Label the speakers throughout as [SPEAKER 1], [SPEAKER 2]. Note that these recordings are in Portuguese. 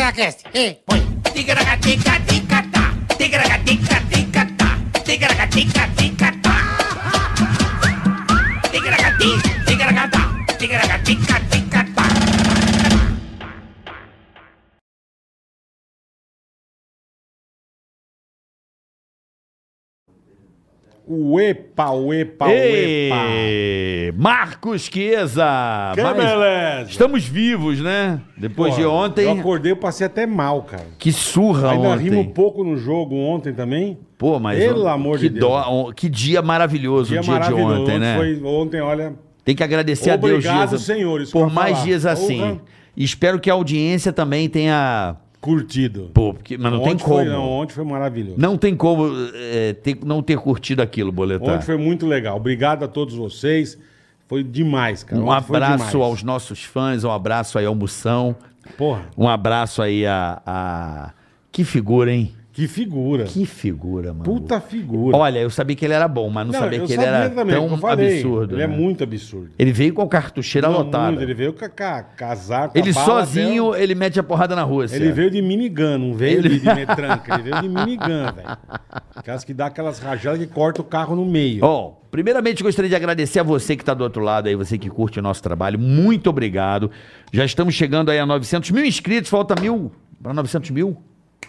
[SPEAKER 1] Tigracast. Ei, põe.
[SPEAKER 2] Tigragatica-tica-tá. Tigragatica-tica-tá. Tigragatica-tica-tá. Tigragati, tigragatá. Tigragatica-tica-tá.
[SPEAKER 3] Uepa, uepa, uepa.
[SPEAKER 4] Ê, Marcos Chiesa!
[SPEAKER 3] Que
[SPEAKER 4] mais-
[SPEAKER 3] beleza!
[SPEAKER 4] Estamos vivos, né? Depois de
[SPEAKER 3] Pô, Eu
[SPEAKER 4] ontem.
[SPEAKER 3] acordei, eu passei até mal, cara.
[SPEAKER 4] Que surra
[SPEAKER 3] Ainda rimo
[SPEAKER 4] ontem.
[SPEAKER 3] um pouco no jogo ontem também.
[SPEAKER 4] Pô, mas.
[SPEAKER 3] Pelo
[SPEAKER 4] on-
[SPEAKER 3] amor
[SPEAKER 4] que
[SPEAKER 3] de
[SPEAKER 4] dó- on- que dia maravilhoso o dia de ontem, né?
[SPEAKER 3] Foi ontem, olha.
[SPEAKER 4] Tem que agradecer a
[SPEAKER 3] Obrigado,
[SPEAKER 4] Deus, dias,
[SPEAKER 3] Senhor, isso que
[SPEAKER 4] por
[SPEAKER 3] eu ia
[SPEAKER 4] mais
[SPEAKER 3] falar.
[SPEAKER 4] dias assim.
[SPEAKER 3] Porra.
[SPEAKER 4] Espero que a audiência também tenha.
[SPEAKER 3] Curtido.
[SPEAKER 4] Pô, porque- mas não
[SPEAKER 3] ontem
[SPEAKER 4] tem como.
[SPEAKER 3] Foi, não,
[SPEAKER 4] não.
[SPEAKER 3] ontem foi maravilhoso.
[SPEAKER 4] tem como é, ter- não ter curtido aquilo, boletar.
[SPEAKER 3] Ontem foi muito legal. Obrigado a todos vocês. Foi demais, cara.
[SPEAKER 4] Um
[SPEAKER 3] Ontem foi
[SPEAKER 4] abraço
[SPEAKER 3] demais.
[SPEAKER 4] aos nossos fãs, um abraço aí ao Moção,
[SPEAKER 3] Porra,
[SPEAKER 4] um abraço aí a. a- Que figura, hein?
[SPEAKER 3] que figura.
[SPEAKER 4] Que figura, mano.
[SPEAKER 3] Puta figura.
[SPEAKER 4] Olha, eu sabia que ele era bom, mas não, sabia
[SPEAKER 3] eu
[SPEAKER 4] que ele era
[SPEAKER 3] também,
[SPEAKER 4] tão
[SPEAKER 3] eu falei,
[SPEAKER 4] absurdo.
[SPEAKER 3] Ele é
[SPEAKER 4] né?
[SPEAKER 3] muito absurdo.
[SPEAKER 4] Ele veio com a cartucheira
[SPEAKER 3] Não,
[SPEAKER 4] lotada.
[SPEAKER 3] muito, Ele veio com a, ca- casaco.
[SPEAKER 4] Ele
[SPEAKER 3] a bala
[SPEAKER 4] sozinho, ele mete a porrada na Rússia.
[SPEAKER 3] Ele veio de minigun, não veio
[SPEAKER 4] Ele-
[SPEAKER 3] de, de metranca. Ele veio de minigun, velho. Aquelas que dá aquelas rajadas que corta o carro no meio.
[SPEAKER 4] Bom, primeiramente gostaria de agradecer a você que está do outro lado aí, você que curte o nosso trabalho. Muito obrigado. Já estamos chegando aí a 900 mil inscritos, falta mil para 900 mil.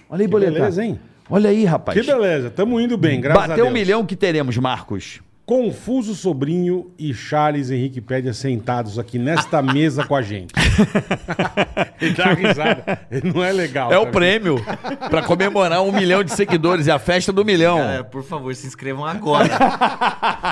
[SPEAKER 4] Olha aí,
[SPEAKER 3] Que
[SPEAKER 4] boletar.
[SPEAKER 3] beleza, hein?
[SPEAKER 4] Olha aí, rapaz.
[SPEAKER 3] que beleza, tamo indo bem, graças a
[SPEAKER 4] Bateu
[SPEAKER 3] Deus.
[SPEAKER 4] um milhão que teremos, Marcos.
[SPEAKER 3] Confuso Sobrinho e Charles Henrique Pédia sentados aqui nesta mesa com a gente. ele dá risada. Ele não é legal.
[SPEAKER 4] É o
[SPEAKER 3] tá
[SPEAKER 4] prêmio para comemorar um milhão de seguidores e a festa do milhão.
[SPEAKER 3] É.
[SPEAKER 5] Galera, É, por favor, se inscrevam agora.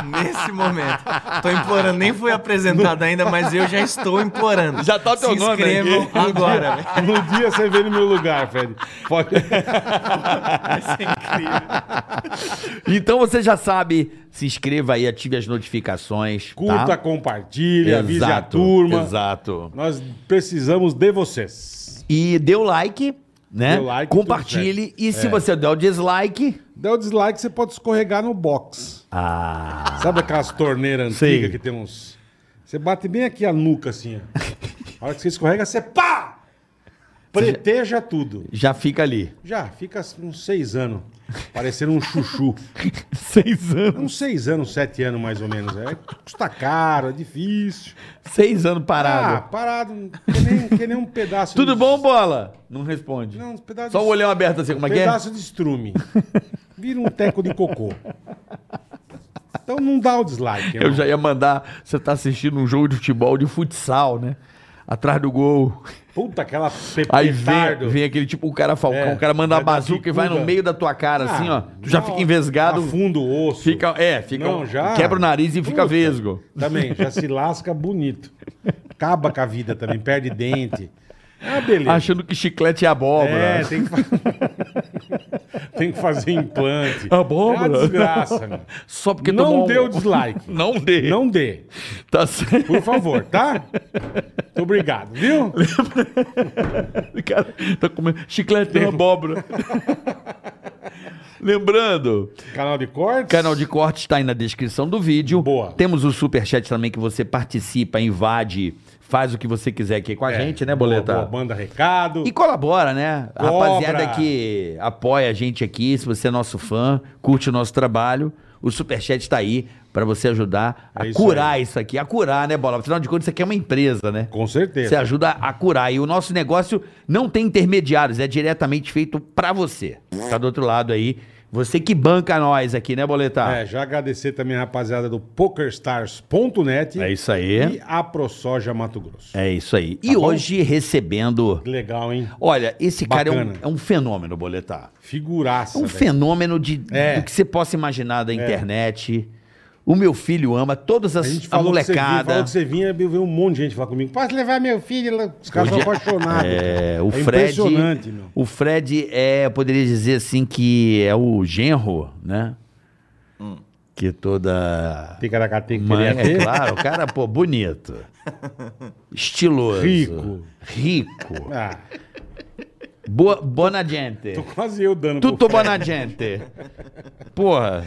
[SPEAKER 5] Nesse momento. Tô implorando, nem fui apresentado ainda, mas eu já estou implorando.
[SPEAKER 4] Já tá teu
[SPEAKER 5] se
[SPEAKER 4] nome aqui.
[SPEAKER 5] inscrevam agora, velho.
[SPEAKER 3] vendo? No dia você vê no meu lugar, Fred. Pode...
[SPEAKER 4] Tá.
[SPEAKER 5] Vai ser incrível.
[SPEAKER 4] Então você já sabe, se inscreva aí, ative as notificações.
[SPEAKER 3] Curta,
[SPEAKER 4] tá?
[SPEAKER 3] compartilha, avise a
[SPEAKER 4] Exato,
[SPEAKER 3] turma.
[SPEAKER 4] Exato.
[SPEAKER 3] Nós precisamos de vocês.
[SPEAKER 4] E dê o like, né?
[SPEAKER 3] Dê o like, É.
[SPEAKER 4] Compartilhe. E se você der o dislike.
[SPEAKER 3] Dá o dislike, você pode escorregar no box.
[SPEAKER 4] Ah.
[SPEAKER 3] Sabe aquelas torneiras antigas que tem uns. Você bate bem aqui a nuca, assim, ó. A hora que você escorrega, você pá! Preteja tudo.
[SPEAKER 4] Já fica ali.
[SPEAKER 3] Já, fica uns seis anos. Parecendo um chuchu.
[SPEAKER 4] Seis anos.
[SPEAKER 3] uns seis anos, sete anos mais ou menos. É, custa caro, é difícil.
[SPEAKER 4] Seis anos
[SPEAKER 3] Ah,
[SPEAKER 4] parado.
[SPEAKER 3] parado, não quer nem, quer nem um pedaço.
[SPEAKER 4] Tudo
[SPEAKER 3] de-
[SPEAKER 4] bom, bola? Não responde.
[SPEAKER 3] Não, um pedaço
[SPEAKER 4] Só
[SPEAKER 3] de-
[SPEAKER 4] o olhão aberto assim, como é que é?
[SPEAKER 3] Pedaço de estrume. Vira um teco de cocô. Então não dá o dislike.
[SPEAKER 4] Eu já ia mandar. Você tá assistindo um jogo de futebol de futsal, né? Atrás do gol.
[SPEAKER 3] Puta, aquela
[SPEAKER 4] Aí vem,
[SPEAKER 3] pepetardo.
[SPEAKER 4] vem aquele tipo, o cara falcão,
[SPEAKER 3] É,
[SPEAKER 4] o cara manda a
[SPEAKER 3] vai dar
[SPEAKER 4] bazuca e vai no
[SPEAKER 3] bicuda.
[SPEAKER 4] meio da tua cara,
[SPEAKER 3] Ah,
[SPEAKER 4] assim, ó. Tu já
[SPEAKER 3] não,
[SPEAKER 4] fica envesgado.
[SPEAKER 3] Afunda o osso.
[SPEAKER 4] Fica, é, fica.
[SPEAKER 3] Não, já.
[SPEAKER 4] Quebra o nariz e fica
[SPEAKER 3] Puta.
[SPEAKER 4] vesgo.
[SPEAKER 3] Também, já se lasca bonito. Acaba com a vida também, perde dente. Ah, beleza.
[SPEAKER 4] Achando que chiclete é abóbora.
[SPEAKER 3] É, tem que, fa- tem que fazer implante.
[SPEAKER 4] Abóbora?
[SPEAKER 3] É uma desgraça, meu.
[SPEAKER 4] Só porque
[SPEAKER 3] Não
[SPEAKER 4] tomou um-
[SPEAKER 3] dê o dislike.
[SPEAKER 4] Não dê.
[SPEAKER 3] Não dê,
[SPEAKER 4] Tá certo.
[SPEAKER 3] por favor, tá? Muito obrigado, viu?
[SPEAKER 4] Cara, tá comendo chiclete de abóbora. Lembrando,
[SPEAKER 3] Canal de cortes.
[SPEAKER 4] canal de corte está aí na descrição do vídeo.
[SPEAKER 3] Boa.
[SPEAKER 4] Temos o superchat também que você participa, invade, faz o que você quiser aqui com a gente, né, Boleta?
[SPEAKER 3] É. Boa, boa, manda recado.
[SPEAKER 4] E colabora, né? A
[SPEAKER 3] Cobra.
[SPEAKER 4] Rapaziada que apoia a gente aqui, se você é nosso fã, curte o nosso trabalho, o Superchat tá aí pra você ajudar a
[SPEAKER 3] É isso
[SPEAKER 4] curar
[SPEAKER 3] aí.
[SPEAKER 4] isso aqui, a curar, né, Bola? Afinal de contas, isso aqui é uma empresa, né?
[SPEAKER 3] Com certeza.
[SPEAKER 4] Você ajuda a curar. E o nosso negócio não tem intermediários, é diretamente feito pra você. Tá do outro lado aí. Você que banca nós aqui, né, Boletar?
[SPEAKER 3] É, já agradecer também a rapaziada do PokerStars.net
[SPEAKER 4] É isso aí.
[SPEAKER 3] e a ProSoja Mato Grosso.
[SPEAKER 4] É isso aí. e
[SPEAKER 3] bom?
[SPEAKER 4] hoje recebendo.
[SPEAKER 3] Que Legal, hein?
[SPEAKER 4] Olha, esse cara
[SPEAKER 3] Bacana.
[SPEAKER 4] é um, é um fenômeno, Boletar.
[SPEAKER 3] Figuraça.
[SPEAKER 4] É um
[SPEAKER 3] velho.
[SPEAKER 4] fenômeno de,
[SPEAKER 3] É.
[SPEAKER 4] do que você possa imaginar da internet. O meu filho ama todas
[SPEAKER 3] A
[SPEAKER 4] as
[SPEAKER 3] gente
[SPEAKER 4] a,
[SPEAKER 3] falou que você vinha, falou
[SPEAKER 4] molecada.
[SPEAKER 3] que você vinha, veio um monte de gente falar comigo. Posso levar meu filho? lá?" Os caras são
[SPEAKER 4] Hoje-
[SPEAKER 3] apaixonados.
[SPEAKER 4] É, o
[SPEAKER 3] É
[SPEAKER 4] Fred.
[SPEAKER 3] Impressionante, meu.
[SPEAKER 4] O Fred é, eu poderia dizer assim que é o genro, né? Que toda
[SPEAKER 3] Ticaracatica,
[SPEAKER 4] mãe,
[SPEAKER 3] queria ter.
[SPEAKER 4] é claro, o cara pô bonito, estiloso,
[SPEAKER 3] Rico.
[SPEAKER 4] rico,
[SPEAKER 3] Ah,
[SPEAKER 4] boa, bona gente.
[SPEAKER 3] tô quase eu dando pro
[SPEAKER 4] Tutto
[SPEAKER 3] Fred.
[SPEAKER 4] bona gente. Porra.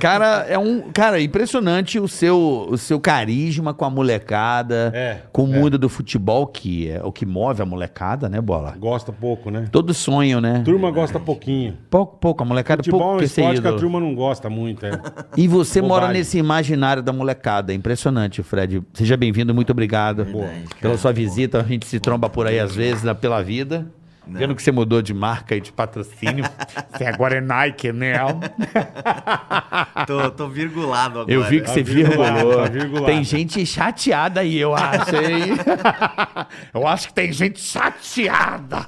[SPEAKER 4] Cara, é um. Cara, impressionante o seu, o seu carisma com a molecada,
[SPEAKER 3] É,
[SPEAKER 4] com o mundo do futebol, que é o que move a molecada, né, bola?
[SPEAKER 3] Gosta pouco, né?
[SPEAKER 4] Todo sonho, né?
[SPEAKER 3] Turma gosta pouquinho.
[SPEAKER 4] É, Pouco, pouco, a molecada
[SPEAKER 3] Futebol é
[SPEAKER 4] pouco
[SPEAKER 3] um
[SPEAKER 4] que ser
[SPEAKER 3] esporte que a
[SPEAKER 4] ídolo.
[SPEAKER 3] turma não gosta muito, é.
[SPEAKER 4] E você
[SPEAKER 3] Bobagem.
[SPEAKER 4] mora nesse imaginário da molecada. Impressionante, Fred. Seja bem-vindo, muito obrigado pela sua visita. A gente se tromba por aí às vezes, na- pela vida. Vendo que você mudou de marca e de patrocínio. você agora é Nike, né?
[SPEAKER 5] Tô, tô virgulado agora.
[SPEAKER 4] Eu vi que você
[SPEAKER 3] virgulado,
[SPEAKER 4] virgulou.
[SPEAKER 3] tá virgulado.
[SPEAKER 4] Tem gente chateada aí, eu acho, hein? eu acho que tem gente chateada.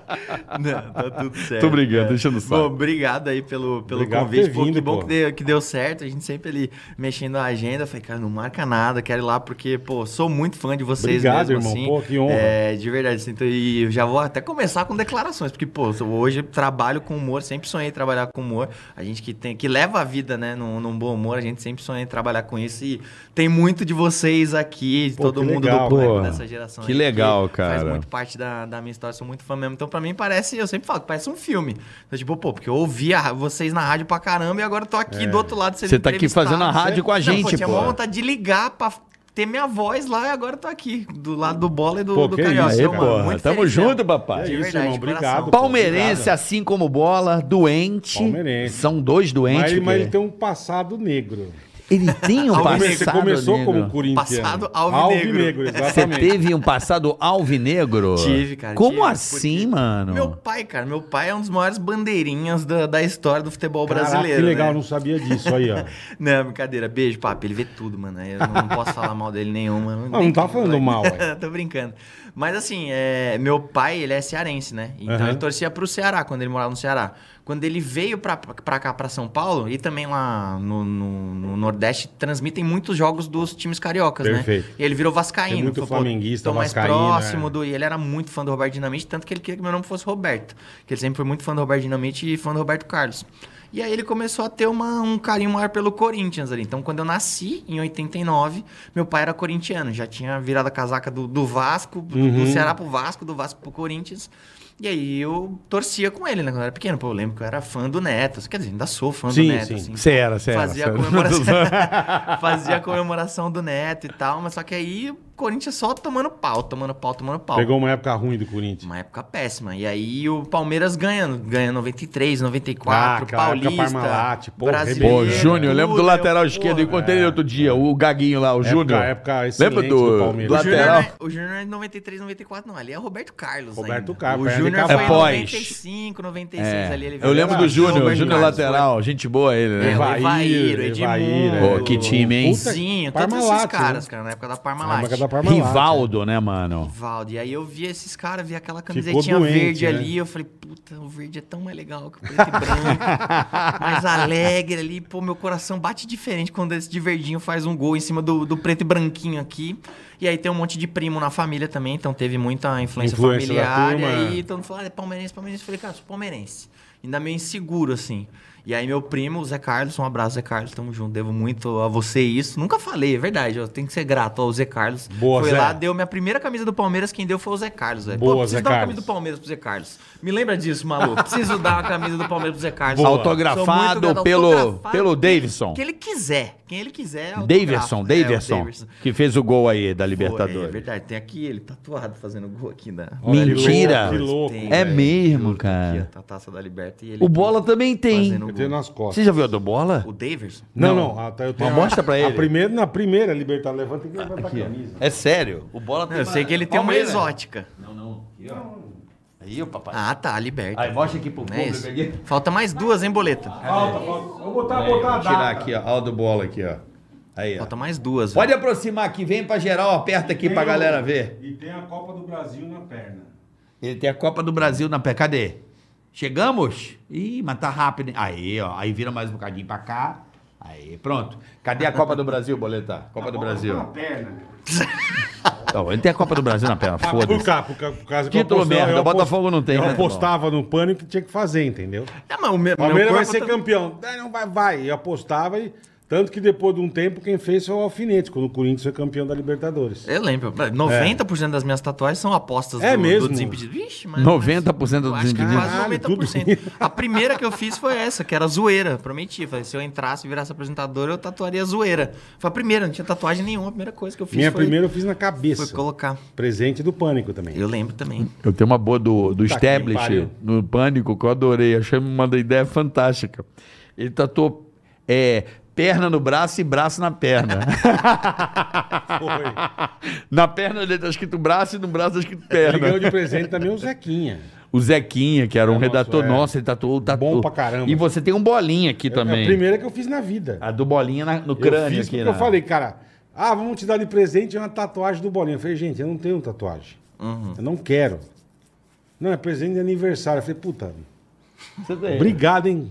[SPEAKER 5] Não, tá tudo certo.
[SPEAKER 4] Tô brigando,
[SPEAKER 5] É.
[SPEAKER 4] deixa no saco.
[SPEAKER 5] Bom, obrigado aí pelo, pelo
[SPEAKER 3] Obrigado por
[SPEAKER 5] convite.
[SPEAKER 3] ter
[SPEAKER 5] Pô, que
[SPEAKER 3] vindo,
[SPEAKER 5] bom
[SPEAKER 3] pô.
[SPEAKER 5] Que, deu, que deu certo. A gente sempre ali mexendo na agenda. Eu Falei, cara, não marca nada, quero ir lá, porque, pô, sou muito fã de vocês
[SPEAKER 3] Obrigado,
[SPEAKER 5] mesmo,
[SPEAKER 3] irmão.
[SPEAKER 5] assim.
[SPEAKER 3] Pô, que honra.
[SPEAKER 5] É, de verdade. assim, então, e eu já vou até começar com declarações, porque, pô, eu hoje trabalho com humor, sempre sonhei trabalhar com humor. A gente que tem que leva a vida, né, num, num bom humor, a gente sempre sonha em trabalhar com isso. E tem muito de vocês aqui,
[SPEAKER 3] Pô,
[SPEAKER 5] todo
[SPEAKER 3] que
[SPEAKER 5] mundo
[SPEAKER 3] legal,
[SPEAKER 5] do
[SPEAKER 4] pô.
[SPEAKER 5] público dessa geração.
[SPEAKER 4] Que
[SPEAKER 5] aí,
[SPEAKER 4] legal,
[SPEAKER 5] Faz
[SPEAKER 4] cara.
[SPEAKER 5] muito parte da, da minha história, sou muito fã mesmo. Então, pra mim, parece, eu sempre falo, que parece um filme. Então, tipo, pô, porque eu ouvia vocês na rádio pra caramba e agora eu tô aqui do outro lado. sendo
[SPEAKER 4] É. Você tá aqui
[SPEAKER 5] entrevistado.
[SPEAKER 4] fazendo a rádio com a
[SPEAKER 5] Não,
[SPEAKER 4] gente,
[SPEAKER 5] tinha
[SPEAKER 4] pô.
[SPEAKER 5] maior vontade de ligar pra ter minha voz lá e agora eu tô aqui, do lado do bola e do,
[SPEAKER 3] Pô,
[SPEAKER 5] do
[SPEAKER 3] que
[SPEAKER 5] Carioca.
[SPEAKER 3] isso,
[SPEAKER 4] Aê,
[SPEAKER 5] Então, mano,
[SPEAKER 4] porra.
[SPEAKER 5] muito
[SPEAKER 4] Tamo
[SPEAKER 5] feliz mesmo.
[SPEAKER 4] junto,
[SPEAKER 3] É
[SPEAKER 4] papai.
[SPEAKER 5] De
[SPEAKER 3] isso,
[SPEAKER 5] verdade,
[SPEAKER 3] irmão.
[SPEAKER 5] de
[SPEAKER 3] Obrigado.
[SPEAKER 5] coração.
[SPEAKER 3] pô,
[SPEAKER 4] Palmeirense,
[SPEAKER 3] obrigado.
[SPEAKER 4] assim como bola, doente.
[SPEAKER 3] Palmeirense.
[SPEAKER 4] São dois doentes.
[SPEAKER 3] Mas, ele- mas
[SPEAKER 4] porque-
[SPEAKER 3] ele tem um passado negro.
[SPEAKER 4] Ele tem é. um
[SPEAKER 5] Alvinegro.
[SPEAKER 3] Você
[SPEAKER 4] passado
[SPEAKER 3] começou
[SPEAKER 4] negro.
[SPEAKER 3] como corintiano.
[SPEAKER 5] Passado É, alvinegro.
[SPEAKER 3] Alvinegro,
[SPEAKER 4] Você
[SPEAKER 3] exatamente.
[SPEAKER 4] teve um passado alvinegro?
[SPEAKER 5] Tive, cara.
[SPEAKER 4] Como
[SPEAKER 5] tive,
[SPEAKER 4] assim,
[SPEAKER 5] porque
[SPEAKER 4] mano?
[SPEAKER 5] Meu pai, cara, meu pai é um dos maiores bandeirinhas da, da história do futebol
[SPEAKER 3] Caraca,
[SPEAKER 5] brasileiro.
[SPEAKER 3] que legal,
[SPEAKER 5] né?
[SPEAKER 3] não sabia disso aí, ó.
[SPEAKER 5] Não, brincadeira. Beijo, papo. Ele vê tudo, mano. Eu não, não posso falar mal dele nenhuma.
[SPEAKER 3] Não, não tá falando mal, ué.
[SPEAKER 5] Tô brincando. Mas assim, é, meu pai, ele é cearense, né? Então
[SPEAKER 3] Aham.
[SPEAKER 5] ele torcia pro Ceará quando ele morava no Ceará. Quando ele veio pra, pra cá, pra São Paulo, e também lá no, no- no Nordeste, transmitem muitos jogos dos times cariocas,
[SPEAKER 3] Perfeito.
[SPEAKER 5] né? E ele virou vascaíno.
[SPEAKER 3] Tem muito
[SPEAKER 5] Falou, pô,
[SPEAKER 3] flamenguista,
[SPEAKER 5] tô mais
[SPEAKER 3] vascaíno,
[SPEAKER 5] próximo
[SPEAKER 3] é.
[SPEAKER 5] do... E ele era muito fã do Roberto Dinamite, tanto que ele queria que meu nome fosse Roberto. Que ele sempre foi muito fã do Roberto Dinamite e fã do Roberto Carlos. E aí ele começou a ter uma- um carinho maior pelo Corinthians ali. Então, quando eu nasci, em 89, meu pai era corintiano. Já tinha virado a casaca do, do Vasco, do-
[SPEAKER 3] Uhum.
[SPEAKER 5] do Ceará pro Vasco, do Vasco pro Corinthians. E aí eu torcia com ele, né? Quando eu era pequeno. Pô, eu lembro que eu era fã do Neto. Quer dizer, ainda sou fã
[SPEAKER 3] Sim,
[SPEAKER 5] do Neto.
[SPEAKER 3] sim.
[SPEAKER 5] assim.
[SPEAKER 4] Você era, você era.
[SPEAKER 5] Fazia
[SPEAKER 4] você
[SPEAKER 5] a,
[SPEAKER 4] era.
[SPEAKER 5] comemoração, fazia a comemoração do Neto e tal, mas só que aí o Corinthians só tomando pau, tomando pau, tomando pau.
[SPEAKER 3] Pegou uma época ruim do Corinthians.
[SPEAKER 5] Uma época péssima. E aí o Palmeiras ganha, ganha 93,
[SPEAKER 3] Ah,
[SPEAKER 5] 94,
[SPEAKER 3] aquela época
[SPEAKER 5] Paulista,
[SPEAKER 3] Parmalat, pô,
[SPEAKER 5] brasileiro.
[SPEAKER 4] Pô,
[SPEAKER 3] Ele-
[SPEAKER 4] Júnior, eu lembro do
[SPEAKER 5] tudo,
[SPEAKER 4] lateral
[SPEAKER 5] eu,
[SPEAKER 4] esquerdo.
[SPEAKER 5] porra.
[SPEAKER 4] Eu encontrei ele outro dia, o Gaguinho lá, o
[SPEAKER 3] É Época-
[SPEAKER 4] Júnior.
[SPEAKER 3] época excelente
[SPEAKER 4] Lembra do,
[SPEAKER 3] do
[SPEAKER 4] do,
[SPEAKER 3] Palmeiras.
[SPEAKER 5] O Júnior
[SPEAKER 4] lateral?
[SPEAKER 5] é- O Júnior é de 93, 94, não. Ali é Roberto Carlos.
[SPEAKER 3] Roberto
[SPEAKER 5] ainda.
[SPEAKER 3] Carlos,
[SPEAKER 5] O
[SPEAKER 3] perna de
[SPEAKER 5] Júnior
[SPEAKER 3] cavalo.
[SPEAKER 5] foi em
[SPEAKER 4] É pós.
[SPEAKER 5] 95, 96 ali. Ele
[SPEAKER 4] É. Eu
[SPEAKER 5] veio.
[SPEAKER 4] lembro
[SPEAKER 3] Ah,
[SPEAKER 4] do Júnior,
[SPEAKER 5] Roberto
[SPEAKER 4] Júnior
[SPEAKER 5] Carlos,
[SPEAKER 4] lateral, gente boa ele,
[SPEAKER 5] É,
[SPEAKER 4] né?
[SPEAKER 5] o
[SPEAKER 3] Evair,
[SPEAKER 5] Evair, o
[SPEAKER 3] Evair,
[SPEAKER 5] Edmundo.
[SPEAKER 4] é. Pô, que time, hein?
[SPEAKER 3] Puta,
[SPEAKER 5] Zinho, todos esses
[SPEAKER 3] Parmalat,
[SPEAKER 5] caras,
[SPEAKER 3] né?
[SPEAKER 5] cara, na época da
[SPEAKER 3] Na
[SPEAKER 5] Parmalat.
[SPEAKER 3] época da Parmalat.
[SPEAKER 4] Rivaldo, né, mano?
[SPEAKER 5] Valdo. E aí eu vi esses caras, vi aquela
[SPEAKER 3] Ficou
[SPEAKER 5] camisetinha
[SPEAKER 3] doente,
[SPEAKER 5] verde
[SPEAKER 3] né?
[SPEAKER 5] ali, eu falei, puta, o verde é tão mais legal que o preto e branco. mais alegre ali, pô, meu coração bate diferente quando esse de verdinho faz um gol em cima do, do preto e branquinho aqui. E aí tem um monte de primo na família também, então teve muita influência,
[SPEAKER 3] Influência da
[SPEAKER 5] familiar.
[SPEAKER 3] turma,
[SPEAKER 5] e
[SPEAKER 3] é.
[SPEAKER 5] aí e todo mundo falou, ah, é palmeirense, palmeirense. Eu falei, cara, eu sou palmeirense. Ainda meio inseguro, assim. E aí meu primo, o Zé Carlos, um abraço, Zé Carlos, tamo junto. Devo muito a você isso. Nunca falei, é verdade. Eu tenho que ser grato ao Zé Carlos.
[SPEAKER 3] Boa,
[SPEAKER 5] foi
[SPEAKER 3] Zé.
[SPEAKER 5] lá, deu minha primeira camisa do Palmeiras, quem deu foi o Zé Carlos, velho.
[SPEAKER 3] Boa,
[SPEAKER 5] Pô, preciso
[SPEAKER 3] Zé
[SPEAKER 5] dar uma
[SPEAKER 3] Carlos.
[SPEAKER 5] camisa do Palmeiras pro Zé Carlos. Me lembra disso, maluco. Preciso dar uma camisa do Palmeiras pro Zé Carlos.
[SPEAKER 4] Boa.
[SPEAKER 5] Sou muito
[SPEAKER 4] Autografado
[SPEAKER 5] grato,
[SPEAKER 4] pelo-
[SPEAKER 5] autografado
[SPEAKER 4] pelo
[SPEAKER 5] por-
[SPEAKER 4] Davidson.
[SPEAKER 5] Que ele quiser. Quem ele quiser. autografa. É,
[SPEAKER 4] Daverson,
[SPEAKER 5] o
[SPEAKER 4] Daverson, que fez o gol aí da
[SPEAKER 5] Pô, É
[SPEAKER 4] Libertadores.
[SPEAKER 5] verdade, tem aqui ele tatuado fazendo gol aqui na.
[SPEAKER 3] Olha, que
[SPEAKER 4] Mentira.
[SPEAKER 3] louco, Que louco.
[SPEAKER 5] Tem,
[SPEAKER 4] É
[SPEAKER 5] velho.
[SPEAKER 4] mesmo,
[SPEAKER 5] Juro, tá aqui
[SPEAKER 4] cara.
[SPEAKER 5] a taça da Liberta e ele
[SPEAKER 4] É.
[SPEAKER 5] tá
[SPEAKER 4] O Bola também tem.
[SPEAKER 5] fazendo
[SPEAKER 3] Eu tenho
[SPEAKER 5] gol.
[SPEAKER 3] nas costas.
[SPEAKER 4] Você já viu a do Bola?
[SPEAKER 5] O Daverson?
[SPEAKER 3] Não, não. ah, tá, eu tenho
[SPEAKER 4] Mas mostra
[SPEAKER 3] a-
[SPEAKER 4] pra ele.
[SPEAKER 3] A primeira, na primeira, Libertar, levanta e levanta a camisa.
[SPEAKER 4] É sério. O Bola tem
[SPEAKER 5] eu sei que ele tem uma
[SPEAKER 4] Palmeiras.
[SPEAKER 5] exótica.
[SPEAKER 4] Não, não. Aqui, ó. Aí, o papai.
[SPEAKER 5] Ah, tá, a Liberta.
[SPEAKER 4] Aí, mostra aqui pro
[SPEAKER 5] Não é
[SPEAKER 4] público
[SPEAKER 5] isso?
[SPEAKER 4] aqui.
[SPEAKER 5] Falta mais duas, hein, Boleta?
[SPEAKER 3] Falta, falta. Vou botar, botar a
[SPEAKER 4] Vou tirar
[SPEAKER 3] data.
[SPEAKER 4] aqui, ó. Aldo Bola aqui, ó. Aí, ó.
[SPEAKER 5] Falta mais duas.
[SPEAKER 4] Pode aproximar aqui, vem pra geral, aperta aqui pra
[SPEAKER 3] Tem o-
[SPEAKER 4] galera ver.
[SPEAKER 3] E tem a Copa do Brasil na perna.
[SPEAKER 4] Ele tem a Copa do Brasil na pé. Cadê? Chegamos? Ih, mas tá rápido. hein? Aí, ó. Aí vira mais um bocadinho pra cá. Aí, pronto. Cadê a Copa do Brasil, Boleta? Copa do Brasil.
[SPEAKER 3] Na perna.
[SPEAKER 4] Não, ele tem a Copa do Brasil na perna,
[SPEAKER 3] Ah, por,
[SPEAKER 4] foda-se.
[SPEAKER 3] cá, por, ca- por causa que eu
[SPEAKER 4] Título
[SPEAKER 3] apostava-
[SPEAKER 4] merda,
[SPEAKER 3] eu apos-
[SPEAKER 4] Botafogo não tem,
[SPEAKER 3] Eu
[SPEAKER 4] né?
[SPEAKER 3] apostava no pânico que tinha que fazer, entendeu?
[SPEAKER 4] É,
[SPEAKER 5] Não, É, mas o meu,
[SPEAKER 3] Palmeiras vai
[SPEAKER 5] meu corpo
[SPEAKER 3] ser
[SPEAKER 5] tá-
[SPEAKER 3] campeão. Daí não vai, vai. Eu apostava e Tanto que depois de um tempo, quem fez foi o Alfinete, quando o Corinthians foi campeão da Libertadores.
[SPEAKER 5] Eu lembro, 90% das minhas tatuagens são apostas
[SPEAKER 3] É
[SPEAKER 5] do,
[SPEAKER 3] mesmo? Ah,
[SPEAKER 5] do Desimpedido. Vixe, mas
[SPEAKER 4] 90% do
[SPEAKER 5] eu acho que é
[SPEAKER 4] Desimpedidos.
[SPEAKER 5] quase
[SPEAKER 3] Caralho,
[SPEAKER 5] 90%. A primeira que eu fiz foi essa, que era zoeira. Prometi, falei, se eu entrasse e virasse apresentador, eu tatuaria zoeira. Foi a primeira, não tinha tatuagem nenhuma. A primeira coisa que eu fiz
[SPEAKER 3] Minha
[SPEAKER 5] foi,
[SPEAKER 3] primeira eu fiz na
[SPEAKER 5] foi
[SPEAKER 3] cabeça.
[SPEAKER 5] colocar.
[SPEAKER 3] Presente do Pânico também.
[SPEAKER 5] Eu lembro também.
[SPEAKER 4] Eu tenho uma boa do, do
[SPEAKER 3] que
[SPEAKER 4] Stablish,
[SPEAKER 3] pariu.
[SPEAKER 4] no Pânico, que eu adorei. Achei uma da ideia fantástica. Ele tatuou é, perna no braço e braço na perna.
[SPEAKER 3] Foi.
[SPEAKER 4] na perna dele tá escrito braço e no braço tá escrito
[SPEAKER 3] Ele ganhou
[SPEAKER 4] perna.
[SPEAKER 3] de presente também o Zequinha.
[SPEAKER 4] O Zequinha, que era um
[SPEAKER 3] Nossa,
[SPEAKER 4] redator
[SPEAKER 3] é.
[SPEAKER 4] nosso, ele tatuou, tatuou.
[SPEAKER 3] pra caramba.
[SPEAKER 4] E você tem um bolinha aqui
[SPEAKER 3] É a
[SPEAKER 4] também.
[SPEAKER 3] primeira que eu fiz na vida.
[SPEAKER 4] A do bolinha na- no
[SPEAKER 3] eu
[SPEAKER 4] crânio
[SPEAKER 3] fiz
[SPEAKER 4] aqui,
[SPEAKER 3] porque
[SPEAKER 4] né?
[SPEAKER 3] eu falei, cara, ah, vamos te dar de presente uma tatuagem do Bolinha. Eu falei, gente, eu não tenho tatuagem.
[SPEAKER 4] Uhum.
[SPEAKER 3] Eu não quero. Não, é presente de aniversário. Eu falei, puta,
[SPEAKER 4] Você tem.
[SPEAKER 3] obrigado, hein?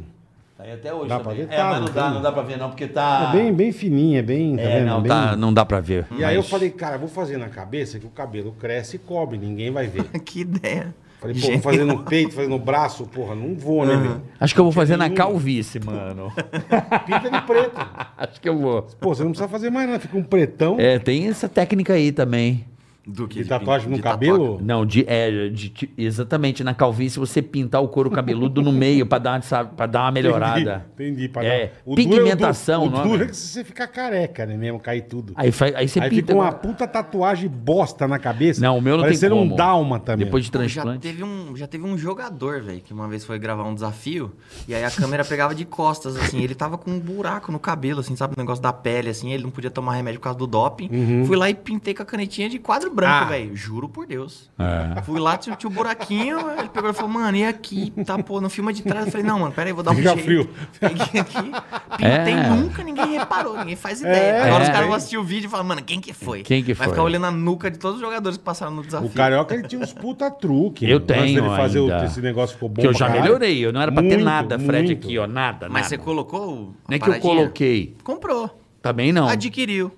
[SPEAKER 4] Tá aí até hoje
[SPEAKER 3] Dá
[SPEAKER 4] também.
[SPEAKER 3] pra ver?
[SPEAKER 4] É,
[SPEAKER 3] Tá,
[SPEAKER 4] mas
[SPEAKER 3] não
[SPEAKER 4] não dá,
[SPEAKER 3] tem.
[SPEAKER 4] não dá pra ver não, porque tá...
[SPEAKER 3] É bem, bem fininha, bem. tá
[SPEAKER 4] É,
[SPEAKER 3] vendo?
[SPEAKER 4] não,
[SPEAKER 3] Bem-
[SPEAKER 4] tá, não dá pra ver.
[SPEAKER 3] E aí eu
[SPEAKER 4] mas-
[SPEAKER 3] falei, cara, vou fazer na cabeça que o cabelo cresce e cobre, ninguém vai ver.
[SPEAKER 5] Que ideia.
[SPEAKER 3] Falei, pô, vou fazer no peito, fazer no braço, porra, não vou, né, meu?
[SPEAKER 4] Acho que eu vou fazer na
[SPEAKER 3] Nenhum.
[SPEAKER 4] calvície, mano.
[SPEAKER 3] Pinta de preto.
[SPEAKER 4] Acho que eu vou.
[SPEAKER 3] Pô, você não precisa fazer mais nada, fica um pretão.
[SPEAKER 4] É, tem essa técnica aí também.
[SPEAKER 5] Do que
[SPEAKER 3] De tatuagem no
[SPEAKER 5] de
[SPEAKER 3] cabelo?
[SPEAKER 5] tatuagem.
[SPEAKER 4] Não, de, é, de- de- exatamente, na calvície você pintar o couro cabeludo no meio pra dar, sabe, pra dar uma melhorada.
[SPEAKER 3] Entendi, entendi pra
[SPEAKER 4] É,
[SPEAKER 3] dar- duro é
[SPEAKER 4] pigmentação,
[SPEAKER 3] o duro,
[SPEAKER 4] não
[SPEAKER 3] o
[SPEAKER 4] é?
[SPEAKER 3] duro é que você fica careca, né mesmo, cair tudo. Aí,
[SPEAKER 4] Aí, fa- aí você pinta.
[SPEAKER 3] fica uma puta tatuagem bosta na cabeça.
[SPEAKER 4] Não, o meu não tem
[SPEAKER 3] parecendo
[SPEAKER 4] como.
[SPEAKER 3] um dalma também.
[SPEAKER 4] Depois de
[SPEAKER 5] Já
[SPEAKER 4] transplante.
[SPEAKER 5] teve um, já teve um jogador, velho, que uma vez foi gravar um desafio e aí a câmera pegava de costas, assim. Ele tava com um buraco no cabelo, assim, sabe? O negócio da pele, assim. Ele não podia tomar remédio por causa do doping. Fui lá e pintei com a canetinha de quadro branco,
[SPEAKER 3] Uhum. Ah.
[SPEAKER 5] velho. Juro por Deus.
[SPEAKER 4] É.
[SPEAKER 5] Fui lá, tinha tinha um buraquinho. Ele pegou e falou, mano, e aqui? Tá, pô, não filma de trás. Eu falei, não, mano, pera aí, vou dar um
[SPEAKER 3] Fica
[SPEAKER 5] jeito.
[SPEAKER 3] frio.
[SPEAKER 5] Peguei aqui, pintei
[SPEAKER 4] É.
[SPEAKER 5] nunca, ninguém reparou, ninguém faz ideia. Agora os
[SPEAKER 4] É.
[SPEAKER 5] caras vão assistir o vídeo e falam, mano, quem que foi?
[SPEAKER 4] Quem que
[SPEAKER 5] Vai
[SPEAKER 4] foi?
[SPEAKER 5] ficar olhando a nuca de todos os jogadores que passaram no desafio.
[SPEAKER 3] O carioca ele tinha uns puta truque.
[SPEAKER 4] Eu
[SPEAKER 3] né? Antes dele
[SPEAKER 4] tenho
[SPEAKER 3] fazer o-
[SPEAKER 4] ainda.
[SPEAKER 3] esse negócio ficou bom.
[SPEAKER 4] Que eu
[SPEAKER 3] pra
[SPEAKER 4] já
[SPEAKER 3] caralho.
[SPEAKER 4] melhorei, eu não era pra ter
[SPEAKER 3] Muito,
[SPEAKER 4] nada, Fred,
[SPEAKER 3] muito.
[SPEAKER 4] aqui, ó, nada.
[SPEAKER 5] Mas
[SPEAKER 4] nada.
[SPEAKER 5] você colocou. a
[SPEAKER 4] Não é que eu
[SPEAKER 5] paradinha?
[SPEAKER 4] coloquei.
[SPEAKER 5] Comprou.
[SPEAKER 4] Também não.
[SPEAKER 5] Adquiriu.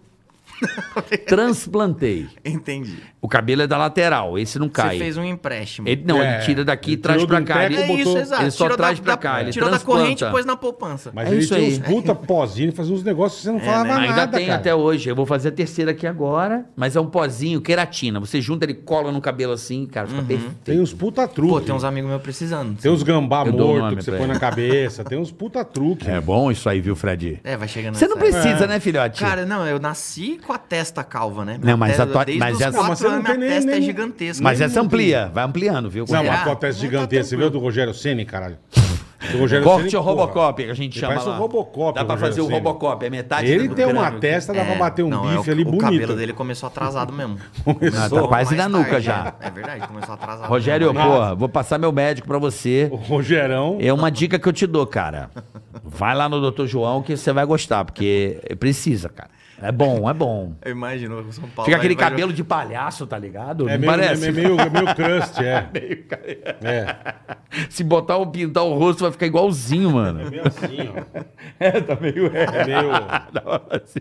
[SPEAKER 4] Transplantei.
[SPEAKER 5] Entendi.
[SPEAKER 4] O cabelo é da lateral, esse não cai.
[SPEAKER 5] Você fez um empréstimo.
[SPEAKER 4] Ele, não,
[SPEAKER 3] É,
[SPEAKER 4] ele tira daqui e
[SPEAKER 3] ele
[SPEAKER 4] traz
[SPEAKER 3] tirou um
[SPEAKER 4] pra
[SPEAKER 3] do
[SPEAKER 4] cá.
[SPEAKER 3] Império
[SPEAKER 5] É
[SPEAKER 3] e botou-
[SPEAKER 5] isso, exato.
[SPEAKER 4] ele só
[SPEAKER 5] Tirou
[SPEAKER 4] traz
[SPEAKER 5] da,
[SPEAKER 4] pra
[SPEAKER 5] da-
[SPEAKER 4] cá, ele
[SPEAKER 5] tirou
[SPEAKER 4] transplanta.
[SPEAKER 5] da corrente e pôs na poupança.
[SPEAKER 3] Mas
[SPEAKER 4] É
[SPEAKER 3] ele
[SPEAKER 4] isso
[SPEAKER 3] tinha
[SPEAKER 4] aí. É, né?
[SPEAKER 3] uns puta pozinho, fazia uns negócios que você não falava
[SPEAKER 4] Ainda
[SPEAKER 3] nada,
[SPEAKER 4] tem
[SPEAKER 3] é cara.
[SPEAKER 4] até hoje. Eu vou fazer a terceira aqui agora, mas é um pozinho, queratina. Você junta, ele cola no cabelo assim, cara,
[SPEAKER 5] Uhum.
[SPEAKER 4] fica perfeito.
[SPEAKER 3] Tem uns puta truque.
[SPEAKER 5] Pô, tem uns amigos meus precisando.
[SPEAKER 3] Tem uns gambá
[SPEAKER 4] Eu dou o
[SPEAKER 3] morto
[SPEAKER 4] nome
[SPEAKER 3] que você
[SPEAKER 4] pra
[SPEAKER 3] põe
[SPEAKER 4] ele.
[SPEAKER 3] na cabeça. Tem uns puta truque.
[SPEAKER 4] É bom isso aí, viu, Fred?
[SPEAKER 5] É, vai chegando
[SPEAKER 4] Você não
[SPEAKER 5] nessa-
[SPEAKER 4] precisa, né, filhote?
[SPEAKER 5] Cara, não, eu nasci com a testa calva, né?
[SPEAKER 4] Não, mas
[SPEAKER 5] Até-
[SPEAKER 4] a tua-
[SPEAKER 5] Desde
[SPEAKER 4] mas
[SPEAKER 5] os
[SPEAKER 4] essa-
[SPEAKER 5] quatro
[SPEAKER 3] Mas você não
[SPEAKER 5] anos,
[SPEAKER 3] tem
[SPEAKER 5] minha
[SPEAKER 3] nem-
[SPEAKER 5] testa é
[SPEAKER 3] nem-
[SPEAKER 5] gigantesca.
[SPEAKER 4] mas
[SPEAKER 5] é...
[SPEAKER 4] essa amplia, vai ampliando, viu?
[SPEAKER 3] Não,
[SPEAKER 5] Será?
[SPEAKER 3] mas com a testa
[SPEAKER 5] Não tá
[SPEAKER 3] gigantesca. Você viu
[SPEAKER 5] tranquilo.
[SPEAKER 3] do Rogério Ceni, caralho? Do Rogério
[SPEAKER 4] Corte
[SPEAKER 3] Ceni,
[SPEAKER 4] o
[SPEAKER 3] porra.
[SPEAKER 4] Robocop, que a gente
[SPEAKER 3] Ele
[SPEAKER 4] chama
[SPEAKER 3] parece
[SPEAKER 4] lá.
[SPEAKER 3] o Robocop,
[SPEAKER 4] Dá pra
[SPEAKER 3] o
[SPEAKER 4] fazer o
[SPEAKER 3] Rogério Ceni.
[SPEAKER 4] Robocop, é metade
[SPEAKER 3] Ele
[SPEAKER 4] do
[SPEAKER 3] tem uma
[SPEAKER 4] crânio.
[SPEAKER 3] testa, dá pra bater um
[SPEAKER 5] não, é,
[SPEAKER 3] bife
[SPEAKER 5] o,
[SPEAKER 3] ali
[SPEAKER 5] O cabelo
[SPEAKER 3] bonito.
[SPEAKER 5] dele começou atrasado mesmo.
[SPEAKER 4] Ah,
[SPEAKER 5] Começou
[SPEAKER 4] tá quase na
[SPEAKER 5] mais
[SPEAKER 4] nuca
[SPEAKER 5] tarde,
[SPEAKER 4] já.
[SPEAKER 5] É verdade, começou atrasado.
[SPEAKER 4] Rogério,
[SPEAKER 5] mesmo.
[SPEAKER 4] porra, vou passar meu médico pra você.
[SPEAKER 3] O Rogerão.
[SPEAKER 4] É uma dica que eu te dou, cara. Vai lá no Dr. João que você vai gostar, porque precisa, cara. É bom, é bom.
[SPEAKER 5] Eu imagino, o São Paulo.
[SPEAKER 4] Fica aquele
[SPEAKER 5] vai- vai-
[SPEAKER 4] cabelo de palhaço, tá ligado?
[SPEAKER 3] É
[SPEAKER 4] Não
[SPEAKER 3] meio,
[SPEAKER 4] parece?
[SPEAKER 3] é meio, é meio crust, é. É.
[SPEAKER 4] Se botar ou pintar o rosto, vai ficar igualzinho,
[SPEAKER 3] É
[SPEAKER 4] mano.
[SPEAKER 3] meio assim, ó.
[SPEAKER 4] É, tá meio
[SPEAKER 3] É meio...
[SPEAKER 4] Da hora assim.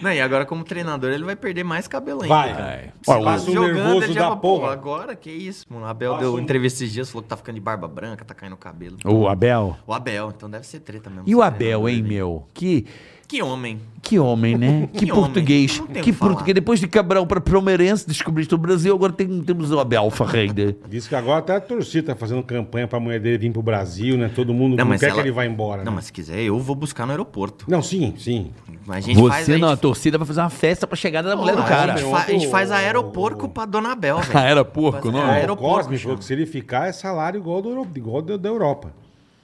[SPEAKER 5] Não, e agora, como treinador, ele vai perder mais cabelo ainda.
[SPEAKER 3] Vai.
[SPEAKER 4] Ai.
[SPEAKER 3] Se
[SPEAKER 4] Olha,
[SPEAKER 3] passa o
[SPEAKER 5] Jogando,
[SPEAKER 3] nervoso
[SPEAKER 5] ele
[SPEAKER 3] da
[SPEAKER 5] já- é pô,
[SPEAKER 3] porra.
[SPEAKER 5] Agora, que isso, mano. O Abel
[SPEAKER 3] Passa
[SPEAKER 5] deu
[SPEAKER 3] um-
[SPEAKER 5] entrevista esses dias, falou que tá ficando de barba branca, tá caindo o cabelo.
[SPEAKER 4] O Abel.
[SPEAKER 5] O Abel, então deve ser treta mesmo.
[SPEAKER 4] E o
[SPEAKER 5] Esse
[SPEAKER 4] Abel,
[SPEAKER 5] treinador
[SPEAKER 4] hein,
[SPEAKER 5] aí.
[SPEAKER 4] meu? Que,
[SPEAKER 5] Que homem.
[SPEAKER 4] que homem, né? Que,
[SPEAKER 5] Que homem.
[SPEAKER 4] português.
[SPEAKER 5] Não tem o
[SPEAKER 4] Que
[SPEAKER 5] que falar.
[SPEAKER 4] português. Depois de Cabral pra Palmeirense, descobrir o Brasil, agora tem- temos o Abel Ferreira.
[SPEAKER 3] Diz que agora até a torcida tá fazendo campanha pra mulher dele vir pro Brasil, né? Todo mundo não,
[SPEAKER 5] mas
[SPEAKER 3] quer
[SPEAKER 5] ela-
[SPEAKER 3] que ele vá embora.
[SPEAKER 5] Não,
[SPEAKER 3] né?
[SPEAKER 5] mas se quiser, eu vou buscar no aeroporto.
[SPEAKER 3] Não, sim, sim.
[SPEAKER 5] A gente faz.
[SPEAKER 4] Você
[SPEAKER 5] a
[SPEAKER 4] na
[SPEAKER 5] gente-
[SPEAKER 4] torcida vai fazer uma festa pra chegada da mulher do
[SPEAKER 5] a
[SPEAKER 4] cara.
[SPEAKER 5] Gente fa- a gente faz
[SPEAKER 3] Ô, ô, ô.
[SPEAKER 5] aeroporco pra Dona Abel,
[SPEAKER 4] Ah,
[SPEAKER 5] velho.
[SPEAKER 4] era porco,
[SPEAKER 5] Mas-
[SPEAKER 4] não?
[SPEAKER 5] Ah,
[SPEAKER 4] é?
[SPEAKER 5] era
[SPEAKER 3] o
[SPEAKER 5] o porco,
[SPEAKER 3] Cosme falou
[SPEAKER 5] chama.
[SPEAKER 3] que se ele ficar é salário igual, do, Euro- igual do- da Europa.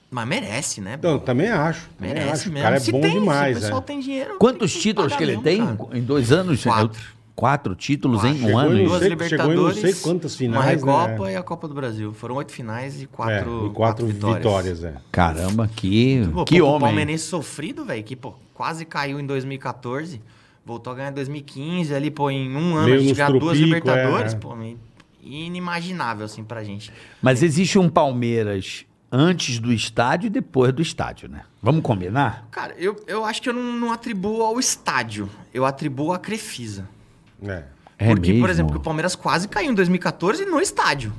[SPEAKER 5] Mas merece, né?
[SPEAKER 3] Então, eu também acho. também
[SPEAKER 5] merece
[SPEAKER 3] acho.
[SPEAKER 5] mesmo.
[SPEAKER 3] O cara é
[SPEAKER 5] Se
[SPEAKER 3] bom
[SPEAKER 5] tem,
[SPEAKER 3] demais,
[SPEAKER 5] Se o
[SPEAKER 3] né?
[SPEAKER 5] pessoal tem dinheiro.
[SPEAKER 4] Quantos
[SPEAKER 5] tem
[SPEAKER 4] títulos
[SPEAKER 5] pagar
[SPEAKER 4] que ele
[SPEAKER 5] mesmo,
[SPEAKER 4] tem
[SPEAKER 5] cara.
[SPEAKER 4] em dois anos?
[SPEAKER 5] Quatro.
[SPEAKER 4] Eu- Quatro títulos em um
[SPEAKER 3] Chegou
[SPEAKER 4] ano?
[SPEAKER 3] em
[SPEAKER 4] isso?
[SPEAKER 3] sei-
[SPEAKER 5] Duas
[SPEAKER 3] chegou em não
[SPEAKER 5] Libertadores,
[SPEAKER 3] sei quantas finais,
[SPEAKER 5] uma
[SPEAKER 3] né?
[SPEAKER 5] Recopa e a Copa do Brasil. Foram oito finais e quatro,
[SPEAKER 3] É, e quatro vitórias. é.
[SPEAKER 4] Caramba, que,
[SPEAKER 5] Pô,
[SPEAKER 4] que
[SPEAKER 5] pô, O
[SPEAKER 4] homem.
[SPEAKER 5] Palmeirense sofrido, velho, que pô, quase caiu em 2014, voltou a ganhar em 2015, ali, pô, em um ano
[SPEAKER 3] Meio
[SPEAKER 5] a gente
[SPEAKER 3] nos
[SPEAKER 5] ganhar duas
[SPEAKER 3] trupico,
[SPEAKER 5] Libertadores,
[SPEAKER 3] é.
[SPEAKER 5] pô, me- inimaginável, assim, pra gente.
[SPEAKER 4] Mas existe um Palmeiras antes do estádio e depois do estádio, né? Vamos combinar?
[SPEAKER 5] Cara, eu, eu acho que eu não, não atribuo ao estádio, eu atribuo à Crefisa.
[SPEAKER 3] É.
[SPEAKER 4] É
[SPEAKER 5] Porque,
[SPEAKER 4] mesmo?
[SPEAKER 5] por exemplo, que o Palmeiras quase caiu em 2014 no estádio.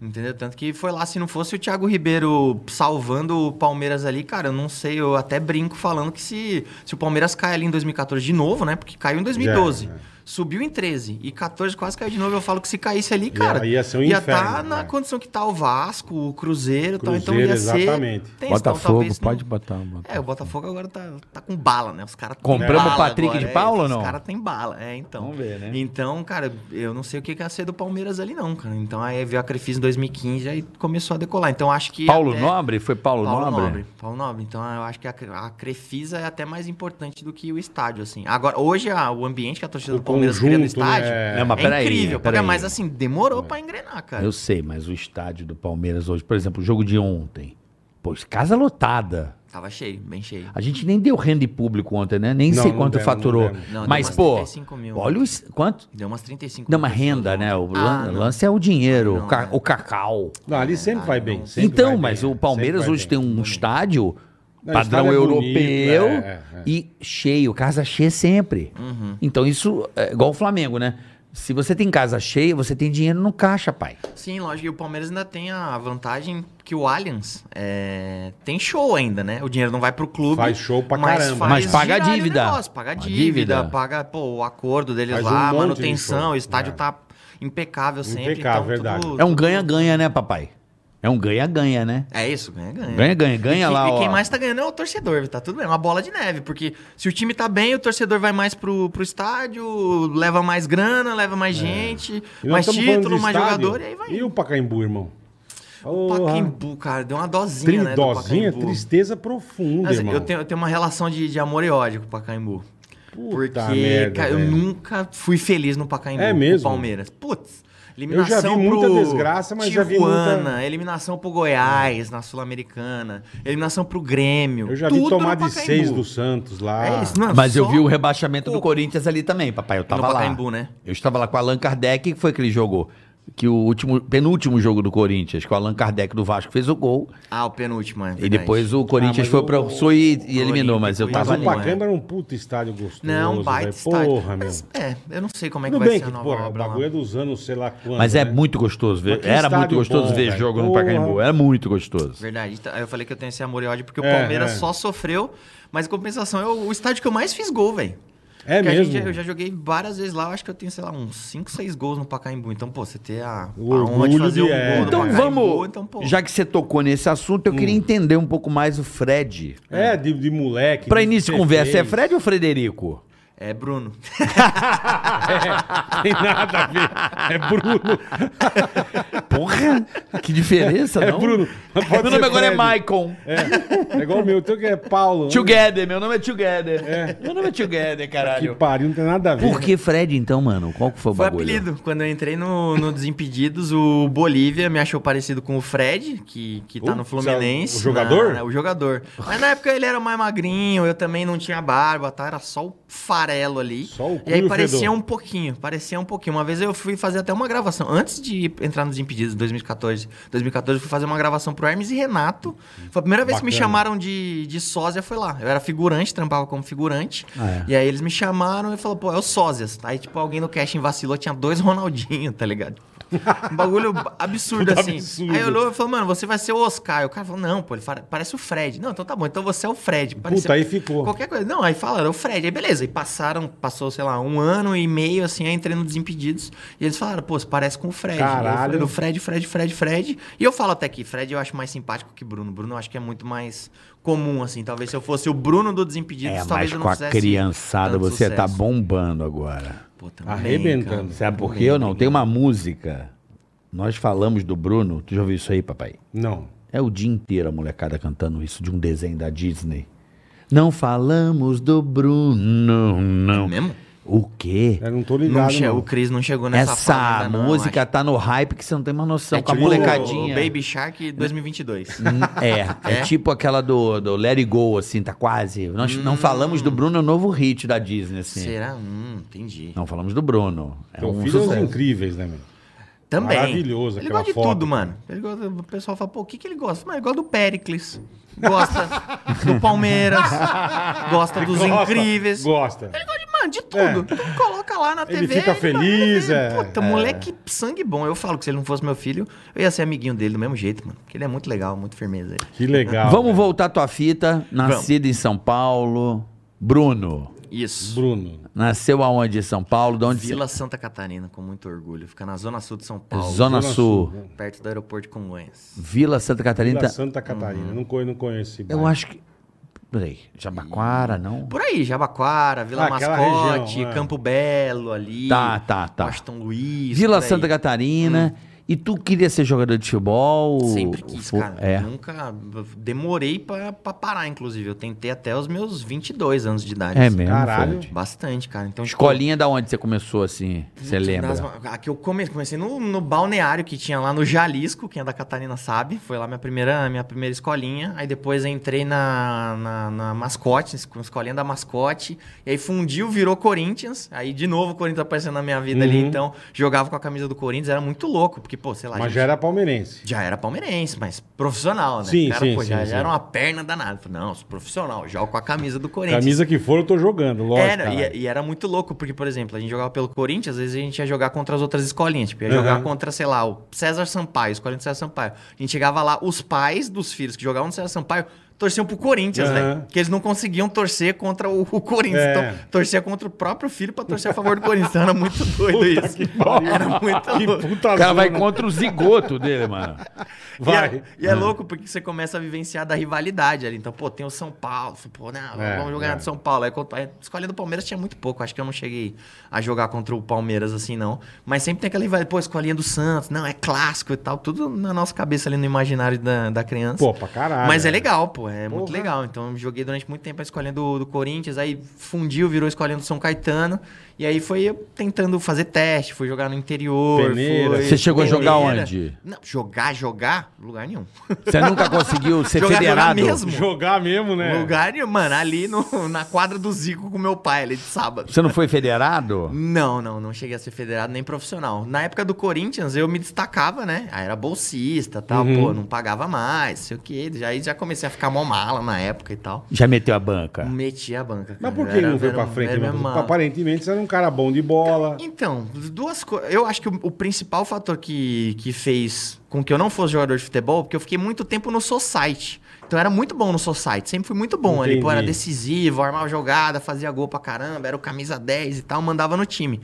[SPEAKER 5] Entendeu? Tanto que foi lá, se não fosse o Thiago Ribeiro salvando o Palmeiras ali, cara, eu não sei, eu até brinco falando que se, se o Palmeiras cai ali em 2014 de novo, né? Porque caiu em 2012.
[SPEAKER 3] Já, é.
[SPEAKER 5] Subiu em 13 e 14 quase caiu de novo. Eu falo que se caísse ali,
[SPEAKER 3] Ia-
[SPEAKER 5] cara,
[SPEAKER 3] ia ser um inferno,
[SPEAKER 5] tá na
[SPEAKER 3] né?
[SPEAKER 5] condição que tá o Vasco, o Cruzeiro, tal, então
[SPEAKER 3] Cruzeiro,
[SPEAKER 5] ia ser...
[SPEAKER 3] exatamente.
[SPEAKER 5] Tem esse
[SPEAKER 4] Botafogo,
[SPEAKER 5] tal, então, talvez não-
[SPEAKER 4] pode botar. botar.
[SPEAKER 5] É, o Botafogo agora tá, tá com bala, né? Os caras têm
[SPEAKER 6] Compramos
[SPEAKER 5] bala
[SPEAKER 6] o Patrick de
[SPEAKER 5] é,
[SPEAKER 6] Paula ou não?
[SPEAKER 5] Os caras têm bala, é, então.
[SPEAKER 6] Vamos ver, né?
[SPEAKER 5] Então, cara, eu não sei o que que ia ser do Palmeiras ali não, cara. Então aí veio a Crefisa em 2015 aí começou a decolar. Então acho que...
[SPEAKER 6] Paulo
[SPEAKER 5] até-
[SPEAKER 6] Nobre? Foi Paulo,
[SPEAKER 5] Paulo
[SPEAKER 6] Nobre?
[SPEAKER 5] Nobre. Paulo Nobre. Então eu acho que a, Cre- a Crefisa é até mais importante do que o estádio, assim. Agora, hoje a- o ambiente que a torcida
[SPEAKER 3] O
[SPEAKER 5] do Palmeiras cria no
[SPEAKER 3] conjunto,
[SPEAKER 5] estádio
[SPEAKER 3] né?
[SPEAKER 5] é,
[SPEAKER 6] Não, mas peraí,
[SPEAKER 5] incrível.
[SPEAKER 6] peraí. É.
[SPEAKER 5] cara, Mas assim, demorou pra engrenar, cara.
[SPEAKER 4] Eu sei, mas o estádio do Palmeiras hoje, por exemplo, o jogo de ontem. Pô, casa lotada.
[SPEAKER 5] Tava cheio, bem cheio.
[SPEAKER 4] A gente nem deu renda em público ontem, né? Nem
[SPEAKER 3] Não,
[SPEAKER 4] sei
[SPEAKER 3] não
[SPEAKER 4] quanto
[SPEAKER 3] demos,
[SPEAKER 4] faturou.
[SPEAKER 3] não demos.
[SPEAKER 5] Não, deu
[SPEAKER 4] mas,
[SPEAKER 5] umas
[SPEAKER 4] pô,
[SPEAKER 5] 35 mil.
[SPEAKER 4] olha os, quanto?
[SPEAKER 5] Deu umas 35
[SPEAKER 4] Não, mas
[SPEAKER 5] pessoas
[SPEAKER 4] renda, né? O
[SPEAKER 5] ontem. Ah,
[SPEAKER 4] lan-
[SPEAKER 5] não.
[SPEAKER 4] lance é o dinheiro,
[SPEAKER 5] Não,
[SPEAKER 4] o, ca-
[SPEAKER 5] é.
[SPEAKER 4] o cacau.
[SPEAKER 3] Não, ali sempre
[SPEAKER 5] Ah,
[SPEAKER 3] vai bem. sempre vai
[SPEAKER 4] então,
[SPEAKER 3] bem,
[SPEAKER 4] mas
[SPEAKER 3] né?
[SPEAKER 4] o Palmeiras
[SPEAKER 3] Sempre vai
[SPEAKER 4] hoje
[SPEAKER 3] bem.
[SPEAKER 4] tem um estádio
[SPEAKER 3] Não,
[SPEAKER 4] padrão
[SPEAKER 3] estádio é
[SPEAKER 4] europeu
[SPEAKER 3] bonito, é, é, é.
[SPEAKER 4] e cheio, casa cheia sempre. Então isso é igual o Flamengo, né? Se você tem casa cheia, você tem dinheiro no caixa, pai.
[SPEAKER 5] Sim, lógico. E o Palmeiras ainda tem a vantagem que o Allianz é, tem show ainda, né? O dinheiro não vai pro clube.
[SPEAKER 3] Faz show pra caramba. né?
[SPEAKER 4] Mas paga a
[SPEAKER 5] girar ali o
[SPEAKER 4] dívida.
[SPEAKER 5] negócio, paga a
[SPEAKER 4] Paga a
[SPEAKER 5] dívida,
[SPEAKER 4] dívida.
[SPEAKER 5] paga pô, o acordo deles
[SPEAKER 3] Faz um
[SPEAKER 5] lá,
[SPEAKER 3] monte de show.
[SPEAKER 5] manutenção, o estádio
[SPEAKER 3] É.
[SPEAKER 5] tá impecável sempre. então
[SPEAKER 3] Impecável, verdade.
[SPEAKER 5] tudo-
[SPEAKER 4] É um ganha-ganha, né, papai? É um ganha-ganha, né?
[SPEAKER 5] É isso, ganha, ganha.
[SPEAKER 4] Ganha, ganha, ganha
[SPEAKER 5] e, que-
[SPEAKER 4] lá,
[SPEAKER 5] E quem
[SPEAKER 4] ó.
[SPEAKER 5] mais tá ganhando é o torcedor, tá tudo bem. É uma bola de neve, porque se o time tá bem, o torcedor vai mais pro, pro estádio, leva mais grana, leva mais gente,
[SPEAKER 3] É. E nós
[SPEAKER 5] mais
[SPEAKER 3] estamos falando
[SPEAKER 5] título,
[SPEAKER 3] de
[SPEAKER 5] mais
[SPEAKER 3] estádio.
[SPEAKER 5] jogador, e aí vai.
[SPEAKER 3] E o Pacaembu, irmão? Porra.
[SPEAKER 5] Pacaembu, cara, deu uma dozinha,
[SPEAKER 3] Tri-
[SPEAKER 5] né? do
[SPEAKER 3] dozinha,
[SPEAKER 5] Pacaembu.
[SPEAKER 3] tristeza profunda,
[SPEAKER 5] Mas
[SPEAKER 3] irmão.
[SPEAKER 5] eu, tenho, eu tenho uma relação de, de amor e ódio com o Pacaembu.
[SPEAKER 3] Puta
[SPEAKER 5] porque,
[SPEAKER 3] merda,
[SPEAKER 5] cara, eu
[SPEAKER 3] velho.
[SPEAKER 5] nunca fui feliz no Pacaembu
[SPEAKER 3] É mesmo?
[SPEAKER 5] com o Palmeiras. Putz,
[SPEAKER 3] Eu já
[SPEAKER 5] eliminação
[SPEAKER 3] vi muita
[SPEAKER 5] pro
[SPEAKER 3] desgraça, mas já vi muita-
[SPEAKER 5] Tijuana, eliminação pro Goiás na Sul-Americana, eliminação pro Grêmio.
[SPEAKER 3] Eu já vi
[SPEAKER 5] tudo
[SPEAKER 3] tomar
[SPEAKER 5] no
[SPEAKER 3] de seis
[SPEAKER 5] Pacaembu.
[SPEAKER 3] do Santos lá.
[SPEAKER 5] É isso, não,
[SPEAKER 4] Mas eu
[SPEAKER 5] só
[SPEAKER 4] vi o rebaixamento do
[SPEAKER 5] Pô.
[SPEAKER 4] Corinthians ali também, papai. Eu tava
[SPEAKER 5] No
[SPEAKER 4] lá.
[SPEAKER 5] Pacaembu, né?
[SPEAKER 4] Eu estava lá com o Allan Kardec, que foi aquele jogo. Que o último, penúltimo jogo do Corinthians, que o Allan Kardec do Vasco fez o gol.
[SPEAKER 5] Ah, o penúltimo, é
[SPEAKER 4] E
[SPEAKER 5] verdade.
[SPEAKER 4] depois o Corinthians
[SPEAKER 3] Ah, mas
[SPEAKER 4] foi
[SPEAKER 3] o-
[SPEAKER 4] pro Sul e, e eliminou, mas eu
[SPEAKER 5] Olímpico,
[SPEAKER 3] Mas
[SPEAKER 4] tava
[SPEAKER 3] o
[SPEAKER 4] ali.
[SPEAKER 5] Pacaembu- é.
[SPEAKER 3] Pacaembu era um puto estádio gostoso.
[SPEAKER 5] Não, baita
[SPEAKER 3] velho.
[SPEAKER 5] estádio.
[SPEAKER 3] Porra, meu.
[SPEAKER 5] Mas, É, eu não sei como é que
[SPEAKER 3] Tudo
[SPEAKER 5] vai
[SPEAKER 3] bem
[SPEAKER 5] ser
[SPEAKER 3] que,
[SPEAKER 5] a nova
[SPEAKER 3] porra, o
[SPEAKER 5] obra lá.
[SPEAKER 3] bagulho é dos anos, sei lá quanto.
[SPEAKER 4] Mas é
[SPEAKER 3] né?
[SPEAKER 4] muito gostoso ver.
[SPEAKER 3] Aquele
[SPEAKER 4] Era muito
[SPEAKER 3] estádio
[SPEAKER 4] gostoso
[SPEAKER 3] bom,
[SPEAKER 4] ver
[SPEAKER 3] velho.
[SPEAKER 4] jogo no
[SPEAKER 3] Porra.
[SPEAKER 4] Pacaembu. Era muito gostoso.
[SPEAKER 5] Verdade. Então, aí Eu falei que eu tenho esse amor e ódio porque o
[SPEAKER 3] É,
[SPEAKER 5] Palmeiras
[SPEAKER 3] é.
[SPEAKER 5] só sofreu, mas em compensação é o o estádio que eu mais fiz gol, velho.
[SPEAKER 3] É
[SPEAKER 5] Porque a
[SPEAKER 3] mesmo?
[SPEAKER 5] gente- eu já joguei várias vezes lá, eu acho que eu tenho, sei lá, uns 5, 6 gols no Pacaembu. Então, pô, você ter a,
[SPEAKER 3] O
[SPEAKER 5] a honra de
[SPEAKER 3] orgulho
[SPEAKER 5] fazer
[SPEAKER 3] de-
[SPEAKER 5] um
[SPEAKER 3] é.
[SPEAKER 5] gol no
[SPEAKER 4] Então
[SPEAKER 5] Pacaembu,
[SPEAKER 4] vamos.
[SPEAKER 5] então, pô.
[SPEAKER 4] Já que você tocou nesse assunto, eu
[SPEAKER 3] Hum.
[SPEAKER 4] queria entender um pouco mais o Fred.
[SPEAKER 3] É, de, de moleque.
[SPEAKER 4] Pra
[SPEAKER 3] de
[SPEAKER 4] início de
[SPEAKER 3] 16.
[SPEAKER 4] conversa, é Fred ou Frederico?
[SPEAKER 5] É, Bruno.
[SPEAKER 3] Tem nada a ver. É Bruno.
[SPEAKER 4] Porra! Que diferença,
[SPEAKER 3] É
[SPEAKER 4] não?
[SPEAKER 3] Bruno. Mas pode
[SPEAKER 4] Meu nome
[SPEAKER 3] ser
[SPEAKER 4] agora é
[SPEAKER 3] Fred.
[SPEAKER 4] Maicon.
[SPEAKER 3] É, é igual o meu, o teu que é Paulo.
[SPEAKER 4] Together, meu nome é Together. Meu nome é Together,
[SPEAKER 3] Que
[SPEAKER 4] caralho.
[SPEAKER 3] pariu, não tem nada a ver.
[SPEAKER 4] Por que Fred, então, mano? Qual que foi o
[SPEAKER 5] Foi
[SPEAKER 4] bagulho?
[SPEAKER 5] apelido. Quando eu entrei no, no Desimpedidos, o Bolívia me achou parecido com o Fred, que, que tá
[SPEAKER 3] Uh,
[SPEAKER 5] no Fluminense.
[SPEAKER 3] o jogador?
[SPEAKER 5] na- o jogador. Mas na época ele era mais magrinho, eu também não tinha barba, tá? Era só o farelo ali.
[SPEAKER 3] Só o cu
[SPEAKER 5] E
[SPEAKER 3] e
[SPEAKER 5] aí
[SPEAKER 3] o
[SPEAKER 5] parecia
[SPEAKER 3] fedor.
[SPEAKER 5] um pouquinho, parecia um pouquinho. Uma vez eu fui fazer até uma gravação, antes de entrar no Desimpedidos, 2014. 2014 eu fui fazer uma gravação pro Hermes e Renato. Foi a primeira vez que me
[SPEAKER 3] Bacana.
[SPEAKER 5] chamaram chamaram de, de sósia foi lá. Eu era figurante, trampava como figurante.
[SPEAKER 4] Ah, é.
[SPEAKER 5] E aí eles me chamaram e falou, pô, é o sósias. Aí, tipo, alguém no casting vacilou, tinha dois Ronaldinho, tá ligado? Um bagulho absurdo,
[SPEAKER 3] Puta
[SPEAKER 5] assim.
[SPEAKER 3] absurdo.
[SPEAKER 5] Aí olhou e falou, mano, você vai ser o Oscar. E o cara falou, não, pô, ele fala- parece o Fred. Não, então tá bom, então você é o Fred. Parecia
[SPEAKER 3] aí ficou.
[SPEAKER 5] Qualquer coisa. Não, aí falaram, o Fred. Aí beleza. Aí passaram, passou, sei lá, um ano e meio, assim, aí entrei no Desimpedidos. E eles falaram, pô, você parece com o Fred. Aí eu
[SPEAKER 3] Caralho.
[SPEAKER 5] falei, "Não, Fred, Fred, Fred, Fred. E eu falo até que Fred eu acho mais simpático que Bruno. Bruno eu acho que é muito mais comum, assim. Talvez se eu fosse o Bruno do Desimpedidos,
[SPEAKER 4] É,
[SPEAKER 5] talvez
[SPEAKER 4] mas
[SPEAKER 5] eu
[SPEAKER 4] com
[SPEAKER 5] não
[SPEAKER 4] a
[SPEAKER 5] fizesse
[SPEAKER 4] criançada
[SPEAKER 5] tanto
[SPEAKER 4] você tá
[SPEAKER 5] sucesso.
[SPEAKER 4] bombando agora.
[SPEAKER 5] Pô, também,
[SPEAKER 3] Arrebentando.
[SPEAKER 5] cara.
[SPEAKER 4] Sabe por quê ou não? Tem uma música. Nós falamos do Bruno. Tu já ouviu isso aí, papai?
[SPEAKER 3] Não.
[SPEAKER 4] É o dia inteiro a molecada cantando isso de um desenho da Disney. Não falamos do Bruno, não.
[SPEAKER 5] É mesmo?
[SPEAKER 4] O quê?
[SPEAKER 3] Eu não tô
[SPEAKER 5] Não
[SPEAKER 3] ligado.
[SPEAKER 5] che-
[SPEAKER 3] não.
[SPEAKER 5] o Cris não chegou nessa fase
[SPEAKER 4] Essa
[SPEAKER 5] ainda, não, eu
[SPEAKER 4] música
[SPEAKER 5] acho.
[SPEAKER 4] tá no hype que você não tem mais noção.
[SPEAKER 5] é
[SPEAKER 4] com a
[SPEAKER 5] tipo
[SPEAKER 4] molecadinha.
[SPEAKER 5] o Baby Shark 2022.
[SPEAKER 4] É, é,
[SPEAKER 5] É?
[SPEAKER 4] tipo aquela do, do Let It Go, assim, tá quase. Nós
[SPEAKER 5] Hum.
[SPEAKER 4] não falamos do Bruno, é o novo hit da Disney, assim.
[SPEAKER 5] Será? Hum, entendi.
[SPEAKER 4] Não falamos do Bruno. É
[SPEAKER 3] Teu
[SPEAKER 4] um
[SPEAKER 3] filho é os
[SPEAKER 4] sucesso.
[SPEAKER 3] incríveis, né, meu?
[SPEAKER 5] Também.
[SPEAKER 3] Maravilhoso
[SPEAKER 5] Ele
[SPEAKER 3] aquela
[SPEAKER 5] gosta de
[SPEAKER 3] foto,
[SPEAKER 5] tudo, mano. Ele gosta- o pessoal fala, pô, o que, que ele gosta? Mas ele gosta do Pericles. Gosta do Palmeiras. gosta dos
[SPEAKER 3] Gosta,
[SPEAKER 5] incríveis.
[SPEAKER 3] Gosta. É.
[SPEAKER 5] Ele gosta de, mano, de de tudo. Então coloca lá na
[SPEAKER 3] Ele
[SPEAKER 5] TV.
[SPEAKER 3] fica
[SPEAKER 5] vai-
[SPEAKER 3] feliz,
[SPEAKER 5] ele-
[SPEAKER 3] é.
[SPEAKER 5] Puta, moleque sangue bom. Eu falo que se ele não fosse meu filho, eu ia ser amiguinho dele do mesmo jeito, mano. Porque ele é muito legal, muito firmeza. ele.
[SPEAKER 3] Que legal.
[SPEAKER 4] Vamos
[SPEAKER 3] velho.
[SPEAKER 4] voltar à tua fita. Nascido em São Paulo. Bruno,
[SPEAKER 5] Isso.
[SPEAKER 3] Bruno.
[SPEAKER 4] nasceu aonde em São Paulo? De onde você-
[SPEAKER 5] Vila Santa Catarina, com muito orgulho. Fica na zona sul de São Paulo.
[SPEAKER 4] Zona Sul.
[SPEAKER 5] Perto do aeroporto de Congonhas.
[SPEAKER 4] Vila Santa Catarina.
[SPEAKER 3] Da Santa Catarina. Não conheço, não conheço esse
[SPEAKER 4] Eu
[SPEAKER 3] bairro.
[SPEAKER 4] acho que. Peraí, Jabaquara, não?
[SPEAKER 5] Por aí, Jabaquara, Vila
[SPEAKER 3] Ah, aquela
[SPEAKER 5] Mascote,
[SPEAKER 3] região, é.
[SPEAKER 5] Campo Belo ali.
[SPEAKER 4] Tá, tá, tá.
[SPEAKER 5] Washington Luiz.
[SPEAKER 4] Vila
[SPEAKER 5] por aí. Hum.
[SPEAKER 4] Santa Catarina. E tu queria ser jogador de futebol?
[SPEAKER 5] Sempre quis,
[SPEAKER 4] Fu-
[SPEAKER 5] cara.
[SPEAKER 4] É.
[SPEAKER 5] Nunca. Demorei pra, pra parar, inclusive. Eu tentei até os meus 22 anos de idade.
[SPEAKER 4] É
[SPEAKER 5] assim.
[SPEAKER 4] mesmo.
[SPEAKER 3] Caralho.
[SPEAKER 4] Fred.
[SPEAKER 5] Bastante, cara. Então, tipo,
[SPEAKER 4] Escolinha da onde você começou assim? Você lembra?
[SPEAKER 5] das- Aqui eu come- comecei no, no balneário que tinha lá no Jalisco, quem é da Catarina sabe. Foi lá minha primeira, minha primeira escolinha. Aí depois eu entrei na, na, na mascote, com a escolinha da mascote. E aí fundiu, virou Corinthians. Aí de novo o Corinthians aparecendo na minha vida ali.
[SPEAKER 3] Uhum.
[SPEAKER 5] Então jogava com a camisa do Corinthians, era muito louco. Porque, pô, sei lá.
[SPEAKER 3] Mas
[SPEAKER 5] gente,
[SPEAKER 3] já era palmeirense.
[SPEAKER 5] já era palmeirense, mas profissional, né?
[SPEAKER 3] Sim,
[SPEAKER 5] O cara,
[SPEAKER 3] sim,
[SPEAKER 5] pô, já,
[SPEAKER 3] sim,
[SPEAKER 5] já
[SPEAKER 3] sim.
[SPEAKER 5] era uma perna danada. Falei, não, sou profissional, jogo com a camisa do Corinthians.
[SPEAKER 3] Camisa que for, eu tô jogando, lógico.
[SPEAKER 5] Era,
[SPEAKER 3] caralho.
[SPEAKER 5] e, e era muito louco, porque, por exemplo, a gente jogava pelo Corinthians, às vezes a gente ia jogar contra as outras escolinhas. Tipo, ia
[SPEAKER 3] Aham.
[SPEAKER 5] jogar contra, sei lá, o César Sampaio, escolinha do César Sampaio. A gente chegava lá, os pais dos filhos que jogavam no César Sampaio torciam pro Corinthians,
[SPEAKER 3] Aham.
[SPEAKER 5] velho. Porque eles não conseguiam torcer contra o, o Corinthians.
[SPEAKER 3] É.
[SPEAKER 5] Então, torcia contra o próprio filho pra torcer a favor do Corinthians. Então, era muito doido isso. Era muito
[SPEAKER 3] Que
[SPEAKER 5] louco.
[SPEAKER 3] puta
[SPEAKER 6] O cara vai
[SPEAKER 3] zona.
[SPEAKER 6] contra o zigoto dele, mano.
[SPEAKER 3] Vai.
[SPEAKER 5] E é, e é louco porque você começa a vivenciar da rivalidade ali. Então, pô, tem o São Paulo. Pô, não,
[SPEAKER 3] É,
[SPEAKER 5] vamos jogar
[SPEAKER 3] é.
[SPEAKER 5] no São Paulo. Aí, quando- aí, escolinha do Palmeiras tinha muito pouco. Acho que eu não cheguei a jogar contra o Palmeiras assim, não. Mas sempre tem aquela rivalidade. Pô, escolinha do Santos. Não, é clássico e tal. Tudo na nossa cabeça ali no imaginário da, da criança.
[SPEAKER 3] Pô, pra caralho. né?
[SPEAKER 5] Mas é
[SPEAKER 3] velho.
[SPEAKER 5] legal, pô. É muito
[SPEAKER 3] Ah, Porra.
[SPEAKER 5] legal. Então, eu joguei durante muito tempo a escolinha do, do Corinthians, aí fundiu, virou a escolinha do São Caetano. E aí foi eu tentando fazer teste, fui jogar no interior.
[SPEAKER 3] Peneira.
[SPEAKER 5] fui-
[SPEAKER 4] Você chegou a jogar
[SPEAKER 5] Peneira.
[SPEAKER 4] onde?
[SPEAKER 5] Não, jogar, jogar? Lugar nenhum.
[SPEAKER 4] Você nunca conseguiu ser
[SPEAKER 5] Jogar- jogar
[SPEAKER 4] federado?
[SPEAKER 5] mesmo?
[SPEAKER 3] Jogar mesmo, né?
[SPEAKER 5] Lugar nenhum. Mano, ali no- na quadra do Zico com meu pai, ali de sábado.
[SPEAKER 4] Você não foi federado?
[SPEAKER 5] Não, não, não cheguei a ser federado nem profissional. Na época do Corinthians, eu me destacava, né? Aí era bolsista tal,
[SPEAKER 4] Uhum.
[SPEAKER 5] pô, não pagava mais, sei o quê. Já, aí já comecei a ficar mó mala na época e tal.
[SPEAKER 4] Já meteu a banca?
[SPEAKER 5] Meti a banca. cara.
[SPEAKER 3] Mas por que ele
[SPEAKER 5] Era-
[SPEAKER 3] não foi
[SPEAKER 5] era
[SPEAKER 3] pra
[SPEAKER 5] um
[SPEAKER 3] frente?
[SPEAKER 5] velho
[SPEAKER 3] Não?
[SPEAKER 5] mala.
[SPEAKER 3] Aparentemente você era um cara bom de bola.
[SPEAKER 5] Então, duas coisas. Eu acho que o, o principal fator que, que fez com que eu não fosse jogador de futebol, porque eu fiquei muito tempo no society. Então eu era muito bom no society, sempre fui muito bom ali. Pô, era
[SPEAKER 3] Entendi.
[SPEAKER 5] decisivo, armava jogada, fazia gol pra caramba, era o camisa 10 e tal, mandava no time.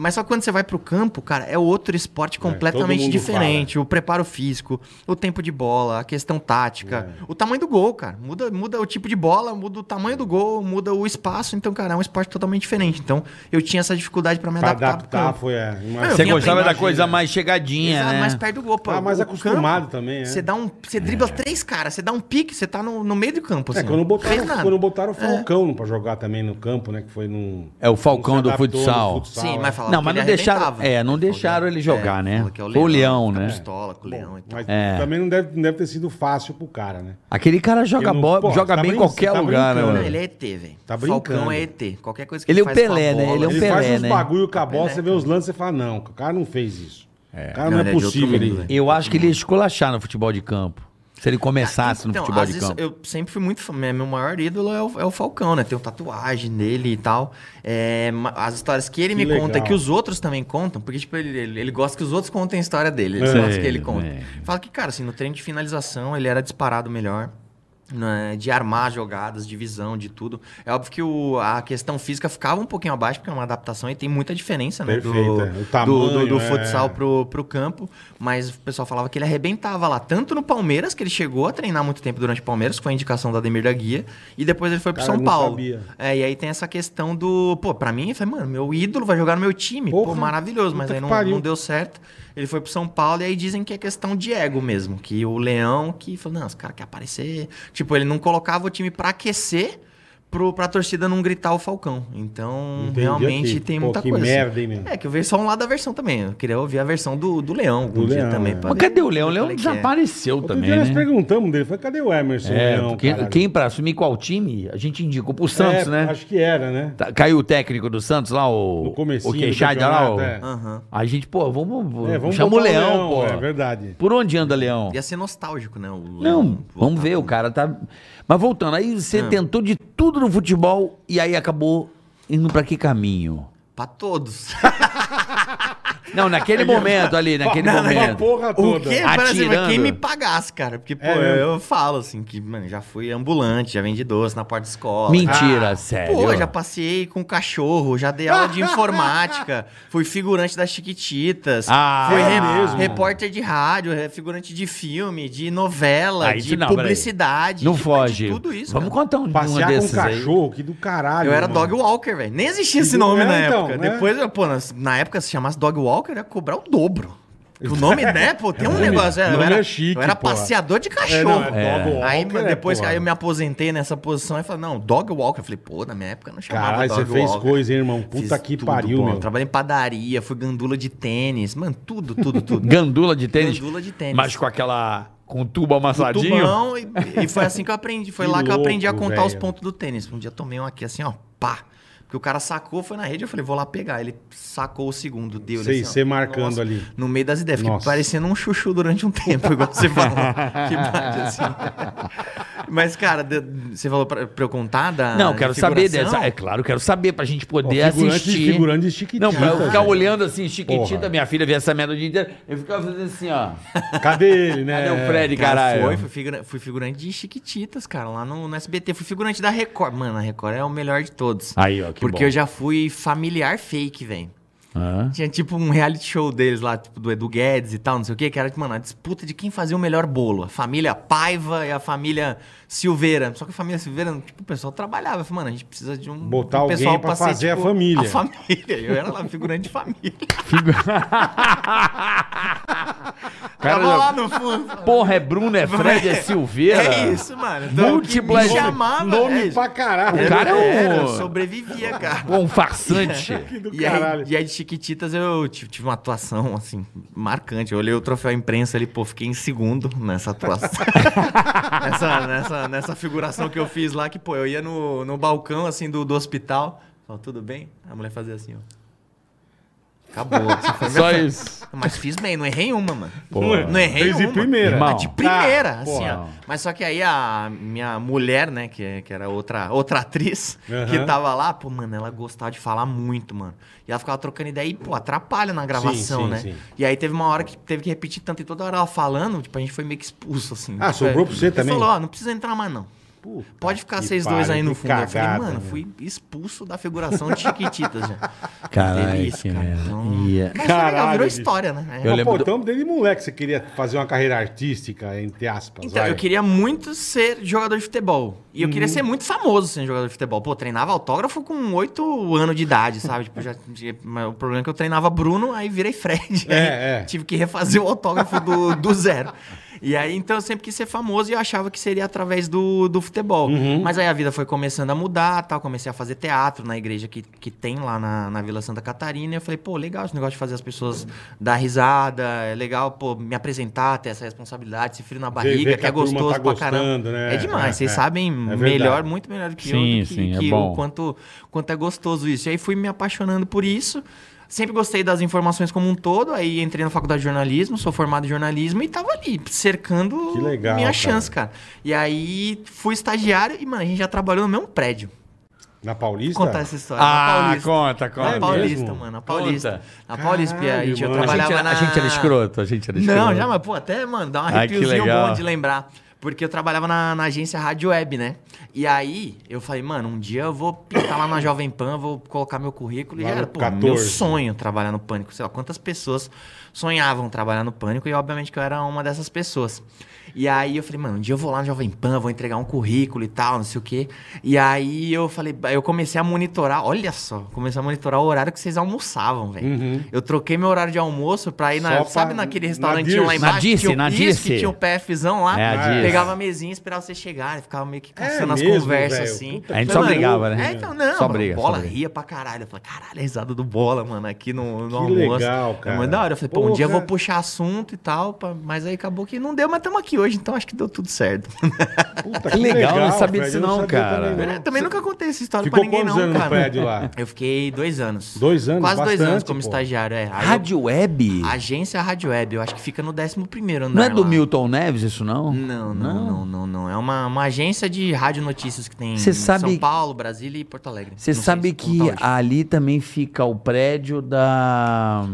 [SPEAKER 5] Mas só que quando você vai pro campo, cara, é outro esporte completamente
[SPEAKER 3] mundo
[SPEAKER 5] diferente. Tipo, O preparo físico, o tempo de bola, a questão tática,
[SPEAKER 3] É.
[SPEAKER 5] o tamanho do gol, cara. Muda, muda o tipo de bola, muda o tamanho do gol, muda o espaço. Então, cara, é um esporte totalmente diferente. Então, eu tinha essa dificuldade pra me
[SPEAKER 3] Pra
[SPEAKER 5] adaptar. pro
[SPEAKER 3] adaptar,
[SPEAKER 5] campo.
[SPEAKER 3] foi. É, uma-
[SPEAKER 5] Eu
[SPEAKER 4] Você
[SPEAKER 5] vim
[SPEAKER 4] gostava da
[SPEAKER 5] aprendendo,
[SPEAKER 4] coisa
[SPEAKER 3] né?
[SPEAKER 4] mais chegadinha,
[SPEAKER 5] Exato,
[SPEAKER 4] né?
[SPEAKER 5] mais perto do gol, pô.
[SPEAKER 3] Ah, mais
[SPEAKER 5] O
[SPEAKER 3] acostumado
[SPEAKER 5] campo,
[SPEAKER 3] também, é.
[SPEAKER 5] Você dá um, você dribla três caras, você dá um pique, você tá no, no meio do campo.
[SPEAKER 3] É,
[SPEAKER 5] assim,
[SPEAKER 3] quando
[SPEAKER 5] não fez
[SPEAKER 3] botaram,
[SPEAKER 5] nada. É.
[SPEAKER 3] quando botaram o Falcão né, pra jogar também no campo, né? Que foi num.
[SPEAKER 4] É o Falcão
[SPEAKER 3] não se
[SPEAKER 4] do
[SPEAKER 3] adaptou no
[SPEAKER 4] futsal.
[SPEAKER 5] Sim,
[SPEAKER 3] é.
[SPEAKER 5] mas falava
[SPEAKER 4] Não,
[SPEAKER 5] que
[SPEAKER 4] mas
[SPEAKER 5] ele
[SPEAKER 4] não deixaram-
[SPEAKER 5] arrebentava.
[SPEAKER 4] é, não
[SPEAKER 5] Falou que é-
[SPEAKER 4] deixaram ele jogar, né?
[SPEAKER 5] falou que é
[SPEAKER 4] Foi o Leão,
[SPEAKER 5] fica
[SPEAKER 4] né?
[SPEAKER 5] Pistola com o leão e tal.
[SPEAKER 3] Mas
[SPEAKER 4] É.
[SPEAKER 3] também não deve, não deve ter sido fácil pro cara, né?
[SPEAKER 4] Aquele cara joga
[SPEAKER 3] Eu não-
[SPEAKER 4] bola,
[SPEAKER 3] pô,
[SPEAKER 4] joga
[SPEAKER 3] tá
[SPEAKER 4] bem em
[SPEAKER 3] brin-
[SPEAKER 4] qualquer
[SPEAKER 3] tá
[SPEAKER 4] lugar, né?
[SPEAKER 3] brincando,
[SPEAKER 4] mano?
[SPEAKER 5] Não, ele é ET, velho.
[SPEAKER 3] Tá brincando.
[SPEAKER 5] Falcão é ET. Qualquer coisa que
[SPEAKER 4] Ele é o
[SPEAKER 5] faz com a
[SPEAKER 4] Pelé, né?
[SPEAKER 5] bola-
[SPEAKER 4] Ele é o
[SPEAKER 3] ele
[SPEAKER 4] Pelé,
[SPEAKER 3] faz uns
[SPEAKER 4] né?
[SPEAKER 3] bagulho com a bola, você vê os lances e fala, não, o cara não fez isso. O cara não,
[SPEAKER 5] Não,
[SPEAKER 3] é
[SPEAKER 5] ele é de outro
[SPEAKER 3] possível.
[SPEAKER 5] mundo,
[SPEAKER 3] ele-
[SPEAKER 5] velho.
[SPEAKER 4] Eu acho que ele ia esculachar no futebol de campo. Se ele começasse no
[SPEAKER 5] Então,
[SPEAKER 4] futebol
[SPEAKER 5] às
[SPEAKER 4] de
[SPEAKER 5] vezes,
[SPEAKER 4] campo.
[SPEAKER 5] Eu sempre fui muito. fã- Meu meu maior ídolo é o, é o Falcão, né? Tenho tatuagem dele e tal. É, ma- as histórias que
[SPEAKER 3] Que
[SPEAKER 5] ele me
[SPEAKER 3] legal.
[SPEAKER 5] conta, que os outros também contam, porque, tipo, ele, ele, ele gosta que os outros contem a história dele. Ele
[SPEAKER 4] Sei,
[SPEAKER 5] gosta que ele conta.
[SPEAKER 4] é.
[SPEAKER 5] Fala que, cara, assim, no treino de finalização ele era disparado melhor. né, De armar jogadas, de visão, de tudo. É óbvio que o- a questão física ficava um pouquinho abaixo, porque é uma adaptação e tem muita diferença, né?
[SPEAKER 3] Perfeito,
[SPEAKER 5] do,
[SPEAKER 3] é. O
[SPEAKER 5] do-
[SPEAKER 3] tamanho,
[SPEAKER 5] do, do
[SPEAKER 3] é.
[SPEAKER 5] futsal pro, pro campo, mas o pessoal falava que ele arrebentava lá, tanto no Palmeiras, que ele chegou a treinar muito tempo durante o Palmeiras, que foi a indicação da Ademir da Guia, e depois ele foi pro
[SPEAKER 3] Cara, eu
[SPEAKER 5] São
[SPEAKER 3] não
[SPEAKER 5] Paulo.
[SPEAKER 3] sabia.
[SPEAKER 5] É, e aí tem essa questão do, pô, pra mim, eu falei, mano, meu ídolo vai jogar no meu time, pô,
[SPEAKER 3] Porra,
[SPEAKER 5] maravilhoso,
[SPEAKER 3] puta
[SPEAKER 5] mas
[SPEAKER 3] que
[SPEAKER 5] aí não,
[SPEAKER 3] pariu.
[SPEAKER 5] não deu certo. Ele foi pro São Paulo e aí dizem que é questão de ego mesmo, que o Leão que falou, não, os caras querem aparecer. Tipo, ele não colocava o time pra aquecer. Pro, pra torcida não gritar o Falcão. Então,
[SPEAKER 3] Entendi
[SPEAKER 5] realmente
[SPEAKER 3] aqui.
[SPEAKER 5] tem
[SPEAKER 3] Pô,
[SPEAKER 5] muita
[SPEAKER 3] que
[SPEAKER 5] coisa. assim.
[SPEAKER 3] merda, hein, meu?
[SPEAKER 5] É, que eu vi só um lado da versão também. Eu queria ouvir a versão do, do Leão algum
[SPEAKER 3] Do
[SPEAKER 5] dia
[SPEAKER 3] Leão,
[SPEAKER 5] também.
[SPEAKER 3] é.
[SPEAKER 5] pra
[SPEAKER 4] Mas
[SPEAKER 5] ver
[SPEAKER 4] cadê o Leão? O
[SPEAKER 5] como
[SPEAKER 4] Leão
[SPEAKER 5] é que é.
[SPEAKER 4] desapareceu
[SPEAKER 3] Outro
[SPEAKER 4] também,
[SPEAKER 3] dia nós
[SPEAKER 4] né?
[SPEAKER 3] perguntamos dele, falei, cadê o Emerson?
[SPEAKER 4] É,
[SPEAKER 3] Leão,
[SPEAKER 4] porque
[SPEAKER 3] caralho?
[SPEAKER 4] quem pra assumir qual time, a gente indicou pro Santos,
[SPEAKER 3] É,
[SPEAKER 4] né?
[SPEAKER 3] Acho que era, né?
[SPEAKER 4] Tá- Caiu o técnico do Santos lá,
[SPEAKER 3] No
[SPEAKER 4] o,
[SPEAKER 3] comecinho
[SPEAKER 4] o
[SPEAKER 3] do
[SPEAKER 4] Queixada lá. O...
[SPEAKER 3] campeonato,
[SPEAKER 5] Aham.
[SPEAKER 4] A gente, pô, vamos, vamos,
[SPEAKER 3] É, vamos
[SPEAKER 4] chama o
[SPEAKER 3] botar
[SPEAKER 4] Leão, pô.
[SPEAKER 3] É verdade.
[SPEAKER 4] Por onde anda Leão?
[SPEAKER 5] Ia ser nostálgico, né? o Leão
[SPEAKER 4] Não,
[SPEAKER 5] voltar
[SPEAKER 4] vamos ver, o
[SPEAKER 5] com-
[SPEAKER 4] cara tá... Mas voltando, aí você tentou de tudo no futebol e aí acabou indo pra que caminho?
[SPEAKER 5] Pra todos.
[SPEAKER 4] Não, naquele momento ali, naquele
[SPEAKER 3] Não, não, uma
[SPEAKER 4] momento.
[SPEAKER 3] porra
[SPEAKER 5] né? O
[SPEAKER 3] toda.
[SPEAKER 5] que? Brasil,
[SPEAKER 4] Atirando.
[SPEAKER 5] quem me pagasse, cara. Porque, pô,
[SPEAKER 3] É
[SPEAKER 5] eu,
[SPEAKER 3] mesmo.
[SPEAKER 5] eu falo assim, que, mano, já fui ambulante, já vendi doce na porta de escola.
[SPEAKER 4] Mentira,
[SPEAKER 5] Ah,
[SPEAKER 4] sério.
[SPEAKER 5] Pô, já passei com cachorro, já dei aula de informática, fui figurante das Chiquititas,
[SPEAKER 4] Ah,
[SPEAKER 5] fui
[SPEAKER 4] é
[SPEAKER 5] re-
[SPEAKER 3] mesmo?
[SPEAKER 5] repórter de rádio, re- figurante de filme, de novela,
[SPEAKER 4] Aí,
[SPEAKER 5] de
[SPEAKER 4] não, peraí.
[SPEAKER 5] publicidade.
[SPEAKER 4] Não
[SPEAKER 5] de- de
[SPEAKER 4] foge.
[SPEAKER 5] tudo isso.
[SPEAKER 4] Vamos
[SPEAKER 5] cara.
[SPEAKER 4] contar um, uma
[SPEAKER 3] Passear com um
[SPEAKER 4] dessas aí.
[SPEAKER 3] cachorro, que do caralho.
[SPEAKER 5] Eu era
[SPEAKER 3] mano.
[SPEAKER 5] dog walker, velho. Nem existia esse nome
[SPEAKER 3] É,
[SPEAKER 5] na
[SPEAKER 3] então,
[SPEAKER 5] época.
[SPEAKER 3] né?
[SPEAKER 5] Depois, eu, pô, na, na época, se chamasse dog walker, ia cobrar o dobro. O nome, né, pô, tem um
[SPEAKER 3] É, Nome-
[SPEAKER 5] negócio. Eu
[SPEAKER 3] nome
[SPEAKER 5] era,
[SPEAKER 3] é chique,
[SPEAKER 5] eu era
[SPEAKER 3] porra.
[SPEAKER 5] passeador de
[SPEAKER 3] É,
[SPEAKER 5] cachorro.
[SPEAKER 3] não, é dog
[SPEAKER 5] Aí,
[SPEAKER 3] walker,
[SPEAKER 5] mano,
[SPEAKER 3] é,
[SPEAKER 5] depois que
[SPEAKER 3] porra.
[SPEAKER 5] aí eu me aposentei nessa posição, e falei, não, dog walker. Eu falei, pô, na minha época não chamava
[SPEAKER 3] Caralho,
[SPEAKER 5] dog
[SPEAKER 3] você fez
[SPEAKER 5] walker.
[SPEAKER 3] coisa, hein, irmão? Puta
[SPEAKER 5] Fiz
[SPEAKER 3] que
[SPEAKER 5] tudo,
[SPEAKER 3] pariu,
[SPEAKER 5] pô.
[SPEAKER 3] meu.
[SPEAKER 5] Trabalhei em padaria, fui gandula de tênis, mano, tudo, tudo, tudo.
[SPEAKER 4] Gandula de tênis.
[SPEAKER 5] Gandula de tênis.
[SPEAKER 4] Mas com aquela. Com o tubo amassadinho.
[SPEAKER 5] Tubão, e, e foi assim que eu aprendi. Foi
[SPEAKER 3] Que
[SPEAKER 5] lá que eu aprendi a
[SPEAKER 3] louco,
[SPEAKER 5] contar os
[SPEAKER 3] velho.
[SPEAKER 5] pontos do tênis. Um dia tomei um aqui assim, ó, pá. Porque o cara sacou, foi na rede, eu falei, vou lá pegar. Ele sacou o segundo, deu
[SPEAKER 3] Sei,
[SPEAKER 5] ele assim, ó,
[SPEAKER 3] você marcando
[SPEAKER 5] nossa,
[SPEAKER 3] ali.
[SPEAKER 5] No meio das ideias. Fiquei
[SPEAKER 3] Nossa.
[SPEAKER 5] parecendo um chuchu durante um tempo, igual você falou. que bate assim. Mas, cara, de- você falou pra, pra eu contar da.
[SPEAKER 4] Não, quero saber
[SPEAKER 5] Ah, figuração?
[SPEAKER 4] dessa. É claro, quero saber pra gente poder
[SPEAKER 3] Ó, figurante-
[SPEAKER 4] assistir.
[SPEAKER 3] figurante de Chiquitita,
[SPEAKER 4] Não, pra eu ficar
[SPEAKER 3] gente.
[SPEAKER 4] olhando assim, chiquitita,
[SPEAKER 3] Porra.
[SPEAKER 4] minha filha vê essa merda o dia inteiro. Eu ficava fazendo assim, ó.
[SPEAKER 3] Cadê ele, né?
[SPEAKER 4] Cadê o Fred, É caralho?
[SPEAKER 5] Foi, fui, figura- fui figurante de Chiquititas, cara, lá no, no SBT. Fui figurante da Record. Mano, a Record é o melhor de todos.
[SPEAKER 4] Aí, ó, que
[SPEAKER 5] Porque
[SPEAKER 4] bom.
[SPEAKER 5] eu já fui familiar fake, velho.
[SPEAKER 4] Hã?
[SPEAKER 5] Tinha tipo um reality show deles lá, tipo do Edu Guedes e tal, não sei o que, que era, tipo, mano, a disputa de quem fazia o melhor bolo. A família Paiva e a família Silveira. Só que a família Silveira, tipo, o pessoal trabalhava. Eu falei, mano, a gente precisa de um.
[SPEAKER 3] Botar
[SPEAKER 5] um
[SPEAKER 3] alguém pra
[SPEAKER 5] ser, tipo,
[SPEAKER 3] fazer a família.
[SPEAKER 5] A família. Eu era lá figurante de família. Tava
[SPEAKER 4] já-
[SPEAKER 5] lá no fundo.
[SPEAKER 4] Tá Porra, é Bruno, é Fred, é Silveira.
[SPEAKER 5] É isso, mano.
[SPEAKER 4] Múltiplas-
[SPEAKER 5] Me chamava. é
[SPEAKER 3] Nome
[SPEAKER 5] isso.
[SPEAKER 3] pra caralho.
[SPEAKER 5] Eu
[SPEAKER 4] cara é um-
[SPEAKER 5] era, Eu sobrevivia, cara.
[SPEAKER 4] Pô, um farsante.
[SPEAKER 3] Que do
[SPEAKER 5] E aí,
[SPEAKER 3] caralho.
[SPEAKER 5] e aí de Chiquititas eu ti- tive uma atuação, assim, marcante. Eu olhei o troféu imprensa ali, pô, fiquei em segundo nessa atuação. nessa, nessa, nessa figuração que eu fiz lá, que, pô, eu ia no, no balcão, assim, do, do hospital. Falava, tudo bem? A mulher fazia assim, ó. Acabou. Você foi
[SPEAKER 4] Só
[SPEAKER 5] minha-
[SPEAKER 4] isso.
[SPEAKER 5] Mas fiz bem, não errei uma, mano.
[SPEAKER 3] Não,
[SPEAKER 5] Não errei
[SPEAKER 3] Fez de
[SPEAKER 5] uma.
[SPEAKER 3] primeira.
[SPEAKER 4] Irmão.
[SPEAKER 5] De primeira,
[SPEAKER 3] Ah,
[SPEAKER 5] assim,
[SPEAKER 3] porra.
[SPEAKER 5] ó. Mas só que aí a minha mulher, né, que, que era outra, outra atriz,
[SPEAKER 3] Aham.
[SPEAKER 5] que tava lá, pô, mano, ela gostava de falar muito, mano. E ela ficava trocando ideia e, pô, atrapalha na gravação,
[SPEAKER 3] sim,
[SPEAKER 5] né?
[SPEAKER 3] sim.
[SPEAKER 5] E aí teve uma hora que teve que repetir tanto e toda hora ela falando, tipo, a gente foi meio que expulso, assim.
[SPEAKER 3] Ah, sobrou pra você
[SPEAKER 5] Ele
[SPEAKER 3] também?
[SPEAKER 5] falou, ó, não precisa entrar mais, não.
[SPEAKER 3] Puta
[SPEAKER 5] Pode ficar
[SPEAKER 3] que
[SPEAKER 5] vocês dois
[SPEAKER 3] pariu,
[SPEAKER 5] aí no
[SPEAKER 3] que
[SPEAKER 5] fundo. eu falei,
[SPEAKER 3] cagada,
[SPEAKER 5] mano,
[SPEAKER 3] né?
[SPEAKER 5] fui expulso da figuração de Chiquititas já.
[SPEAKER 4] Caralho,
[SPEAKER 5] Delícia,
[SPEAKER 4] que
[SPEAKER 5] cara.
[SPEAKER 4] merda.
[SPEAKER 5] Então-
[SPEAKER 4] E-
[SPEAKER 5] Mas foi legal,
[SPEAKER 3] é- Caralho,
[SPEAKER 5] virou
[SPEAKER 3] bicho.
[SPEAKER 5] história, né?
[SPEAKER 4] Eu
[SPEAKER 3] Eu
[SPEAKER 4] lembro
[SPEAKER 3] lembro.
[SPEAKER 4] do-
[SPEAKER 3] Pô, desde moleque você queria fazer uma carreira artística, entre aspas.
[SPEAKER 5] Então,
[SPEAKER 3] vai. Uhum.
[SPEAKER 5] eu queria muito ser jogador de futebol. E eu queria ser muito famoso sendo jogador de futebol. Pô, treinava autógrafo com 8 anos de idade, sabe? Tipo, já, já- mas o problema é que eu treinava Bruno, aí virei Fred.
[SPEAKER 3] É,
[SPEAKER 5] Aí
[SPEAKER 3] é.
[SPEAKER 5] Tive que refazer o autógrafo do, do zero. E aí, então, eu sempre quis ser famoso e eu achava que seria através do, do futebol.
[SPEAKER 3] Uhum.
[SPEAKER 5] Mas aí a vida foi começando a mudar tal. Comecei a fazer teatro na igreja que, que tem lá na, na Vila Santa Catarina. E eu falei, pô, legal esse negócio de fazer as pessoas dar risada. É legal, pô, me apresentar, ter essa responsabilidade, esse frio na barriga,
[SPEAKER 3] ver
[SPEAKER 5] que,
[SPEAKER 3] que a
[SPEAKER 5] é
[SPEAKER 3] turma
[SPEAKER 5] gostoso
[SPEAKER 3] tá
[SPEAKER 5] pra caramba.
[SPEAKER 3] gostando, né?
[SPEAKER 5] É demais,
[SPEAKER 3] É,
[SPEAKER 5] vocês
[SPEAKER 3] é.
[SPEAKER 5] sabem
[SPEAKER 3] É verdade.
[SPEAKER 5] melhor, muito melhor do que
[SPEAKER 4] Sim,
[SPEAKER 5] eu, do que,
[SPEAKER 4] sim, é
[SPEAKER 5] que
[SPEAKER 4] bom.
[SPEAKER 5] o quanto, quanto é gostoso isso. E aí fui me apaixonando por isso. Sempre gostei das informações como um todo, aí entrei na faculdade de jornalismo, sou formado em jornalismo e tava ali, cercando
[SPEAKER 3] Que legal,
[SPEAKER 5] minha
[SPEAKER 3] cara.
[SPEAKER 5] chance, cara. E aí fui estagiário e, mano, a gente já trabalhou no mesmo prédio.
[SPEAKER 3] Na
[SPEAKER 5] Vou
[SPEAKER 3] Paulista?
[SPEAKER 5] contar essa história. na
[SPEAKER 4] Ah,
[SPEAKER 5] Paulista.
[SPEAKER 4] conta,
[SPEAKER 5] Na
[SPEAKER 3] É
[SPEAKER 4] conta.
[SPEAKER 5] Paulista,
[SPEAKER 3] mesmo?
[SPEAKER 5] mano, na Paulista.
[SPEAKER 4] Conta.
[SPEAKER 5] Na Paulista, Pia, a gente, eu
[SPEAKER 3] Caralho, mano.
[SPEAKER 4] A gente,
[SPEAKER 5] trabalhava
[SPEAKER 4] era, a
[SPEAKER 5] na-
[SPEAKER 4] gente era escroto, a gente era escroto.
[SPEAKER 5] não, já, mas, pô, até, mano, dá um
[SPEAKER 4] Ai, que
[SPEAKER 5] arrepiozinho
[SPEAKER 4] legal.
[SPEAKER 5] bom de lembrar. Porque eu trabalhava na, na agência Rádio Web, né? E aí, eu falei, mano, um dia eu vou pintar lá na Jovem Pan, vou colocar meu currículo. E
[SPEAKER 3] Lá
[SPEAKER 5] já
[SPEAKER 3] no
[SPEAKER 5] era, pô,
[SPEAKER 3] 14.
[SPEAKER 5] meu sonho trabalhar no Pânico. Sei lá, quantas pessoas sonhavam trabalhar no Pânico. E, obviamente, que eu era uma dessas pessoas. E aí, eu falei, mano, um dia eu vou lá na Jovem Pan, vou entregar um currículo e tal, não sei o quê. E aí, eu falei, eu comecei a monitorar, olha só, comecei a monitorar o horário que vocês almoçavam, velho.
[SPEAKER 4] Uhum.
[SPEAKER 5] Eu troquei meu horário de almoço pra ir, na,
[SPEAKER 3] Só pra-
[SPEAKER 5] sabe, naquele
[SPEAKER 3] na
[SPEAKER 5] restaurantinho lá
[SPEAKER 3] Dirce.
[SPEAKER 5] embaixo? que
[SPEAKER 4] Dirce,
[SPEAKER 5] tinha o
[SPEAKER 4] na
[SPEAKER 5] pisque,
[SPEAKER 4] Dirce.
[SPEAKER 5] Tinha o PFzão lá.
[SPEAKER 4] É, a Dirce.
[SPEAKER 5] pegava a mesinha, esperava você chegar. e Ficava meio que caçando
[SPEAKER 3] É
[SPEAKER 5] as
[SPEAKER 3] mesmo,
[SPEAKER 5] conversas,
[SPEAKER 3] velho?
[SPEAKER 5] assim.
[SPEAKER 3] Puta
[SPEAKER 4] A gente
[SPEAKER 5] Falei,
[SPEAKER 4] só
[SPEAKER 5] mano,
[SPEAKER 4] brigava, né?
[SPEAKER 5] É, então, não.
[SPEAKER 4] Só
[SPEAKER 5] mano,
[SPEAKER 4] briga, só
[SPEAKER 5] bola
[SPEAKER 4] briga.
[SPEAKER 5] ria pra caralho. Eu falei, caralho, a risada do bola, mano, aqui no, no
[SPEAKER 3] Que
[SPEAKER 5] almoço.
[SPEAKER 3] legal, cara.
[SPEAKER 5] É muito da hora. Eu falei, pô, um dia eu
[SPEAKER 3] Porra.
[SPEAKER 5] vou puxar assunto e tal. pá, Mas aí acabou que não deu, mas estamos aqui hoje. Então acho que deu tudo certo.
[SPEAKER 3] Puta,
[SPEAKER 4] Que legal, eu não sabia disso
[SPEAKER 3] Eu
[SPEAKER 4] não,
[SPEAKER 3] sabia
[SPEAKER 4] cara.
[SPEAKER 3] também, não.
[SPEAKER 5] É, Também nunca contei essa história
[SPEAKER 3] Ficou
[SPEAKER 5] pra ninguém,
[SPEAKER 3] quantos
[SPEAKER 5] não,
[SPEAKER 3] anos no
[SPEAKER 5] cara.
[SPEAKER 3] prédio lá?
[SPEAKER 5] Eu fiquei dois anos.
[SPEAKER 3] Dois anos?
[SPEAKER 5] Quase dois
[SPEAKER 3] Bastante,
[SPEAKER 5] anos como
[SPEAKER 3] pô.
[SPEAKER 5] estagiário, é. Aí eu-
[SPEAKER 4] Rádio Web?
[SPEAKER 5] Agência Rádio Web, eu acho que fica no 11 primeiro andar.
[SPEAKER 4] Não é do
[SPEAKER 5] lá.
[SPEAKER 4] Milton Neves isso, não?
[SPEAKER 5] Não, não. não, não, não, não. É uma, uma agência de rádio notícias que tem
[SPEAKER 4] Cê
[SPEAKER 5] em
[SPEAKER 4] sabe-
[SPEAKER 5] São Paulo, Brasília e Porto Alegre.
[SPEAKER 4] Você
[SPEAKER 5] Não sei
[SPEAKER 4] sabe
[SPEAKER 5] se é
[SPEAKER 4] que
[SPEAKER 5] conta hoje.
[SPEAKER 4] ali também fica o prédio da.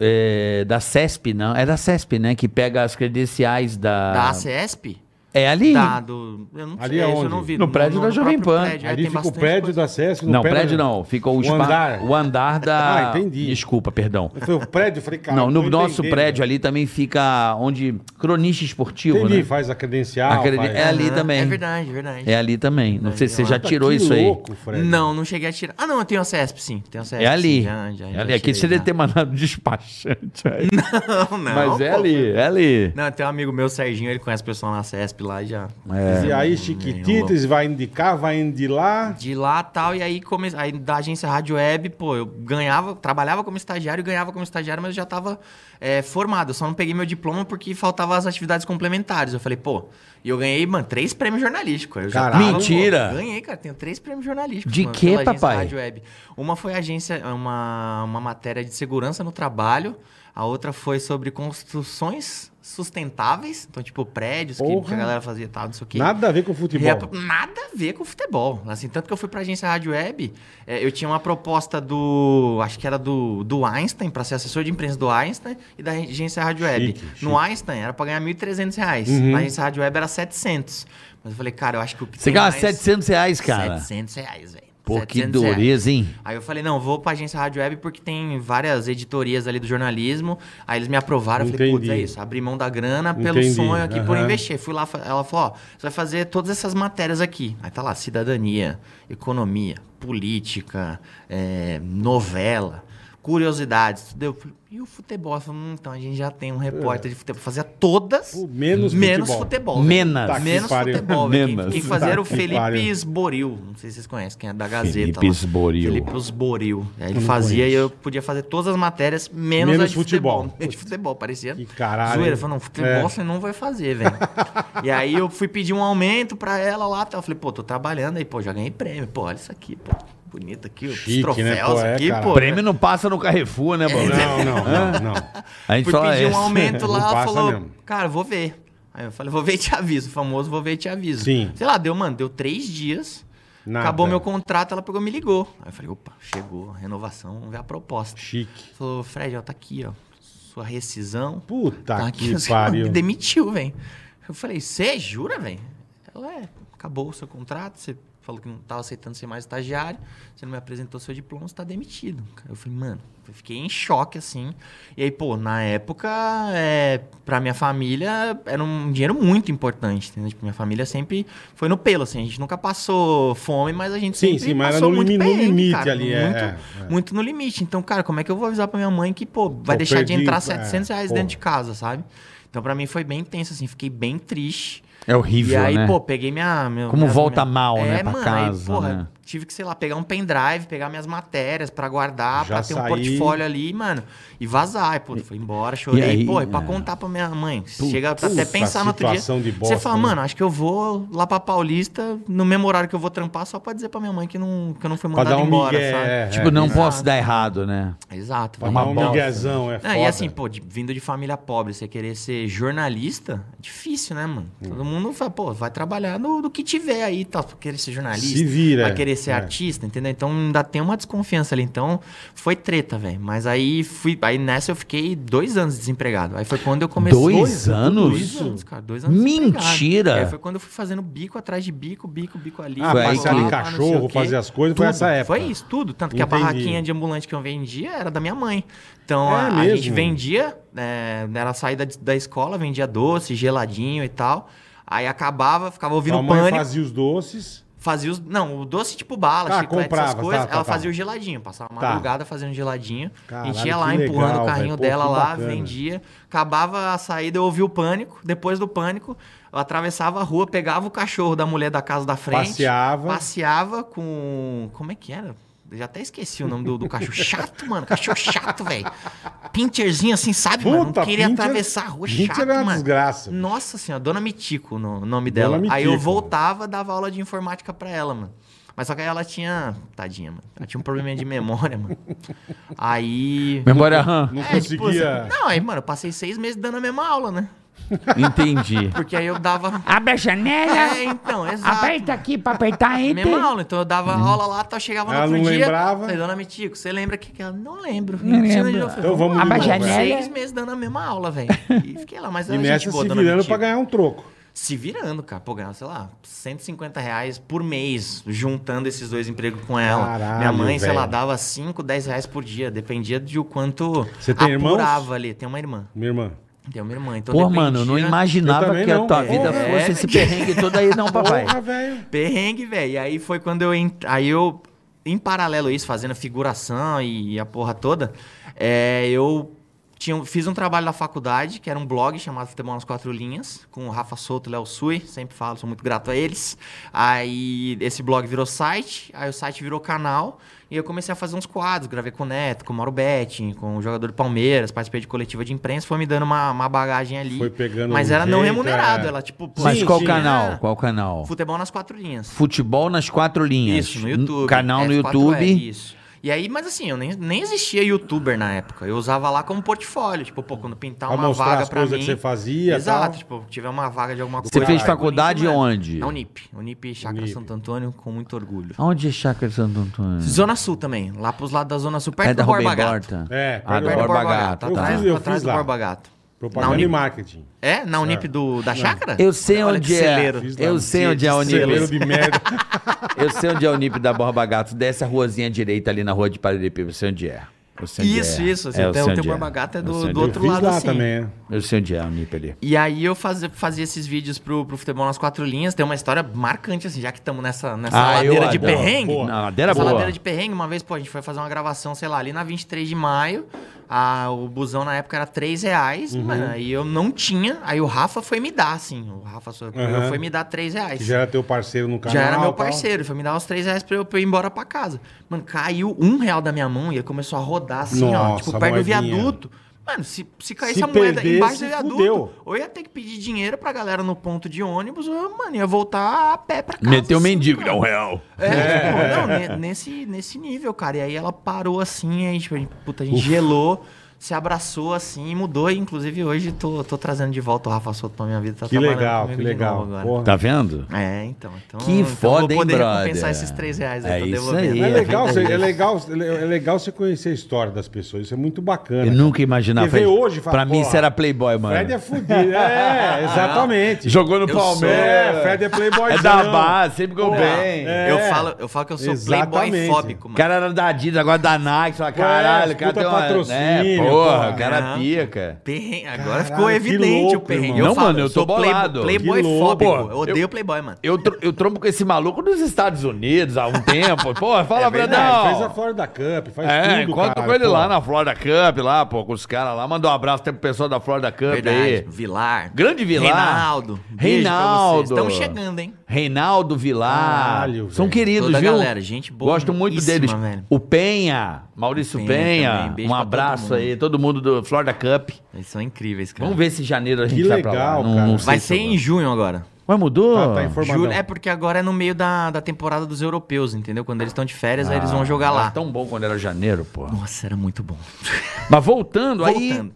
[SPEAKER 4] é, da CESP, não? É da CESP, né? Que pega as credenciais da.
[SPEAKER 5] Da ACESP?
[SPEAKER 4] É ali?
[SPEAKER 5] Da, do, eu não
[SPEAKER 3] Ali
[SPEAKER 5] sei, isso
[SPEAKER 3] aonde?
[SPEAKER 5] eu não vi.
[SPEAKER 4] No prédio da Jovem
[SPEAKER 5] próprio
[SPEAKER 4] Pan.
[SPEAKER 5] prédio, é,
[SPEAKER 3] Ali
[SPEAKER 5] tem
[SPEAKER 3] fica o
[SPEAKER 5] bastante
[SPEAKER 3] prédio
[SPEAKER 5] coisa.
[SPEAKER 3] da SESC.
[SPEAKER 4] Não, prédio não. Fica o,
[SPEAKER 3] O
[SPEAKER 4] spa-
[SPEAKER 3] andar.
[SPEAKER 4] O andar da.
[SPEAKER 3] Ah, entendi.
[SPEAKER 4] Desculpa, perdão.
[SPEAKER 3] Foi o prédio, eu falei, cara,
[SPEAKER 4] não, no
[SPEAKER 3] tô
[SPEAKER 4] nosso
[SPEAKER 3] entendendo.
[SPEAKER 4] prédio ali também fica onde. Cronista esportivo,
[SPEAKER 3] Entendi,
[SPEAKER 4] né?
[SPEAKER 3] faz a credencial.
[SPEAKER 4] Acredi-
[SPEAKER 3] faz-
[SPEAKER 4] é ali
[SPEAKER 5] Aham,
[SPEAKER 4] também.
[SPEAKER 5] É verdade, é verdade.
[SPEAKER 4] É ali também. Não sei se você já
[SPEAKER 3] Puta,
[SPEAKER 4] tirou
[SPEAKER 3] Ah, tá, que
[SPEAKER 4] isso aí.
[SPEAKER 3] louco, Fred.
[SPEAKER 5] Não, não cheguei a tirar. Ah, não, eu tenho a CESP, sim. Tenho a CESP,
[SPEAKER 4] É ali.
[SPEAKER 5] sim, já- já-
[SPEAKER 4] é
[SPEAKER 5] já
[SPEAKER 4] ali. Aqui
[SPEAKER 5] tirei,
[SPEAKER 4] você deve
[SPEAKER 5] já.
[SPEAKER 4] ter mandado despachante. aí.
[SPEAKER 5] Não, não.
[SPEAKER 4] Mas é
[SPEAKER 5] pô.
[SPEAKER 4] ali, é ali.
[SPEAKER 5] Não, tem um amigo meu, Serginho, ele conhece o pessoal na CESP lá e já.
[SPEAKER 4] É.
[SPEAKER 5] um
[SPEAKER 3] E aí,
[SPEAKER 5] Nenhum
[SPEAKER 3] Chiquititas, vai indicar, vai indilar.
[SPEAKER 5] De lá tal, e aí, come... aí da agência Rádio Web, pô, eu ganhava, trabalhava como estagiário e ganhava como estagiário, mas eu já tava é, formado. Eu só não peguei meu diploma porque faltavam as atividades complementares. Eu falei, pô, e eu ganhei, mano, três prêmios jornalísticos. Eu já
[SPEAKER 3] Caralho.
[SPEAKER 5] tava, pô,
[SPEAKER 4] Mentira!
[SPEAKER 5] ganhei, cara, tenho três prêmios jornalísticos.
[SPEAKER 4] De
[SPEAKER 5] mano,
[SPEAKER 4] quê,
[SPEAKER 5] pela agência
[SPEAKER 4] papai?
[SPEAKER 5] Rádio Web. Uma foi agência, uma, uma matéria de segurança no trabalho, a outra foi sobre construções sustentáveis, então, tipo, prédios que,
[SPEAKER 3] Porra.
[SPEAKER 5] que a galera fazia e tal, não sei o quê.
[SPEAKER 3] Nada a ver com futebol.
[SPEAKER 5] Repa- Nada a ver com futebol. Assim, tanto que eu fui pra agência Rádio Web, eh, eu tinha uma proposta do. Acho que era do, do Einstein, pra ser assessor de imprensa do Einstein e da agência Rádio Web.
[SPEAKER 3] Chique,
[SPEAKER 5] No Einstein era pra ganhar 1.300 reais.
[SPEAKER 3] Uhum.
[SPEAKER 5] Na agência Rádio Web era 700. Mas eu falei, cara, eu acho que o que
[SPEAKER 4] Você
[SPEAKER 5] tem
[SPEAKER 4] ganha
[SPEAKER 5] mais-
[SPEAKER 4] 700 reais, cara.
[SPEAKER 5] 700 reais, velho.
[SPEAKER 4] Pô, que
[SPEAKER 5] 700 reais.
[SPEAKER 4] dureza, hein?
[SPEAKER 5] Aí eu falei, não, vou pra agência Rádio Web porque tem várias editorias ali do jornalismo. Aí eles me aprovaram, eu falei,
[SPEAKER 3] Entendi.
[SPEAKER 5] putz, é isso, abri mão da grana pelo
[SPEAKER 3] Entendi,
[SPEAKER 5] sonho aqui por
[SPEAKER 3] aham.
[SPEAKER 5] investir. Fui lá, fa- ela falou, ó, você vai fazer todas essas matérias aqui. Aí tá lá, cidadania, economia, política, é, novela, curiosidades, tudo. Eu falei, e o futebol? Eu falei, hum, então a gente já tem um repórter de futebol. Fazia todas,
[SPEAKER 3] É. Pô, menos
[SPEAKER 5] menos
[SPEAKER 3] futebol.
[SPEAKER 5] futebol. velho.
[SPEAKER 4] Menas.
[SPEAKER 3] Tá,
[SPEAKER 5] Menos
[SPEAKER 3] que pariu.
[SPEAKER 5] futebol. velho. Quem-
[SPEAKER 4] Menos.
[SPEAKER 5] Quem fazia era o
[SPEAKER 3] Tá, que pariu.
[SPEAKER 5] Felipe Esboril. Não sei se vocês conhecem, quem é da Gazeta.
[SPEAKER 4] Felipe
[SPEAKER 5] lá.
[SPEAKER 4] Esboril.
[SPEAKER 5] Felipe Esboril. Aí Ele fazia e eu podia fazer todas as matérias, menos,
[SPEAKER 3] Menos
[SPEAKER 5] a de futebol.
[SPEAKER 3] futebol.
[SPEAKER 5] Menos de futebol, parecia.
[SPEAKER 3] Que caralho.
[SPEAKER 5] Zoeira. Eu falei, não, futebol
[SPEAKER 3] É.
[SPEAKER 5] você não vai fazer, velho. e aí eu fui pedir um aumento pra ela lá. Eu falei, pô, tô trabalhando aí, pô, já ganhei prêmio. Pô, olha isso aqui, pô. Bonito aqui, os
[SPEAKER 3] Chique, né,
[SPEAKER 5] troféus
[SPEAKER 3] pô, é,
[SPEAKER 5] aqui,
[SPEAKER 3] cara.
[SPEAKER 5] pô. É,
[SPEAKER 4] Prêmio não passa no Carrefour, né, mano?
[SPEAKER 3] Não, não, não, não.
[SPEAKER 4] A gente
[SPEAKER 5] Fui
[SPEAKER 4] fala "É."
[SPEAKER 5] pedir um
[SPEAKER 4] esse.
[SPEAKER 5] aumento lá,
[SPEAKER 3] Não
[SPEAKER 5] ela
[SPEAKER 3] passa
[SPEAKER 5] falou,
[SPEAKER 3] mesmo.
[SPEAKER 5] cara, vou ver. Aí eu falei, vou ver e te aviso, famoso, vou ver e te aviso.
[SPEAKER 3] Sim.
[SPEAKER 5] Sei lá, deu, mano, deu três dias,
[SPEAKER 3] Nada.
[SPEAKER 5] acabou meu contrato, ela pegou e me ligou. Aí eu falei, opa, chegou, a renovação, vamos ver a proposta.
[SPEAKER 3] Chique.
[SPEAKER 5] Falou, Fred, ó, tá aqui, ó, sua rescisão.
[SPEAKER 3] Puta
[SPEAKER 5] tá
[SPEAKER 3] que
[SPEAKER 5] assim,
[SPEAKER 3] pariu.
[SPEAKER 5] Me demitiu, velho. Eu falei, você jura, velho? Ela é, acabou o seu contrato, você falou que não tava aceitando ser mais estagiário, você não me apresentou seu diploma, você tá demitido. cara. Eu falei, mano, eu fiquei em choque, assim. E aí, pô, na época, é, pra minha família, era um dinheiro muito importante, entendeu? Tipo, minha família sempre foi no pelo, assim, a gente nunca passou fome, mas a gente
[SPEAKER 3] Sim,
[SPEAKER 5] sempre
[SPEAKER 3] sim, mas era
[SPEAKER 5] passou
[SPEAKER 3] no
[SPEAKER 5] muito
[SPEAKER 3] limi- no
[SPEAKER 5] perrengue,
[SPEAKER 3] limite
[SPEAKER 5] cara,
[SPEAKER 3] ali, é,
[SPEAKER 5] muito,
[SPEAKER 3] é, é.
[SPEAKER 5] muito no limite. Então, cara, como é que eu vou avisar pra minha mãe que, pô, vai
[SPEAKER 3] Pô,
[SPEAKER 5] deixar
[SPEAKER 3] perdi,
[SPEAKER 5] de
[SPEAKER 3] é,
[SPEAKER 5] entrar 700 reais
[SPEAKER 3] pô.
[SPEAKER 5] dentro de casa, sabe? Então, pra mim foi bem tenso, assim, fiquei bem triste.
[SPEAKER 4] É horrível,
[SPEAKER 5] e aí,
[SPEAKER 4] né?
[SPEAKER 5] pô, peguei minha. meu-
[SPEAKER 4] Como
[SPEAKER 5] minhas-
[SPEAKER 4] volta
[SPEAKER 5] minha-
[SPEAKER 4] mal, né,
[SPEAKER 5] É,
[SPEAKER 4] pra
[SPEAKER 5] mano,
[SPEAKER 4] casa,
[SPEAKER 5] aí, porra,
[SPEAKER 4] né?
[SPEAKER 5] tive que, sei lá, pegar um pendrive, pegar minhas matérias pra guardar,
[SPEAKER 3] Já
[SPEAKER 5] pra ter um
[SPEAKER 3] saí.
[SPEAKER 5] portfólio ali, mano, e vazar. Aí, pô, foi embora, chorei,
[SPEAKER 4] E aí,
[SPEAKER 5] pô, e pra
[SPEAKER 4] é.
[SPEAKER 5] contar pra minha mãe. Chega
[SPEAKER 3] puta
[SPEAKER 5] até pensar no outro dia.
[SPEAKER 3] situação de bosta,
[SPEAKER 5] você fala,
[SPEAKER 3] né?
[SPEAKER 5] mano, acho que eu vou lá pra Paulista, no mesmo horário que eu vou trampar, só pra dizer pra minha mãe que, não, que eu não fui
[SPEAKER 3] Pra
[SPEAKER 5] mandado
[SPEAKER 3] dar um
[SPEAKER 5] embora,
[SPEAKER 3] migué,
[SPEAKER 5] sabe?
[SPEAKER 3] é,
[SPEAKER 4] Tipo, não
[SPEAKER 5] exato.
[SPEAKER 4] posso dar errado, né?
[SPEAKER 5] Exato.
[SPEAKER 3] Pra
[SPEAKER 5] foi
[SPEAKER 3] dar
[SPEAKER 4] uma
[SPEAKER 3] um
[SPEAKER 4] bosta.
[SPEAKER 3] miguezão, é
[SPEAKER 5] não,
[SPEAKER 3] foda.
[SPEAKER 5] e assim, pô, de- vindo de família pobre, você querer ser jornalista, é difícil, né, mano? Todo mundo fala, pô, vai trabalhar no, no que tiver aí e tal. Pra querer ser jornalista,
[SPEAKER 3] Se vira,
[SPEAKER 5] vai querer ser
[SPEAKER 3] é.
[SPEAKER 5] artista, entendeu? Então ainda tem uma desconfiança ali. Então, foi treta, velho. Mas aí fui. Aí nessa eu fiquei dois anos desempregado. Aí foi quando eu comecei.
[SPEAKER 4] Dois anos?
[SPEAKER 5] Dois anos, cara. Dois anos desempregado.
[SPEAKER 4] Mentira!
[SPEAKER 5] É, foi quando eu fui fazendo bico atrás de bico, bico, bico ali.
[SPEAKER 3] Ah,
[SPEAKER 5] bico
[SPEAKER 4] aí
[SPEAKER 5] lá,
[SPEAKER 4] que-
[SPEAKER 5] lá, não sei o
[SPEAKER 3] cachorro,
[SPEAKER 5] quê.
[SPEAKER 3] fazer as coisas, foi
[SPEAKER 5] Tudo.
[SPEAKER 3] essa época.
[SPEAKER 5] Foi isso, tudo. Tanto que
[SPEAKER 3] Entendi.
[SPEAKER 5] a barraquinha de ambulante que eu vendia era da minha mãe. Então
[SPEAKER 3] É
[SPEAKER 5] a, a
[SPEAKER 3] mesmo?
[SPEAKER 5] gente vendia, é, era a saída de- da escola, vendia doce, geladinho e tal. Aí acabava, ficava ouvindo
[SPEAKER 3] a mãe
[SPEAKER 5] pânico, fazia...
[SPEAKER 3] fazia os doces.
[SPEAKER 5] os. Não, o doce tipo bala,
[SPEAKER 3] Ah,
[SPEAKER 5] chiclete,
[SPEAKER 3] comprava,
[SPEAKER 5] essas coisas.
[SPEAKER 3] tá, tá,
[SPEAKER 5] ela
[SPEAKER 3] tá.
[SPEAKER 5] fazia o geladinho, passava a
[SPEAKER 3] Tá.
[SPEAKER 5] madrugada fazendo geladinho. a gente
[SPEAKER 3] Caralho,
[SPEAKER 5] ia lá
[SPEAKER 3] que
[SPEAKER 5] empurrando
[SPEAKER 3] legal,
[SPEAKER 5] o carrinho
[SPEAKER 3] velho. Pô,
[SPEAKER 5] dela
[SPEAKER 3] que
[SPEAKER 5] lá,
[SPEAKER 3] bacana.
[SPEAKER 5] vendia. Acabava a saída, eu ouvia o pânico. Depois do pânico, eu atravessava a rua, pegava o cachorro da mulher da casa da frente.
[SPEAKER 3] Passeava.
[SPEAKER 5] Passeava com. Como é que era? Eu já até esqueci o nome do, do cachorro. Chato, mano. Cachorro chato, velho. Pincherzinho assim, sabe, mano? Não queria
[SPEAKER 3] Pinter-
[SPEAKER 5] atravessar a rua.
[SPEAKER 3] Pinter
[SPEAKER 5] chato,
[SPEAKER 3] era uma
[SPEAKER 5] mano.
[SPEAKER 3] desgraça.
[SPEAKER 5] Nossa senhora, Dona Mitico, no- o nome dela.
[SPEAKER 3] Dona
[SPEAKER 5] Aí eu
[SPEAKER 3] Mitico.
[SPEAKER 5] voltava, dava aula de informática pra ela, mano. Mas só que aí ela tinha. Tadinha, mano. Ela tinha um probleminha de memória, mano. Aí.
[SPEAKER 4] Memória RAM.
[SPEAKER 3] Não
[SPEAKER 5] É, tipo
[SPEAKER 3] conseguia.
[SPEAKER 5] assim, não, aí, mano, eu passei seis meses dando a mesma aula, né?
[SPEAKER 6] Entendi.
[SPEAKER 5] Porque aí eu dava.
[SPEAKER 4] Abre a janela.
[SPEAKER 5] É, então, exato.
[SPEAKER 4] aqui pra apertar enter.
[SPEAKER 5] Mesma aula, então eu dava aula lá, tal, chegava no
[SPEAKER 3] Ela
[SPEAKER 5] outro
[SPEAKER 3] Uhum. Ah, não
[SPEAKER 5] dia.
[SPEAKER 3] lembrava.
[SPEAKER 5] Falei, dona Mitico, você lembra que que ela não lembro?
[SPEAKER 4] Não
[SPEAKER 5] Mentira,
[SPEAKER 4] lembro.
[SPEAKER 5] eu falei,
[SPEAKER 3] Então vamos
[SPEAKER 4] Abaixa
[SPEAKER 3] de
[SPEAKER 4] a
[SPEAKER 3] novo,
[SPEAKER 4] janela.
[SPEAKER 3] é.
[SPEAKER 5] Seis meses dando a mesma aula, velho. E fiquei lá, mas
[SPEAKER 3] E
[SPEAKER 5] a
[SPEAKER 3] nessa
[SPEAKER 5] gente
[SPEAKER 3] se
[SPEAKER 5] boa, dona
[SPEAKER 3] virando pra
[SPEAKER 5] Mitico.
[SPEAKER 3] ganhar um troco.
[SPEAKER 5] Se virando, cara. Pô, ganhava, sei lá, 150 reais por mês, juntando esses dois empregos com ela.
[SPEAKER 3] Caralho,
[SPEAKER 5] Minha mãe, sei lá,
[SPEAKER 3] velho.
[SPEAKER 5] dava 5, 10 reais por dia. Dependia de o quanto
[SPEAKER 3] Você tem irmãos?
[SPEAKER 5] apurava ali. Tem uma irmã.
[SPEAKER 3] Minha irmã.
[SPEAKER 5] Tem uma irmã. Então
[SPEAKER 4] Pô, mano, eu não
[SPEAKER 5] dependia-
[SPEAKER 4] imaginava
[SPEAKER 3] Eu também
[SPEAKER 4] que a
[SPEAKER 3] não,
[SPEAKER 4] tua
[SPEAKER 3] velho.
[SPEAKER 4] vida
[SPEAKER 5] É,
[SPEAKER 4] fosse esse perrengue todo aí, não, papai.
[SPEAKER 3] Porra, velho.
[SPEAKER 5] Perrengue, velho. E aí foi quando eu. en- Aí eu, em paralelo a isso, fazendo figuração e a porra toda, é, eu tinha, fiz um trabalho na faculdade, que era um blog chamado Futebol nas Quatro Linhas, com o Rafa Souto e Léo Sui, sempre falo, sou muito grato a eles. Aí esse blog virou site, aí o site virou canal, e eu comecei a fazer uns quadros, gravei com o Neto, com o Mauro Betting, com o jogador do Palmeiras, participei de coletiva de imprensa, foi me dando uma, uma bagagem ali.
[SPEAKER 3] Foi pegando
[SPEAKER 5] Mas
[SPEAKER 3] um
[SPEAKER 5] era não
[SPEAKER 3] jeito,
[SPEAKER 5] remunerado,
[SPEAKER 3] é.
[SPEAKER 5] ela tipo... pô,
[SPEAKER 4] Mas
[SPEAKER 3] Sim,
[SPEAKER 4] qual
[SPEAKER 3] sim.
[SPEAKER 5] É.
[SPEAKER 4] canal? Qual canal?
[SPEAKER 5] Futebol nas Quatro Linhas.
[SPEAKER 4] Futebol nas quatro linhas.
[SPEAKER 5] Isso, no YouTube. É,
[SPEAKER 4] Canal no
[SPEAKER 5] F4E,
[SPEAKER 4] YouTube.
[SPEAKER 5] Isso. E aí, mas assim, eu nem, nem existia youtuber na época. Eu usava lá como portfólio. Tipo, pô, quando pintar
[SPEAKER 3] Pra
[SPEAKER 5] uma
[SPEAKER 3] mostrar
[SPEAKER 5] vaga
[SPEAKER 3] as
[SPEAKER 5] pra
[SPEAKER 3] coisas
[SPEAKER 5] mim.
[SPEAKER 3] que você fazia.
[SPEAKER 5] Exato,
[SPEAKER 3] tal.
[SPEAKER 5] tipo, tiver uma vaga de alguma
[SPEAKER 4] Você
[SPEAKER 5] coisa.
[SPEAKER 4] fez
[SPEAKER 5] lá,
[SPEAKER 4] faculdade
[SPEAKER 5] bonito, né?
[SPEAKER 4] onde?
[SPEAKER 5] Na Unip. Unip Chácara
[SPEAKER 3] Unip.
[SPEAKER 5] Santo Antônio, com muito orgulho.
[SPEAKER 4] Onde é Chácara Santo Antônio?
[SPEAKER 5] Zona Sul também, lá pros lados da Zona Sul, perto
[SPEAKER 4] É da
[SPEAKER 5] do Borba
[SPEAKER 4] Rubem
[SPEAKER 5] Gato.
[SPEAKER 4] Borta?
[SPEAKER 3] É,
[SPEAKER 4] Ah,
[SPEAKER 3] perdão.
[SPEAKER 4] do Borba Gato, tá.
[SPEAKER 5] tá? Atrás,
[SPEAKER 3] Eu fiz, eu
[SPEAKER 5] atrás
[SPEAKER 3] fiz
[SPEAKER 5] do
[SPEAKER 3] lá.
[SPEAKER 5] Borba Gato.
[SPEAKER 3] Propaganda e
[SPEAKER 5] Unip.
[SPEAKER 3] marketing.
[SPEAKER 5] É? Na Unip do, da Chácara?
[SPEAKER 4] Eu sei
[SPEAKER 5] Olha
[SPEAKER 4] onde
[SPEAKER 5] que
[SPEAKER 4] é.
[SPEAKER 5] celeiro.
[SPEAKER 3] Fiz
[SPEAKER 4] Eu
[SPEAKER 3] lá.
[SPEAKER 4] sei onde é a Unip.
[SPEAKER 3] Celeiro de merda.
[SPEAKER 4] Eu sei onde é o NIP da Borba Gato. Desce a ruazinha direita ali na rua de Paralelepípedo. Eu sei onde é. Eu sei onde
[SPEAKER 5] Isso,
[SPEAKER 4] é.
[SPEAKER 5] isso, assim,
[SPEAKER 4] eu
[SPEAKER 5] tem-
[SPEAKER 4] sei
[SPEAKER 5] tem
[SPEAKER 4] onde
[SPEAKER 5] o Borba Gato é
[SPEAKER 4] Eu
[SPEAKER 5] do-
[SPEAKER 4] sei onde
[SPEAKER 5] do
[SPEAKER 4] é.
[SPEAKER 5] outro-
[SPEAKER 3] Fiz
[SPEAKER 5] lado,
[SPEAKER 3] lá
[SPEAKER 5] assim.
[SPEAKER 3] também. é.
[SPEAKER 4] Eu sei onde é o NIP ali.
[SPEAKER 5] E aí eu fazia, fazia esses vídeos pro, pro futebol nas quatro linhas. Tem uma história marcante, assim, já que estamos nessa, nessa
[SPEAKER 4] Ah, eu
[SPEAKER 5] ladeira de
[SPEAKER 4] adoro.
[SPEAKER 5] perrengue.
[SPEAKER 3] Boa.
[SPEAKER 5] Nessa
[SPEAKER 4] Na ladeira é boa.
[SPEAKER 5] ladeira de perrengue, uma vez, pô, a gente foi fazer uma gravação, sei lá, ali na 23 de maio. a- o busão na época era 3
[SPEAKER 4] Uhum.
[SPEAKER 5] reais, mano. Aí eu não tinha. Aí o Rafa foi me dar, assim. O Rafa sou-
[SPEAKER 3] Uhum.
[SPEAKER 5] foi me dar 3 reais.
[SPEAKER 3] Que já era teu parceiro no canal.
[SPEAKER 5] Já era meu
[SPEAKER 3] tal.
[SPEAKER 5] parceiro, ele foi me dar uns 3 reais pra eu, pra eu ir embora pra casa. Mano, caiu um real da minha mão e ele começou a rodar assim, ó,
[SPEAKER 3] Nossa,
[SPEAKER 5] tipo, perto do
[SPEAKER 3] moedinha.
[SPEAKER 5] viaduto. Mano, se, se caísse
[SPEAKER 3] Se
[SPEAKER 5] a moeda
[SPEAKER 3] perdesse,
[SPEAKER 5] embaixo do viaduto,
[SPEAKER 3] fudeu.
[SPEAKER 5] ou eu ia ter que pedir dinheiro pra galera no ponto de ônibus, ou eu, mano, ia voltar a pé pra casa.
[SPEAKER 6] Meteu o
[SPEAKER 5] assim,
[SPEAKER 6] mendigo,
[SPEAKER 5] cara.
[SPEAKER 6] dá um real.
[SPEAKER 5] É, tipo, não, ne- nesse, nesse nível, cara. E aí ela parou assim, aí, tipo, a gente, puta, a gente gelou, se abraçou assim e mudou. E, inclusive, hoje tô, tô trazendo de volta o Rafa Soto pra minha vida. Tá
[SPEAKER 3] Que
[SPEAKER 5] trabalhando
[SPEAKER 3] legal, que
[SPEAKER 5] comigo de
[SPEAKER 3] legal.
[SPEAKER 5] novo agora.
[SPEAKER 3] Porra.
[SPEAKER 6] Tá vendo?
[SPEAKER 5] É, então. então
[SPEAKER 4] Que foda, hein,
[SPEAKER 5] Vou poder
[SPEAKER 4] brother?
[SPEAKER 5] compensar esses 3 reais
[SPEAKER 4] É
[SPEAKER 5] eu tô
[SPEAKER 4] isso
[SPEAKER 5] devolvendo.
[SPEAKER 4] aí,
[SPEAKER 3] É legal,
[SPEAKER 4] Sim,
[SPEAKER 3] você,
[SPEAKER 4] é
[SPEAKER 3] é, legal, é legal você conhecer a história das pessoas. Isso é muito bacana.
[SPEAKER 6] Eu nunca imaginava.
[SPEAKER 3] Você vê
[SPEAKER 6] Fred.
[SPEAKER 3] hoje e fala,
[SPEAKER 6] pra mim,
[SPEAKER 3] porra,
[SPEAKER 6] isso era Playboy, mano.
[SPEAKER 3] Fred é fudido. É, exatamente.
[SPEAKER 6] Jogou no
[SPEAKER 5] Eu
[SPEAKER 6] Palmeiras.
[SPEAKER 3] É, Fred é playboy.
[SPEAKER 6] É da base, sempre ganhou bem.
[SPEAKER 3] é.
[SPEAKER 5] Eu, falo, eu falo que eu sou
[SPEAKER 3] Exatamente.
[SPEAKER 5] playboy-fóbico,
[SPEAKER 6] O
[SPEAKER 5] mano.
[SPEAKER 6] cara era da Adidas, agora da Nike. Fala, caralho, o cara
[SPEAKER 3] É, puta
[SPEAKER 6] tem uma...
[SPEAKER 3] patrocínio,
[SPEAKER 6] né,
[SPEAKER 3] porra.
[SPEAKER 6] porra, o cara
[SPEAKER 5] Não.
[SPEAKER 6] pica.
[SPEAKER 5] Perrengue. Agora
[SPEAKER 3] Caralho,
[SPEAKER 5] ficou
[SPEAKER 3] que
[SPEAKER 5] evidente
[SPEAKER 3] louco,
[SPEAKER 5] o perrengue.
[SPEAKER 3] irmão.
[SPEAKER 5] Eu
[SPEAKER 6] Não,
[SPEAKER 5] falo,
[SPEAKER 6] mano, eu
[SPEAKER 5] sou
[SPEAKER 6] tô bolado.
[SPEAKER 5] playboy-fóbico.
[SPEAKER 6] Que louco.
[SPEAKER 5] Eu odeio playboy, mano.
[SPEAKER 6] Eu, tro- eu trombo com esse maluco nos Estados Unidos há um tempo. Porra, fala,
[SPEAKER 5] É verdade,
[SPEAKER 6] Bradão.
[SPEAKER 3] Faz a Florida Cup, faz
[SPEAKER 6] É,
[SPEAKER 3] tudo,
[SPEAKER 6] encontro
[SPEAKER 3] cara,
[SPEAKER 6] com ele
[SPEAKER 3] pô.
[SPEAKER 6] lá na Florida Cup, lá, pô, com os caras lá. Manda um abraço até pro pessoal da Florida Cup
[SPEAKER 5] Verdade.
[SPEAKER 6] aí.
[SPEAKER 5] Vilar.
[SPEAKER 6] Grande Vilar.
[SPEAKER 5] Reinaldo.
[SPEAKER 6] Reinaldo.
[SPEAKER 5] Estamos chegando, hein?
[SPEAKER 6] Reinaldo Vilar.
[SPEAKER 3] Caralho,
[SPEAKER 6] São
[SPEAKER 3] velho.
[SPEAKER 6] queridos,
[SPEAKER 5] Toda a
[SPEAKER 6] viu?
[SPEAKER 5] galera, gente boa
[SPEAKER 6] Gosto muito
[SPEAKER 5] muitíssima,
[SPEAKER 6] deles.
[SPEAKER 5] velho.
[SPEAKER 6] O Penha, Maurício
[SPEAKER 5] Penha também,
[SPEAKER 6] Penha.
[SPEAKER 5] beijo
[SPEAKER 6] um
[SPEAKER 5] pra
[SPEAKER 6] abraço
[SPEAKER 5] todo mundo.
[SPEAKER 6] aí, todo mundo do Florida Cup.
[SPEAKER 5] Eles são incríveis, cara.
[SPEAKER 6] Vamos ver se em janeiro a
[SPEAKER 3] Que
[SPEAKER 6] gente vai pra lá.
[SPEAKER 3] legal, cara.
[SPEAKER 6] sei
[SPEAKER 5] Vai
[SPEAKER 6] se
[SPEAKER 5] ser
[SPEAKER 6] eu vou.
[SPEAKER 5] em junho agora.
[SPEAKER 6] Ué, mudou?
[SPEAKER 3] Tá, tá informadão.
[SPEAKER 5] Julho, é porque agora é no meio da, da temporada dos europeus, entendeu? Quando eles estão de férias, aí eles
[SPEAKER 4] Ah,
[SPEAKER 5] vão jogar
[SPEAKER 6] Era
[SPEAKER 5] lá.
[SPEAKER 4] então-
[SPEAKER 6] tão bom quando era janeiro, pô.
[SPEAKER 5] Nossa, era muito bom.
[SPEAKER 6] Mas voltando, aí,
[SPEAKER 5] Voltando.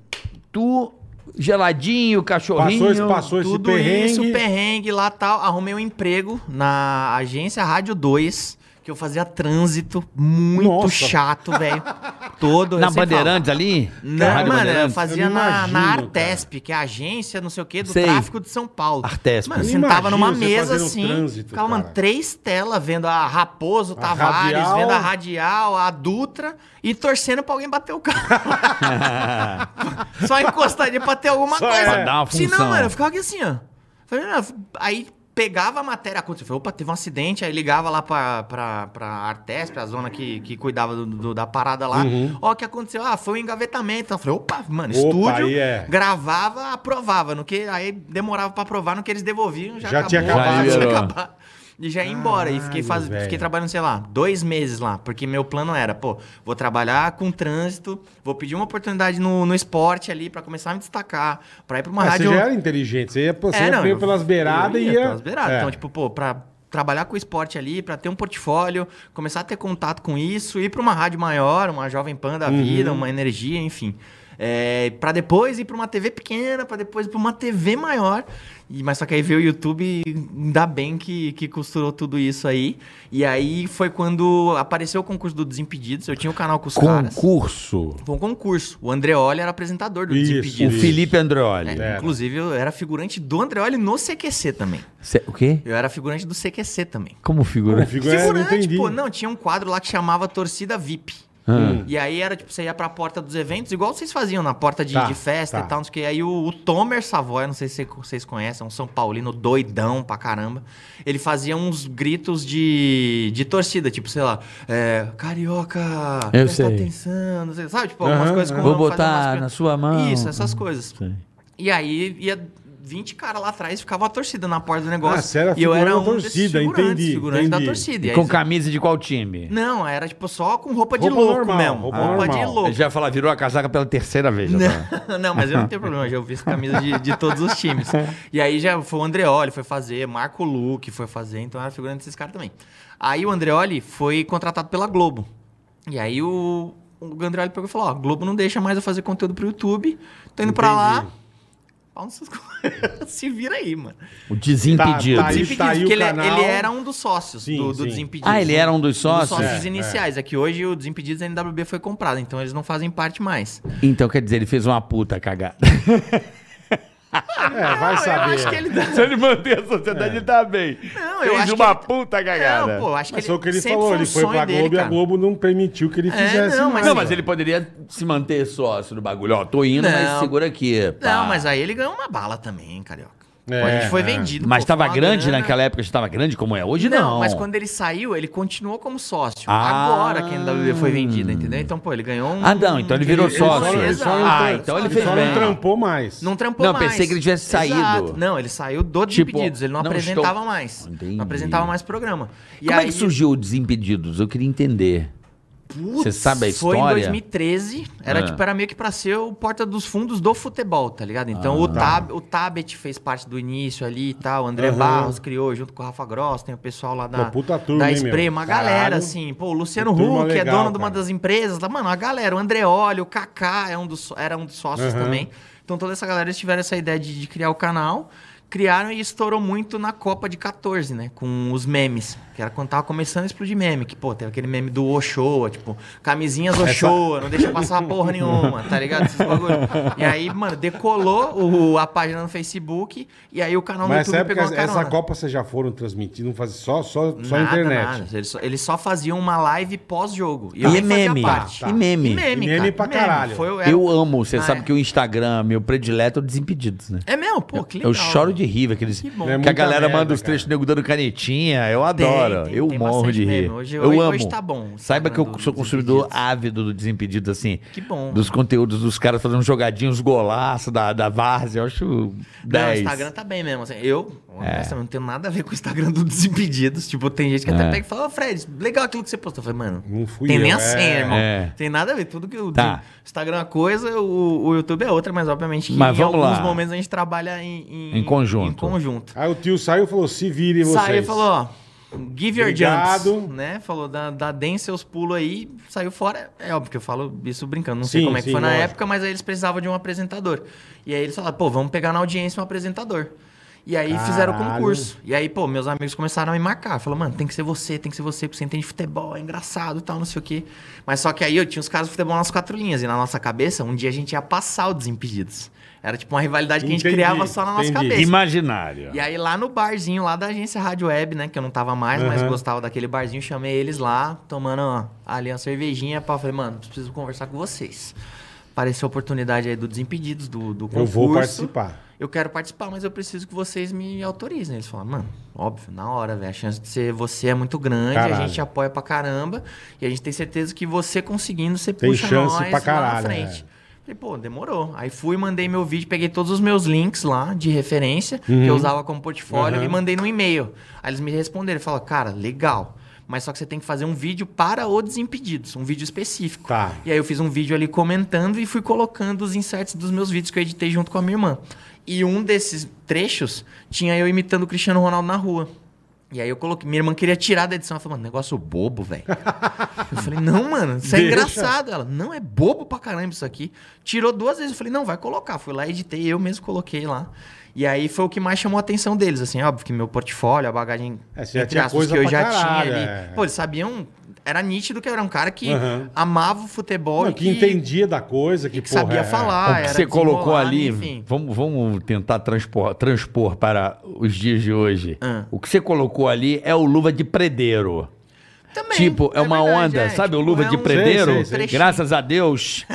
[SPEAKER 6] tu, geladinho, cachorrinho.
[SPEAKER 3] Passou, esse- passou esse
[SPEAKER 5] Tudo
[SPEAKER 3] perrengue. É,
[SPEAKER 5] isso, perrengue lá tal. Arrumei um emprego na agência Rádio 2, que eu fazia trânsito muito
[SPEAKER 3] Nossa.
[SPEAKER 5] chato, velho. Todo. eu
[SPEAKER 6] Na
[SPEAKER 5] sempre falo.
[SPEAKER 6] Bandeirantes ali?
[SPEAKER 5] Não,
[SPEAKER 6] Rádio
[SPEAKER 5] mano, eu
[SPEAKER 6] Bandeirantes?
[SPEAKER 5] fazia
[SPEAKER 3] Eu não
[SPEAKER 5] na, na
[SPEAKER 3] imagino,
[SPEAKER 5] Artesp, que é a agência, não sei o quê, do
[SPEAKER 6] Sei.
[SPEAKER 5] tráfico de São Paulo.
[SPEAKER 6] Artesp.
[SPEAKER 5] Mano, eu
[SPEAKER 3] Eu
[SPEAKER 5] sentava
[SPEAKER 3] imagino
[SPEAKER 5] numa
[SPEAKER 3] você
[SPEAKER 5] mesa
[SPEAKER 3] fazendo
[SPEAKER 5] assim,
[SPEAKER 3] trânsito,
[SPEAKER 5] ficava, mano,
[SPEAKER 3] cara.
[SPEAKER 5] três telas vendo a Raposo, Tavares,
[SPEAKER 3] Radial.
[SPEAKER 5] vendo a Radial, a Dutra e torcendo pra alguém bater o carro. Só encostaria pra ter alguma
[SPEAKER 3] Só
[SPEAKER 5] coisa.
[SPEAKER 3] é. Pra
[SPEAKER 6] dar uma
[SPEAKER 5] Se não,
[SPEAKER 6] função.
[SPEAKER 5] mano, eu ficava aqui assim, ó. Falei, não, aí pegava a matéria, aconteceu, falei, opa, teve um acidente, aí ligava lá pra, pra, pra Artesp, a zona que, que cuidava do- do- da parada lá, ó, o que aconteceu? Ah, foi um engavetamento. Eu falei, opa, mano,
[SPEAKER 3] Uhum. Opa,
[SPEAKER 5] estúdio,
[SPEAKER 3] aí é.
[SPEAKER 5] gravava, aprovava, no que, aí demorava pra aprovar, no que eles devolviam, já,
[SPEAKER 3] Já tinha
[SPEAKER 6] acabado.
[SPEAKER 5] já tinha
[SPEAKER 6] Liberou.
[SPEAKER 5] acabado. E já ia embora. E fiquei, faz...
[SPEAKER 3] velho.
[SPEAKER 5] fiquei trabalhando, sei lá, dois meses lá. Porque meu plano era, pô, vou trabalhar com trânsito, vou pedir uma oportunidade no, no esporte ali pra começar a me destacar, pra ir pra uma
[SPEAKER 3] Ah,
[SPEAKER 5] rádio. É,
[SPEAKER 3] Você já era inteligente, você ia, você ia
[SPEAKER 5] não,
[SPEAKER 3] meio
[SPEAKER 5] eu-
[SPEAKER 3] pelas beiradas
[SPEAKER 5] eu
[SPEAKER 3] e
[SPEAKER 5] ia
[SPEAKER 3] ia...
[SPEAKER 5] Pelas beiradas.
[SPEAKER 3] É.
[SPEAKER 5] Então, tipo, pô, pra trabalhar com esporte ali, pra ter um portfólio,
[SPEAKER 3] Uhum.
[SPEAKER 5] começar a ter contato com isso, ir pra uma rádio maior, uma Jovem Pan da vida, uma energia, enfim. É, para depois ir para uma TV pequena, para depois ir para uma TV maior. E, mas só que aí veio o YouTube, ainda bem que, que costurou tudo isso aí. E aí foi quando apareceu o concurso do Desimpedidos. Eu tinha o canal com os caras.
[SPEAKER 3] Concurso.
[SPEAKER 5] Foi um concurso. O Andreoli era apresentador do
[SPEAKER 3] Isso,
[SPEAKER 5] Desimpedidos.
[SPEAKER 3] isso.
[SPEAKER 6] Felipe Andreoli.
[SPEAKER 5] É, inclusive, eu era figurante do Andreoli no CQC também.
[SPEAKER 4] Cê- o quê?
[SPEAKER 5] Eu era figurante do CQC também.
[SPEAKER 4] Como figura?
[SPEAKER 3] Figu- é, não entendi.
[SPEAKER 5] pô. Não, tinha um quadro lá que chamava Torcida VIP.
[SPEAKER 4] Ah.
[SPEAKER 5] E aí era, tipo, você ia pra porta dos eventos, igual vocês faziam na porta de,
[SPEAKER 3] Tá,
[SPEAKER 5] de festa
[SPEAKER 3] tá.
[SPEAKER 5] e tal, não sei o que. Aí o, o Tomer Savoy, não sei se vocês conhecem, é um São Paulino doidão pra caramba. Ele fazia uns gritos de, de torcida, tipo, sei lá, é, carioca,
[SPEAKER 4] Eu
[SPEAKER 5] presta
[SPEAKER 4] sei.
[SPEAKER 5] atenção, não sei, sabe? Tipo, algumas
[SPEAKER 3] Aham,
[SPEAKER 5] coisas
[SPEAKER 3] aham.
[SPEAKER 5] como
[SPEAKER 4] Vou
[SPEAKER 5] fazer umas
[SPEAKER 4] botar
[SPEAKER 5] piadas.
[SPEAKER 4] na sua mão. Uhum,
[SPEAKER 5] Isso, essas coisas.
[SPEAKER 4] Sei.
[SPEAKER 5] E aí ia 20 caras lá atrás, ficava a torcida na porta do
[SPEAKER 3] Ah,
[SPEAKER 5] negócio.
[SPEAKER 3] você era
[SPEAKER 5] e eu
[SPEAKER 3] figurante
[SPEAKER 5] era
[SPEAKER 3] da
[SPEAKER 5] um desses
[SPEAKER 3] torcida,
[SPEAKER 5] figurantes,
[SPEAKER 3] entendi,
[SPEAKER 5] figurante da
[SPEAKER 3] entendi.
[SPEAKER 5] torcida. E aí
[SPEAKER 6] Com
[SPEAKER 5] você-
[SPEAKER 6] camisa de qual time?
[SPEAKER 5] Não, era tipo só com roupa de
[SPEAKER 3] Roupa
[SPEAKER 5] louco
[SPEAKER 3] normal,
[SPEAKER 5] mesmo.
[SPEAKER 3] roupa
[SPEAKER 5] Roupa,
[SPEAKER 3] normal. tá.
[SPEAKER 5] de
[SPEAKER 6] Ele
[SPEAKER 5] louco.
[SPEAKER 6] já fala, virou a casaca pela terceira vez. já fala.
[SPEAKER 5] Não, não, mas eu não tenho problema, eu já ouvi essa camisa de, de todos os times.
[SPEAKER 3] É.
[SPEAKER 5] E aí já foi o Andreoli, foi fazer, Marco Luque foi fazer, então era figurante desses caras também. Aí o Andreoli foi contratado pela Globo. E aí o, o Andreoli pegou e falou: Ó, Globo não deixa mais eu fazer conteúdo pro YouTube, tô indo pra lá. Pau nos seus c- Se vira aí, mano.
[SPEAKER 6] O desimpedido.
[SPEAKER 3] Tá, tá aí.
[SPEAKER 5] Desimpedidos,
[SPEAKER 3] o
[SPEAKER 5] porque ele,
[SPEAKER 3] canal.
[SPEAKER 5] ele era um dos sócios
[SPEAKER 3] Sim,
[SPEAKER 5] do, do
[SPEAKER 3] sim.
[SPEAKER 5] Desimpedidos. né?
[SPEAKER 6] Ah, ele era um dos
[SPEAKER 5] dos
[SPEAKER 6] sócios?
[SPEAKER 5] sócios
[SPEAKER 3] É,
[SPEAKER 5] iniciais. É. que hoje o Desimpedidos da NWB foi comprado, então eles não fazem parte mais.
[SPEAKER 6] Então quer dizer, ele fez uma puta cagada.
[SPEAKER 3] É, vai
[SPEAKER 5] não,
[SPEAKER 3] saber.
[SPEAKER 5] Ah, eu acho que ele...
[SPEAKER 6] Se ele manter a sociedade, ele tá bem.
[SPEAKER 5] Não, eu
[SPEAKER 6] fez
[SPEAKER 5] acho
[SPEAKER 6] uma
[SPEAKER 5] que ele-
[SPEAKER 6] puta cagada.
[SPEAKER 5] Não, pô, eu acho que
[SPEAKER 3] né? Mas
[SPEAKER 5] ele,
[SPEAKER 3] foi o que ele
[SPEAKER 5] sempre
[SPEAKER 3] falou,
[SPEAKER 5] foi um
[SPEAKER 3] ele foi pra
[SPEAKER 5] sonho dele,
[SPEAKER 3] Globo e a
[SPEAKER 5] cara. É,
[SPEAKER 3] Globo não permitiu que ele fizesse.
[SPEAKER 5] não, mas-
[SPEAKER 3] mais.
[SPEAKER 6] Não, mas ele poderia se manter sócio do bagulho. Ó, tô indo, mas
[SPEAKER 5] Não.
[SPEAKER 6] segura aqui. pá.
[SPEAKER 5] Não, mas aí ele ganhou uma bala também, carioca.
[SPEAKER 3] tá. É,
[SPEAKER 5] Pô, a gente foi
[SPEAKER 3] é.
[SPEAKER 5] vendido.
[SPEAKER 6] Mas
[SPEAKER 5] pô,
[SPEAKER 6] tava
[SPEAKER 5] foi uma
[SPEAKER 6] grande
[SPEAKER 5] grana.
[SPEAKER 6] naquela época, já tava grande como é hoje, não.
[SPEAKER 5] Não, mas quando ele saiu, ele continuou como sócio.
[SPEAKER 6] Ah.
[SPEAKER 5] Agora que a NWB foi vendida, entendeu? Então, pô, ele ganhou um.
[SPEAKER 6] Ah, não, então ele virou
[SPEAKER 5] foi-
[SPEAKER 6] sócio.
[SPEAKER 3] Ele só não
[SPEAKER 5] Exato.
[SPEAKER 6] Ah,
[SPEAKER 3] tra-
[SPEAKER 6] então ele fez
[SPEAKER 3] só
[SPEAKER 6] bem.
[SPEAKER 3] não trampou mais.
[SPEAKER 5] Não trampou
[SPEAKER 6] Não,
[SPEAKER 5] mais.
[SPEAKER 6] pensei que ele tivesse saído.
[SPEAKER 5] Não, ele saiu do
[SPEAKER 6] Tipo,
[SPEAKER 5] Desimpedidos. Ele não,
[SPEAKER 6] não
[SPEAKER 5] apresentava
[SPEAKER 6] estou-
[SPEAKER 5] mais.
[SPEAKER 6] Entendi.
[SPEAKER 5] Não apresentava mais programa. E
[SPEAKER 6] Como é
[SPEAKER 5] aí-
[SPEAKER 6] que surgiu o Desimpedidos? Eu queria entender.
[SPEAKER 5] Putz,
[SPEAKER 6] Você sabe a
[SPEAKER 5] Foi em
[SPEAKER 6] história?
[SPEAKER 5] 2013. Era,
[SPEAKER 6] Ah.
[SPEAKER 5] tipo, era meio que pra ser o porta dos fundos do futebol, tá ligado? Então
[SPEAKER 6] Ah.
[SPEAKER 5] o, Tab, o Tabet fez parte do início ali e tal. O André
[SPEAKER 3] Aham.
[SPEAKER 5] Barros criou junto com o Rafa Gross. Tem o pessoal lá da,
[SPEAKER 3] Uma puta turma,
[SPEAKER 5] da
[SPEAKER 3] hein,
[SPEAKER 5] Spray.
[SPEAKER 3] meu?
[SPEAKER 5] Uma
[SPEAKER 3] Caralho.
[SPEAKER 5] galera, assim. Pô, o Luciano
[SPEAKER 3] Que turma
[SPEAKER 5] Huck é
[SPEAKER 3] legal,
[SPEAKER 5] dono de uma
[SPEAKER 3] cara.
[SPEAKER 5] das empresas. Lá, mano, a galera. O André Olho, o Kaká é um dos, era um dos sócios
[SPEAKER 3] Aham.
[SPEAKER 5] também. Então toda essa galera eles tiveram essa ideia de, de criar o canal. Criaram e estourou muito na Copa de 14, né? Com os memes. Que era quando tava começando a explodir meme. Que, pô, teve aquele meme do Oshoa, tipo, camisinhas Oshoa, não deixa passar porra nenhuma, tá ligado? Esses bagulho. E aí, mano, decolou o- a página no Facebook e aí o canal
[SPEAKER 3] Mas
[SPEAKER 5] no
[SPEAKER 3] essa
[SPEAKER 5] YouTube
[SPEAKER 3] época,
[SPEAKER 5] pegou uma carona.
[SPEAKER 3] essa Copa vocês já foram transmitindo, não fazia só, só, só
[SPEAKER 5] Nada,
[SPEAKER 3] internet.
[SPEAKER 5] nada. Eles só, eles só faziam uma live pós-jogo.
[SPEAKER 6] E,
[SPEAKER 5] eu nem fazia
[SPEAKER 6] meme.
[SPEAKER 5] parte.
[SPEAKER 6] E meme.
[SPEAKER 5] E meme,
[SPEAKER 3] E meme
[SPEAKER 5] cara,
[SPEAKER 3] pra caralho.
[SPEAKER 5] Foi, o- era-
[SPEAKER 6] Eu amo, você
[SPEAKER 5] Ah,
[SPEAKER 6] sabe
[SPEAKER 5] é.
[SPEAKER 6] que o Instagram, meu predileto é o Desimpedidos, né?
[SPEAKER 5] É mesmo? Pô, que legal.
[SPEAKER 6] eu choro de rir, aqueles que,
[SPEAKER 5] bom.
[SPEAKER 3] É
[SPEAKER 6] a
[SPEAKER 3] muita
[SPEAKER 6] galera
[SPEAKER 3] merda,
[SPEAKER 6] manda os
[SPEAKER 3] cara.
[SPEAKER 6] trechos nego dando canetinha, eu
[SPEAKER 5] Tem,
[SPEAKER 6] adoro,
[SPEAKER 5] tem,
[SPEAKER 6] eu
[SPEAKER 5] tem
[SPEAKER 6] morro
[SPEAKER 5] bastante
[SPEAKER 6] de rir.
[SPEAKER 5] meme. Hoje-
[SPEAKER 6] eu
[SPEAKER 5] hoje-
[SPEAKER 6] amo.
[SPEAKER 5] hoje tá bom, o
[SPEAKER 6] Saiba
[SPEAKER 5] Instagram
[SPEAKER 6] que eu
[SPEAKER 5] do-
[SPEAKER 6] sou
[SPEAKER 5] do
[SPEAKER 6] consumidor
[SPEAKER 5] Desimpedidos.
[SPEAKER 6] ávido do Desimpedidos, assim.
[SPEAKER 5] Que bom.
[SPEAKER 6] Dos conteúdos dos caras fazendo jogadinhos, golaço da, da Várzea, eu acho
[SPEAKER 5] Não, o
[SPEAKER 6] 10.
[SPEAKER 5] Instagram tá bem mesmo. assim. eu,
[SPEAKER 6] É.
[SPEAKER 5] honestamente, não tenho nada a ver com o Instagram do Desimpedidos. Tipo, tem gente que até
[SPEAKER 6] É.
[SPEAKER 5] pega e fala, ô Fred, legal aquilo que você postou. Eu falei, mano,
[SPEAKER 3] Não fui
[SPEAKER 5] tem
[SPEAKER 3] eu,
[SPEAKER 5] nem a
[SPEAKER 3] é.
[SPEAKER 5] senha, irmão.
[SPEAKER 6] É.
[SPEAKER 5] Tem nada a ver. Tudo que o
[SPEAKER 6] Tá.
[SPEAKER 5] Instagram é uma coisa, o, o YouTube é outra, mas obviamente que
[SPEAKER 6] Mas
[SPEAKER 5] em
[SPEAKER 6] vamos
[SPEAKER 5] alguns
[SPEAKER 6] lá.
[SPEAKER 5] momentos a gente trabalha em,
[SPEAKER 6] Em conjunto.
[SPEAKER 5] Em conjunto.
[SPEAKER 3] Aí o tio saiu e falou: se virem vocês.
[SPEAKER 5] Saiu e falou, ó. Give your
[SPEAKER 3] Obrigado.
[SPEAKER 5] jumps, né? Falou, dá, dá deem seus pulos aí, saiu fora. É óbvio que eu falo isso brincando, não sei
[SPEAKER 3] Sim,
[SPEAKER 5] como é que
[SPEAKER 3] sim,
[SPEAKER 5] foi na
[SPEAKER 3] lógico.
[SPEAKER 5] época, mas aí eles precisavam de um apresentador. E aí eles falaram, pô, vamos pegar na audiência um apresentador. E aí fizeram o
[SPEAKER 3] Caralho.
[SPEAKER 5] concurso. E aí, pô, meus amigos começaram a me marcar. Falaram, mano, tem que ser você, tem que ser você, porque você entende futebol, é engraçado e tal, não sei o quê. Mas só que aí eu tinha os caras de futebol nas quatro linhas. E na nossa cabeça, um dia a gente ia passar o Desimpedidos. Era tipo uma rivalidade que a
[SPEAKER 3] Entendi,
[SPEAKER 5] gente criava só na nossa
[SPEAKER 3] entendi.
[SPEAKER 5] cabeça.
[SPEAKER 6] Imaginário.
[SPEAKER 5] E aí lá no barzinho lá da agência Rádio Web, né? Que eu não tava mais, mas
[SPEAKER 3] Aham.
[SPEAKER 5] gostava daquele barzinho, chamei eles lá, tomando ó, ali uma cervejinha. Pra, falei, mano, preciso conversar com vocês. Apareceu a oportunidade aí do Desimpedidos, do, do concurso.
[SPEAKER 3] Eu vou participar.
[SPEAKER 5] Eu quero participar, mas eu preciso que vocês me autorizem. Eles falaram, mano, óbvio, na hora, velho. A chance de ser você é muito grande, a
[SPEAKER 3] Caralho.
[SPEAKER 5] gente apoia pra caramba. E a gente tem certeza que você conseguindo, você
[SPEAKER 3] Tem
[SPEAKER 5] puxa
[SPEAKER 3] chance
[SPEAKER 5] nós
[SPEAKER 3] pra
[SPEAKER 5] lá na
[SPEAKER 3] caralho,
[SPEAKER 5] frente.
[SPEAKER 3] é.
[SPEAKER 5] Falei, pô, demorou. Aí fui, mandei meu vídeo, peguei todos os meus links lá de referência, que eu usava como portfólio,
[SPEAKER 3] Uhum.
[SPEAKER 5] e mandei no e-mail. Aí eles me responderam, eles falaram, cara, legal. Mas só que você tem que fazer um vídeo para o Desimpedidos, um vídeo específico.
[SPEAKER 3] Tá.
[SPEAKER 5] E aí eu fiz um vídeo ali comentando e fui colocando os inserts dos meus vídeos que eu editei junto com a minha irmã. E um desses trechos tinha eu imitando o Cristiano Ronaldo na rua. E aí eu coloquei. Minha irmã queria tirar da edição. Ela falou, mano, negócio bobo, velho. eu falei, não, mano, isso é
[SPEAKER 3] Deixa.
[SPEAKER 5] engraçado. Ela, não, é bobo pra caramba isso aqui. Tirou duas vezes. Eu falei, não, vai colocar. Fui lá, editei, eu mesmo coloquei lá. E aí foi o que mais chamou a atenção deles, assim, óbvio que meu portfólio, a bagagem
[SPEAKER 3] É, você já
[SPEAKER 5] entre
[SPEAKER 3] tinha
[SPEAKER 5] aspas,
[SPEAKER 3] coisa
[SPEAKER 5] que eu
[SPEAKER 3] pra
[SPEAKER 5] já
[SPEAKER 3] caralho,
[SPEAKER 5] tinha ali.
[SPEAKER 3] é.
[SPEAKER 5] Pô, eles sabiam. Era nítido que eu era um cara que
[SPEAKER 3] Aham.
[SPEAKER 5] amava o futebol
[SPEAKER 3] Não,
[SPEAKER 5] e
[SPEAKER 3] que entendia da coisa, que,
[SPEAKER 5] que
[SPEAKER 3] porra,
[SPEAKER 5] sabia
[SPEAKER 3] é.
[SPEAKER 5] falar.
[SPEAKER 4] o que
[SPEAKER 5] era
[SPEAKER 4] você colocou
[SPEAKER 5] desenrolado,
[SPEAKER 4] ali,
[SPEAKER 5] enfim.
[SPEAKER 4] vamos, vamos tentar transpor, transpor para os dias de hoje.
[SPEAKER 5] Ah.
[SPEAKER 4] O que você colocou ali é o luva de predeiro.
[SPEAKER 5] Também,
[SPEAKER 4] tipo, é, uma
[SPEAKER 5] verdade,
[SPEAKER 4] onda,
[SPEAKER 5] é.
[SPEAKER 4] sabe? o
[SPEAKER 5] Tipo,
[SPEAKER 4] luva
[SPEAKER 5] é
[SPEAKER 4] de
[SPEAKER 5] um-
[SPEAKER 4] predeiro.
[SPEAKER 3] Sei, sei, sei.
[SPEAKER 4] Graças a Deus.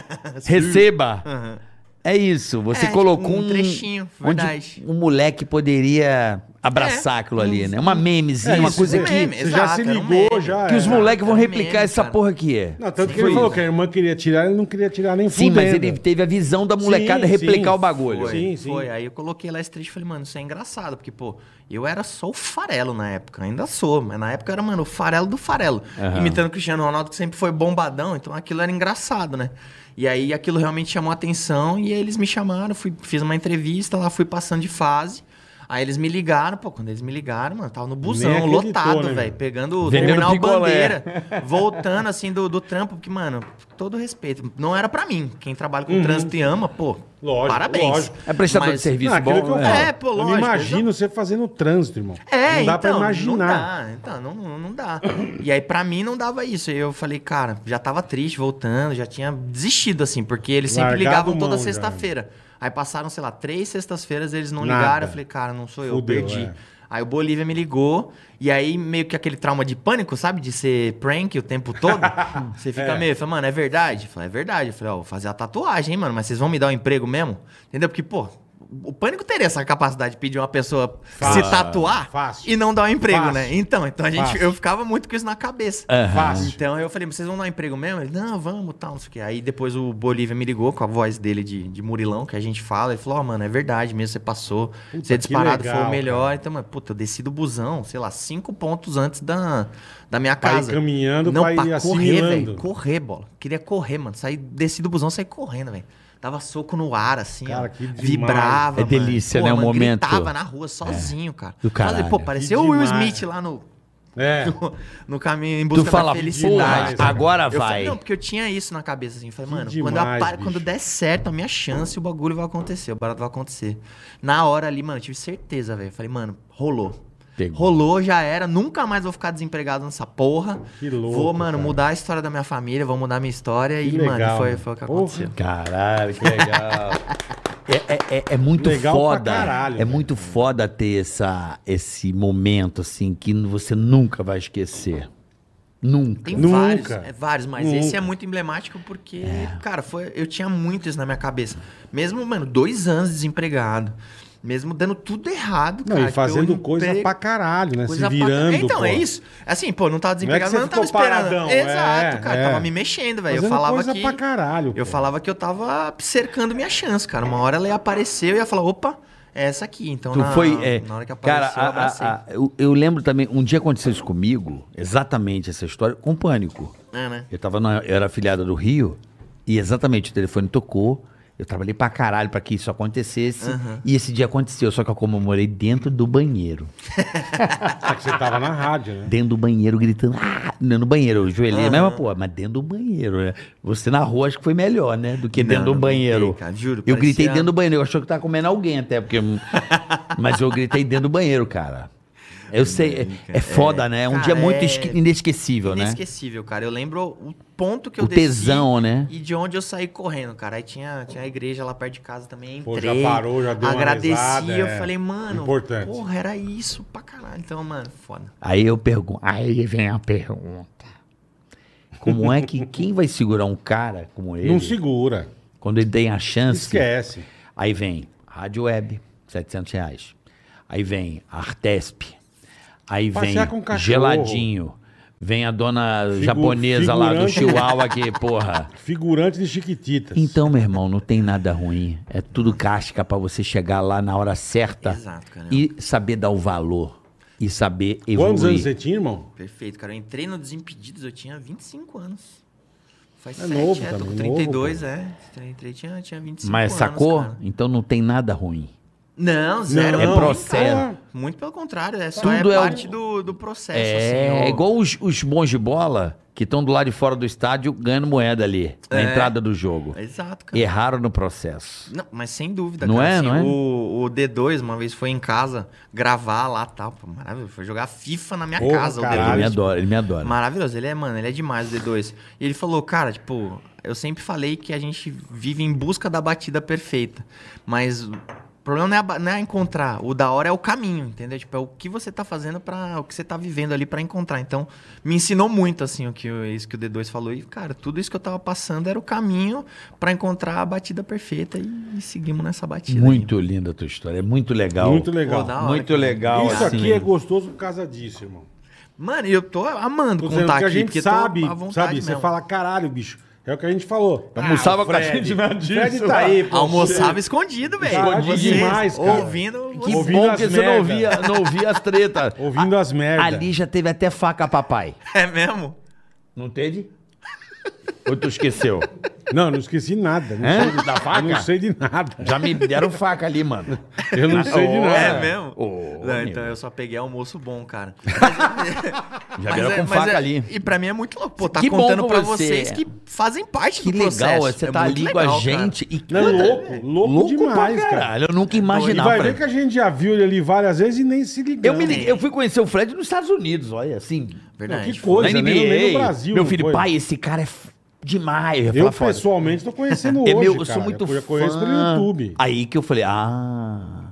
[SPEAKER 4] receba.
[SPEAKER 5] Aham.
[SPEAKER 4] É isso. Você
[SPEAKER 5] É,
[SPEAKER 4] colocou
[SPEAKER 5] tipo, um
[SPEAKER 4] um.
[SPEAKER 5] trechinho, verdade.
[SPEAKER 4] Onde um moleque poderia abraçar
[SPEAKER 5] É,
[SPEAKER 4] aquilo ali,
[SPEAKER 5] um-
[SPEAKER 4] né? Uma memezinha,
[SPEAKER 3] É,
[SPEAKER 4] uma
[SPEAKER 3] isso,
[SPEAKER 4] coisa
[SPEAKER 3] um
[SPEAKER 4] que,
[SPEAKER 5] meme,
[SPEAKER 3] Você já
[SPEAKER 5] Exato,
[SPEAKER 3] se
[SPEAKER 5] era um
[SPEAKER 3] ligou,
[SPEAKER 5] meme.
[SPEAKER 3] já.
[SPEAKER 4] que os
[SPEAKER 3] é.
[SPEAKER 4] moleques vão
[SPEAKER 5] Era um meme,
[SPEAKER 4] replicar essa
[SPEAKER 5] cara.
[SPEAKER 4] porra que é.
[SPEAKER 3] Não, tanto que
[SPEAKER 4] Foi
[SPEAKER 3] ele falou
[SPEAKER 4] isso.
[SPEAKER 3] que a irmã queria tirar, ele não queria tirar nem
[SPEAKER 4] Sim, mas ele
[SPEAKER 3] fudendo.
[SPEAKER 4] teve a visão da molecada
[SPEAKER 3] Sim,
[SPEAKER 4] replicar
[SPEAKER 3] sim,
[SPEAKER 4] o bagulho.
[SPEAKER 5] Foi,
[SPEAKER 3] Sim, sim.
[SPEAKER 5] foi. Aí eu coloquei lá esse trecho e falei, mano, isso é engraçado, porque, pô, eu era só o farelo na época, ainda sou, mas na época eu era, mano, o farelo do farelo.
[SPEAKER 4] Aham.
[SPEAKER 5] Imitando o Cristiano Ronaldo, que sempre foi bombadão, então aquilo era engraçado, né? E aí aquilo realmente chamou a atenção e aí eles me chamaram, fui, fiz uma entrevista lá, fui passando de fase. Aí eles me ligaram, pô, quando eles me ligaram, mano, tava no busão,
[SPEAKER 3] Nem acreditou,
[SPEAKER 5] lotado,
[SPEAKER 3] né,
[SPEAKER 5] velho,
[SPEAKER 3] meu?
[SPEAKER 5] pegando o
[SPEAKER 4] Vendendo
[SPEAKER 5] terminal
[SPEAKER 4] picolé.
[SPEAKER 5] bandeira. voltando assim do, do trampo, porque, mano, todo respeito, não era pra mim. Quem trabalha
[SPEAKER 3] Uhum.
[SPEAKER 5] com trânsito e ama, pô,
[SPEAKER 3] Lógico,
[SPEAKER 5] parabéns.
[SPEAKER 3] lógico.
[SPEAKER 4] É prestador
[SPEAKER 5] Mas-
[SPEAKER 4] de serviço
[SPEAKER 3] Não, aquilo que
[SPEAKER 4] bom.
[SPEAKER 3] eu
[SPEAKER 4] né?
[SPEAKER 3] falo.
[SPEAKER 5] É, pô,
[SPEAKER 3] Eu não
[SPEAKER 5] lógico,
[SPEAKER 3] imagino você fazendo trânsito, irmão.
[SPEAKER 5] É,
[SPEAKER 3] não dá
[SPEAKER 5] então,
[SPEAKER 3] pra imaginar.
[SPEAKER 5] Não dá, então, não, não- não dá. E aí, pra mim, não dava isso. E eu falei, cara, já tava triste, voltando, já tinha desistido, assim, porque eles sempre
[SPEAKER 3] Largado
[SPEAKER 5] ligavam toda
[SPEAKER 3] mão já.
[SPEAKER 5] sexta-feira. Aí passaram, sei lá, três sextas-feiras, eles não
[SPEAKER 3] Nada.
[SPEAKER 5] ligaram. Eu falei, cara, não sou eu,
[SPEAKER 3] Fudeu,
[SPEAKER 5] perdi.
[SPEAKER 3] é.
[SPEAKER 5] Aí o Bolívia me ligou, e aí meio que aquele trauma de pânico, sabe? De ser prank o tempo todo. Você fica meio, fala, mano, é verdade? Eu falei, é verdade. Eu falei, ó, vou fazer a tatuagem, hein, mano, mas vocês vão me dar um emprego mesmo? Entendeu? Porque, pô, o pânico teria essa capacidade de pedir uma pessoa se
[SPEAKER 3] Fácil.
[SPEAKER 5] tatuar
[SPEAKER 3] Fácil.
[SPEAKER 5] e não dar um emprego,
[SPEAKER 3] Fácil.
[SPEAKER 5] né? Então, então a gente,
[SPEAKER 3] Fácil.
[SPEAKER 5] eu ficava muito com isso na
[SPEAKER 4] É.
[SPEAKER 5] cabeça.
[SPEAKER 3] Fácil.
[SPEAKER 5] Então eu falei, vocês vão dar um emprego mesmo? Ele, não, vamos, tal, não sei o quê. Aí depois o Bolívia me ligou com a voz dele de, de Murilão, que a gente fala. Ele falou, ó, mano, é verdade mesmo, você passou.
[SPEAKER 3] Puta,
[SPEAKER 5] você é
[SPEAKER 3] que
[SPEAKER 5] disparado foi
[SPEAKER 3] legal,
[SPEAKER 5] o melhor. Então, mano, puta, eu desci do busão, sei lá, cinco pontos antes da, da minha
[SPEAKER 3] Pra ir
[SPEAKER 5] casa.
[SPEAKER 3] caminhando,
[SPEAKER 5] não,
[SPEAKER 3] pra ir
[SPEAKER 5] correr,
[SPEAKER 3] assimilando.
[SPEAKER 5] velho. Correr, bola. Queria correr, mano. Saí, desci do busão, saí correndo, velho. Dava soco no ar, assim,
[SPEAKER 3] Cara,
[SPEAKER 5] ó.
[SPEAKER 3] que demais.
[SPEAKER 5] vibrava.
[SPEAKER 4] É
[SPEAKER 5] mano.
[SPEAKER 4] delícia, né, o momento. É,
[SPEAKER 5] Gritava na rua sozinho, cara.
[SPEAKER 4] Do
[SPEAKER 5] Fazia-
[SPEAKER 4] caralho.
[SPEAKER 5] Pô,
[SPEAKER 4] Que
[SPEAKER 5] parecia o Will
[SPEAKER 3] demais.
[SPEAKER 5] Smith lá no,
[SPEAKER 3] É.
[SPEAKER 5] no, no caminho em
[SPEAKER 4] Tu
[SPEAKER 5] busca
[SPEAKER 4] fala,
[SPEAKER 5] da felicidade.
[SPEAKER 4] felicidade.
[SPEAKER 3] porra,
[SPEAKER 4] agora
[SPEAKER 5] Eu
[SPEAKER 4] vai.
[SPEAKER 5] falei, não, porque eu tinha isso na cabeça, assim. eu Falei,
[SPEAKER 3] Que
[SPEAKER 5] mano,
[SPEAKER 3] demais,
[SPEAKER 5] quando, eu apa-
[SPEAKER 3] bicho.
[SPEAKER 5] quando der certo a minha chance, o bagulho vai acontecer, o barato vai acontecer. Na hora ali, mano, eu tive certeza, velho. eu Falei, mano, rolou.
[SPEAKER 4] Pegou.
[SPEAKER 5] Rolou, já era. Nunca mais vou ficar desempregado nessa porra.
[SPEAKER 3] Que louco,
[SPEAKER 5] Vou, mano,
[SPEAKER 3] cara.
[SPEAKER 5] mudar a história da minha família, vou mudar a minha história.
[SPEAKER 3] Que
[SPEAKER 5] e,
[SPEAKER 3] legal,
[SPEAKER 5] mano, foi,
[SPEAKER 3] mano.
[SPEAKER 5] foi o que
[SPEAKER 3] Porra.
[SPEAKER 5] aconteceu.
[SPEAKER 4] Caralho, que legal. É, é- é- é muito
[SPEAKER 3] Legal pra
[SPEAKER 4] foda.
[SPEAKER 3] caralho,
[SPEAKER 4] é
[SPEAKER 3] velho.
[SPEAKER 4] muito foda ter essa, esse momento, assim, que você nunca vai esquecer. Nunca.
[SPEAKER 5] Tem
[SPEAKER 3] Nunca.
[SPEAKER 5] vários, é, vários, mas
[SPEAKER 3] Nunca. É.
[SPEAKER 5] esse é muito emblemático porque, cara, foi, eu tinha muito isso na minha cabeça. Mesmo, mano, dois anos desempregado, mesmo dando tudo errado,
[SPEAKER 3] Não,
[SPEAKER 5] cara.
[SPEAKER 3] e fazendo
[SPEAKER 5] pelo
[SPEAKER 3] coisa
[SPEAKER 5] emprego,
[SPEAKER 3] pra caralho, né?
[SPEAKER 5] coisa
[SPEAKER 3] se
[SPEAKER 5] pra-
[SPEAKER 3] virando.
[SPEAKER 5] Então,
[SPEAKER 3] pô.
[SPEAKER 5] é isso. Assim, pô, não tava
[SPEAKER 3] Não é que
[SPEAKER 5] desempregado,
[SPEAKER 3] você
[SPEAKER 5] mas não tava
[SPEAKER 3] ficou
[SPEAKER 5] esperando.
[SPEAKER 3] paradão, é,
[SPEAKER 5] Exato, cara,
[SPEAKER 3] é.
[SPEAKER 5] tava me mexendo, velho. Eu
[SPEAKER 3] Fazendo
[SPEAKER 5] falava
[SPEAKER 3] coisa
[SPEAKER 5] que
[SPEAKER 3] pra caralho,
[SPEAKER 5] Eu
[SPEAKER 3] pô.
[SPEAKER 5] falava que eu tava cercando minha chance, cara. Uma hora ela ia aparecer, eu ia falar, opa, é essa aqui. Então,
[SPEAKER 4] Tu
[SPEAKER 5] na,
[SPEAKER 4] foi. é,
[SPEAKER 5] na hora que
[SPEAKER 4] cara,
[SPEAKER 5] apareceu,
[SPEAKER 4] a-
[SPEAKER 5] eu abracei.
[SPEAKER 4] a- a- eu, eu lembro também, um dia aconteceu isso comigo, exatamente essa história, com pânico.
[SPEAKER 5] É, né?
[SPEAKER 4] Eu tava na- eu era afiliada do Rio e exatamente o telefone tocou. Eu trabalhei pra caralho pra que isso acontecesse. E esse dia aconteceu, só que eu comemorei dentro do banheiro.
[SPEAKER 3] Ah, que você tava na rádio, né?
[SPEAKER 4] Dentro do banheiro, gritando. Ah! Não, no banheiro, eu joelhei, mesma porra, mas dentro do banheiro, né? Você na rua acho que foi melhor, né? Do que
[SPEAKER 5] Não,
[SPEAKER 4] dentro do
[SPEAKER 5] não
[SPEAKER 4] banheiro.
[SPEAKER 5] gritei, cara, juro,
[SPEAKER 4] eu gritei
[SPEAKER 5] parecia-
[SPEAKER 4] dentro do banheiro, eu achou que tava comendo alguém até, porque. mas eu gritei dentro do banheiro, cara. Eu sei, é, é foda, né? É um
[SPEAKER 5] cara,
[SPEAKER 4] dia muito
[SPEAKER 5] é
[SPEAKER 4] esque- inesquecível, né?
[SPEAKER 5] Inesquecível, cara. Eu lembro o ponto que eu
[SPEAKER 4] O tesão, né?
[SPEAKER 5] E de onde eu saí correndo, cara. Aí tinha, tinha a igreja lá perto de casa também.
[SPEAKER 3] Pô,
[SPEAKER 5] Entrei,
[SPEAKER 3] já parou, já deu uma
[SPEAKER 5] Agradeci,
[SPEAKER 3] risada,
[SPEAKER 5] eu
[SPEAKER 3] é.
[SPEAKER 5] falei, mano,
[SPEAKER 3] Importante.
[SPEAKER 5] porra, era isso pra caralho. Então, mano, foda.
[SPEAKER 4] Aí eu pergunto, aí vem a pergunta. Como é que quem vai segurar um cara como ele
[SPEAKER 3] Não segura.
[SPEAKER 4] quando ele tem a chance?
[SPEAKER 3] Esquece.
[SPEAKER 4] Aí vem Rádio Web, 700 reais. Aí vem Artesp. Aí
[SPEAKER 3] Passear com
[SPEAKER 4] vem
[SPEAKER 3] cachorro.
[SPEAKER 4] Geladinho. Vem a dona japonesa lá do
[SPEAKER 3] figurante.
[SPEAKER 4] Chihuahua que, porra.
[SPEAKER 3] Figurante de Chiquititas.
[SPEAKER 4] Então, meu irmão, não tem nada ruim. É tudo casca pra você chegar lá na hora certa
[SPEAKER 5] Exato, cara.
[SPEAKER 4] Tá. e saber dar o valor e saber evoluir.
[SPEAKER 3] Quantos anos você tinha, irmão?
[SPEAKER 5] Perfeito, cara. Eu entrei no Desimpedidos, eu tinha 25 anos. Faz
[SPEAKER 3] É
[SPEAKER 5] sete,
[SPEAKER 3] novo
[SPEAKER 5] é, tô
[SPEAKER 3] também,
[SPEAKER 5] com
[SPEAKER 3] novo,
[SPEAKER 5] 32, é. Entrei, tinha, tinha 25
[SPEAKER 4] Mas
[SPEAKER 5] anos,
[SPEAKER 4] sacou?
[SPEAKER 5] cara.
[SPEAKER 4] Então não tem nada ruim.
[SPEAKER 5] Não, zero.
[SPEAKER 4] É
[SPEAKER 5] Não.
[SPEAKER 4] processo.
[SPEAKER 5] Muito pelo contrário, é só
[SPEAKER 4] Tudo
[SPEAKER 5] é
[SPEAKER 4] é o-
[SPEAKER 5] parte do, do processo.
[SPEAKER 4] É,
[SPEAKER 5] assim, ó.
[SPEAKER 4] é igual os, os bons de bola que estão do lado de fora do estádio ganhando moeda ali, na
[SPEAKER 5] É.
[SPEAKER 4] entrada do jogo.
[SPEAKER 5] Exato, cara.
[SPEAKER 4] Erraram no processo.
[SPEAKER 5] Não, mas sem dúvida,
[SPEAKER 4] Não
[SPEAKER 5] cara. assim,
[SPEAKER 4] é, não é?
[SPEAKER 5] O, o D2 uma vez foi em casa gravar lá e tal. Pô, maravilhoso. Foi jogar FIFA na minha
[SPEAKER 3] Porra,
[SPEAKER 5] casa,
[SPEAKER 3] caralho.
[SPEAKER 5] o
[SPEAKER 4] Ele me
[SPEAKER 5] D2.
[SPEAKER 4] adora, ele me adora.
[SPEAKER 5] Maravilhoso, ele é, mano, ele é demais o D2. E ele falou, cara, tipo, eu sempre falei que a gente vive em busca da batida perfeita. Mas o problema não é, a ba- não é encontrar, o da hora é o caminho, entendeu? Tipo, é o que você tá fazendo para o que você tá vivendo ali pra encontrar. Então, me ensinou muito, assim, o que, o- isso que o D2 falou. E, cara, tudo isso que eu tava passando era o caminho pra encontrar a batida perfeita e, e seguimos nessa batida. aí.
[SPEAKER 4] Muito linda a tua história, é muito legal.
[SPEAKER 3] Muito legal.
[SPEAKER 5] Pô, da hora,
[SPEAKER 4] Muito
[SPEAKER 5] cara.
[SPEAKER 4] legal,
[SPEAKER 3] Isso
[SPEAKER 4] assim.
[SPEAKER 3] aqui é gostoso por causa disso, irmão.
[SPEAKER 5] Mano, eu tô amando
[SPEAKER 3] Tô dizendo
[SPEAKER 5] contar
[SPEAKER 3] que a
[SPEAKER 5] aqui,
[SPEAKER 3] gente
[SPEAKER 5] porque
[SPEAKER 3] sabe,
[SPEAKER 5] tô à vontade
[SPEAKER 3] sabe?
[SPEAKER 5] mesmo.
[SPEAKER 3] Você fala, caralho, bicho. É o que a gente falou.
[SPEAKER 4] Almoçava
[SPEAKER 3] o
[SPEAKER 4] com a
[SPEAKER 3] Fred.
[SPEAKER 4] gente na
[SPEAKER 3] Fred
[SPEAKER 4] disso,
[SPEAKER 3] tá
[SPEAKER 4] lá.
[SPEAKER 3] aí, pô.
[SPEAKER 5] Almoçava escondido, velho.
[SPEAKER 3] Caralho,
[SPEAKER 5] Vocês
[SPEAKER 3] demais, cara.
[SPEAKER 5] Ouvindo.
[SPEAKER 4] Que
[SPEAKER 5] vocês-
[SPEAKER 3] Ouvindo
[SPEAKER 4] bom
[SPEAKER 3] as
[SPEAKER 4] que você não
[SPEAKER 3] merda.
[SPEAKER 4] ouvia, não ouvia as tretas.
[SPEAKER 3] Ouvindo as merdas.
[SPEAKER 4] Ali já teve até faca, papai.
[SPEAKER 5] É mesmo?
[SPEAKER 4] Não teve? Ou tu esqueceu?
[SPEAKER 3] Não, não esqueci nada. Não,
[SPEAKER 4] Hã?
[SPEAKER 3] sei,
[SPEAKER 4] Da faca?
[SPEAKER 3] Eu não sei de nada.
[SPEAKER 4] Já me deram faca ali, mano.
[SPEAKER 3] Eu não sei de
[SPEAKER 4] Oh,
[SPEAKER 3] nada.
[SPEAKER 5] É mesmo?
[SPEAKER 4] Ô,
[SPEAKER 5] Não,
[SPEAKER 4] meu.
[SPEAKER 5] então eu só peguei almoço bom, cara.
[SPEAKER 4] Já
[SPEAKER 5] Mas
[SPEAKER 4] vieram
[SPEAKER 5] é-
[SPEAKER 4] com
[SPEAKER 5] mas
[SPEAKER 4] faca
[SPEAKER 5] é-
[SPEAKER 4] ali.
[SPEAKER 5] E pra mim é muito louco. Pô, tá
[SPEAKER 4] Que bom
[SPEAKER 5] contando
[SPEAKER 4] com
[SPEAKER 5] pra
[SPEAKER 4] você.
[SPEAKER 5] vocês que fazem parte
[SPEAKER 4] Que
[SPEAKER 5] do
[SPEAKER 4] legal,
[SPEAKER 5] processo.
[SPEAKER 4] você
[SPEAKER 5] É
[SPEAKER 4] tá
[SPEAKER 5] muito
[SPEAKER 4] ali com
[SPEAKER 5] legal,
[SPEAKER 4] a gente e
[SPEAKER 3] Não, louco, louco, demais,
[SPEAKER 4] pra
[SPEAKER 3] cara.
[SPEAKER 4] caralho. Eu nunca
[SPEAKER 3] E
[SPEAKER 4] imaginava.
[SPEAKER 3] vai ver que a gente já viu ele ali várias vezes e nem se né? ligou.
[SPEAKER 4] Eu, me liguei- eu fui conhecer o Fred nos Estados Unidos, olha, assim.
[SPEAKER 5] Cara. Verdade.
[SPEAKER 3] que coisa.
[SPEAKER 4] na
[SPEAKER 3] né?
[SPEAKER 4] NBA.
[SPEAKER 3] Eu nem no Brasil,
[SPEAKER 4] Meu
[SPEAKER 3] não
[SPEAKER 4] filho,
[SPEAKER 3] foi?
[SPEAKER 4] pai, esse cara é f- demais. ia
[SPEAKER 3] Eu
[SPEAKER 4] falar foda.
[SPEAKER 3] pessoalmente tô conhecendo hoje,
[SPEAKER 4] É meu, eu
[SPEAKER 3] cara.
[SPEAKER 4] sou muito
[SPEAKER 3] Eu
[SPEAKER 4] fã.
[SPEAKER 3] conheço pelo YouTube.
[SPEAKER 4] Aí que eu falei, ah,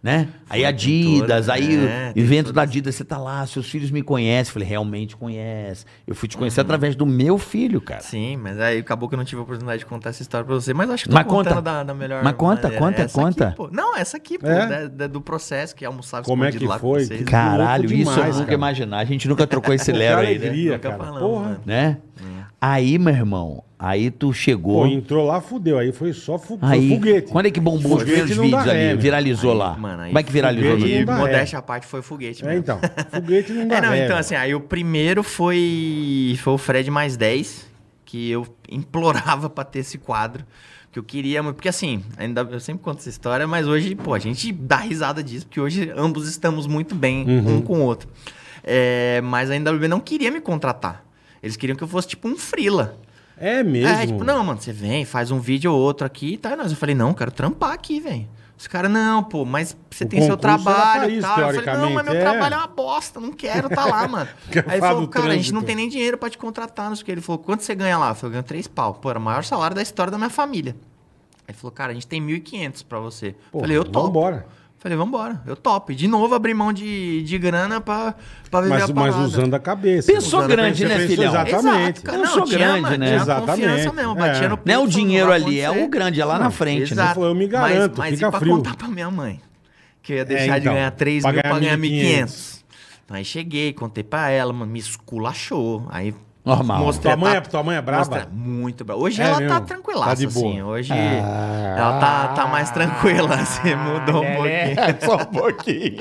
[SPEAKER 4] né? Aí
[SPEAKER 5] Fã,
[SPEAKER 4] Adidas,
[SPEAKER 5] tem
[SPEAKER 4] aí
[SPEAKER 5] toda- é, tem
[SPEAKER 4] evento da Adidas, você tá lá, seus filhos me conhecem. Eu Falei, realmente conhece. Eu fui te conhecer através do meu filho, cara.
[SPEAKER 5] Uhum. Sim, mas aí acabou que eu não tive a oportunidade de contar essa história pra você, mas acho que tô
[SPEAKER 4] Mas
[SPEAKER 5] contando
[SPEAKER 4] conta.
[SPEAKER 5] da, da melhor
[SPEAKER 4] Mas conta,
[SPEAKER 5] maneira.
[SPEAKER 4] conta,
[SPEAKER 5] Essa aqui,
[SPEAKER 4] conta.
[SPEAKER 5] pô. Não, essa aqui, pô,
[SPEAKER 3] É?
[SPEAKER 5] da- da- do processo que almoçava
[SPEAKER 3] Como é
[SPEAKER 5] escondido
[SPEAKER 3] que
[SPEAKER 5] lá
[SPEAKER 3] foi?
[SPEAKER 5] com vocês.
[SPEAKER 3] Que
[SPEAKER 4] Caralho,
[SPEAKER 3] Louco
[SPEAKER 4] isso eu
[SPEAKER 3] demais,
[SPEAKER 4] nunca
[SPEAKER 3] cara.
[SPEAKER 4] imaginar. A gente nunca trocou esse Lero
[SPEAKER 3] que
[SPEAKER 4] aí, né?
[SPEAKER 3] alegria,
[SPEAKER 5] Nunca
[SPEAKER 3] cara.
[SPEAKER 5] falamos,
[SPEAKER 3] Porra.
[SPEAKER 5] mano.
[SPEAKER 4] Né?
[SPEAKER 5] É.
[SPEAKER 4] Aí, meu irmão, aí tu chegou.
[SPEAKER 3] Pô, entrou lá, fudeu. Aí foi só fu foi
[SPEAKER 4] aí,
[SPEAKER 3] foguete.
[SPEAKER 4] quando é que bombou os
[SPEAKER 3] Foguete
[SPEAKER 4] primeiros
[SPEAKER 3] não
[SPEAKER 4] vídeos
[SPEAKER 3] dá
[SPEAKER 4] ali?
[SPEAKER 3] ré, meu.
[SPEAKER 4] viralizou lá.
[SPEAKER 5] Mano, aí
[SPEAKER 4] Como é que viralizou?
[SPEAKER 3] foguete
[SPEAKER 5] E
[SPEAKER 3] Não dá
[SPEAKER 5] modéstia à parte foi foguete
[SPEAKER 3] É,
[SPEAKER 5] mesmo.
[SPEAKER 3] então. Foguete não dá
[SPEAKER 5] É, não,
[SPEAKER 3] ré,
[SPEAKER 5] então
[SPEAKER 3] velho.
[SPEAKER 5] assim, aí o primeiro foi foi o Fred mais 10, que eu implorava pra ter esse quadro, que eu queria, muito, porque assim, ainda eu sempre conto essa história, mas hoje, pô, a gente dá risada disso, porque hoje ambos estamos muito bem um com o outro. É, mas a NWB não queria me contratar. Eles queriam que eu fosse tipo um frila.
[SPEAKER 3] É mesmo.
[SPEAKER 5] É, tipo, não, mano, você vem, faz um vídeo ou outro aqui e tá. Nós. Eu falei, não, quero trampar aqui, velho. Os caras, não, pô, mas você
[SPEAKER 3] O
[SPEAKER 5] tem seu
[SPEAKER 3] concurso era pra
[SPEAKER 5] trabalho e
[SPEAKER 3] isso,
[SPEAKER 5] tal. Eu falei, não, mas meu
[SPEAKER 3] teoricamente, é.
[SPEAKER 5] trabalho é uma bosta, não quero tá lá, mano.
[SPEAKER 3] Quer
[SPEAKER 5] Aí ele
[SPEAKER 3] falar
[SPEAKER 5] falou,
[SPEAKER 3] do
[SPEAKER 5] cara, a gente
[SPEAKER 3] trânsito.
[SPEAKER 5] não tem nem dinheiro pra te contratar, não sei o que. Ele falou, quanto você ganha lá? Eu falei, eu ganho três pau. Pô, era o maior salário da história da minha família. Aí ele falou, cara, a gente tem 1.500 pra você.
[SPEAKER 3] Pô,
[SPEAKER 5] Eu falei, eu topo.
[SPEAKER 3] Vambora.
[SPEAKER 5] Falei, vambora, eu topo. E de novo abri mão de, de grana pra, pra viver
[SPEAKER 3] Mas,
[SPEAKER 5] a
[SPEAKER 3] mas
[SPEAKER 5] parada.
[SPEAKER 3] usando a cabeça.
[SPEAKER 4] Pensou
[SPEAKER 3] Usando a
[SPEAKER 4] grande,
[SPEAKER 3] cabeça,
[SPEAKER 4] né,
[SPEAKER 3] pensou-
[SPEAKER 4] filhão?
[SPEAKER 3] Exatamente.
[SPEAKER 5] Exato, cara.
[SPEAKER 4] Eu
[SPEAKER 5] Não,
[SPEAKER 4] sou
[SPEAKER 5] tinha-
[SPEAKER 4] grande, né?
[SPEAKER 5] tinha
[SPEAKER 3] Exatamente.
[SPEAKER 5] confiança mesmo, batia
[SPEAKER 3] É.
[SPEAKER 5] no
[SPEAKER 4] Não é o
[SPEAKER 5] peito,
[SPEAKER 4] dinheiro
[SPEAKER 5] vai
[SPEAKER 4] ali, é
[SPEAKER 5] acontecer.
[SPEAKER 4] o grande, é lá na frente, né?
[SPEAKER 5] Exato.
[SPEAKER 3] falou, eu me garanto,
[SPEAKER 5] mas, mas
[SPEAKER 3] fica
[SPEAKER 5] e pra
[SPEAKER 3] frio.
[SPEAKER 5] contar pra minha mãe? Que eu ia deixar
[SPEAKER 3] É, então,
[SPEAKER 5] de ganhar 3
[SPEAKER 3] pra
[SPEAKER 5] mil
[SPEAKER 3] ganhar
[SPEAKER 5] pra ganhar
[SPEAKER 3] 1.500.
[SPEAKER 5] 1.500. Então, aí cheguei, contei pra ela, mano, me esculachou. Aí
[SPEAKER 4] Normal.
[SPEAKER 3] Tua mãe, é-
[SPEAKER 5] tá-
[SPEAKER 3] tua mãe é brava?
[SPEAKER 5] mostra- muito brava. Hoje
[SPEAKER 3] É
[SPEAKER 5] ela
[SPEAKER 3] mesmo?
[SPEAKER 5] tá
[SPEAKER 3] Tá
[SPEAKER 5] tranquilaça,
[SPEAKER 3] de boa.
[SPEAKER 5] assim. Hoje
[SPEAKER 4] Ah.
[SPEAKER 5] ela tá, tá mais tranquila, assim. Mudou
[SPEAKER 3] Ah,
[SPEAKER 5] um pouquinho.
[SPEAKER 3] É,
[SPEAKER 6] Só um pouquinho.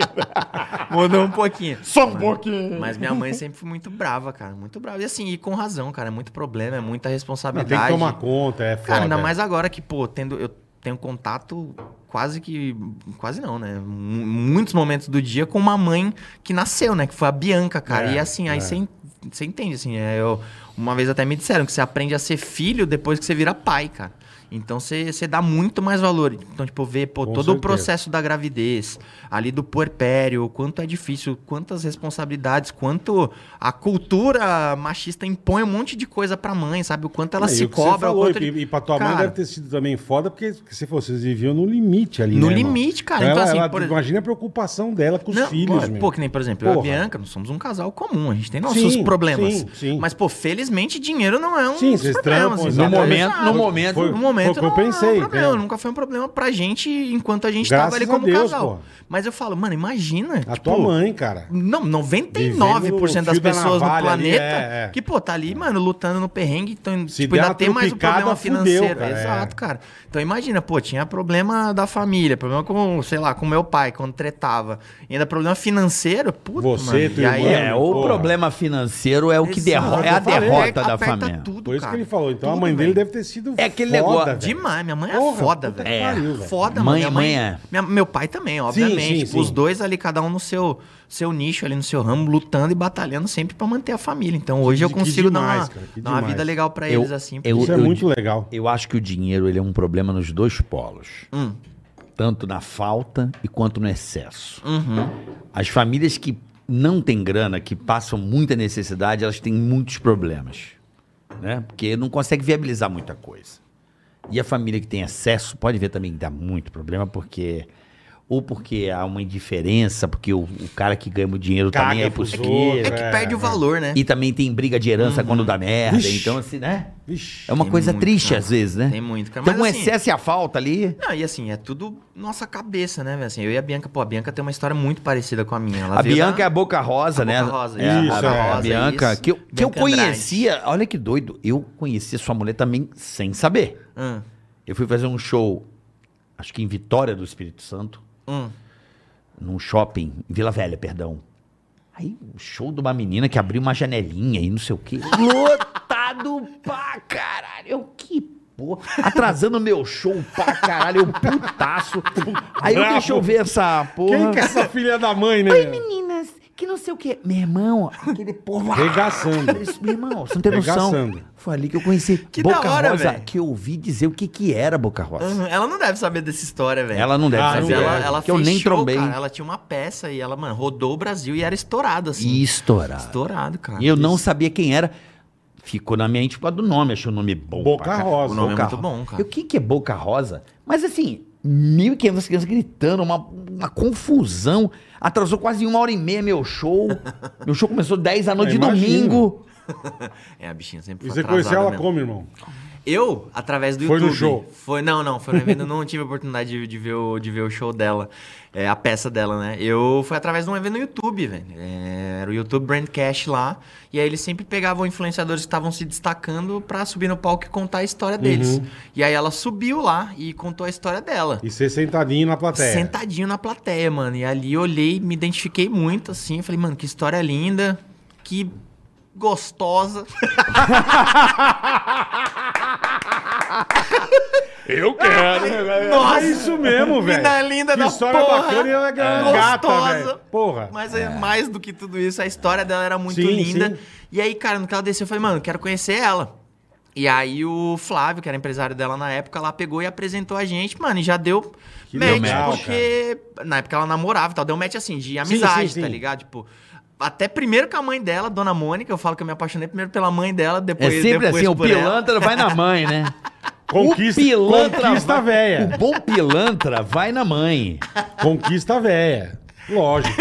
[SPEAKER 5] Mudou um pouquinho.
[SPEAKER 6] Só um pouquinho.
[SPEAKER 5] Mas minha mãe sempre foi muito brava, cara. Muito brava. E assim, e com razão, cara. É muito problema, é muita
[SPEAKER 3] Não,
[SPEAKER 5] responsabilidade.
[SPEAKER 3] tem que tomar conta, é foda.
[SPEAKER 5] Cara, ainda mais agora que, pô, tendo, eu tenho contato quase que. Quase não, né? Mu- muitos momentos do dia com uma mãe que nasceu, né? Que foi a Bianca, cara.
[SPEAKER 3] É,
[SPEAKER 5] e assim,
[SPEAKER 3] é.
[SPEAKER 5] aí você en- você entende, assim. é, eu, uma vez até me disseram que você aprende a ser filho depois que você vira pai, cara. Então você você dá muito mais valor. Então, tipo, ver, pô,
[SPEAKER 3] Com
[SPEAKER 5] todo o
[SPEAKER 3] certeza.
[SPEAKER 5] processo da gravidez, ali do puerpério, o quanto é difícil, quantas responsabilidades, quanto a cultura machista impõe um monte de coisa pra mãe, sabe? O quanto ela
[SPEAKER 3] É, e
[SPEAKER 5] se
[SPEAKER 3] o que você
[SPEAKER 5] cobra,
[SPEAKER 3] falou,
[SPEAKER 5] o quanto.
[SPEAKER 3] e, e pra tua mãe
[SPEAKER 5] Cara,
[SPEAKER 3] deve ter sido também foda, porque se vocês viviam no limite ali,
[SPEAKER 5] No
[SPEAKER 3] né, irmão?
[SPEAKER 5] limite, cara. Então,
[SPEAKER 3] ela,
[SPEAKER 5] assim,
[SPEAKER 3] ela-
[SPEAKER 5] por exemplo-
[SPEAKER 3] Imagina a preocupação dela com os
[SPEAKER 5] Não,
[SPEAKER 3] filhos,
[SPEAKER 5] pô,
[SPEAKER 3] meu.
[SPEAKER 5] pô, que nem, por exemplo, eu e a
[SPEAKER 3] Porra.
[SPEAKER 5] Bianca, nós somos um casal comum, a gente tem nossos
[SPEAKER 3] Sim,
[SPEAKER 5] problemas.
[SPEAKER 3] sim, sim.
[SPEAKER 5] Mas, pô, felizmente dinheiro não é um
[SPEAKER 3] Sim,
[SPEAKER 5] dos
[SPEAKER 3] vocês
[SPEAKER 5] problemas,
[SPEAKER 3] trampam.
[SPEAKER 5] entendeu?
[SPEAKER 3] exatamente.
[SPEAKER 4] momento,
[SPEAKER 5] Exato.
[SPEAKER 4] no momento,
[SPEAKER 3] Foi,
[SPEAKER 5] No
[SPEAKER 3] foi o
[SPEAKER 5] momento
[SPEAKER 3] que
[SPEAKER 5] não
[SPEAKER 3] eu
[SPEAKER 5] é
[SPEAKER 3] pensei.
[SPEAKER 5] um problema,
[SPEAKER 3] né?
[SPEAKER 5] nunca foi um problema pra gente enquanto a gente
[SPEAKER 3] Graças
[SPEAKER 5] tava ali
[SPEAKER 3] a
[SPEAKER 5] como
[SPEAKER 3] Deus,
[SPEAKER 5] casal.
[SPEAKER 3] pô.
[SPEAKER 5] Mas eu falo, mano, imagina. tipo,
[SPEAKER 3] A tua mãe, cara.
[SPEAKER 5] Não, 99%
[SPEAKER 3] Vivendo no
[SPEAKER 5] das
[SPEAKER 3] fio da
[SPEAKER 5] pessoas no
[SPEAKER 3] navalha
[SPEAKER 5] planeta
[SPEAKER 3] ali, é, é.
[SPEAKER 5] que, pô, tá ali, mano, lutando no perrengue, então,
[SPEAKER 3] Se
[SPEAKER 5] tipo,
[SPEAKER 3] der
[SPEAKER 5] ainda
[SPEAKER 3] uma
[SPEAKER 5] tem mais um
[SPEAKER 3] trupicada,
[SPEAKER 5] problema
[SPEAKER 3] fudeu,
[SPEAKER 5] financeiro.
[SPEAKER 3] cara, é.
[SPEAKER 5] Exato, cara. Então imagina, pô, tinha problema da família, problema com, sei lá, com meu pai, quando tretava. E ainda problema financeiro, puta,
[SPEAKER 3] Você,
[SPEAKER 5] mano.
[SPEAKER 3] tua
[SPEAKER 5] e aí,
[SPEAKER 3] irmã,
[SPEAKER 4] É, o
[SPEAKER 3] Porra.
[SPEAKER 4] problema financeiro é o que
[SPEAKER 5] Exato,
[SPEAKER 4] derrota, é a
[SPEAKER 5] eu falei,
[SPEAKER 4] derrota da
[SPEAKER 5] aperta
[SPEAKER 4] família.
[SPEAKER 5] tudo,
[SPEAKER 3] Por isso
[SPEAKER 5] cara.
[SPEAKER 3] que ele falou. Então a
[SPEAKER 5] Tudo,
[SPEAKER 3] mãe dele
[SPEAKER 5] velho.
[SPEAKER 3] deve ter sido
[SPEAKER 4] É aquele
[SPEAKER 3] foda,
[SPEAKER 4] negócio,
[SPEAKER 3] foda, velho.
[SPEAKER 5] Demais, minha mãe é
[SPEAKER 3] Porra,
[SPEAKER 5] foda,
[SPEAKER 3] puta
[SPEAKER 5] velho.
[SPEAKER 3] que pariu, velho.
[SPEAKER 5] Foda,
[SPEAKER 4] Mãe-
[SPEAKER 5] mano. Minha
[SPEAKER 4] mãe é.
[SPEAKER 5] minha- meu pai também, obviamente.
[SPEAKER 3] sim,
[SPEAKER 5] Tipo,
[SPEAKER 3] sim.
[SPEAKER 5] Os dois ali, cada um no seu, seu nicho, ali no seu ramo, lutando e batalhando sempre pra manter a família. Então hoje eu
[SPEAKER 3] que
[SPEAKER 5] consigo dar,
[SPEAKER 3] demais,
[SPEAKER 5] uma,
[SPEAKER 3] cara, que
[SPEAKER 5] dar uma
[SPEAKER 3] demais.
[SPEAKER 5] vida legal pra
[SPEAKER 4] Eu-
[SPEAKER 5] eles, assim.
[SPEAKER 4] eu-
[SPEAKER 3] Isso é
[SPEAKER 4] eu-
[SPEAKER 3] muito legal.
[SPEAKER 4] Eu acho que o dinheiro ele é um problema nos dois polos.
[SPEAKER 5] Hum.
[SPEAKER 4] Tanto na falta e quanto no excesso.
[SPEAKER 5] Uhum.
[SPEAKER 4] As famílias que não têm grana, que passam muita necessidade, elas têm muitos problemas. Né? Porque não consegue viabilizar muita coisa. E a família que tem excesso pode ver também que dá muito problema, porque. Ou porque há uma indiferença, porque o, o cara que ganha o dinheiro
[SPEAKER 3] Caga
[SPEAKER 4] também é
[SPEAKER 3] pros
[SPEAKER 4] positivo.
[SPEAKER 5] É
[SPEAKER 3] outros.
[SPEAKER 5] que
[SPEAKER 3] É,
[SPEAKER 5] perde o valor, né?
[SPEAKER 4] E também tem briga de herança quando dá merda.
[SPEAKER 3] Ixi.
[SPEAKER 4] Então, assim, né?
[SPEAKER 3] Vixe.
[SPEAKER 4] É uma
[SPEAKER 5] Tem
[SPEAKER 4] coisa
[SPEAKER 5] muito,
[SPEAKER 4] triste
[SPEAKER 5] cara.
[SPEAKER 4] às vezes, né?
[SPEAKER 5] Tem muito, cara.
[SPEAKER 4] Então,
[SPEAKER 5] Mas,
[SPEAKER 4] o
[SPEAKER 5] assim,
[SPEAKER 4] excesso e a falta ali.
[SPEAKER 5] Não, e assim, é tudo nossa cabeça, né, velho? Assim, eu e a Bianca, pô, a Bianca tem uma história muito parecida com a minha. Ela
[SPEAKER 4] a
[SPEAKER 5] veio
[SPEAKER 4] Bianca
[SPEAKER 5] da-
[SPEAKER 4] é a Boca Rosa,
[SPEAKER 5] A
[SPEAKER 4] né?
[SPEAKER 5] Boca Rosa,
[SPEAKER 4] é,
[SPEAKER 3] isso,
[SPEAKER 4] a,
[SPEAKER 3] é.
[SPEAKER 4] a
[SPEAKER 5] Rosa,
[SPEAKER 4] Bianca,
[SPEAKER 5] isso.
[SPEAKER 4] que eu, que eu
[SPEAKER 5] Bianca Andrade.
[SPEAKER 4] conhecia, olha que doido, eu conhecia sua mulher também sem saber.
[SPEAKER 5] Hum,
[SPEAKER 4] Eu fui fazer um show, acho que em Vitória do Espírito Santo,
[SPEAKER 5] hum.
[SPEAKER 4] num shopping, em Vila Velha, perdão. Aí, um show de uma menina que abriu uma janelinha e não sei o quê. Lotado pra caralho. Eu, que porra. Atrasando meu show pra caralho. Eu putaço. Aí eu,
[SPEAKER 3] Bravo.
[SPEAKER 4] deixa eu ver essa porra.
[SPEAKER 3] Quem que é essa filha da mãe, né? meu?
[SPEAKER 4] meninas, que não sei o quê. Meu irmão, aquele povo.
[SPEAKER 3] Regaçando.
[SPEAKER 4] Eles- Meu irmão, você não tem noção.
[SPEAKER 3] Regaçando.
[SPEAKER 4] Foi ali que eu conheci
[SPEAKER 5] Que
[SPEAKER 4] Boca
[SPEAKER 5] da hora,
[SPEAKER 4] Rosa,
[SPEAKER 5] velho.
[SPEAKER 4] que eu ouvi dizer o que, que era Boca Rosa.
[SPEAKER 5] Uhum, Ela não deve saber dessa história, velho.
[SPEAKER 4] Ela não deve
[SPEAKER 3] Ah,
[SPEAKER 5] Mas
[SPEAKER 4] saber.
[SPEAKER 3] não
[SPEAKER 5] ela,
[SPEAKER 3] deve.
[SPEAKER 5] ela
[SPEAKER 4] É, que eu
[SPEAKER 5] fez
[SPEAKER 4] nem
[SPEAKER 5] show,
[SPEAKER 4] trombei.
[SPEAKER 5] Cara. Ela tinha uma peça e ela, mano, rodou o Brasil e era estourada, assim.
[SPEAKER 4] E estourado.
[SPEAKER 5] Estourado, cara.
[SPEAKER 4] E eu não sabia quem era. Ficou na minha mente por causa do nome, achei o nome bom.
[SPEAKER 3] Boca
[SPEAKER 4] pra caralho.
[SPEAKER 3] Rosa.
[SPEAKER 5] O nome é
[SPEAKER 4] Boca
[SPEAKER 5] muito
[SPEAKER 4] Ro-
[SPEAKER 5] bom,
[SPEAKER 4] E
[SPEAKER 5] cara.
[SPEAKER 4] o que, que é Boca Rosa? Mas assim, 1.500 crianças gritando, uma, uma confusão. Atrasou quase uma hora e meia meu show. meu show começou 10 da noite de
[SPEAKER 3] imagino.
[SPEAKER 4] domingo.
[SPEAKER 5] É, a bichinha sempre
[SPEAKER 3] E
[SPEAKER 5] foi
[SPEAKER 3] você conheceu
[SPEAKER 5] atrasada
[SPEAKER 3] ela
[SPEAKER 5] mesmo.
[SPEAKER 3] como, irmão?
[SPEAKER 5] Eu, através do
[SPEAKER 3] Foi no
[SPEAKER 5] YouTube.
[SPEAKER 3] show.
[SPEAKER 5] Foi, não, não, foi no evento, eu não tive a oportunidade de, de ver, o, de ver o show dela, é, a peça dela, né? Eu fui através de um evento no YouTube, velho. É, era o YouTube Brandcast lá, e aí eles sempre pegavam influenciadores que estavam se destacando pra subir no palco e contar a história
[SPEAKER 3] Uhum.
[SPEAKER 5] deles. E aí ela subiu lá e contou a história dela.
[SPEAKER 3] E você sentadinho na plateia.
[SPEAKER 5] Sentadinho na plateia, mano. E ali eu olhei, me identifiquei muito, assim. Eu Falei, mano, que história linda, que gostosa.
[SPEAKER 6] Eu quero.
[SPEAKER 5] Nossa,
[SPEAKER 3] É isso mesmo, velho.
[SPEAKER 5] Mina linda
[SPEAKER 3] que
[SPEAKER 5] da
[SPEAKER 3] história
[SPEAKER 5] porra.
[SPEAKER 3] bacana e ela é
[SPEAKER 5] É.
[SPEAKER 3] gata,
[SPEAKER 5] Gostosa.
[SPEAKER 3] velho. Porra.
[SPEAKER 5] Mas é. mais do que tudo isso, a história dela era muito
[SPEAKER 3] Sim,
[SPEAKER 5] linda.
[SPEAKER 3] sim.
[SPEAKER 5] E aí, cara, no que ela desceu, eu falei, mano, quero conhecer ela. E aí o Flávio, que era empresário dela na época, lá pegou e apresentou a gente, mano, e já deu
[SPEAKER 3] Que
[SPEAKER 5] match,
[SPEAKER 3] legal,
[SPEAKER 5] porque na época ela namorava e tal, deu match assim, de amizade,
[SPEAKER 3] sim, sim.
[SPEAKER 5] tá ligado? Tipo, até primeiro com a mãe dela, Dona Mônica, eu falo que eu me apaixonei primeiro pela mãe dela,
[SPEAKER 4] É
[SPEAKER 5] depois
[SPEAKER 4] sempre
[SPEAKER 5] depois
[SPEAKER 4] assim, o
[SPEAKER 5] por ela.
[SPEAKER 4] pilantra vai na mãe, né?
[SPEAKER 3] Conquista,
[SPEAKER 4] o pilantra
[SPEAKER 3] conquista a
[SPEAKER 4] vai-
[SPEAKER 3] véia.
[SPEAKER 4] O bom pilantra vai na mãe.
[SPEAKER 3] Conquista a véia. Lógico.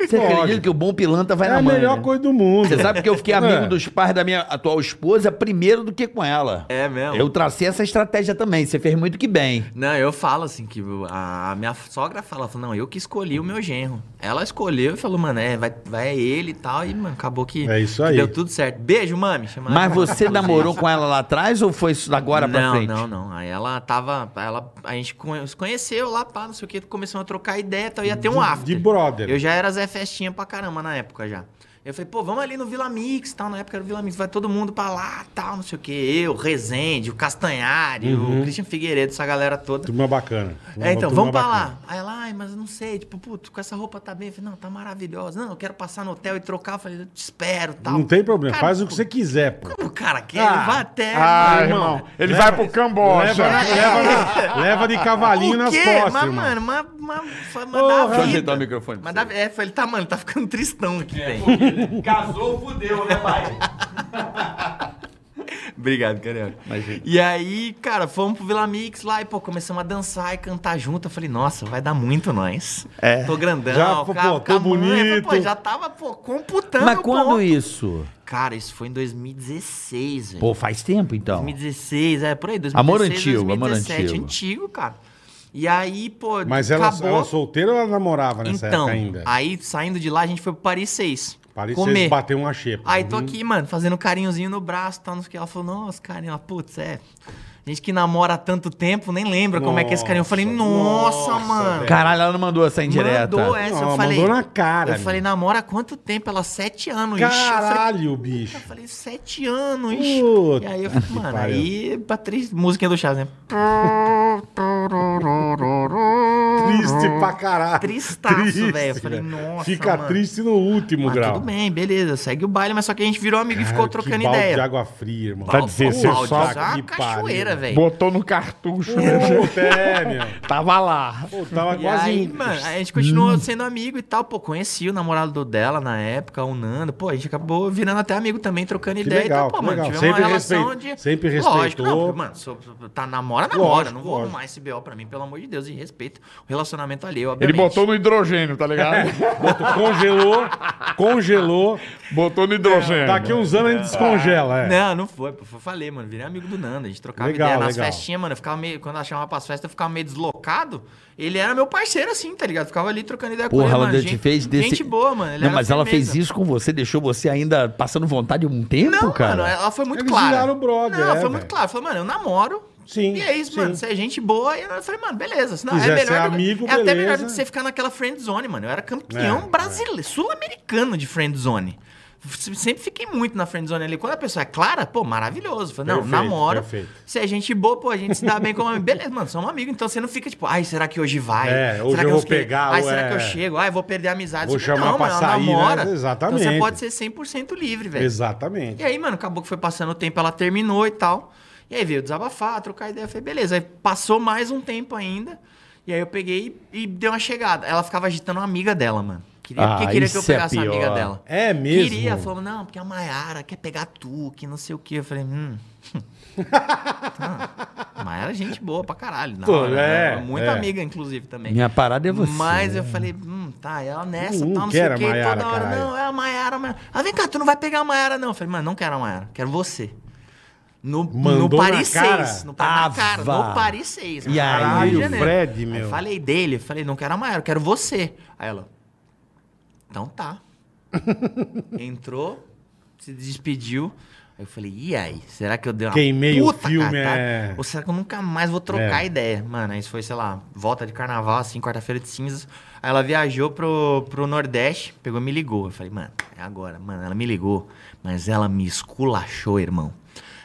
[SPEAKER 4] Você
[SPEAKER 3] Lógico.
[SPEAKER 4] acredita que o bom pilantra vai
[SPEAKER 3] É
[SPEAKER 4] na
[SPEAKER 3] a
[SPEAKER 4] mãe?
[SPEAKER 3] melhor
[SPEAKER 4] né?
[SPEAKER 3] coisa do mundo.
[SPEAKER 4] Você sabe que eu fiquei
[SPEAKER 3] É.
[SPEAKER 4] amigo dos pais da minha atual esposa primeiro do que com ela.
[SPEAKER 5] É mesmo?
[SPEAKER 4] Eu tracei essa estratégia também. Você fez muito que bem.
[SPEAKER 5] Não, eu falo assim, que a a minha sogra fala, fala, não, eu que escolhi o meu genro. Ela escolheu e falou, mano, é, vai, vai ele e tal, e, mano, acabou que,
[SPEAKER 3] É isso
[SPEAKER 5] que
[SPEAKER 3] aí.
[SPEAKER 5] deu tudo certo. Beijo, mami. Chama ela
[SPEAKER 4] Mas
[SPEAKER 5] pra-
[SPEAKER 4] você
[SPEAKER 5] pra-
[SPEAKER 4] namorou com ela lá atrás ou foi isso agora pra
[SPEAKER 5] não,
[SPEAKER 4] frente?
[SPEAKER 5] Não, não, Aí ela tava. Ela, a gente conhe- se conheceu lá, pá, não sei o que, começamos a trocar ideia e tal. Ia ter um
[SPEAKER 3] De-
[SPEAKER 5] after.
[SPEAKER 3] de brother.
[SPEAKER 5] Eu já era Zé Festinha pra caramba na época já. Eu falei, pô, vamos ali no Vila Mix, tal. Na época era o Vila Mix, vai todo mundo pra lá, tal, não sei o que. Eu, Rezende, o Castanhari,
[SPEAKER 3] Uhum.
[SPEAKER 5] o Christian Figueiredo, essa galera toda.
[SPEAKER 3] Turma bacana.
[SPEAKER 5] É, então,
[SPEAKER 3] Turma
[SPEAKER 5] vamos pra
[SPEAKER 3] bacana.
[SPEAKER 5] lá. Aí ela, ai, mas eu não sei, tipo, puto, com essa roupa tá bem. Eu falei, não, tá maravilhosa. Não, eu quero passar no hotel e trocar. Eu falei, eu te espero, tal.
[SPEAKER 3] Não tem problema.
[SPEAKER 5] Cara,
[SPEAKER 3] Faz o que você quiser, pô.
[SPEAKER 5] O cara quer,
[SPEAKER 3] Ah,
[SPEAKER 5] ele vai até.
[SPEAKER 6] Ah,
[SPEAKER 5] mano.
[SPEAKER 6] irmão. Ele
[SPEAKER 3] Leva-
[SPEAKER 6] vai pro Camboja.
[SPEAKER 3] Leva, leva, leva de cavalinho nas
[SPEAKER 5] quê?
[SPEAKER 3] costas,
[SPEAKER 5] Mas,
[SPEAKER 3] irmão.
[SPEAKER 5] mano, mas, mas, mas, mas
[SPEAKER 3] Porra.
[SPEAKER 5] dá
[SPEAKER 3] Deixa eu
[SPEAKER 5] vida.
[SPEAKER 6] ajeitar o microfone pra
[SPEAKER 5] Mas dá, é, foi- ele tá, mano, tá ficando tristão aqui,
[SPEAKER 2] É,
[SPEAKER 5] velho.
[SPEAKER 2] Casou, fudeu, né, pai?
[SPEAKER 5] Obrigado, Carioca. E aí, cara, fomos pro Vila Mix lá e, pô, começamos a dançar e cantar junto. Eu falei, nossa, vai dar muito nós. É. Tô grandão,
[SPEAKER 3] Já, pô,
[SPEAKER 5] ca-
[SPEAKER 3] pô,
[SPEAKER 5] com a
[SPEAKER 3] tô
[SPEAKER 5] mãe. Eu falei, Pô,
[SPEAKER 3] bonito.
[SPEAKER 5] já tava, pô, computando.
[SPEAKER 4] Mas
[SPEAKER 5] o
[SPEAKER 4] quando
[SPEAKER 5] ponto.
[SPEAKER 4] isso?
[SPEAKER 5] Cara, isso foi em 2016, velho.
[SPEAKER 4] Pô, faz tempo então.
[SPEAKER 5] 2016, é, por aí, 2016,
[SPEAKER 4] Amor antigo, amor
[SPEAKER 5] 2017,
[SPEAKER 4] antigo.
[SPEAKER 5] antigo, cara. E aí, pô,
[SPEAKER 3] Mas ela, ela solteira ou ela namorava nessa
[SPEAKER 5] então,
[SPEAKER 3] época ainda?
[SPEAKER 5] aí saindo de lá, a gente foi pro Paris 6.
[SPEAKER 3] Parece que
[SPEAKER 5] comer.
[SPEAKER 3] vocês bateram uma xepa.
[SPEAKER 5] Aí tô aqui, mano, fazendo carinhozinho no braço, tal, não sei o que. Ela falou, nossa, carinho, ela, putz, é. A gente que namora há tanto tempo, nem lembra como é que é esse carinho. Eu falei, nossa,
[SPEAKER 3] Nossa,
[SPEAKER 5] mano.
[SPEAKER 3] velho.
[SPEAKER 4] Caralho, ela não mandou essa indireta.
[SPEAKER 5] Mandou é. essa,
[SPEAKER 3] Não,
[SPEAKER 5] eu falei.
[SPEAKER 3] mandou na cara,
[SPEAKER 5] Eu falei, namora há quanto tempo? Ela, sete anos. Ixi, eu falei,
[SPEAKER 3] Caralho,
[SPEAKER 5] eu
[SPEAKER 3] bicho.
[SPEAKER 5] falei, sete anos.
[SPEAKER 3] Puta
[SPEAKER 5] e aí eu falei,
[SPEAKER 3] que
[SPEAKER 5] mano,
[SPEAKER 3] pariu.
[SPEAKER 5] aí pra três músicas do Chaves, né?
[SPEAKER 3] Triste pra caralho.
[SPEAKER 5] Uhum. Tristaço, velho. Eu
[SPEAKER 3] Triste,
[SPEAKER 5] falei,
[SPEAKER 3] velho.
[SPEAKER 5] nossa,
[SPEAKER 3] Fica
[SPEAKER 5] mano.
[SPEAKER 3] triste no último
[SPEAKER 5] Ah,
[SPEAKER 3] grau.
[SPEAKER 5] tudo bem, beleza. Segue o baile, mas só que a gente virou amigo e ficou
[SPEAKER 3] Cara, que
[SPEAKER 5] trocando
[SPEAKER 3] balde de
[SPEAKER 5] ideia.
[SPEAKER 3] água fria, irmão.
[SPEAKER 5] Pau-
[SPEAKER 6] Tá dizendo,
[SPEAKER 5] pau-
[SPEAKER 6] você
[SPEAKER 5] áudio,
[SPEAKER 6] só-
[SPEAKER 5] já
[SPEAKER 3] é que
[SPEAKER 5] é uma cachoeira,
[SPEAKER 3] pariu. né?
[SPEAKER 5] velho.
[SPEAKER 6] Botou no cartucho.
[SPEAKER 3] Puta, é, meu.
[SPEAKER 6] Tava lá.
[SPEAKER 3] Pô, tava
[SPEAKER 5] E
[SPEAKER 3] quase... Hum.
[SPEAKER 5] aí, mano, a gente continuou sendo amigo e tal. Pô, conheci o namorado do- dela na época, o Nando. Pô, a gente acabou virando até amigo também, trocando
[SPEAKER 3] Que
[SPEAKER 5] ideia.
[SPEAKER 3] legal,
[SPEAKER 5] então, pô,
[SPEAKER 3] que
[SPEAKER 5] mano,
[SPEAKER 3] legal.
[SPEAKER 5] tivemos
[SPEAKER 3] Sempre
[SPEAKER 5] uma relação
[SPEAKER 3] respeito-
[SPEAKER 5] de.
[SPEAKER 3] sempre
[SPEAKER 5] Lógico, não,
[SPEAKER 3] respeitou.
[SPEAKER 5] porque, mano, sou- tá namora, namora.
[SPEAKER 3] Lógico,
[SPEAKER 5] não vou
[SPEAKER 3] lógico.
[SPEAKER 5] arrumar esse BO pra mim, pelo amor de Deus, e respeito o relacionamento alheio,
[SPEAKER 6] Ele
[SPEAKER 5] obviamente.
[SPEAKER 6] botou no hidrogênio, tá ligado?
[SPEAKER 3] Botou- congelou, congelou. É,
[SPEAKER 6] botou no hidrogênio.
[SPEAKER 3] Daqui uns anos ele descongela, é.
[SPEAKER 5] Não, não foi. pô, Eu falei, mano, virei amigo do Nando. A gente trocava
[SPEAKER 3] Legal,
[SPEAKER 5] ideia nas
[SPEAKER 3] legal.
[SPEAKER 5] festinhas, mano. Eu ficava meio. Quando ela chamava pras festas, eu ficava meio deslocado. Ele era meu parceiro, assim, tá ligado? Eu Ficava ali trocando ideia
[SPEAKER 4] Porra,
[SPEAKER 5] mano.
[SPEAKER 4] ela te fez desse...
[SPEAKER 5] é gente boa, mano. Ele
[SPEAKER 4] não,
[SPEAKER 5] era
[SPEAKER 4] mas ela
[SPEAKER 5] firmeza.
[SPEAKER 4] fez isso com você, deixou você ainda passando vontade um tempo,
[SPEAKER 5] Não,
[SPEAKER 4] cara?
[SPEAKER 5] mano, ela foi muito
[SPEAKER 3] Eles
[SPEAKER 5] clara.
[SPEAKER 3] viraram brother,
[SPEAKER 5] Não, ela
[SPEAKER 3] é,
[SPEAKER 5] foi muito
[SPEAKER 3] velho.
[SPEAKER 5] clara. Falou, mano, eu namoro.
[SPEAKER 3] Sim,
[SPEAKER 5] E é isso,
[SPEAKER 3] sim.
[SPEAKER 5] mano. Você é gente boa. E eu falei, mano, beleza. Senão
[SPEAKER 3] Quiser
[SPEAKER 5] é melhor.
[SPEAKER 3] ser
[SPEAKER 5] do-
[SPEAKER 3] amigo,
[SPEAKER 5] é até melhor
[SPEAKER 3] beleza.
[SPEAKER 5] do que você ficar naquela friend zone, mano. Eu era campeão
[SPEAKER 3] É,
[SPEAKER 5] brasileiro, sul-americano de friend zone. Se- Sempre fiquei muito na friend zone ali. Quando a pessoa é clara, pô, maravilhoso. Falei, não,
[SPEAKER 3] Perfeito,
[SPEAKER 5] namoro.
[SPEAKER 3] perfeito.
[SPEAKER 5] Se é gente boa, pô, a gente se dá bem como amigo. Beleza, mano, somos amigos. Então você não fica tipo, ai, será que hoje vai?
[SPEAKER 3] É,
[SPEAKER 5] será
[SPEAKER 3] hoje
[SPEAKER 5] que
[SPEAKER 3] eu vou
[SPEAKER 5] fiquei-
[SPEAKER 3] pegar,
[SPEAKER 5] Ai,
[SPEAKER 3] ou
[SPEAKER 5] será que eu
[SPEAKER 3] é-
[SPEAKER 5] chego? Ai, vou perder a amizade.
[SPEAKER 3] Vou
[SPEAKER 5] Você fica,
[SPEAKER 3] chamar pra
[SPEAKER 5] ela
[SPEAKER 3] sair, né?
[SPEAKER 5] Então você
[SPEAKER 3] Exatamente.
[SPEAKER 5] pode ser 100% livre, velho.
[SPEAKER 3] Exatamente.
[SPEAKER 5] E aí, mano, acabou que foi passando o tempo, ela terminou e tal. E aí veio desabafar, trocar ideia, eu falei, beleza. Aí passou mais um tempo ainda. E aí eu peguei e dei uma chegada. Ela ficava agitando uma amiga dela, mano. Queria,
[SPEAKER 4] Ah,
[SPEAKER 5] porque queria que eu
[SPEAKER 4] isso é
[SPEAKER 5] pegasse a amiga
[SPEAKER 4] pior.
[SPEAKER 5] dela.
[SPEAKER 3] É mesmo?
[SPEAKER 5] Queria, falou, não, porque é a Mayara quer pegar tu, que não sei o quê. Eu falei, hum. tá. Mayara é gente boa pra caralho. Na
[SPEAKER 3] Pô,
[SPEAKER 5] hora, né?
[SPEAKER 3] é,
[SPEAKER 5] Muito
[SPEAKER 3] é.
[SPEAKER 5] amiga, inclusive, também.
[SPEAKER 4] Minha parada é você.
[SPEAKER 5] Mas eu falei, hum, tá, ela nessa,
[SPEAKER 3] Hum,
[SPEAKER 5] tal, não
[SPEAKER 3] que
[SPEAKER 5] sei
[SPEAKER 3] era
[SPEAKER 5] o
[SPEAKER 3] né? a
[SPEAKER 5] quê,
[SPEAKER 3] Maiara,
[SPEAKER 5] toda hora,
[SPEAKER 3] caralho.
[SPEAKER 5] não, é a Maiara, a Maiara. Ah, vem cá, tu não vai pegar a Maiara, não. Eu falei, mano, não quero a Maiara, quero você. No, no
[SPEAKER 3] Mandou
[SPEAKER 5] Paris
[SPEAKER 3] na cara?
[SPEAKER 5] 6. No, Pa- na cara,
[SPEAKER 4] Ava.
[SPEAKER 5] no Paris 6.
[SPEAKER 4] E aí?
[SPEAKER 3] Caralho,
[SPEAKER 5] o
[SPEAKER 3] Fred, meu.
[SPEAKER 5] falei dele, falei, não quero a Maiara, eu quero você. Aí ela, então tá. Entrou, se despediu. Aí eu falei, e aí? Será que eu dei uma
[SPEAKER 3] Queimei o filme,
[SPEAKER 5] catada?
[SPEAKER 3] é.
[SPEAKER 5] Ou será que eu nunca mais vou trocar
[SPEAKER 3] É.
[SPEAKER 5] ideia? Mano, isso foi, sei lá, volta de carnaval, assim, quarta-feira de cinzas. Aí ela viajou pro, pro Nordeste, pegou e me ligou. Eu falei, mano, é agora. Mano, ela me ligou, mas ela me esculachou, irmão.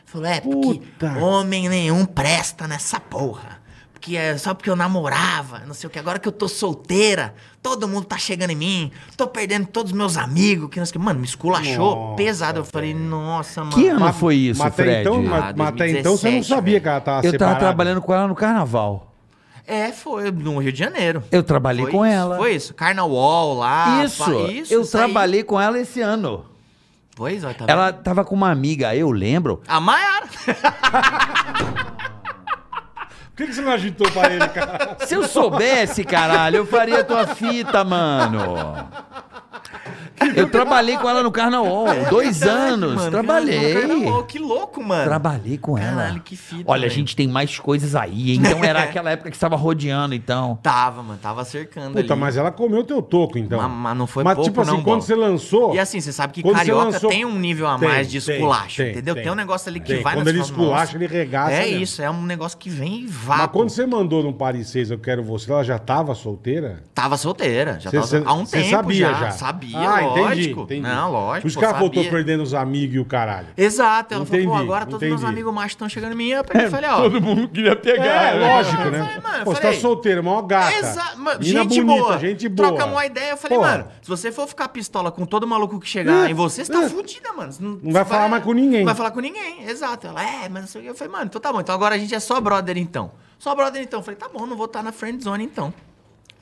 [SPEAKER 5] Falou, é, porque
[SPEAKER 3] Puta.
[SPEAKER 5] homem nenhum presta nessa porra. Porque é só porque eu namorava, não sei o que. Agora que eu tô solteira, todo mundo tá chegando em mim. Tô perdendo todos os meus amigos. Que não sei o que. Mano, me esculachou
[SPEAKER 3] Nossa,
[SPEAKER 5] pesado. Eu falei, nossa, mano.
[SPEAKER 4] Que ano foi isso,
[SPEAKER 3] mas até
[SPEAKER 4] Fred?
[SPEAKER 3] então, mas,
[SPEAKER 5] Ah,
[SPEAKER 3] mas até então você não
[SPEAKER 5] 2017,
[SPEAKER 3] sabia
[SPEAKER 5] velho.
[SPEAKER 3] que ela tava
[SPEAKER 4] eu tava
[SPEAKER 3] separada.
[SPEAKER 4] trabalhando com ela no carnaval.
[SPEAKER 5] É, foi no Rio de Janeiro.
[SPEAKER 4] Eu trabalhei
[SPEAKER 5] Foi
[SPEAKER 4] com
[SPEAKER 5] isso,
[SPEAKER 4] ela.
[SPEAKER 5] Foi isso. Carnaval lá.
[SPEAKER 4] isso,
[SPEAKER 5] pá,
[SPEAKER 4] eu
[SPEAKER 5] isso aí.
[SPEAKER 4] trabalhei com ela esse ano.
[SPEAKER 5] Pois, ó, tá
[SPEAKER 4] Ela
[SPEAKER 5] vendo?
[SPEAKER 4] tava com uma amiga, eu lembro.
[SPEAKER 5] A Maiara.
[SPEAKER 3] Por que, que você não agitou pra ele, cara?
[SPEAKER 4] Se eu soubesse, caralho, eu faria tua fita, mano. Eu trabalhei com ela no carnaval, dois
[SPEAKER 5] Verdade,
[SPEAKER 4] anos.
[SPEAKER 5] mano.
[SPEAKER 4] trabalhei.
[SPEAKER 5] Carnaval, Carnaval, que louco, mano.
[SPEAKER 4] Trabalhei com ela.
[SPEAKER 5] Caralho, que fita,
[SPEAKER 4] Olha, a
[SPEAKER 5] velho.
[SPEAKER 4] gente tem mais coisas aí. Então era aquela época que estava rodeando, então.
[SPEAKER 5] Tava, mano. Tava cercando
[SPEAKER 3] Puta,
[SPEAKER 5] ali.
[SPEAKER 3] mas ela comeu teu toco, então.
[SPEAKER 5] Mas- mas não foi
[SPEAKER 3] Mas
[SPEAKER 5] pouco,
[SPEAKER 3] tipo assim,
[SPEAKER 5] não,
[SPEAKER 3] quando
[SPEAKER 5] Bola.
[SPEAKER 3] você lançou...
[SPEAKER 5] E assim, você sabe que
[SPEAKER 3] Quando você
[SPEAKER 5] carioca
[SPEAKER 3] lançou-
[SPEAKER 5] tem um nível a
[SPEAKER 3] Tem,
[SPEAKER 5] mais de
[SPEAKER 3] tem,
[SPEAKER 5] esculacho,
[SPEAKER 3] tem,
[SPEAKER 5] entendeu?
[SPEAKER 3] tem.
[SPEAKER 5] Tem, um negócio ali que
[SPEAKER 3] Tem.
[SPEAKER 5] vai...
[SPEAKER 3] Quando
[SPEAKER 5] na-
[SPEAKER 3] ele
[SPEAKER 5] você fala, "Nossa".
[SPEAKER 3] esculacha, ele regaça
[SPEAKER 5] É
[SPEAKER 3] mesmo.
[SPEAKER 5] isso, é um negócio que vem e
[SPEAKER 3] Mas
[SPEAKER 5] vá.
[SPEAKER 3] quando você mandou no Paris 6 Eu Quero Você, ela já tava solteira?
[SPEAKER 5] Tava solteira, já
[SPEAKER 3] Você-
[SPEAKER 5] tava
[SPEAKER 3] você-
[SPEAKER 5] há um
[SPEAKER 3] você
[SPEAKER 5] tempo
[SPEAKER 3] sabia já.
[SPEAKER 5] Sabia,
[SPEAKER 3] Ah, entendi,
[SPEAKER 5] lógico.
[SPEAKER 3] entendi.
[SPEAKER 5] Não, lógico.
[SPEAKER 3] Por isso
[SPEAKER 5] pô,
[SPEAKER 3] que ela voltou
[SPEAKER 5] sabia.
[SPEAKER 3] perdendo os amigos e o caralho.
[SPEAKER 5] Exato, ela falou,
[SPEAKER 3] Entendi,
[SPEAKER 5] pô, agora todos
[SPEAKER 3] entendi.
[SPEAKER 5] meus amigos machos estão chegando em mim, eu peguei e falei, ó...
[SPEAKER 6] Todo mundo queria pegar.
[SPEAKER 3] É,
[SPEAKER 6] né?
[SPEAKER 3] lógico,
[SPEAKER 5] eu
[SPEAKER 3] né?
[SPEAKER 5] falei, mano, eu
[SPEAKER 3] Pô, você tá
[SPEAKER 5] falei-
[SPEAKER 3] solteiro, mó gata.
[SPEAKER 5] Exa- mano,
[SPEAKER 3] Mina
[SPEAKER 5] gente
[SPEAKER 3] bonita,
[SPEAKER 5] boa.
[SPEAKER 3] gente boa.
[SPEAKER 5] Troca uma ideia. Eu falei,
[SPEAKER 3] Porra,
[SPEAKER 5] mano, se você for ficar pistola com todo maluco que chegar
[SPEAKER 3] É,
[SPEAKER 5] em você, você tá
[SPEAKER 3] é.
[SPEAKER 5] fudida, mano. Você
[SPEAKER 3] Não vai falar mais com ninguém.
[SPEAKER 5] Não vai falar com ninguém, exato. Ela, é, mas não sei o que. Eu falei, mano, então tá bom. Então agora a gente é só brother, então. Só brother, então. Eu falei, tá bom, não vou estar na friend zone, então.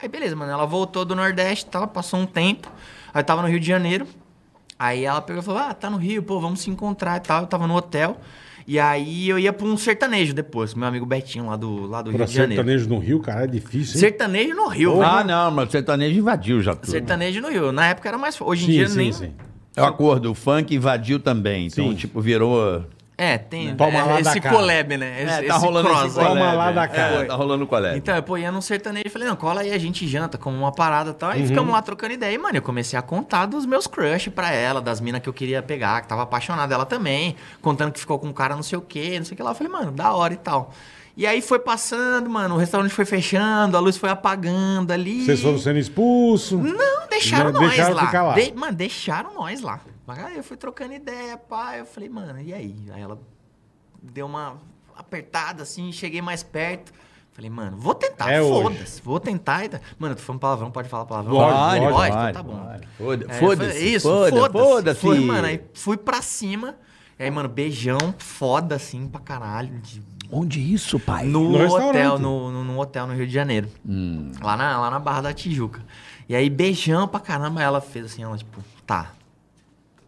[SPEAKER 5] Aí, beleza, mano. Ela voltou do Nordeste e tal, passou um tempo. Aí eu tava no Rio de Janeiro. Aí ela pegou e falou, ah, tá no Rio, pô, vamos se encontrar e tal. Eu tava no hotel. E aí eu ia pra um sertanejo depois, com meu amigo Betinho lá do, lá do Rio
[SPEAKER 3] Pra
[SPEAKER 5] de Janeiro.
[SPEAKER 3] sertanejo no Rio, cara, é difícil, hein?
[SPEAKER 5] Sertanejo no Rio, velho.
[SPEAKER 4] Ah, não, mas o sertanejo invadiu já tudo.
[SPEAKER 5] Sertanejo no Rio. Na época era mais. fo- Hoje em
[SPEAKER 3] Sim,
[SPEAKER 5] dia
[SPEAKER 3] sim,
[SPEAKER 5] nem.
[SPEAKER 3] sim.
[SPEAKER 4] É o acordo, o funk invadiu também. Então,
[SPEAKER 3] Sim.
[SPEAKER 4] tipo, virou.
[SPEAKER 5] É, tem
[SPEAKER 3] Toma Né? lá
[SPEAKER 5] é,
[SPEAKER 3] da É,
[SPEAKER 5] esse
[SPEAKER 3] cara.
[SPEAKER 5] collab, né? Esse,
[SPEAKER 4] tá rolando
[SPEAKER 5] cross
[SPEAKER 4] esse
[SPEAKER 5] aí. né,
[SPEAKER 3] collab. Toma lá da
[SPEAKER 4] É,
[SPEAKER 3] cara.
[SPEAKER 4] tá rolando colégio.
[SPEAKER 5] Então, eu pô, ia num sertanejo e falei, não, cola aí, a gente janta, como uma parada e tal.
[SPEAKER 3] Uhum.
[SPEAKER 5] Aí ficamos lá trocando ideia. E, mano, eu comecei a contar dos meus crush pra ela, das minas que eu queria pegar, que tava apaixonada ela também, contando que ficou com um cara não sei o quê, não sei o que lá. Eu falei, mano, da hora e tal. E aí foi passando, mano, o restaurante foi fechando, a luz foi apagando ali.
[SPEAKER 3] Vocês foram sendo expulsos.
[SPEAKER 5] Não, deixaram
[SPEAKER 3] Não,
[SPEAKER 5] nós
[SPEAKER 3] deixaram
[SPEAKER 5] lá.
[SPEAKER 3] ficar lá.
[SPEAKER 5] De- Mano, deixaram nós lá. Mas aí eu fui trocando ideia, pá. Eu falei, mano, e aí? Aí ela deu uma apertada assim, cheguei mais perto. Falei, mano, vou tentar,
[SPEAKER 3] É hoje.
[SPEAKER 5] foda-se. Vou tentar. e da- Mano, eu tô falando palavrão, pode falar palavrão?
[SPEAKER 3] Pode,
[SPEAKER 5] Então
[SPEAKER 3] pode,
[SPEAKER 5] tá bom. Aí eu
[SPEAKER 4] Foda-
[SPEAKER 5] falei,
[SPEAKER 4] Foda-se.
[SPEAKER 5] Isso,
[SPEAKER 4] foda-
[SPEAKER 5] foda-se.
[SPEAKER 4] Foda-se.
[SPEAKER 5] Foi, mano, aí fui pra cima. Aí, mano, beijão, foda assim, pra caralho. de-
[SPEAKER 4] Onde isso, pai?
[SPEAKER 5] no,
[SPEAKER 3] No
[SPEAKER 5] hotel,
[SPEAKER 3] restaurante.
[SPEAKER 5] no, no, num hotel no Rio de Janeiro. Lá, na, lá na Barra da Tijuca. E aí, beijão pra caramba, ela fez assim, ela, tipo, tá.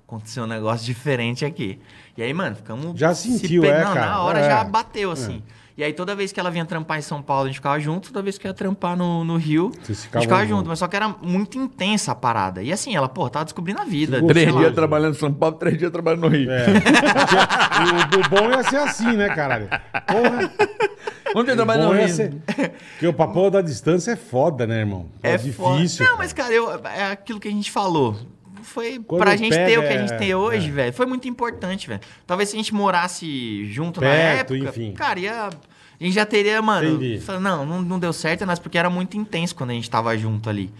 [SPEAKER 5] Aconteceu um negócio diferente aqui. E aí, mano, ficamos.
[SPEAKER 3] Já
[SPEAKER 5] se
[SPEAKER 3] sentiu,
[SPEAKER 5] pe-
[SPEAKER 3] é,
[SPEAKER 5] Não,
[SPEAKER 3] cara,
[SPEAKER 5] Na hora
[SPEAKER 3] é.
[SPEAKER 5] já bateu, assim. E aí, toda vez que ela vinha trampar em São Paulo, a gente ficava junto. Toda vez que eu ia trampar no, no Rio, a
[SPEAKER 3] Vocês
[SPEAKER 5] gente
[SPEAKER 3] ficavam
[SPEAKER 5] ficava
[SPEAKER 3] junto.
[SPEAKER 5] junto. Mas só que era muito intensa a parada. E assim, ela, pô, tava descobrindo a vida.
[SPEAKER 3] Três
[SPEAKER 5] sei
[SPEAKER 6] Três
[SPEAKER 5] lá.
[SPEAKER 6] dias trabalhando em São Paulo, três dias trabalhando no Rio.
[SPEAKER 3] É. o, o bom ia ser assim, né, caralho? Porra.
[SPEAKER 4] Um
[SPEAKER 6] Onde eu
[SPEAKER 3] Bom
[SPEAKER 6] trabalho no
[SPEAKER 3] ia
[SPEAKER 6] Rio?
[SPEAKER 3] ser... Porque o papo da distância é foda, né, irmão?
[SPEAKER 5] É
[SPEAKER 3] difícil.
[SPEAKER 5] difícil. Não,
[SPEAKER 3] cara.
[SPEAKER 5] mas, cara, eu- é aquilo que a gente falou. Foi
[SPEAKER 3] Quando
[SPEAKER 5] pra gente
[SPEAKER 3] pega,
[SPEAKER 5] ter o que a
[SPEAKER 3] é,
[SPEAKER 5] gente tem hoje, velho. Foi muito importante, velho. Talvez se a gente morasse junto na
[SPEAKER 3] Perto,
[SPEAKER 5] época,
[SPEAKER 3] enfim.
[SPEAKER 5] cara, ia, a gente já teria, mano.
[SPEAKER 3] Entendi.
[SPEAKER 5] fala, Não, não, não deu certo, mas porque era muito intenso quando a gente tava junto ali.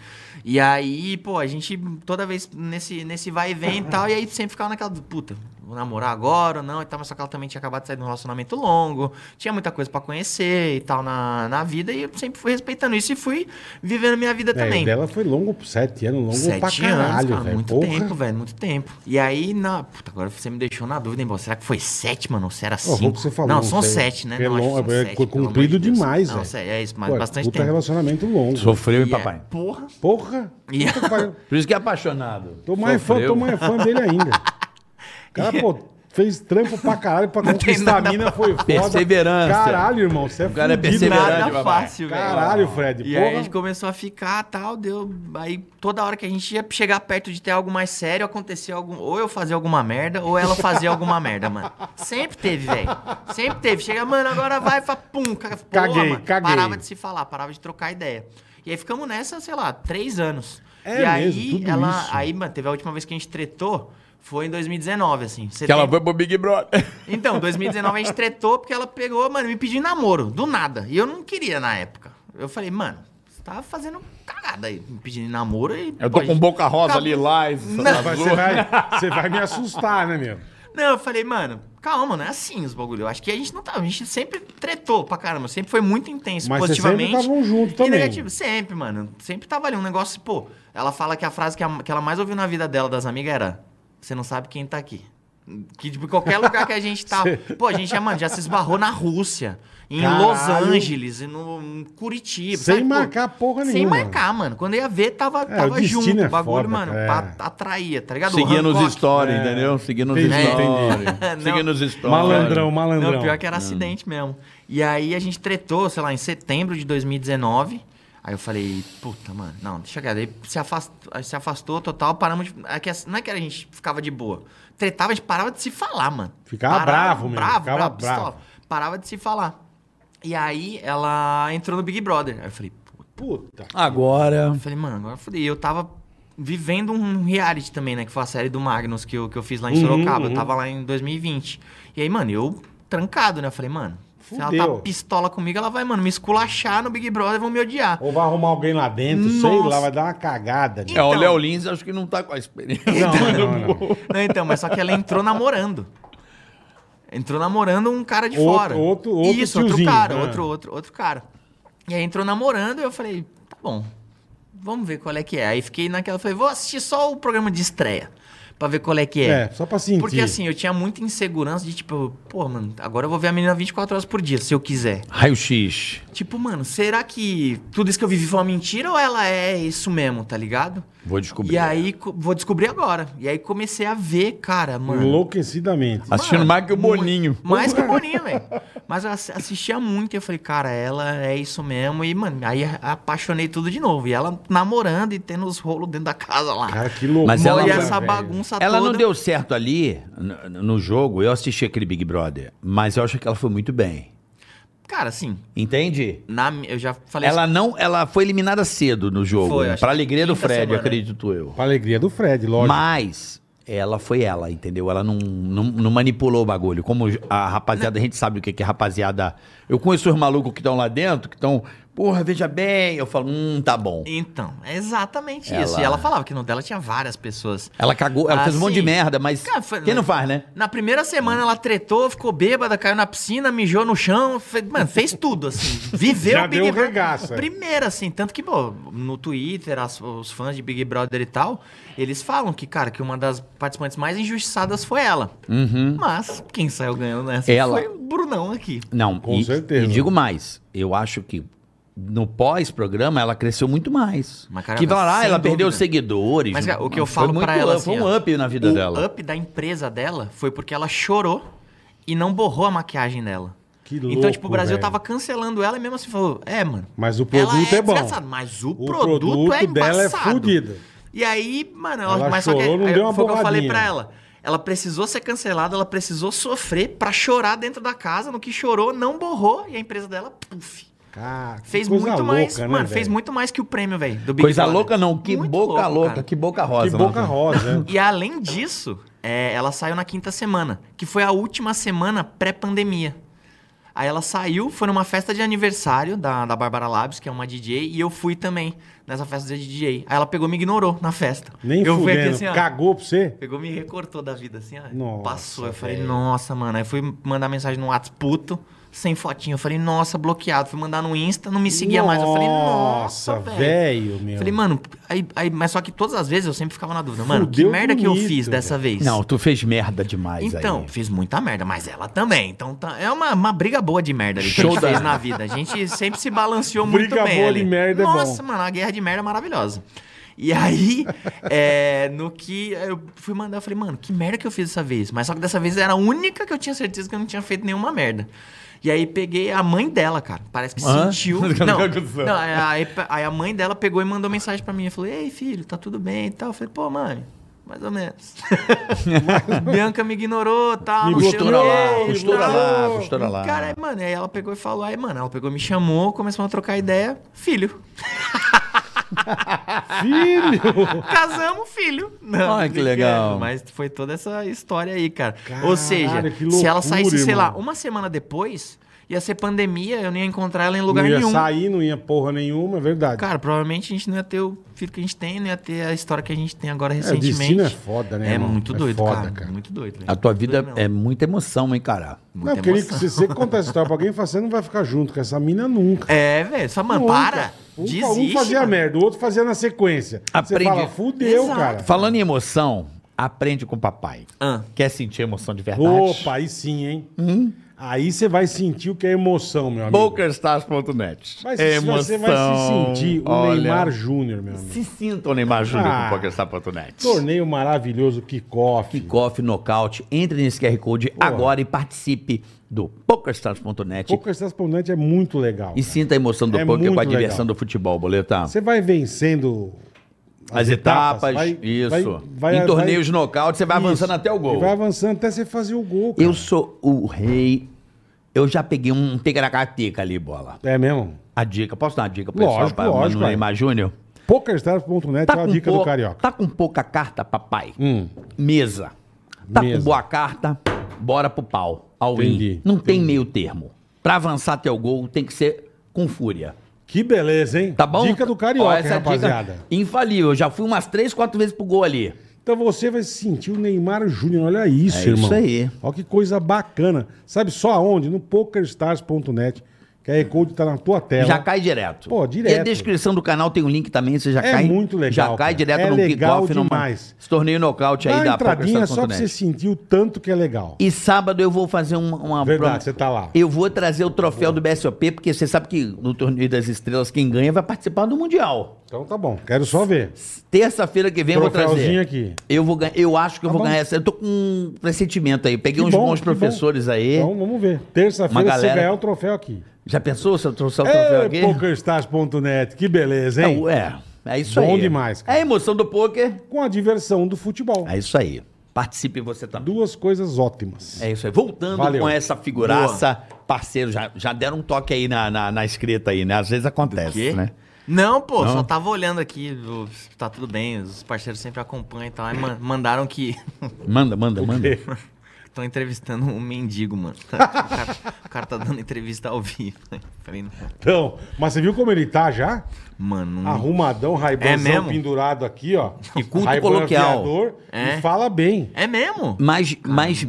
[SPEAKER 5] E aí, pô, a gente toda vez nesse, nesse vai e vem e tal, e aí sempre ficava naquela, do, puta, vou namorar agora ou não, e tal, mas só que ela também tinha acabado de sair de um relacionamento longo, tinha muita coisa pra conhecer e tal na, na vida, e eu sempre fui respeitando isso e fui vivendo minha vida
[SPEAKER 3] É,
[SPEAKER 5] também.
[SPEAKER 3] o dela foi longo, sete anos, longo pra
[SPEAKER 5] Sete anos,
[SPEAKER 3] caralho,
[SPEAKER 5] cara,
[SPEAKER 3] velho.
[SPEAKER 5] muito
[SPEAKER 3] Porra.
[SPEAKER 5] tempo, velho, muito tempo. E aí, na... Puta, agora você me deixou na dúvida, hein, bom, será que foi sete, mano, ou será
[SPEAKER 3] Ó,
[SPEAKER 5] cinco?
[SPEAKER 3] vou que você falou,
[SPEAKER 5] não,
[SPEAKER 3] não
[SPEAKER 5] são
[SPEAKER 3] sei.
[SPEAKER 5] sete, né?
[SPEAKER 3] Porque é
[SPEAKER 5] não, acho que
[SPEAKER 3] longo,
[SPEAKER 5] são
[SPEAKER 3] é
[SPEAKER 5] sete, pelo amor de
[SPEAKER 3] comprido
[SPEAKER 5] Deus.
[SPEAKER 3] demais,
[SPEAKER 5] Não,
[SPEAKER 3] velho.
[SPEAKER 5] sério, é isso, mas
[SPEAKER 3] Pô,
[SPEAKER 5] bastante
[SPEAKER 3] puta
[SPEAKER 5] tempo.
[SPEAKER 3] relacionamento longo.
[SPEAKER 4] Sofreu e
[SPEAKER 5] E é-
[SPEAKER 4] papai.
[SPEAKER 5] Porra.
[SPEAKER 3] Porra.
[SPEAKER 5] E-
[SPEAKER 3] Puta que pariu.
[SPEAKER 4] Por isso que é apaixonado.
[SPEAKER 3] Tô mais fã,
[SPEAKER 4] Sofreu.
[SPEAKER 3] tô mais fã dele ainda. O cara, pô, fez trampo pra caralho pra
[SPEAKER 5] tem
[SPEAKER 3] conquistar a
[SPEAKER 5] nada
[SPEAKER 3] mina, foi foda.
[SPEAKER 4] Perseverança.
[SPEAKER 3] Caralho, irmão, você é
[SPEAKER 4] cara é
[SPEAKER 3] fudido,
[SPEAKER 4] perseverante,
[SPEAKER 3] velho.
[SPEAKER 5] Nada fácil, velho.
[SPEAKER 3] Caralho, Fred,
[SPEAKER 5] E
[SPEAKER 3] porra.
[SPEAKER 5] aí a gente começou a ficar tal, deu. Aí toda hora que a gente ia chegar perto de ter algo mais sério, acontecia algum. Ou eu fazia alguma merda, ou ela fazia alguma merda, mano. Sempre teve, velho. Sempre teve. Chega, mano, agora vai, fa, pum, ca- porra,
[SPEAKER 3] Caguei,
[SPEAKER 5] mano.
[SPEAKER 3] caguei.
[SPEAKER 5] Parava de se falar, parava de trocar ideia. E aí ficamos nessa, sei lá, três anos.
[SPEAKER 3] É
[SPEAKER 5] e aí
[SPEAKER 3] mesmo, tudo
[SPEAKER 5] ela.
[SPEAKER 3] isso.
[SPEAKER 5] Aí, mano, teve a última vez que a gente tretou. Foi em 2019, assim.
[SPEAKER 6] Que ela
[SPEAKER 5] Setembro-
[SPEAKER 6] foi pro Big Brother.
[SPEAKER 5] então, 2019 a gente tretou porque ela pegou, mano, me pediu em namoro, do nada. E eu não queria na época. Eu falei, mano, você tá fazendo cagada aí, me pedindo em namoro
[SPEAKER 4] É,
[SPEAKER 5] e.
[SPEAKER 6] Eu tô
[SPEAKER 5] pô, a
[SPEAKER 6] com um
[SPEAKER 5] gente-
[SPEAKER 6] boca rosa
[SPEAKER 5] Acabou.
[SPEAKER 6] ali, lilás.
[SPEAKER 5] Não.
[SPEAKER 6] azul.
[SPEAKER 3] Mas Você vai, você vai me assustar, né, meu?
[SPEAKER 5] Não, eu falei, mano, calma, não é assim os bagulho. Eu acho que a gente não tá. A gente sempre tretou pra caramba, sempre foi muito intenso,
[SPEAKER 3] Mas vocês sempre
[SPEAKER 5] positivamente.
[SPEAKER 3] estavam juntos
[SPEAKER 5] e
[SPEAKER 3] também.
[SPEAKER 5] negativo, sempre, mano. Sempre tava ali um negócio, pô. Ela fala que a frase que, a- que ela mais ouviu na vida dela, das amigas, era: Você não sabe quem tá aqui. Que, tipo, qualquer lugar que a gente tá. Pô, a gente já, mano, já se esbarrou na Rússia, em
[SPEAKER 3] Caralho.
[SPEAKER 5] Los Angeles, e no em Curitiba.
[SPEAKER 3] Sem
[SPEAKER 5] sabe, pô?
[SPEAKER 3] marcar porra
[SPEAKER 5] Sem
[SPEAKER 3] nenhuma.
[SPEAKER 5] marcar, mano. Quando eu ia ver, tava, tava
[SPEAKER 3] destino
[SPEAKER 5] junto.
[SPEAKER 3] é
[SPEAKER 5] o bagulho,
[SPEAKER 3] foda,
[SPEAKER 5] mano,
[SPEAKER 3] cara.
[SPEAKER 5] pra- atraía, tá ligado? O
[SPEAKER 6] Seguia nos
[SPEAKER 5] Hancock.
[SPEAKER 4] É.
[SPEAKER 6] stories, entendeu? Seguia nos
[SPEAKER 3] Entendi,
[SPEAKER 6] stories.
[SPEAKER 5] entendi.
[SPEAKER 6] Seguia
[SPEAKER 5] Não.
[SPEAKER 6] nos stories.
[SPEAKER 3] Malandrão, malandrão.
[SPEAKER 5] Não, pior que era acidente mesmo. E aí a gente tretou, sei lá, em setembro de 2019. Aí eu falei, puta, mano, não, deixa eu Aí se afastou, se afastou total, paramos de. é que assim, Não é que a gente ficava de boa. Tretava, a gente parava de se falar, mano.
[SPEAKER 3] Ficava bravo mesmo, ficava bravo.
[SPEAKER 5] Parava de se falar. E aí ela entrou no Big Brother. Aí eu falei, puta.
[SPEAKER 3] Puta.
[SPEAKER 4] Agora.
[SPEAKER 5] Eu falei, mano, agora fudei. E Eu tava vivendo um reality também, né? Que foi a série do Magnus que eu, que eu fiz lá
[SPEAKER 3] Uhum,
[SPEAKER 5] em Sorocaba. Eu tava lá em 2020. E aí, mano, eu trancado, né? Eu falei, mano, se ela
[SPEAKER 3] Fudeu.
[SPEAKER 5] tá pistola comigo, ela vai, mano, me esculachar no Big Brother, vão me odiar.
[SPEAKER 3] Ou vai arrumar alguém lá dentro, sei
[SPEAKER 5] Nossa.
[SPEAKER 3] lá, vai dar uma cagada. né?
[SPEAKER 6] É, o
[SPEAKER 5] Então.
[SPEAKER 6] Léo Lins acho que não tá com a experiência.
[SPEAKER 3] Não, não, não.
[SPEAKER 5] Não, então, mas só que ela entrou namorando. Entrou namorando um cara de
[SPEAKER 3] Outro-
[SPEAKER 5] fora.
[SPEAKER 3] outro- outro
[SPEAKER 5] Isso,
[SPEAKER 3] tiozinho,
[SPEAKER 5] outro cara,
[SPEAKER 3] né?
[SPEAKER 5] outro, outro, outro cara. E aí entrou namorando e eu falei, tá bom, vamos ver qual é que é. Aí fiquei naquela, falei, vou assistir só o programa de estreia, pra ver qual é que
[SPEAKER 3] É,
[SPEAKER 5] é.
[SPEAKER 3] só pra sentir.
[SPEAKER 5] Porque assim, eu tinha muita insegurança de tipo, pô, mano, agora eu vou ver a menina 24 horas por dia, se eu quiser.
[SPEAKER 4] Raio-X.
[SPEAKER 5] Tipo, mano, será que tudo isso que eu vivi foi uma mentira ou ela é isso mesmo, tá ligado?
[SPEAKER 4] Vou descobrir.
[SPEAKER 5] E aí, co- vou descobrir agora. E aí comecei a ver, cara, mano.
[SPEAKER 3] enlouquecidamente.
[SPEAKER 6] Assistindo
[SPEAKER 5] Mano,
[SPEAKER 6] mais que o
[SPEAKER 5] muito-
[SPEAKER 6] Boninho.
[SPEAKER 5] Mais que o Boninho, velho. Mas eu ass- assistia muito e eu falei, cara, ela é isso mesmo. E, mano, aí a- apaixonei tudo de novo. E ela namorando e tendo os rolos dentro da casa lá.
[SPEAKER 3] Cara, que loucura. né,
[SPEAKER 4] Mas ela-
[SPEAKER 5] e essa
[SPEAKER 3] velho.
[SPEAKER 5] bagunça
[SPEAKER 4] Ela
[SPEAKER 5] toda.
[SPEAKER 4] não deu certo ali n- no jogo. Eu assisti aquele Big Brother, mas eu acho que ela foi muito bem.
[SPEAKER 5] Cara, assim,
[SPEAKER 4] Entende?
[SPEAKER 5] na, mi- eu já falei
[SPEAKER 4] Ela não, ela foi eliminada cedo no jogo,
[SPEAKER 5] Foi,
[SPEAKER 4] né?
[SPEAKER 5] acho
[SPEAKER 4] pra
[SPEAKER 5] que
[SPEAKER 4] alegria do
[SPEAKER 5] quinta
[SPEAKER 4] Fred,
[SPEAKER 5] semana.
[SPEAKER 4] acredito eu.
[SPEAKER 3] Pra alegria do Fred, lógico.
[SPEAKER 4] Mas ela foi ela, entendeu? Ela não, não, não manipulou o bagulho. Como a rapaziada, a gente sabe o que que é rapaziada. Eu conheço os malucos que estão lá dentro, que estão, porra, veja bem. Eu falo, hum, tá bom.
[SPEAKER 5] Então, é exatamente
[SPEAKER 4] Ela-
[SPEAKER 5] isso. E ela falava que no dela tinha várias pessoas.
[SPEAKER 4] Ela cagou, ela
[SPEAKER 5] Ah,
[SPEAKER 4] fez um monte de
[SPEAKER 5] sim.
[SPEAKER 4] merda, mas
[SPEAKER 5] Cara, foi-
[SPEAKER 4] quem não faz, né?
[SPEAKER 5] Na primeira semana ela tretou, ficou bêbada, caiu na piscina, mijou no chão, fe- mano, fez tudo, assim. Viveu
[SPEAKER 3] Já
[SPEAKER 5] o Big
[SPEAKER 3] deu
[SPEAKER 5] Brother.
[SPEAKER 3] regaço, é.
[SPEAKER 5] Primeiro, assim, tanto que, pô, no Twitter, as- os fãs de Big Brother e tal, eles falam que, cara, que uma das participantes mais injustiçadas foi ela.
[SPEAKER 4] Uhum.
[SPEAKER 5] Mas quem saiu ganhando nessa
[SPEAKER 4] Hum. Ela.
[SPEAKER 5] foi o Brunão aqui.
[SPEAKER 4] Não,
[SPEAKER 3] Com
[SPEAKER 4] e,
[SPEAKER 3] certeza.
[SPEAKER 4] E digo mais, eu acho que no pós-programa ela cresceu muito mais.
[SPEAKER 5] Mas, cara,
[SPEAKER 4] que vai lá,
[SPEAKER 5] sem
[SPEAKER 4] ela perdeu
[SPEAKER 5] dúvida.
[SPEAKER 4] seguidores.
[SPEAKER 5] Mas, cara, o que eu
[SPEAKER 4] Foi
[SPEAKER 5] falo
[SPEAKER 4] muito
[SPEAKER 5] pra ela,
[SPEAKER 4] up,
[SPEAKER 5] assim,
[SPEAKER 4] Foi um
[SPEAKER 5] ó,
[SPEAKER 4] up na vida
[SPEAKER 5] o
[SPEAKER 4] dela.
[SPEAKER 5] up da empresa dela foi porque ela chorou e não borrou a maquiagem dela.
[SPEAKER 3] Que
[SPEAKER 5] então, tipo,
[SPEAKER 3] louco,
[SPEAKER 5] o Brasil
[SPEAKER 3] velho.
[SPEAKER 5] tava cancelando ela e mesmo assim falou, é, mano.
[SPEAKER 3] Mas o produto é, bom.
[SPEAKER 5] desgraçada, Mas o,
[SPEAKER 3] O
[SPEAKER 5] produto, é
[SPEAKER 3] produto dela é
[SPEAKER 5] embaçado.
[SPEAKER 3] fudido.
[SPEAKER 5] E aí, mano, ela,
[SPEAKER 3] Ela
[SPEAKER 5] mas só
[SPEAKER 3] chorou,
[SPEAKER 5] que
[SPEAKER 3] não
[SPEAKER 5] aí
[SPEAKER 3] deu uma
[SPEAKER 5] foi o que eu
[SPEAKER 3] borradinha.
[SPEAKER 5] falei pra ela. Ela precisou ser cancelada, ela precisou sofrer pra chorar dentro da casa, no que chorou, não borrou e a empresa dela, puf.
[SPEAKER 3] Cara, que
[SPEAKER 5] Fez
[SPEAKER 3] coisa
[SPEAKER 5] muito
[SPEAKER 3] louca,
[SPEAKER 5] mais,
[SPEAKER 3] né,
[SPEAKER 5] mano,
[SPEAKER 3] velho?
[SPEAKER 5] fez muito mais que o prêmio, velho, do Big
[SPEAKER 4] Coisa
[SPEAKER 5] Brother.
[SPEAKER 4] louca não, que
[SPEAKER 5] Muito
[SPEAKER 4] boca
[SPEAKER 5] louco,
[SPEAKER 4] louca,
[SPEAKER 5] cara.
[SPEAKER 4] que boca rosa.
[SPEAKER 3] Que boca
[SPEAKER 4] mano.
[SPEAKER 3] rosa, né?
[SPEAKER 5] E além disso, é, ela saiu na quinta semana, que foi a última semana pré-pandemia. Aí ela saiu, foi numa festa de aniversário da, da Bárbara Labs, que é uma DJ, e eu fui também nessa festa de DJ. Aí ela pegou e me ignorou na festa.
[SPEAKER 3] Nem
[SPEAKER 5] eu fui
[SPEAKER 3] fudendo.
[SPEAKER 5] aqui assim, ó.
[SPEAKER 3] Cagou pra você?
[SPEAKER 5] Pegou, me recortou da vida assim, ó.
[SPEAKER 3] Nossa,
[SPEAKER 5] passou. Eu falei,
[SPEAKER 3] velho.
[SPEAKER 5] nossa, mano. Aí fui mandar mensagem no WhatsApp puto, sem fotinho. Eu falei, nossa, bloqueado. Fui mandar no Insta, não me seguia mais. Eu falei, nossa, velho.
[SPEAKER 3] velho, meu.
[SPEAKER 5] Falei, mano, aí, aí- mas só que todas as vezes eu sempre ficava na dúvida, mano,
[SPEAKER 3] Fudeu
[SPEAKER 5] que merda que eu
[SPEAKER 3] bonito,
[SPEAKER 5] fiz dessa vez?
[SPEAKER 4] Não, tu fez merda demais
[SPEAKER 5] Então,
[SPEAKER 4] aí.
[SPEAKER 5] fiz muita merda, mas ela também. Então tá- é uma, uma briga boa de merda ali que
[SPEAKER 4] Show
[SPEAKER 5] a gente
[SPEAKER 4] da-
[SPEAKER 5] fez na vida. A gente sempre se balanceou
[SPEAKER 3] Briga
[SPEAKER 5] muito bem.
[SPEAKER 3] boa
[SPEAKER 5] ali.
[SPEAKER 3] de merda é bom.
[SPEAKER 5] Nossa, mano, a guerra de merda é maravilhosa. E aí, é, no que eu fui mandar, eu falei, mano, que merda que eu fiz dessa vez. Mas só que dessa vez era a única que eu tinha certeza que eu não tinha feito nenhuma merda. E aí peguei a mãe dela, cara. Parece que
[SPEAKER 4] Hã?
[SPEAKER 5] sentiu. Não, não, aí, aí a mãe dela pegou e mandou mensagem pra mim. Eu falei, ei, filho, tá tudo bem e tal. Eu falei, pô, mãe, mais ou menos. Bianca me ignorou tal.
[SPEAKER 3] Me
[SPEAKER 5] não sei o
[SPEAKER 4] Costura
[SPEAKER 5] quê
[SPEAKER 4] lá,
[SPEAKER 5] e
[SPEAKER 4] costura
[SPEAKER 5] tal.
[SPEAKER 4] lá, costura lá.
[SPEAKER 5] Cara, é aí, mano, aí ela pegou e falou, aí, mano, ela pegou e me chamou, começou a trocar ideia. Filho.
[SPEAKER 3] Filho!
[SPEAKER 5] Casamos, filho. Não,
[SPEAKER 4] Olha que
[SPEAKER 5] brincando,
[SPEAKER 4] legal.
[SPEAKER 5] Mas foi toda essa história aí, cara.
[SPEAKER 3] Caralho,
[SPEAKER 5] Ou seja,
[SPEAKER 3] que
[SPEAKER 5] se ela
[SPEAKER 3] loucura,
[SPEAKER 5] saísse, sei lá,
[SPEAKER 3] irmão.
[SPEAKER 5] uma semana depois, ia ser pandemia, eu não ia encontrar ela em lugar
[SPEAKER 3] não ia
[SPEAKER 5] nenhum.
[SPEAKER 3] sair, não ia porra nenhuma, é verdade.
[SPEAKER 5] Cara, provavelmente a gente não ia ter o filho que a gente tem, não ia ter a história que a gente tem agora
[SPEAKER 3] é, o
[SPEAKER 5] recentemente.
[SPEAKER 3] destino é foda, né?
[SPEAKER 5] É
[SPEAKER 3] irmão?
[SPEAKER 5] muito doido,
[SPEAKER 3] foda,
[SPEAKER 5] cara. Muito doido. velho.
[SPEAKER 4] A tua
[SPEAKER 5] Muito
[SPEAKER 4] vida
[SPEAKER 5] doido
[SPEAKER 4] é
[SPEAKER 5] mesmo.
[SPEAKER 4] muita emoção, hein, cara?
[SPEAKER 5] Muita
[SPEAKER 3] Não, eu queria que
[SPEAKER 5] emoção.
[SPEAKER 3] se você contar essa história pra alguém, fala, você não vai ficar junto com essa mina nunca.
[SPEAKER 5] É, velho. Só, mano,
[SPEAKER 3] Nunca.
[SPEAKER 5] para.
[SPEAKER 3] Um, fa-
[SPEAKER 5] Desiste.
[SPEAKER 3] um fazia
[SPEAKER 5] mano.
[SPEAKER 3] merda, o outro fazia na sequência.
[SPEAKER 4] Aprende.
[SPEAKER 3] Você fala, fudeu,
[SPEAKER 5] Exato.
[SPEAKER 3] cara.
[SPEAKER 4] Falando em emoção, aprende com o papai.
[SPEAKER 5] Ah.
[SPEAKER 4] Quer sentir emoção de verdade?
[SPEAKER 3] Opa, aí sim, hein?
[SPEAKER 5] Hum?
[SPEAKER 3] Aí você vai sentir o que é emoção, meu amigo.
[SPEAKER 4] PokerStars.net.
[SPEAKER 3] Mas isso você vai se sentir o
[SPEAKER 4] é Olha,
[SPEAKER 3] Neymar Júnior, meu amigo.
[SPEAKER 4] Se sinta o Neymar Júnior
[SPEAKER 3] Ah.
[SPEAKER 4] com PokerStars.net.
[SPEAKER 3] Torneio maravilhoso, kickoff.
[SPEAKER 4] Kickoff, nocaute. Entre nesse QR Code agora e participe do PokerStars.net.
[SPEAKER 3] PokerStars.net é muito legal.
[SPEAKER 4] E
[SPEAKER 3] cara.
[SPEAKER 4] sinta a emoção do
[SPEAKER 3] É
[SPEAKER 4] poker com a
[SPEAKER 3] muito
[SPEAKER 4] diversão
[SPEAKER 3] legal.
[SPEAKER 4] do futebol, boleta.
[SPEAKER 3] Você vai vencendo
[SPEAKER 4] As etapas,
[SPEAKER 3] vai-
[SPEAKER 4] isso.
[SPEAKER 3] vai- vai-
[SPEAKER 4] em torneios nocaute, você vai
[SPEAKER 3] Isso.
[SPEAKER 4] avançando até o
[SPEAKER 3] E
[SPEAKER 4] gol.
[SPEAKER 3] vai avançando até você fazer o gol. cara.
[SPEAKER 4] Eu sou o rei. Eu já peguei um pegaracateca ali, bola.
[SPEAKER 3] É mesmo?
[SPEAKER 4] A dica, posso dar uma dica pro pessoal?
[SPEAKER 3] Lógico,
[SPEAKER 4] pra- no
[SPEAKER 3] lógico,
[SPEAKER 4] Neymar Júnior? Tá
[SPEAKER 3] PokerStars.net é uma
[SPEAKER 4] com
[SPEAKER 3] dica
[SPEAKER 4] pou-
[SPEAKER 3] do Carioca.
[SPEAKER 4] Tá com pouca carta, papai?
[SPEAKER 3] Hum.
[SPEAKER 4] Mesa. Tá
[SPEAKER 3] Mesa.
[SPEAKER 4] com boa carta, bora pro pau. All in.
[SPEAKER 3] Entendi,
[SPEAKER 4] Não tem meio termo. Pra avançar até o gol, tem que ser com fúria.
[SPEAKER 3] Que beleza, hein?
[SPEAKER 4] Tá bom?
[SPEAKER 3] Dica do
[SPEAKER 4] Ó,
[SPEAKER 3] Carioca, hein,
[SPEAKER 4] essa dica
[SPEAKER 3] rapaziada.
[SPEAKER 4] infalível. Eu já fui umas três, quatro vezes pro gol ali.
[SPEAKER 3] Então você vai sentir o Neymar Júnior. Olha isso,
[SPEAKER 4] É isso
[SPEAKER 3] irmão.
[SPEAKER 4] aí.
[SPEAKER 3] Olha que coisa bacana. Sabe só aonde? No PokerStars.net. QR Code tá na tua tela.
[SPEAKER 4] Já cai direto.
[SPEAKER 3] Pô, direto.
[SPEAKER 4] E a descrição do canal tem um link também, você já
[SPEAKER 3] É
[SPEAKER 4] cai.
[SPEAKER 3] muito legal,
[SPEAKER 4] Já
[SPEAKER 3] cara.
[SPEAKER 4] cai direto
[SPEAKER 3] É
[SPEAKER 4] no
[SPEAKER 3] legal
[SPEAKER 4] kickoff, numa,
[SPEAKER 3] demais.
[SPEAKER 4] esse torneio nocaute
[SPEAKER 3] Dá
[SPEAKER 4] aí
[SPEAKER 3] uma
[SPEAKER 4] da
[SPEAKER 3] entradinha só pra
[SPEAKER 4] PokerStars.net.
[SPEAKER 3] você sentir o tanto que é legal.
[SPEAKER 4] E sábado eu vou fazer uma. uma
[SPEAKER 3] Verdade,
[SPEAKER 4] promo-
[SPEAKER 3] você tá lá.
[SPEAKER 4] Eu vou trazer o troféu do BSOP, porque você sabe que no Torneio das Estrelas quem ganha vai participar do Mundial.
[SPEAKER 3] Então tá bom, quero só ver.
[SPEAKER 4] Terça-feira que vem eu vou
[SPEAKER 3] Troféuzinho
[SPEAKER 4] trazer.
[SPEAKER 3] aqui.
[SPEAKER 4] Eu, vou ganhar, eu acho que eu
[SPEAKER 3] Tá
[SPEAKER 4] vou
[SPEAKER 3] bom.
[SPEAKER 4] ganhar essa. Eu tô com um pressentimento aí. Peguei
[SPEAKER 3] Que
[SPEAKER 4] uns
[SPEAKER 3] bom,
[SPEAKER 4] bons
[SPEAKER 3] que bom.
[SPEAKER 4] professores aí.
[SPEAKER 3] Então vamos ver.
[SPEAKER 4] Uma
[SPEAKER 3] Terça-feira você
[SPEAKER 4] galera-
[SPEAKER 3] ganhar o troféu aqui.
[SPEAKER 4] Já pensou se eu trouxer o troféu
[SPEAKER 3] É,
[SPEAKER 4] aqui?
[SPEAKER 3] PokerStars.net, que beleza,
[SPEAKER 4] É,
[SPEAKER 3] hein?
[SPEAKER 4] ué. É isso aí.
[SPEAKER 3] Bom demais, cara.
[SPEAKER 4] É a emoção do pôquer.
[SPEAKER 3] Com a diversão do futebol.
[SPEAKER 4] É isso aí. Participe você também.
[SPEAKER 3] Duas coisas ótimas.
[SPEAKER 4] É isso aí. Voltando
[SPEAKER 3] Valeu.
[SPEAKER 4] com essa figuraça, parceiro, já, já deram um toque aí na, na, na escrita aí, né? Às vezes acontece,
[SPEAKER 5] Quê?
[SPEAKER 4] né?
[SPEAKER 5] Não, pô, só tava olhando aqui, o- tá tudo bem, os parceiros sempre acompanham e tal. Aí man- mandaram que
[SPEAKER 4] Manda, manda, manda.
[SPEAKER 5] estão entrevistando um mendigo, mano. Tá- o, cara, o cara tá dando entrevista ao vivo. Falei, não.
[SPEAKER 3] Então, mas você viu como ele tá já?
[SPEAKER 5] mano, não-
[SPEAKER 3] Arrumadão,
[SPEAKER 5] É
[SPEAKER 3] raibanzão
[SPEAKER 5] mesmo?
[SPEAKER 3] pendurado aqui, ó.
[SPEAKER 4] E Hum. culto
[SPEAKER 3] Ray-Ban
[SPEAKER 4] coloquial.
[SPEAKER 3] afiador,
[SPEAKER 5] É.
[SPEAKER 3] E fala bem.
[SPEAKER 5] é mesmo?
[SPEAKER 4] Mas, mas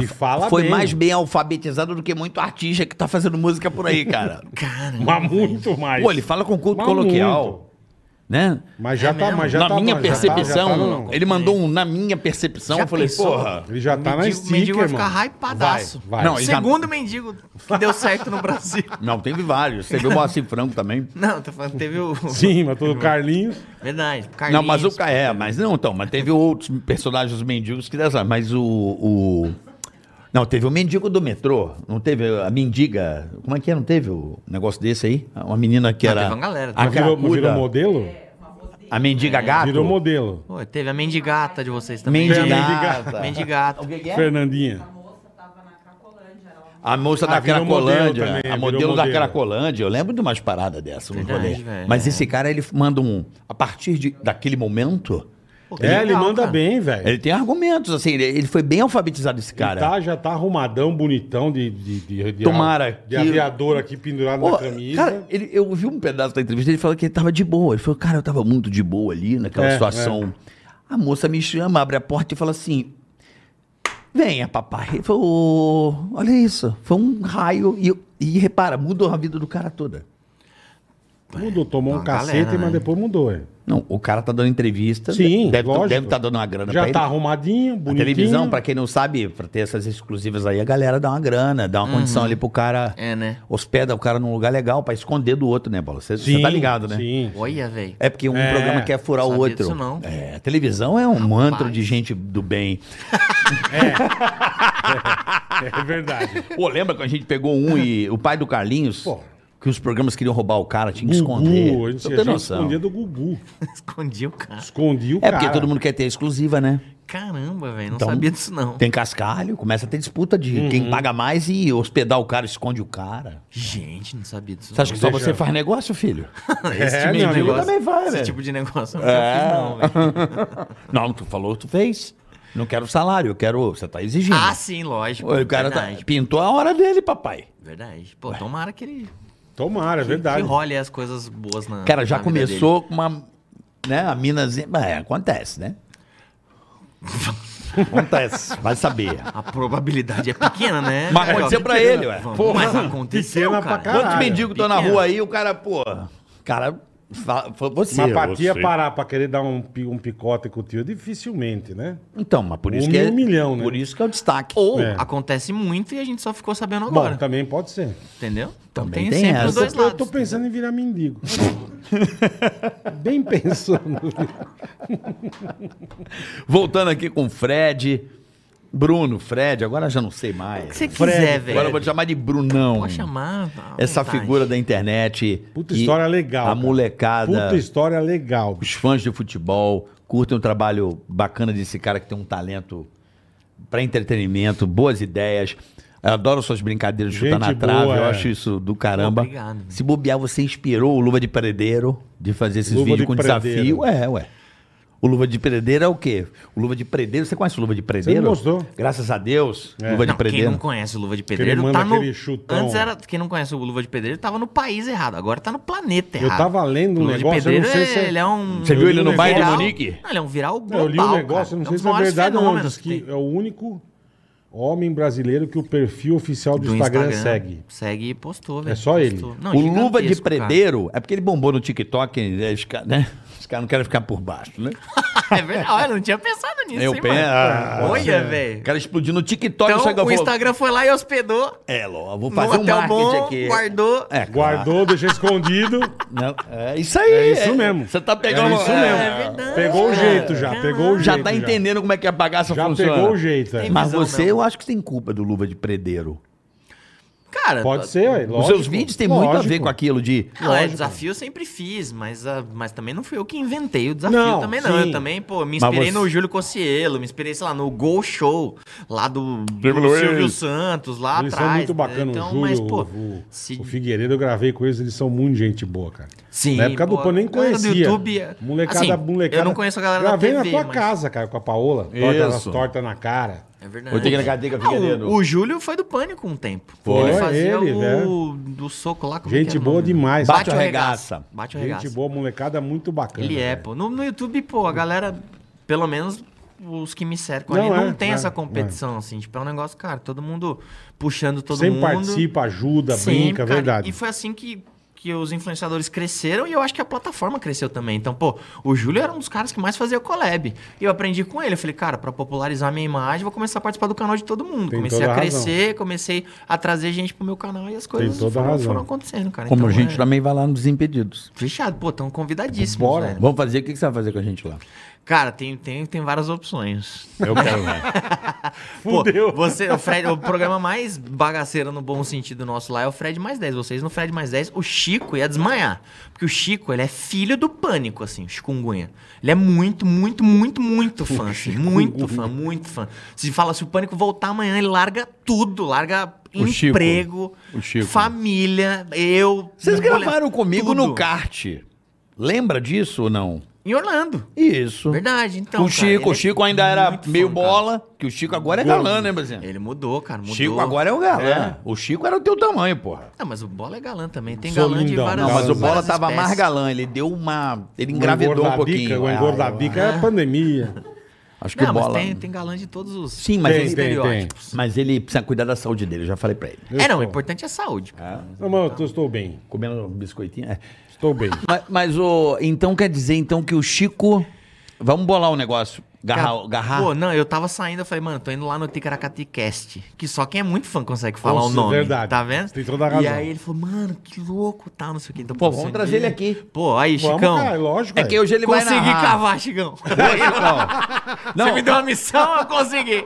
[SPEAKER 3] E fala
[SPEAKER 4] foi
[SPEAKER 3] bem.
[SPEAKER 4] mais bem alfabetizado do que muito artista que tá fazendo música por aí, cara.
[SPEAKER 5] Cara,
[SPEAKER 3] Mas muito mais.
[SPEAKER 4] Pô, ele fala com culto
[SPEAKER 3] Mas muito.
[SPEAKER 4] coloquial, né?
[SPEAKER 3] Mas já
[SPEAKER 5] É
[SPEAKER 3] tá,
[SPEAKER 5] mesmo?
[SPEAKER 3] mas já
[SPEAKER 4] na
[SPEAKER 3] tá-
[SPEAKER 4] minha
[SPEAKER 3] já tá- já tá
[SPEAKER 4] percepção,
[SPEAKER 3] no-
[SPEAKER 4] ele mandou um na minha percepção,
[SPEAKER 5] Já
[SPEAKER 4] eu falei,
[SPEAKER 5] pensou?
[SPEAKER 4] porra.
[SPEAKER 3] Ele já tá
[SPEAKER 5] o
[SPEAKER 3] na
[SPEAKER 5] mendigo,
[SPEAKER 3] sticker,
[SPEAKER 5] o mendigo vai
[SPEAKER 3] mano.
[SPEAKER 5] ficar hypadaço.
[SPEAKER 3] Vai, vai.
[SPEAKER 4] Não, ele já-
[SPEAKER 5] Segundo mendigo que deu certo no Brasil.
[SPEAKER 4] Não, teve vários. Você viu o Moacir Franco também.
[SPEAKER 5] Não, tô falando, teve o.
[SPEAKER 3] Sim, mas todo Carlinhos.
[SPEAKER 5] Verdade,
[SPEAKER 4] Não,
[SPEAKER 5] Carlinhos.
[SPEAKER 4] mas o Ca- é, mas não, então, mas teve outros personagens dos mendigos que dessa, mas o, o- não, teve o mendigo do metrô, não teve a mendiga, como é que é, não teve o negócio desse aí? Uma menina que
[SPEAKER 5] Ah,
[SPEAKER 4] era
[SPEAKER 5] teve uma galera.
[SPEAKER 4] a,
[SPEAKER 5] Mas
[SPEAKER 3] Virou,
[SPEAKER 4] cracuda,
[SPEAKER 3] virou modelo?
[SPEAKER 4] a mendiga gato.
[SPEAKER 3] Virou modelo.
[SPEAKER 5] Pô, teve a mendigata de vocês também.
[SPEAKER 4] Mendigata.
[SPEAKER 5] Mendigata. Tá
[SPEAKER 3] Fernandinha.
[SPEAKER 5] um
[SPEAKER 4] A moça
[SPEAKER 3] Ah,
[SPEAKER 4] da
[SPEAKER 3] virou modelo
[SPEAKER 4] Cracolândia,
[SPEAKER 3] também,
[SPEAKER 4] a
[SPEAKER 3] virou
[SPEAKER 4] modelo da
[SPEAKER 3] modelo.
[SPEAKER 4] Cracolândia, eu lembro de umas paradas dessas, um
[SPEAKER 5] Verdade,
[SPEAKER 4] rolê.
[SPEAKER 5] velho,
[SPEAKER 4] Mas
[SPEAKER 5] é.
[SPEAKER 4] esse cara, ele manda um, a partir de, daquele momento,
[SPEAKER 5] Pô, que
[SPEAKER 3] É, ele
[SPEAKER 5] legal,
[SPEAKER 3] manda
[SPEAKER 5] cara.
[SPEAKER 3] bem, velho.
[SPEAKER 4] ele tem argumentos, assim, ele, ele foi bem alfabetizado esse cara.
[SPEAKER 3] Tá, já tá arrumadão, bonitão de, de, de, de,
[SPEAKER 4] Tomara
[SPEAKER 3] de
[SPEAKER 4] que-
[SPEAKER 3] aviador aqui pendurado
[SPEAKER 4] Pô,
[SPEAKER 3] na camisa.
[SPEAKER 4] cara, ele- eu vi um pedaço da entrevista, ele falou que ele tava de boa. Ele falou, cara, eu tava muito de boa ali naquela
[SPEAKER 3] É,
[SPEAKER 4] situação. A moça me chama, abre a porta e fala assim: Venha, papai. Ele falou, "Ô, olha isso, foi um raio. E, e repara, mudou a vida do cara toda.
[SPEAKER 3] Mudou, tomou um
[SPEAKER 5] Uma
[SPEAKER 3] cacete,
[SPEAKER 5] galera,
[SPEAKER 3] mas
[SPEAKER 5] né?
[SPEAKER 3] depois mudou. É.
[SPEAKER 4] Não, o cara tá dando entrevista.
[SPEAKER 3] Sim,
[SPEAKER 4] deve
[SPEAKER 3] lógico.
[SPEAKER 4] estar dando uma grana
[SPEAKER 3] Já
[SPEAKER 4] pra
[SPEAKER 3] tá
[SPEAKER 4] ele.
[SPEAKER 3] arrumadinho,
[SPEAKER 4] A
[SPEAKER 3] bonitinho.
[SPEAKER 4] televisão, pra quem não sabe, pra ter essas exclusivas aí, a galera dá uma grana, dá uma condição ali pro cara.
[SPEAKER 5] É, né?
[SPEAKER 4] Hospeda o cara num lugar legal pra esconder do outro, né, Bola? Você
[SPEAKER 3] Sim,
[SPEAKER 4] tá ligado, né?
[SPEAKER 3] Sim.
[SPEAKER 5] Olha, velho.
[SPEAKER 4] É porque um
[SPEAKER 3] É,
[SPEAKER 4] programa quer furar o
[SPEAKER 5] sabia
[SPEAKER 4] outro.
[SPEAKER 5] disso não.
[SPEAKER 4] É, a televisão é um antro de gente do bem.
[SPEAKER 3] É verdade.
[SPEAKER 4] Pô, lembra quando a gente pegou um e o pai do Carlinhos?
[SPEAKER 3] Pô.
[SPEAKER 4] Que os programas queriam roubar o cara, tinha que
[SPEAKER 3] Gugu, a
[SPEAKER 4] esconder.
[SPEAKER 3] gente
[SPEAKER 4] Você
[SPEAKER 3] já
[SPEAKER 4] tem noção.
[SPEAKER 3] escondia do Gugu.
[SPEAKER 5] Escondi o cara.
[SPEAKER 3] Escondi o
[SPEAKER 4] É
[SPEAKER 3] cara.
[SPEAKER 4] porque todo mundo quer ter exclusiva, né?
[SPEAKER 5] Caramba, velho. Não
[SPEAKER 4] Então,
[SPEAKER 5] sabia disso, não.
[SPEAKER 4] Tem cascalho, começa a ter disputa de
[SPEAKER 3] Uhum.
[SPEAKER 4] quem paga mais e hospedar o cara, esconde o cara.
[SPEAKER 5] Gente, não sabia disso.
[SPEAKER 4] Você acha que só
[SPEAKER 3] Deixa-
[SPEAKER 4] você faz negócio, filho?
[SPEAKER 5] não. Esse
[SPEAKER 3] É,
[SPEAKER 5] tipo
[SPEAKER 3] meu
[SPEAKER 5] de
[SPEAKER 3] amigo
[SPEAKER 5] negócio.
[SPEAKER 4] também vai,
[SPEAKER 5] esse
[SPEAKER 4] velho.
[SPEAKER 5] tipo de negócio eu nunca
[SPEAKER 4] É.
[SPEAKER 5] fiz, não, velho.
[SPEAKER 4] Não, tu falou, tu fez. Não quero salário, eu quero. Você tá exigindo.
[SPEAKER 5] Ah, sim, lógico.
[SPEAKER 4] o cara tá-
[SPEAKER 5] verdade,
[SPEAKER 4] pintou a hora dele, papai.
[SPEAKER 5] verdade. Pô, tomara que ele
[SPEAKER 3] Tomara, é
[SPEAKER 5] que
[SPEAKER 3] verdade.
[SPEAKER 5] role as coisas boas na.
[SPEAKER 4] Tá. Cara, já
[SPEAKER 5] na vida
[SPEAKER 4] começou com uma. Né, a minazinha. Mas é, acontece, né? acontece, vai saber.
[SPEAKER 5] dele. A probabilidade é pequena, né?
[SPEAKER 4] Mas
[SPEAKER 5] É,
[SPEAKER 4] aconteceu
[SPEAKER 5] ó,
[SPEAKER 4] pra
[SPEAKER 5] pequena.
[SPEAKER 4] ele, ué.
[SPEAKER 5] Vamos,
[SPEAKER 3] Porra,
[SPEAKER 5] Mas aconteceu,
[SPEAKER 3] pequena
[SPEAKER 5] cara.
[SPEAKER 3] pra caralho.
[SPEAKER 4] Quantos mendigos estão na
[SPEAKER 5] pequeno.
[SPEAKER 4] rua aí, o cara, pô. Cara, fa- foi você.
[SPEAKER 3] Mas pra tia
[SPEAKER 4] você.
[SPEAKER 3] parar pra querer dar um, pi- um picote com o tio, dificilmente, né?
[SPEAKER 4] Então, mas por
[SPEAKER 3] Um
[SPEAKER 4] isso que é.
[SPEAKER 3] mil milhão, né?
[SPEAKER 4] Por isso que é o destaque.
[SPEAKER 5] Ou
[SPEAKER 3] É.
[SPEAKER 5] acontece muito e a gente só ficou sabendo
[SPEAKER 3] Bom,
[SPEAKER 5] agora.
[SPEAKER 3] também pode ser.
[SPEAKER 5] Entendeu? Então
[SPEAKER 4] Também
[SPEAKER 5] tem,
[SPEAKER 4] tem
[SPEAKER 5] sempre
[SPEAKER 4] essa.
[SPEAKER 5] os dois
[SPEAKER 3] eu tô
[SPEAKER 5] lados.
[SPEAKER 3] pensando em virar mendigo. Bem pensando.
[SPEAKER 4] Voltando aqui com o Fred. Bruno, Fred, agora eu já não sei
[SPEAKER 5] O que
[SPEAKER 4] mais.
[SPEAKER 5] você quiser, velho.
[SPEAKER 4] Agora eu vou te chamar de Brunão.
[SPEAKER 5] Pode chamar. à
[SPEAKER 4] Essa
[SPEAKER 5] vontade.
[SPEAKER 4] figura da internet.
[SPEAKER 3] Puta
[SPEAKER 4] que
[SPEAKER 3] história legal.
[SPEAKER 4] A
[SPEAKER 3] cara.
[SPEAKER 4] molecada.
[SPEAKER 3] Puta história legal. bicho.
[SPEAKER 4] os fãs de futebol curtem o trabalho bacana desse cara que tem um talento para entretenimento, boas ideias. Eu adoro suas brincadeiras de chutar
[SPEAKER 3] Gente
[SPEAKER 4] na trave,
[SPEAKER 3] boa,
[SPEAKER 4] eu
[SPEAKER 3] é.
[SPEAKER 4] acho isso do caramba.
[SPEAKER 5] Obrigado.
[SPEAKER 4] Se bobear, você inspirou o Luva de Predeiro de fazer esses
[SPEAKER 3] Luva de
[SPEAKER 4] vídeos com
[SPEAKER 3] Predeiro.
[SPEAKER 4] desafio. É, ué. O Luva de Predeiro é o quê? O Luva de Predeiro, você conhece o Luva de Predeiro?
[SPEAKER 3] mostrou.
[SPEAKER 4] Graças a Deus,
[SPEAKER 3] É.
[SPEAKER 4] Luva de
[SPEAKER 5] Não, quem
[SPEAKER 4] Predeiro.
[SPEAKER 5] não conhece o Luva de
[SPEAKER 3] ele
[SPEAKER 5] Pedreiro
[SPEAKER 3] manda
[SPEAKER 5] tá no.
[SPEAKER 3] aquele chutão.
[SPEAKER 5] Antes era. Quem não conhece o Luva de Pedreiro tava no país errado. Agora tá no planeta
[SPEAKER 3] Eu
[SPEAKER 5] errado.
[SPEAKER 3] tava lendo um
[SPEAKER 5] Luva
[SPEAKER 3] negócio,
[SPEAKER 5] de
[SPEAKER 3] eu não
[SPEAKER 5] Pedreiro,
[SPEAKER 3] sei se é-
[SPEAKER 5] ele é um.
[SPEAKER 4] Você viu ele no
[SPEAKER 3] Eu
[SPEAKER 4] baile do
[SPEAKER 5] viral-
[SPEAKER 4] Monique?
[SPEAKER 5] Não, ele é um viral global.
[SPEAKER 3] eu li um negócio, eu
[SPEAKER 5] cara.
[SPEAKER 3] não
[SPEAKER 5] um
[SPEAKER 3] sei
[SPEAKER 5] dos
[SPEAKER 3] se é
[SPEAKER 5] maiores
[SPEAKER 3] verdade ou não.
[SPEAKER 5] fenômenos
[SPEAKER 3] Diz que
[SPEAKER 5] tem.
[SPEAKER 3] é o único homem brasileiro que o perfil oficial do,
[SPEAKER 5] Do
[SPEAKER 3] Instagram, segue. É
[SPEAKER 5] Segue e postou, velho.
[SPEAKER 3] só ele.
[SPEAKER 5] Postou. Não,
[SPEAKER 4] o Luva de
[SPEAKER 5] gigantesco, cara.
[SPEAKER 4] Predeiro é porque ele bombou no TikTok, né? Os caras né? Os caras não querem ficar por baixo, né?
[SPEAKER 5] é verdade. Olha, eu não tinha pensado nisso,
[SPEAKER 4] Eu
[SPEAKER 5] hein,
[SPEAKER 4] penso.
[SPEAKER 5] mano?
[SPEAKER 4] Ah,
[SPEAKER 5] Olha,
[SPEAKER 4] O
[SPEAKER 5] velho.
[SPEAKER 4] cara explodiu no TikTok
[SPEAKER 5] Então,
[SPEAKER 4] chegou
[SPEAKER 5] o
[SPEAKER 4] e falou,
[SPEAKER 5] Instagram foi lá e hospedou.
[SPEAKER 4] É, Ló, vou
[SPEAKER 5] No
[SPEAKER 4] fazer um
[SPEAKER 5] hotel
[SPEAKER 4] marketing
[SPEAKER 5] bom,
[SPEAKER 4] aqui.
[SPEAKER 5] guardou.
[SPEAKER 4] É, claro.
[SPEAKER 3] Guardou, deixou escondido.
[SPEAKER 4] Não, é isso aí.
[SPEAKER 3] É isso mesmo.
[SPEAKER 4] Você tá pegando...
[SPEAKER 3] É isso
[SPEAKER 4] é,
[SPEAKER 3] mesmo.
[SPEAKER 5] É verdade,
[SPEAKER 3] Pegou o
[SPEAKER 5] cara.
[SPEAKER 3] jeito já, pegou o jeito.
[SPEAKER 4] Já tá entendendo como é que a bagaça
[SPEAKER 3] Já
[SPEAKER 4] funciona.
[SPEAKER 3] pegou o jeito. é.
[SPEAKER 5] Tem-
[SPEAKER 4] Mas
[SPEAKER 5] visão
[SPEAKER 4] você,
[SPEAKER 5] mesmo.
[SPEAKER 4] eu acho que tem culpa do Luva de Predeiro.
[SPEAKER 5] Cara, tá
[SPEAKER 3] Pode ser, ué, lógico.
[SPEAKER 4] Os seus vídeos têm muito a ver
[SPEAKER 3] lógico.
[SPEAKER 4] com aquilo de.
[SPEAKER 5] Não, é, desafio eu sempre fiz, mas, ah, mas também não fui eu que inventei o desafio
[SPEAKER 3] Não,
[SPEAKER 5] também, não.
[SPEAKER 3] sim.
[SPEAKER 5] Eu também, pô, me
[SPEAKER 4] Mas
[SPEAKER 5] inspirei
[SPEAKER 4] você-
[SPEAKER 5] no Júlio Cossielo, me inspirei, sei lá, no Gol Show, lá do, do
[SPEAKER 4] Lembra,
[SPEAKER 5] Silvio
[SPEAKER 4] eles-
[SPEAKER 5] Santos, lá
[SPEAKER 3] Eles
[SPEAKER 5] atrás.
[SPEAKER 3] são muito
[SPEAKER 5] né?
[SPEAKER 3] bacanas,
[SPEAKER 5] então,
[SPEAKER 3] o Júlio,
[SPEAKER 5] mas, pô,
[SPEAKER 3] o,
[SPEAKER 5] se-
[SPEAKER 3] o Figueiredo, eu gravei com eles, eles são muito gente boa, cara.
[SPEAKER 5] Sim,
[SPEAKER 3] na época do
[SPEAKER 5] pô,
[SPEAKER 3] Pan, eu nem
[SPEAKER 5] a galera do
[SPEAKER 3] conhecia.
[SPEAKER 5] YouTube é-
[SPEAKER 3] Molecada,
[SPEAKER 5] assim,
[SPEAKER 3] molecada.
[SPEAKER 5] eu não conheço a galera da
[SPEAKER 3] Gravei
[SPEAKER 5] TV,
[SPEAKER 3] na tua
[SPEAKER 5] mas-
[SPEAKER 3] casa, cara, com a Paola. Torta,
[SPEAKER 4] Isso.
[SPEAKER 3] as tortas na cara.
[SPEAKER 5] é verdade.
[SPEAKER 4] Vou ter que negar, tem que
[SPEAKER 5] Ah,
[SPEAKER 4] Figueiredo.
[SPEAKER 5] o, o Júlio foi do Pânico um tempo.
[SPEAKER 3] Foi,
[SPEAKER 5] ele fazia
[SPEAKER 3] ele,
[SPEAKER 5] o
[SPEAKER 3] velho.
[SPEAKER 5] do soco lá. Como é
[SPEAKER 3] Gente
[SPEAKER 5] que era o
[SPEAKER 3] boa
[SPEAKER 5] nome?
[SPEAKER 3] demais.
[SPEAKER 4] Bate
[SPEAKER 5] ou
[SPEAKER 4] ou regaça?
[SPEAKER 5] Bate o
[SPEAKER 3] Gente
[SPEAKER 5] regaça.
[SPEAKER 3] boa, molecada muito bacana.
[SPEAKER 5] Ele é,
[SPEAKER 3] cara.
[SPEAKER 5] pô. No, no YouTube, pô, a galera, pelo menos os que me cercam
[SPEAKER 3] Não,
[SPEAKER 5] ali,
[SPEAKER 3] é,
[SPEAKER 5] não tem
[SPEAKER 3] é,
[SPEAKER 5] essa competição, assim. Tipo, é um negócio, cara, todo mundo puxando todo
[SPEAKER 3] Sempre
[SPEAKER 5] mundo.
[SPEAKER 3] participa, ajuda,
[SPEAKER 5] Sempre,
[SPEAKER 3] brinca, é
[SPEAKER 5] cara.
[SPEAKER 3] verdade.
[SPEAKER 5] E foi assim que, que os influenciadores cresceram e eu acho que a plataforma cresceu também. Então, pô, o Júlio era um dos caras que mais fazia collab. E eu aprendi com ele. Eu falei, cara, pra popularizar minha imagem, vou começar a participar do canal de todo mundo.
[SPEAKER 3] Tem
[SPEAKER 5] comecei
[SPEAKER 3] toda
[SPEAKER 5] a
[SPEAKER 3] a razão.
[SPEAKER 5] crescer, comecei a trazer gente pro meu canal e as coisas
[SPEAKER 3] toda a
[SPEAKER 5] foram,
[SPEAKER 3] razão.
[SPEAKER 5] foram acontecendo, cara.
[SPEAKER 4] Como
[SPEAKER 5] Então,
[SPEAKER 4] a gente
[SPEAKER 5] é...
[SPEAKER 4] também vai lá nos Impedidos.
[SPEAKER 5] Fechado, pô, estão convidadíssimos,
[SPEAKER 3] Bora.
[SPEAKER 5] velho.
[SPEAKER 4] Vamos fazer, o que que você vai fazer com a gente lá?
[SPEAKER 5] Cara, tem, tem, tem várias opções.
[SPEAKER 4] Eu quero
[SPEAKER 3] né?
[SPEAKER 4] ver.
[SPEAKER 5] Pô,
[SPEAKER 3] Fudeu.
[SPEAKER 5] você, o, Fred, o programa mais bagaceiro no bom sentido nosso lá é o Fred mais 10. Vocês no Fred mais 10, o Chico ia desmaiar. Porque o Chico, ele é filho do pânico, assim, o Chikungunya. Ele é muito, muito, muito, muito fã, assim. Muito fã, muito fã. Se fala, se o pânico voltar amanhã, ele larga tudo, larga
[SPEAKER 4] O Chico.
[SPEAKER 5] emprego,
[SPEAKER 4] O Chico.
[SPEAKER 5] família, eu.
[SPEAKER 4] Vocês
[SPEAKER 5] mulher,
[SPEAKER 4] gravaram comigo
[SPEAKER 5] tudo.
[SPEAKER 4] no kart. Lembra disso ou não?
[SPEAKER 5] Em Orlando.
[SPEAKER 4] Isso.
[SPEAKER 5] Verdade, então.
[SPEAKER 4] o
[SPEAKER 5] cara,
[SPEAKER 4] Chico,
[SPEAKER 5] ele
[SPEAKER 4] o
[SPEAKER 5] é
[SPEAKER 4] Chico ainda era
[SPEAKER 5] muito
[SPEAKER 4] meio
[SPEAKER 5] fã, cara.
[SPEAKER 4] bola, que o Chico agora é galã, né, Brasil?
[SPEAKER 5] Ele mudou, cara, mudou.
[SPEAKER 4] Chico agora é o galã. O Chico era o teu tamanho, porra.
[SPEAKER 5] Não, mas o Bola é galã também. Tem
[SPEAKER 3] Sou
[SPEAKER 5] galã de
[SPEAKER 3] lindão.
[SPEAKER 5] várias
[SPEAKER 4] Não, mas o
[SPEAKER 5] várias
[SPEAKER 4] Bola tava
[SPEAKER 5] espécies.
[SPEAKER 4] mais galã, ele deu uma... Ele engravidou um pouquinho.
[SPEAKER 3] O engordadica é a pandemia.
[SPEAKER 4] Acho que
[SPEAKER 5] Não,
[SPEAKER 4] o
[SPEAKER 5] mas
[SPEAKER 4] Bola...
[SPEAKER 5] tem, tem galã de todos os
[SPEAKER 4] Sim, mas
[SPEAKER 5] os
[SPEAKER 3] Tem,
[SPEAKER 4] ele...
[SPEAKER 3] tem,
[SPEAKER 5] estereótipos.
[SPEAKER 4] Mas ele precisa cuidar da saúde dele, eu já falei pra ele.
[SPEAKER 3] Eu
[SPEAKER 5] É, não, o
[SPEAKER 3] sou.
[SPEAKER 5] importante é a saúde. cara.
[SPEAKER 3] Não, mas eu tô- estou bem.
[SPEAKER 4] Comendo um biscoitinho, é.
[SPEAKER 3] Estou bem.
[SPEAKER 4] Mas, mas o... Então quer dizer, então, que o Chico... Vamos bolar um negócio. Garra...
[SPEAKER 5] Cara,
[SPEAKER 4] garra...
[SPEAKER 5] Pô, não, eu tava saindo, eu falei, mano, tô indo lá no Ticaracati Cast, que só quem é muito fã consegue falar
[SPEAKER 3] Nossa,
[SPEAKER 5] o nome.
[SPEAKER 3] verdade.
[SPEAKER 5] Tá vendo?
[SPEAKER 3] Tem toda a razão.
[SPEAKER 5] E aí ele falou, mano, que louco, tá, não sei o que. Então,
[SPEAKER 4] Pô,
[SPEAKER 5] pô,
[SPEAKER 4] vamos
[SPEAKER 5] assim,
[SPEAKER 4] trazer ele aqui.
[SPEAKER 5] Pô, aí,
[SPEAKER 3] Vamos,
[SPEAKER 5] Chicão.
[SPEAKER 3] cara, é lógico.
[SPEAKER 4] É que hoje ele vai
[SPEAKER 5] consegui
[SPEAKER 4] narrar.
[SPEAKER 5] cavar, Chicão. Você me deu uma missão, eu consegui.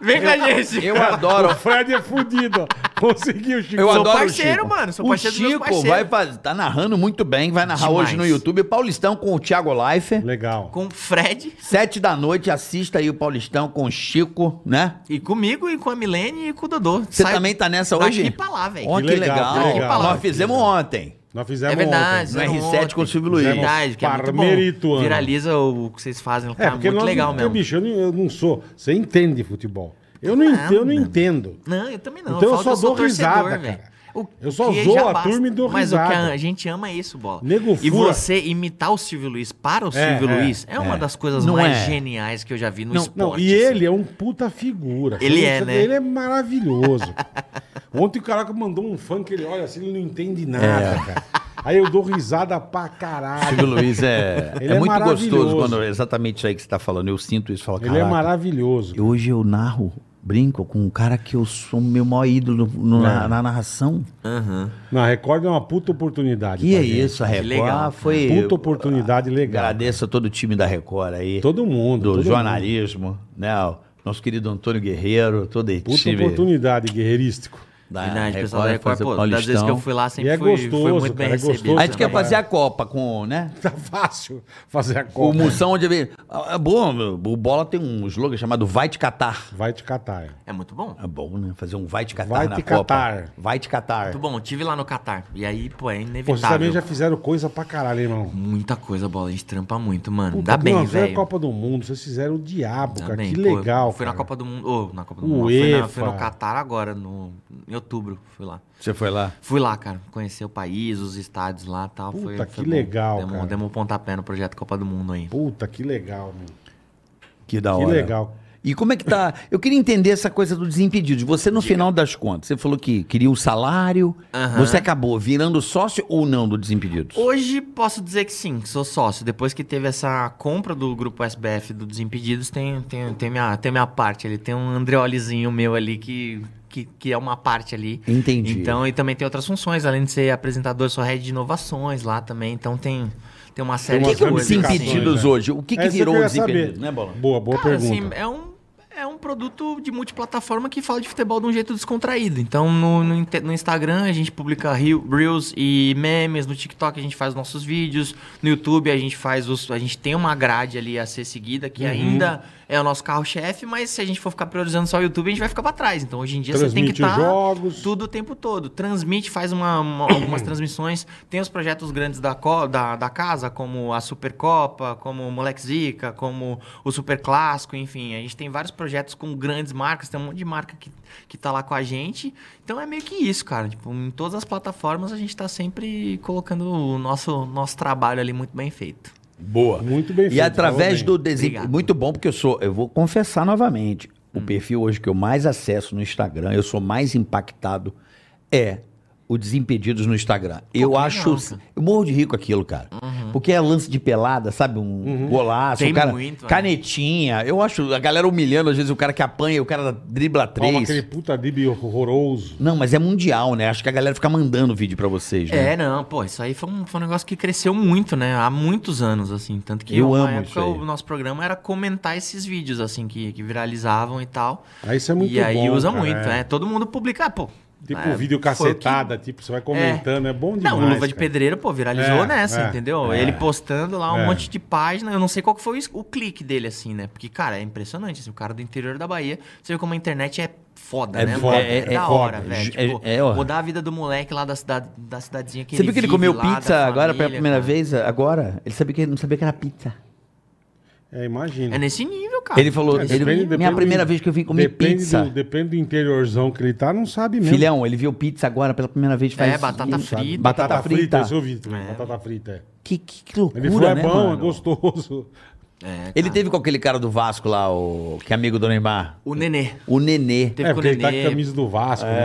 [SPEAKER 5] Vem com a gente.
[SPEAKER 4] Eu adoro.
[SPEAKER 3] O Fred é fudido. ó. Conseguiu, Chico.
[SPEAKER 4] Eu
[SPEAKER 5] Sou
[SPEAKER 4] adoro
[SPEAKER 5] parceiro,
[SPEAKER 4] o Chico.
[SPEAKER 5] mano, sou
[SPEAKER 4] o
[SPEAKER 5] parceiro dos meus
[SPEAKER 4] Chico
[SPEAKER 5] parceiros.
[SPEAKER 4] vai fazer, tá narrando muito bem, vai narrar
[SPEAKER 5] Demais.
[SPEAKER 4] hoje no YouTube Paulistão com o Thiago Leifert.
[SPEAKER 3] Legal.
[SPEAKER 5] Com o Fred
[SPEAKER 4] Sete da noite, assista aí o Paulistão com o Chico, né?
[SPEAKER 5] e comigo e com a Milene e com o Dodô.
[SPEAKER 4] Você
[SPEAKER 5] Sai-
[SPEAKER 4] também tá nessa
[SPEAKER 5] daqui
[SPEAKER 4] hoje?
[SPEAKER 5] pra lá, Ah, velho.
[SPEAKER 4] Ó,
[SPEAKER 3] Que
[SPEAKER 4] Que
[SPEAKER 3] legal,
[SPEAKER 4] legal.
[SPEAKER 5] que legal.
[SPEAKER 4] Nós fizemos ontem.
[SPEAKER 3] Nós fizemos
[SPEAKER 5] é verdade.
[SPEAKER 3] ontem. né?
[SPEAKER 4] No
[SPEAKER 5] fizeram
[SPEAKER 4] R7 com o Silvio Luiz.
[SPEAKER 5] Verdade, que é muito bom.
[SPEAKER 3] Parmeira e Ituano.
[SPEAKER 5] Viraliza o que vocês fazem lá,
[SPEAKER 3] É,
[SPEAKER 5] cara.
[SPEAKER 3] porque
[SPEAKER 5] Tá muito
[SPEAKER 3] nós
[SPEAKER 5] legal
[SPEAKER 3] não,
[SPEAKER 5] mesmo.
[SPEAKER 3] Bicho, eu não, eu não sou. Você entende futebol. Eu não, ent- eu não entendo.
[SPEAKER 5] Não, eu também não.
[SPEAKER 3] Então eu
[SPEAKER 5] falo
[SPEAKER 3] só
[SPEAKER 5] que eu sou
[SPEAKER 3] dou risada,
[SPEAKER 5] torcedor, velho.
[SPEAKER 3] cara.
[SPEAKER 5] O
[SPEAKER 3] Eu só
[SPEAKER 5] que
[SPEAKER 3] zoo
[SPEAKER 5] já
[SPEAKER 3] a turma e dou
[SPEAKER 5] Mas o que
[SPEAKER 3] risada.
[SPEAKER 5] a gente ama é isso, bola.
[SPEAKER 3] Nego
[SPEAKER 5] e
[SPEAKER 3] fura.
[SPEAKER 5] você imitar o Silvio Luiz para o
[SPEAKER 3] É,
[SPEAKER 5] Silvio
[SPEAKER 3] é,
[SPEAKER 5] Luiz é, uma das coisas
[SPEAKER 4] Não
[SPEAKER 5] mais
[SPEAKER 4] é.
[SPEAKER 5] geniais que eu já vi no esporte.
[SPEAKER 3] Não, e
[SPEAKER 5] assim.
[SPEAKER 3] ele é um puta figura.
[SPEAKER 5] Ele
[SPEAKER 3] Você
[SPEAKER 5] é,
[SPEAKER 3] não sabe,
[SPEAKER 5] né?
[SPEAKER 3] Ele é maravilhoso. Ontem o caraca mandou um funk, ele olha assim, ele não entende nada, cara. Aí eu dou risada pra caralho.
[SPEAKER 4] Silvio Luiz é,
[SPEAKER 3] Ele
[SPEAKER 4] é,
[SPEAKER 3] é
[SPEAKER 4] muito gostoso
[SPEAKER 3] maravilhoso.
[SPEAKER 4] quando é exatamente isso aí que você tá falando. Eu sinto isso, falo,
[SPEAKER 3] Ele é
[SPEAKER 4] "Caraca,
[SPEAKER 3] maravilhoso.
[SPEAKER 4] E Hoje eu narro, brinco com um cara que eu sou meu maior ídolo no- na,
[SPEAKER 3] É.
[SPEAKER 4] na narração.
[SPEAKER 5] Aham.
[SPEAKER 3] Na Record é uma puta oportunidade.
[SPEAKER 4] Que
[SPEAKER 3] pra
[SPEAKER 4] é
[SPEAKER 3] gente.
[SPEAKER 4] isso, a Record Ah,
[SPEAKER 5] legal.
[SPEAKER 4] foi.
[SPEAKER 3] Puta oportunidade legal.
[SPEAKER 4] Agradeço a todo o time da Record aí.
[SPEAKER 3] Todo mundo.
[SPEAKER 4] do
[SPEAKER 3] todo
[SPEAKER 4] jornalismo, né? O nosso querido Antônio Guerreiro, todo esse
[SPEAKER 3] mundo. Puta
[SPEAKER 4] time
[SPEAKER 3] oportunidade, guerreirístico.
[SPEAKER 4] da
[SPEAKER 5] Verdade, né, o pessoal da Record,
[SPEAKER 4] fazer o
[SPEAKER 5] pô, das vezes que eu
[SPEAKER 4] Paulistão.
[SPEAKER 5] fui lá, sempre
[SPEAKER 3] E é
[SPEAKER 5] fui, fui
[SPEAKER 3] gostoso,
[SPEAKER 5] muito bem
[SPEAKER 3] cara, é
[SPEAKER 5] recebido. né?
[SPEAKER 3] gostoso
[SPEAKER 4] A gente quer
[SPEAKER 5] também.
[SPEAKER 4] fazer a Copa com, né?
[SPEAKER 3] Tá fácil fazer a
[SPEAKER 4] Com o
[SPEAKER 3] Copa.
[SPEAKER 4] Moção onde vem. Ah, é Bom, meu, o Bola tem um slogan chamado Vai te Catar.
[SPEAKER 3] Vai te catar.
[SPEAKER 5] É muito bom.
[SPEAKER 4] É bom, né? Fazer um Vai te Catar
[SPEAKER 3] Vai
[SPEAKER 4] na
[SPEAKER 3] te
[SPEAKER 4] Copa.
[SPEAKER 3] catar.
[SPEAKER 4] Vai te Catar.
[SPEAKER 5] Muito bom, eu tive lá no Catar. E aí, pô, é
[SPEAKER 3] É. Pô, vocês também
[SPEAKER 5] inevitável.
[SPEAKER 3] já fizeram coisa pra caralho, hein, irmão.
[SPEAKER 5] Muita coisa, bola. A gente trampa muito, mano.
[SPEAKER 3] Puta,
[SPEAKER 5] Hum, Dá
[SPEAKER 3] não,
[SPEAKER 5] bem,
[SPEAKER 3] vocês fizeram
[SPEAKER 5] velho.
[SPEAKER 3] a Copa do Mundo, vocês fizeram o diabo, cara.
[SPEAKER 5] Também,
[SPEAKER 3] que
[SPEAKER 5] pô, eu
[SPEAKER 3] legal,
[SPEAKER 5] Fui na
[SPEAKER 3] cara.
[SPEAKER 5] Copa do Mundo. ô, na Copa do
[SPEAKER 3] O
[SPEAKER 5] Mundo. não, Fui, na- fui
[SPEAKER 3] EFA.
[SPEAKER 5] no Catar agora, no, em outubro. Fui lá.
[SPEAKER 4] Você foi lá?
[SPEAKER 5] Fui lá, cara. Conhecer o país, os estádios lá e tal. foi,
[SPEAKER 3] Puta,
[SPEAKER 5] foi
[SPEAKER 3] que
[SPEAKER 5] bom.
[SPEAKER 3] legal,
[SPEAKER 5] Demos-
[SPEAKER 3] cara.
[SPEAKER 5] Demos um pontapé no projeto Copa do Mundo aí.
[SPEAKER 3] Puta, que legal, meu.
[SPEAKER 4] Que da
[SPEAKER 3] Que
[SPEAKER 4] hora.
[SPEAKER 3] legal.
[SPEAKER 4] E como é que tá? Eu queria entender essa coisa do desimpedido. Você, no final das contas, você falou que queria o salário.
[SPEAKER 5] Aham.
[SPEAKER 4] Você acabou virando sócio ou não do Desimpedidos?
[SPEAKER 5] Hoje posso dizer que sim, que sou sócio. Depois que teve essa compra do grupo SBF do Desimpedidos, tem, tem, tem, minha, tem minha parte ali. Tem um Andreolizinho meu ali que, que, que é uma parte ali.
[SPEAKER 4] Entendi.
[SPEAKER 5] Então, e também tem outras funções, além de ser apresentador, sou head de inovações lá também. Então tem, tem uma série
[SPEAKER 4] o que,
[SPEAKER 3] umas
[SPEAKER 4] que é o
[SPEAKER 5] coisas, assim.
[SPEAKER 4] Desimpedidos
[SPEAKER 3] ramificações, né?
[SPEAKER 4] hoje? O que, que
[SPEAKER 3] Essa eu
[SPEAKER 4] virou o
[SPEAKER 3] queria saber.
[SPEAKER 4] Desimpedidos? Né, Bola?
[SPEAKER 3] Boa, boa
[SPEAKER 5] Cara,
[SPEAKER 3] pergunta.
[SPEAKER 5] assim, é um, é um um produto de multiplataforma que fala de futebol de um jeito descontraído. Então, no, no, inte- no Instagram a gente publica reel- reels e memes, no TikTok a gente faz nossos vídeos, no YouTube a gente faz os, a gente tem uma grade ali a ser seguida
[SPEAKER 3] Uhum.
[SPEAKER 5] que ainda é o nosso carro-chefe, mas se a gente for ficar priorizando só o YouTube a gente vai ficar pra trás. Então, hoje em dia você tem que
[SPEAKER 3] Transmite os
[SPEAKER 5] estar
[SPEAKER 3] jogos.
[SPEAKER 5] tudo o tempo todo. Transmite, faz uma, uma- algumas transmissões. Tem os projetos grandes da, co- da, da casa, como a Supercopa, como o Moleque Zica, como o Super Clássico, enfim. A gente tem vários projetos com grandes marcas, tem um monte de marca que, que tá lá com a gente. Então é meio que isso, cara. Tipo, em todas as plataformas a gente tá sempre colocando o nosso, nosso trabalho ali muito bem feito.
[SPEAKER 4] Boa.
[SPEAKER 3] Muito bem
[SPEAKER 4] assim, E
[SPEAKER 3] feito,
[SPEAKER 4] através
[SPEAKER 3] falou
[SPEAKER 4] do desempenho.
[SPEAKER 5] Obrigado. Hum.
[SPEAKER 4] Muito bom, porque eu sou. Eu vou confessar novamente. O perfil hoje que eu mais acesso no Instagram, eu sou mais impactado, é o Desimpedidos no Instagram. eu
[SPEAKER 5] que
[SPEAKER 4] acho.
[SPEAKER 5] legal, cara.
[SPEAKER 4] eu morro de rico aquilo, cara. Porque é lance de pelada, sabe? Um
[SPEAKER 3] Uhum.
[SPEAKER 4] golaço,
[SPEAKER 5] Tem
[SPEAKER 4] o cara.
[SPEAKER 5] muito, é.
[SPEAKER 4] canetinha. Eu acho a galera humilhando, às vezes, o cara que apanha, o cara dribla
[SPEAKER 3] Toma
[SPEAKER 4] três.
[SPEAKER 3] aquele puta dibe horroroso.
[SPEAKER 4] Não, mas é mundial, né? Acho que a galera fica mandando vídeo pra vocês, né?
[SPEAKER 5] É, não, pô, isso aí foi um, foi um negócio que cresceu muito, né? Há muitos anos, assim. Tanto que
[SPEAKER 4] Eu
[SPEAKER 5] uma
[SPEAKER 4] amo
[SPEAKER 5] época
[SPEAKER 4] isso aí.
[SPEAKER 5] o nosso programa era comentar esses vídeos, assim, que, que viralizavam e tal.
[SPEAKER 3] Aí isso é muito
[SPEAKER 5] e aí
[SPEAKER 3] bom,
[SPEAKER 5] usa
[SPEAKER 3] cara,
[SPEAKER 5] muito,
[SPEAKER 3] é.
[SPEAKER 5] né? Todo mundo publica, pô.
[SPEAKER 3] Tipo
[SPEAKER 5] é,
[SPEAKER 3] vídeo
[SPEAKER 5] foi o que-
[SPEAKER 3] cacetada, tipo, você vai comentando, é, bom demais.
[SPEAKER 5] Não, o Luva de
[SPEAKER 3] cara.
[SPEAKER 5] Pedreiro, pô, viralizou
[SPEAKER 3] É,
[SPEAKER 5] nessa,
[SPEAKER 3] é,
[SPEAKER 5] entendeu?
[SPEAKER 3] é.
[SPEAKER 5] Ele postando lá um
[SPEAKER 3] É.
[SPEAKER 5] monte de página. Eu não sei qual que foi o, o clique dele, assim, né? Porque, cara, é impressionante. Assim, o cara do interior da Bahia, você vê como a internet é foda,
[SPEAKER 4] É
[SPEAKER 5] né?
[SPEAKER 4] foda,
[SPEAKER 5] é,
[SPEAKER 4] é
[SPEAKER 5] da
[SPEAKER 4] foda.
[SPEAKER 5] hora, velho.
[SPEAKER 4] É-
[SPEAKER 5] Tipo,
[SPEAKER 4] é, ó.
[SPEAKER 5] mudar a vida do moleque lá da, cidade, da cidadezinha que
[SPEAKER 4] Você viu que ele
[SPEAKER 5] vive
[SPEAKER 4] comeu
[SPEAKER 5] lá, da
[SPEAKER 4] pizza agora
[SPEAKER 5] família,
[SPEAKER 4] pela primeira
[SPEAKER 5] cara.
[SPEAKER 4] vez? Agora? Ele sabia que ele não sabia que era pizza.
[SPEAKER 3] É, imagina.
[SPEAKER 5] É nesse nível, cara.
[SPEAKER 4] Ele falou,
[SPEAKER 3] É,
[SPEAKER 4] ele-
[SPEAKER 3] depende-
[SPEAKER 4] minha
[SPEAKER 3] depende-
[SPEAKER 4] primeira vez que eu vim comer
[SPEAKER 3] depende
[SPEAKER 4] pizza.
[SPEAKER 3] Do, depende do interiorzão que ele tá, não sabe mesmo.
[SPEAKER 4] Filhão, ele viu pizza agora pela primeira vez. Faz
[SPEAKER 5] É, batata
[SPEAKER 4] não
[SPEAKER 5] frita.
[SPEAKER 4] sabe.
[SPEAKER 3] batata,
[SPEAKER 4] Batata, frita.
[SPEAKER 3] frita. Eu ouvi também,
[SPEAKER 5] É.
[SPEAKER 3] batata frita. é.
[SPEAKER 4] Que, que, que
[SPEAKER 3] Ele
[SPEAKER 4] loucura,
[SPEAKER 3] falou, é
[SPEAKER 4] né,
[SPEAKER 3] bom, é
[SPEAKER 4] mano?
[SPEAKER 3] gostoso.
[SPEAKER 5] É,
[SPEAKER 4] Ele
[SPEAKER 5] cara.
[SPEAKER 4] teve com aquele cara do Vasco lá, o que é amigo do Neymar.
[SPEAKER 5] O Nenê.
[SPEAKER 4] O Nenê.
[SPEAKER 5] Teve
[SPEAKER 3] é,
[SPEAKER 5] com o
[SPEAKER 3] porque ele tá com a
[SPEAKER 5] Nenê.
[SPEAKER 3] camisa do Vasco, né?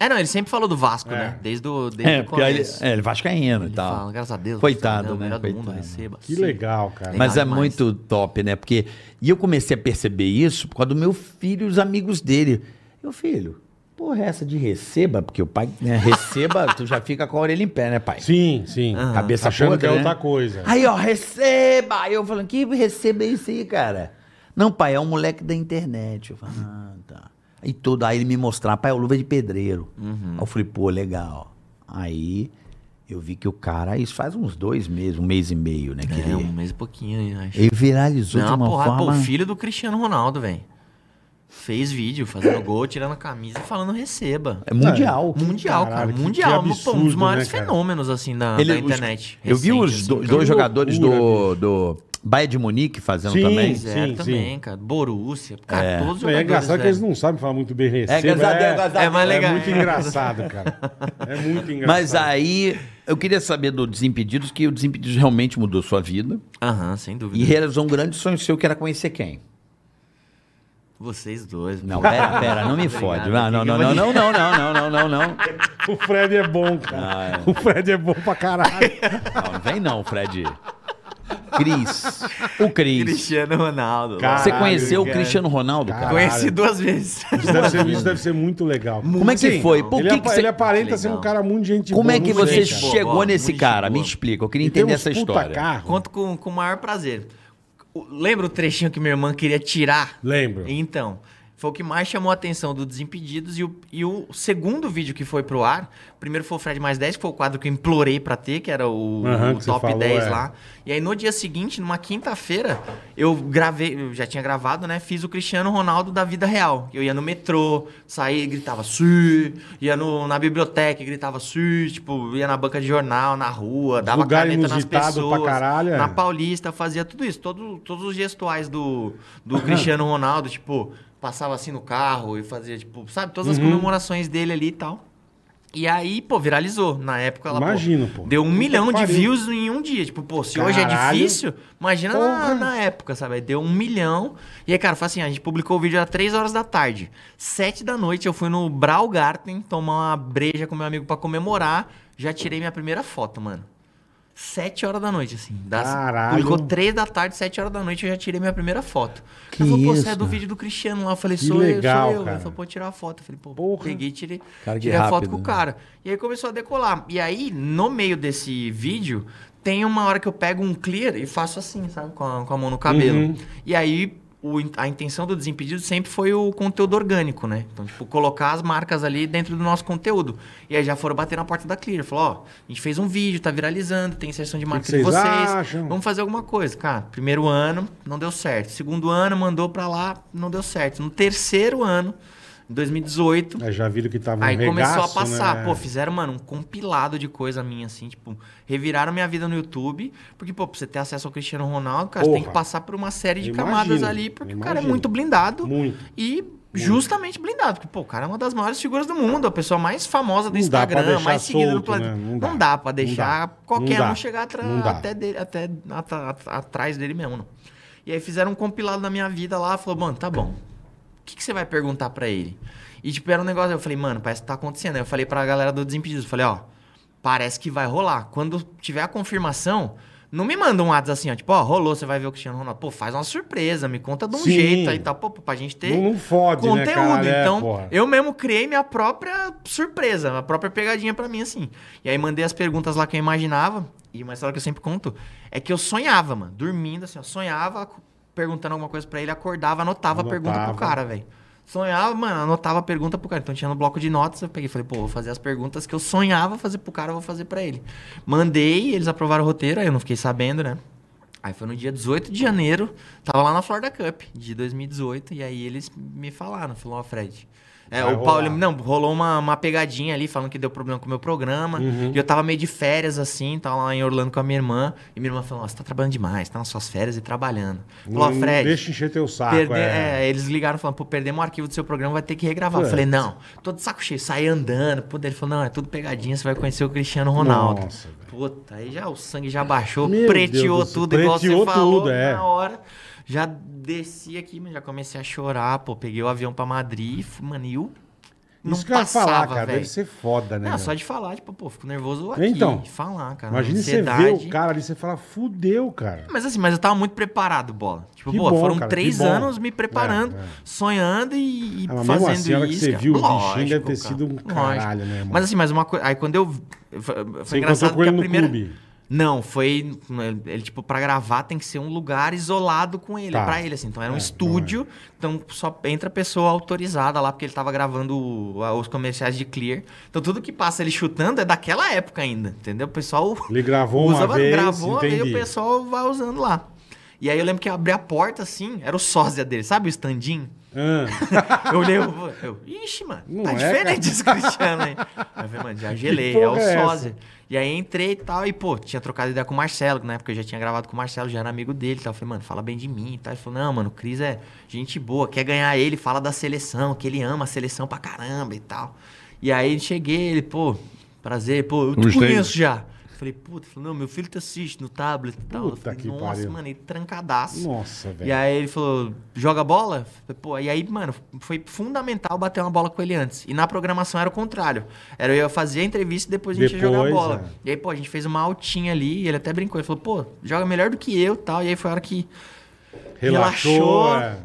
[SPEAKER 4] É,
[SPEAKER 5] É, não, ele sempre falou do Vasco, né? Desde o, desde
[SPEAKER 4] é,
[SPEAKER 5] o
[SPEAKER 4] porque aí ele,
[SPEAKER 5] começo.
[SPEAKER 4] é, ele vascaíno e
[SPEAKER 5] Ele
[SPEAKER 4] tal.
[SPEAKER 5] fala, graças a Deus.
[SPEAKER 4] Coitado,
[SPEAKER 5] você é o
[SPEAKER 4] né?
[SPEAKER 5] melhor do mundo,
[SPEAKER 4] Coitado.
[SPEAKER 5] receba.
[SPEAKER 3] Que
[SPEAKER 5] Sim.
[SPEAKER 3] legal, cara.
[SPEAKER 4] Mas é
[SPEAKER 5] demais.
[SPEAKER 4] muito top, né? Porque. E eu comecei a perceber isso por causa do meu filho e os amigos dele. Meu filho, porra, é essa de receba, porque o pai, né, receba, tu já fica com a orelha em pé, né, pai?
[SPEAKER 3] Sim, sim.
[SPEAKER 4] Cabeça
[SPEAKER 3] Achando
[SPEAKER 4] podre,
[SPEAKER 3] que é
[SPEAKER 4] né?
[SPEAKER 3] outra coisa.
[SPEAKER 4] Aí, ó, receba! Aí eu falando, que receba é isso aí, cara? Não, pai, é um moleque da internet. Eu falo, ah, tá. Aí todo, aí ele me mostrar, pai, é o luva de pedreiro.
[SPEAKER 5] Uhum.
[SPEAKER 4] Aí eu falei, pô, legal. Aí eu vi que o cara, isso faz uns dois meses, um mês e meio, né,
[SPEAKER 5] É, um
[SPEAKER 4] querido?
[SPEAKER 5] mês e pouquinho, eu acho.
[SPEAKER 4] Ele viralizou de
[SPEAKER 5] Não,
[SPEAKER 4] uma
[SPEAKER 5] porra, pô,
[SPEAKER 4] forma.
[SPEAKER 5] o filho do Cristiano Ronaldo, velho. Fez vídeo, fazendo gol, tirando a camisa e falando receba.
[SPEAKER 4] É mundial.
[SPEAKER 5] Mundial,
[SPEAKER 3] Caralho,
[SPEAKER 5] cara.
[SPEAKER 3] que-
[SPEAKER 5] mundial.
[SPEAKER 3] que
[SPEAKER 5] Pô, um dos
[SPEAKER 3] absurdo,
[SPEAKER 5] maiores
[SPEAKER 3] né, cara?
[SPEAKER 5] fenômenos, assim, da,
[SPEAKER 4] Ele-
[SPEAKER 5] da
[SPEAKER 4] os-
[SPEAKER 5] internet.
[SPEAKER 4] eu vi
[SPEAKER 5] recente,
[SPEAKER 4] os
[SPEAKER 5] assim,
[SPEAKER 4] do-
[SPEAKER 5] cara.
[SPEAKER 4] dois jogadores do,
[SPEAKER 3] loucura,
[SPEAKER 4] do Bahia de Munique fazendo
[SPEAKER 3] Sim.
[SPEAKER 4] também.
[SPEAKER 5] Pois é,
[SPEAKER 3] Sim,
[SPEAKER 5] também, cara. Borussia. Cara, todos os
[SPEAKER 3] Não, e
[SPEAKER 5] jogadores.
[SPEAKER 3] é engraçado que
[SPEAKER 5] velho.
[SPEAKER 3] eles não sabem falar muito bem receba.
[SPEAKER 4] É, graças a Deus, graças a
[SPEAKER 5] É mais
[SPEAKER 4] Deus.
[SPEAKER 5] legal.
[SPEAKER 3] É muito engraçado, cara. É muito engraçado.
[SPEAKER 4] Mas aí, eu queria saber do Desimpedidos, que o Desimpedidos realmente mudou sua vida.
[SPEAKER 5] Aham, sem dúvida.
[SPEAKER 4] E realizou um grande sonho seu, que era conhecer quem?
[SPEAKER 5] Vocês dois.
[SPEAKER 4] Não,
[SPEAKER 3] é
[SPEAKER 5] pô.
[SPEAKER 4] pera, pera, não me
[SPEAKER 5] Obrigado,
[SPEAKER 4] fode. Não, não,
[SPEAKER 5] amigo.
[SPEAKER 4] não, não, não, não, não, não, não, não, não.
[SPEAKER 3] O Fred é bom,
[SPEAKER 4] Ah,
[SPEAKER 3] cara. O Fred é bom pra caralho.
[SPEAKER 4] Não vem não, Fred. Cris. O Cris.
[SPEAKER 5] Cristiano Ronaldo.
[SPEAKER 3] Cara,
[SPEAKER 4] Você conheceu o
[SPEAKER 5] cara.
[SPEAKER 4] Cristiano Ronaldo, cara?
[SPEAKER 3] Caralho.
[SPEAKER 5] Conheci duas vezes.
[SPEAKER 3] Isso deve ser, isso deve ser muito legal. Assim,
[SPEAKER 4] Como é que foi? Por
[SPEAKER 3] ele,
[SPEAKER 4] que
[SPEAKER 3] apa-
[SPEAKER 4] que você-
[SPEAKER 3] ele aparenta
[SPEAKER 5] Legal.
[SPEAKER 3] ser um cara muito gente
[SPEAKER 4] Como
[SPEAKER 3] boa,
[SPEAKER 4] é que
[SPEAKER 3] não sei,
[SPEAKER 4] você
[SPEAKER 3] cara.
[SPEAKER 5] boa,
[SPEAKER 4] chegou
[SPEAKER 5] boa,
[SPEAKER 4] nesse
[SPEAKER 5] muito
[SPEAKER 4] cara?
[SPEAKER 5] gente
[SPEAKER 4] Me
[SPEAKER 5] boa.
[SPEAKER 4] explica, eu queria
[SPEAKER 3] E tem
[SPEAKER 4] entender
[SPEAKER 3] uns
[SPEAKER 4] essa
[SPEAKER 3] puta
[SPEAKER 4] história.
[SPEAKER 3] Carro.
[SPEAKER 5] Conto com, com o maior prazer. O- Lembra o trechinho que minha irmã queria tirar?
[SPEAKER 3] Lembro.
[SPEAKER 5] Então, foi o que mais chamou a atenção do Desimpedidos. E o, e o segundo vídeo que foi pro ar, primeiro foi o Fred mais 10, que foi o quadro que eu implorei pra ter, que era o,
[SPEAKER 3] Aham,
[SPEAKER 5] o
[SPEAKER 3] que você
[SPEAKER 5] top
[SPEAKER 3] falou,
[SPEAKER 5] 10
[SPEAKER 3] é.
[SPEAKER 5] lá. E aí no dia seguinte, numa quinta-feira, eu gravei, eu já tinha gravado, né? Fiz o Cristiano Ronaldo da vida real. Eu ia no metrô, saía e gritava sim, ia no- na biblioteca e gritava sim, tipo, ia na banca de jornal, na rua, dava
[SPEAKER 3] lugar
[SPEAKER 5] caneta nas
[SPEAKER 3] inusitado pra
[SPEAKER 5] pessoas.
[SPEAKER 3] caralho, é.
[SPEAKER 5] na Paulista, fazia tudo isso, todo, todos os gestuais do, do Cristiano Ronaldo, tipo, passava assim no carro e fazia, tipo, sabe, todas
[SPEAKER 3] Uhum.
[SPEAKER 5] as comemorações dele ali e tal. E aí, pô, viralizou. Na época ela,
[SPEAKER 3] Imagino, pô.
[SPEAKER 5] deu um
[SPEAKER 3] Puta
[SPEAKER 5] milhão
[SPEAKER 3] que
[SPEAKER 5] de
[SPEAKER 3] pariu.
[SPEAKER 5] views em um dia. Tipo, pô, se hoje é
[SPEAKER 3] Caralho.
[SPEAKER 5] difícil, imagina
[SPEAKER 3] Porra.
[SPEAKER 5] na, na época, sabe? Aí Deu um milhão. E aí, cara, foi assim, a gente publicou o vídeo às 3 horas da tarde. 7 da noite eu fui no Braugarten tomar uma breja com meu amigo pra comemorar. Já tirei minha primeira foto, mano. 7 horas da noite, assim. Das,
[SPEAKER 3] Caralho.
[SPEAKER 5] Publicou 3 da tarde, 7 horas da noite, eu já tirei minha primeira foto.
[SPEAKER 4] Que
[SPEAKER 5] eu falei, pô,
[SPEAKER 4] isso,
[SPEAKER 5] você é do
[SPEAKER 4] cara.
[SPEAKER 5] vídeo do Cristiano lá. Eu falei,
[SPEAKER 3] Que
[SPEAKER 5] sou
[SPEAKER 3] legal,
[SPEAKER 5] eu, sou eu.
[SPEAKER 3] cara.
[SPEAKER 5] Ele falou, pô, tirar a foto. Eu falei, pô,
[SPEAKER 3] Porra.
[SPEAKER 5] peguei, tirei,
[SPEAKER 4] Cara, que
[SPEAKER 5] tirei a foto
[SPEAKER 4] rápido,
[SPEAKER 5] com o
[SPEAKER 4] né?
[SPEAKER 5] cara cara. E aí começou a decolar. E aí, no meio desse vídeo, tem uma hora que eu pego um clear e faço assim, sabe? Com a, com a mão no cabelo.
[SPEAKER 3] Uhum.
[SPEAKER 5] E aí o in- a intenção do Desimpedido sempre foi o conteúdo orgânico, né? Então, tipo, colocar as marcas ali dentro do nosso conteúdo. E aí já foram bater na porta da Clear. Falou, ó, a gente fez um vídeo, tá viralizando, tem inserção de marca
[SPEAKER 3] que
[SPEAKER 5] de
[SPEAKER 3] vocês
[SPEAKER 5] vocês.
[SPEAKER 3] acham?
[SPEAKER 5] Vamos fazer alguma coisa. Cara, primeiro ano, não deu certo. Segundo ano, mandou pra lá, não deu certo. No terceiro ano, em 2018,
[SPEAKER 3] Aí já viram que tava um
[SPEAKER 5] Aí começou a
[SPEAKER 3] regaço,
[SPEAKER 5] passar.
[SPEAKER 3] né?
[SPEAKER 5] Pô, fizeram, mano, um compilado de coisa minha, assim, tipo, reviraram minha vida no YouTube. Porque, pô, pra você ter acesso ao Cristiano Ronaldo, cara, você tem
[SPEAKER 3] Porra.
[SPEAKER 5] que passar por uma série de
[SPEAKER 3] Imagino,
[SPEAKER 5] camadas ali, porque o cara é
[SPEAKER 3] imagino.
[SPEAKER 5] muito blindado
[SPEAKER 3] Muito.
[SPEAKER 5] e justamente blindado. Porque, pô, o cara é uma das maiores figuras do mundo, a pessoa mais famosa do
[SPEAKER 3] Não dá pra
[SPEAKER 5] Instagram,
[SPEAKER 3] deixar
[SPEAKER 5] mais seguida do
[SPEAKER 3] solto,
[SPEAKER 5] planeta.
[SPEAKER 3] né? Não
[SPEAKER 5] Não,
[SPEAKER 3] dá.
[SPEAKER 5] dá pra
[SPEAKER 3] Não
[SPEAKER 5] deixar
[SPEAKER 3] dá.
[SPEAKER 5] qualquer
[SPEAKER 3] Não
[SPEAKER 5] um
[SPEAKER 3] dá.
[SPEAKER 5] chegar atra-
[SPEAKER 3] Não dá.
[SPEAKER 5] até, dele- até atra- atra- atrás dele mesmo, não. E aí fizeram um compilado da minha vida lá, falou, mano, tá bom. O que, que você vai perguntar pra ele? E, tipo, era um negócio, eu falei, mano, parece que tá acontecendo. Aí eu falei pra galera do Desimpedidos, falei, ó, parece que vai rolar. Quando tiver a confirmação, não me manda um WhatsApp assim, ó, tipo, ó, rolou, você vai ver o Cristiano Ronaldo. Pô, faz uma surpresa, me conta de um
[SPEAKER 3] Sim.
[SPEAKER 5] jeito aí, tá? Pô, pra gente ter
[SPEAKER 3] Não, não fode,
[SPEAKER 5] conteúdo.
[SPEAKER 3] né, cara? É,
[SPEAKER 5] então,
[SPEAKER 3] porra.
[SPEAKER 5] eu mesmo criei minha própria surpresa, a própria pegadinha pra mim, assim. E aí mandei as perguntas lá que eu imaginava, e uma história que eu sempre conto, é que eu sonhava, mano, dormindo, assim, eu sonhava, perguntando alguma coisa pra ele, acordava, anotava, a pergunta pro
[SPEAKER 3] Anotava.
[SPEAKER 5] cara, velho. Sonhava, mano, anotava a pergunta pro cara. Então tinha no bloco de notas, eu peguei e falei, pô, vou fazer as perguntas que eu sonhava fazer pro cara, eu vou fazer pra ele. Mandei, eles aprovaram o roteiro, aí eu não fiquei sabendo, né? Aí foi no dia 18 de janeiro, tava lá na Florida Cup de 2018, e aí eles me falaram, falou, ó, Fred. É,
[SPEAKER 3] Vai
[SPEAKER 5] o Paulo,
[SPEAKER 3] rolar.
[SPEAKER 5] não, rolou uma, uma pegadinha ali falando que deu problema com o meu programa.
[SPEAKER 3] Uhum.
[SPEAKER 5] E eu tava meio de férias assim, tava lá em Orlando com a minha irmã. E minha irmã falou: Nossa, você tá trabalhando demais, tá nas suas férias e trabalhando. Falou: ó,
[SPEAKER 3] Não
[SPEAKER 5] Fred.
[SPEAKER 3] Hum, Deixa encher teu saco.
[SPEAKER 5] Perde-
[SPEAKER 3] é.
[SPEAKER 5] é, eles ligaram falando, pô, perdemos o arquivo do seu programa, vai ter que regravar.
[SPEAKER 3] Putz.
[SPEAKER 5] Eu falei, não, tô de saco cheio, saí andando. Pô, daí ele falou, não, é tudo pegadinha, você vai conhecer o Cristiano Ronaldo.
[SPEAKER 3] Nossa, velho.
[SPEAKER 5] Puta, aí já o sangue já baixou,
[SPEAKER 3] Meu
[SPEAKER 5] preteou
[SPEAKER 3] Deus do céu,
[SPEAKER 5] tudo, igual
[SPEAKER 3] preteou
[SPEAKER 5] você falou
[SPEAKER 3] tudo, é.
[SPEAKER 5] na hora. Já desci aqui, mas já comecei a chorar, pô. Peguei o avião pra Madrid, fui, mano, e eu não
[SPEAKER 3] Isso que eu ia
[SPEAKER 5] passava,
[SPEAKER 3] falar, cara.
[SPEAKER 5] velho.
[SPEAKER 3] Deve ser foda, né?
[SPEAKER 5] Não,
[SPEAKER 3] meu?
[SPEAKER 5] só de falar, tipo, pô, fico nervoso aqui.
[SPEAKER 3] Então,
[SPEAKER 5] de falar, cara.
[SPEAKER 3] Imagina você ver
[SPEAKER 5] ansiedade.
[SPEAKER 3] o cara ali, você fala, fudeu, cara.
[SPEAKER 5] Mas assim, mas eu tava muito preparado, bola. Tipo,
[SPEAKER 3] Que
[SPEAKER 5] pô,
[SPEAKER 3] bom,
[SPEAKER 5] foram
[SPEAKER 3] cara, que
[SPEAKER 5] três
[SPEAKER 3] bom.
[SPEAKER 5] anos me preparando,
[SPEAKER 3] É, é.
[SPEAKER 5] sonhando e, e
[SPEAKER 3] Ah, mas mesmo
[SPEAKER 5] fazendo
[SPEAKER 3] assim, a hora que
[SPEAKER 5] isso.
[SPEAKER 3] você
[SPEAKER 5] cara.
[SPEAKER 3] viu o bichinho, deve ter
[SPEAKER 5] cara.
[SPEAKER 3] sido um
[SPEAKER 5] Lógico.
[SPEAKER 3] caralho, né, mano?
[SPEAKER 5] Mas assim, mas uma coisa. Aí quando eu. Foi
[SPEAKER 3] Você
[SPEAKER 5] foi
[SPEAKER 3] encontrou
[SPEAKER 5] engraçado
[SPEAKER 3] com ele
[SPEAKER 5] porque a
[SPEAKER 3] no
[SPEAKER 5] primeira.
[SPEAKER 3] clube.
[SPEAKER 5] Não, foi. Ele, tipo, pra gravar tem que ser um lugar isolado com ele,
[SPEAKER 3] Tá.
[SPEAKER 5] pra ele, assim. Então era um
[SPEAKER 3] É,
[SPEAKER 5] estúdio, então só entra pessoa autorizada lá, porque ele tava gravando o- a- os comerciais de Clear. Então tudo que passa ele chutando é daquela época ainda, entendeu? O pessoal
[SPEAKER 3] Ele gravou uma
[SPEAKER 5] Usava-
[SPEAKER 3] vez,
[SPEAKER 5] gravou, aí
[SPEAKER 3] entendi.
[SPEAKER 5] o pessoal vai usando lá. E aí eu lembro que eu abri a porta assim, era o sósia dele, sabe o standinho?
[SPEAKER 3] Ah,
[SPEAKER 5] Eu olhei, eu, eu, ixi, mano,
[SPEAKER 3] Não
[SPEAKER 5] tá
[SPEAKER 3] é, cara.
[SPEAKER 5] diferente esse Cristiano aí. Aí eu falei, mano, já gelei,
[SPEAKER 3] Que
[SPEAKER 5] é
[SPEAKER 3] porra
[SPEAKER 5] o
[SPEAKER 3] é essa?
[SPEAKER 5] sósia. E aí entrei e tal, e pô, tinha trocado ideia com o Marcelo, que na época eu já tinha gravado com o Marcelo, já era amigo dele e tal. Eu falei, mano, fala bem de mim e tal. Ele falou, não, mano, o Cris é gente boa, quer ganhar ele, fala da seleção, que ele ama a seleção pra caramba e tal. E aí cheguei, ele, pô, prazer, pô, eu te
[SPEAKER 6] Gostei.
[SPEAKER 5] conheço já. Eu Falei, puta, ele falou, não, meu filho te assiste no tablet e tal. Eu
[SPEAKER 3] Puta
[SPEAKER 5] falei,
[SPEAKER 3] que
[SPEAKER 5] Nossa,
[SPEAKER 3] pariu.
[SPEAKER 5] mano, ele trancadaço.
[SPEAKER 3] nossa,
[SPEAKER 5] E
[SPEAKER 3] velho.
[SPEAKER 5] aí ele falou, joga bola? Falei, Pô, e aí, mano, foi fundamental bater uma bola com ele antes. E na programação era o contrário. Era eu fazer a entrevista e depois a gente ia jogar
[SPEAKER 3] Depois,
[SPEAKER 5] a bola.
[SPEAKER 3] é.
[SPEAKER 5] E aí, pô, a gente fez uma altinha ali, e ele até brincou. Ele falou, pô, joga melhor do que eu e tal. E aí foi a hora que
[SPEAKER 3] Relaxou.
[SPEAKER 5] relaxou.
[SPEAKER 3] é.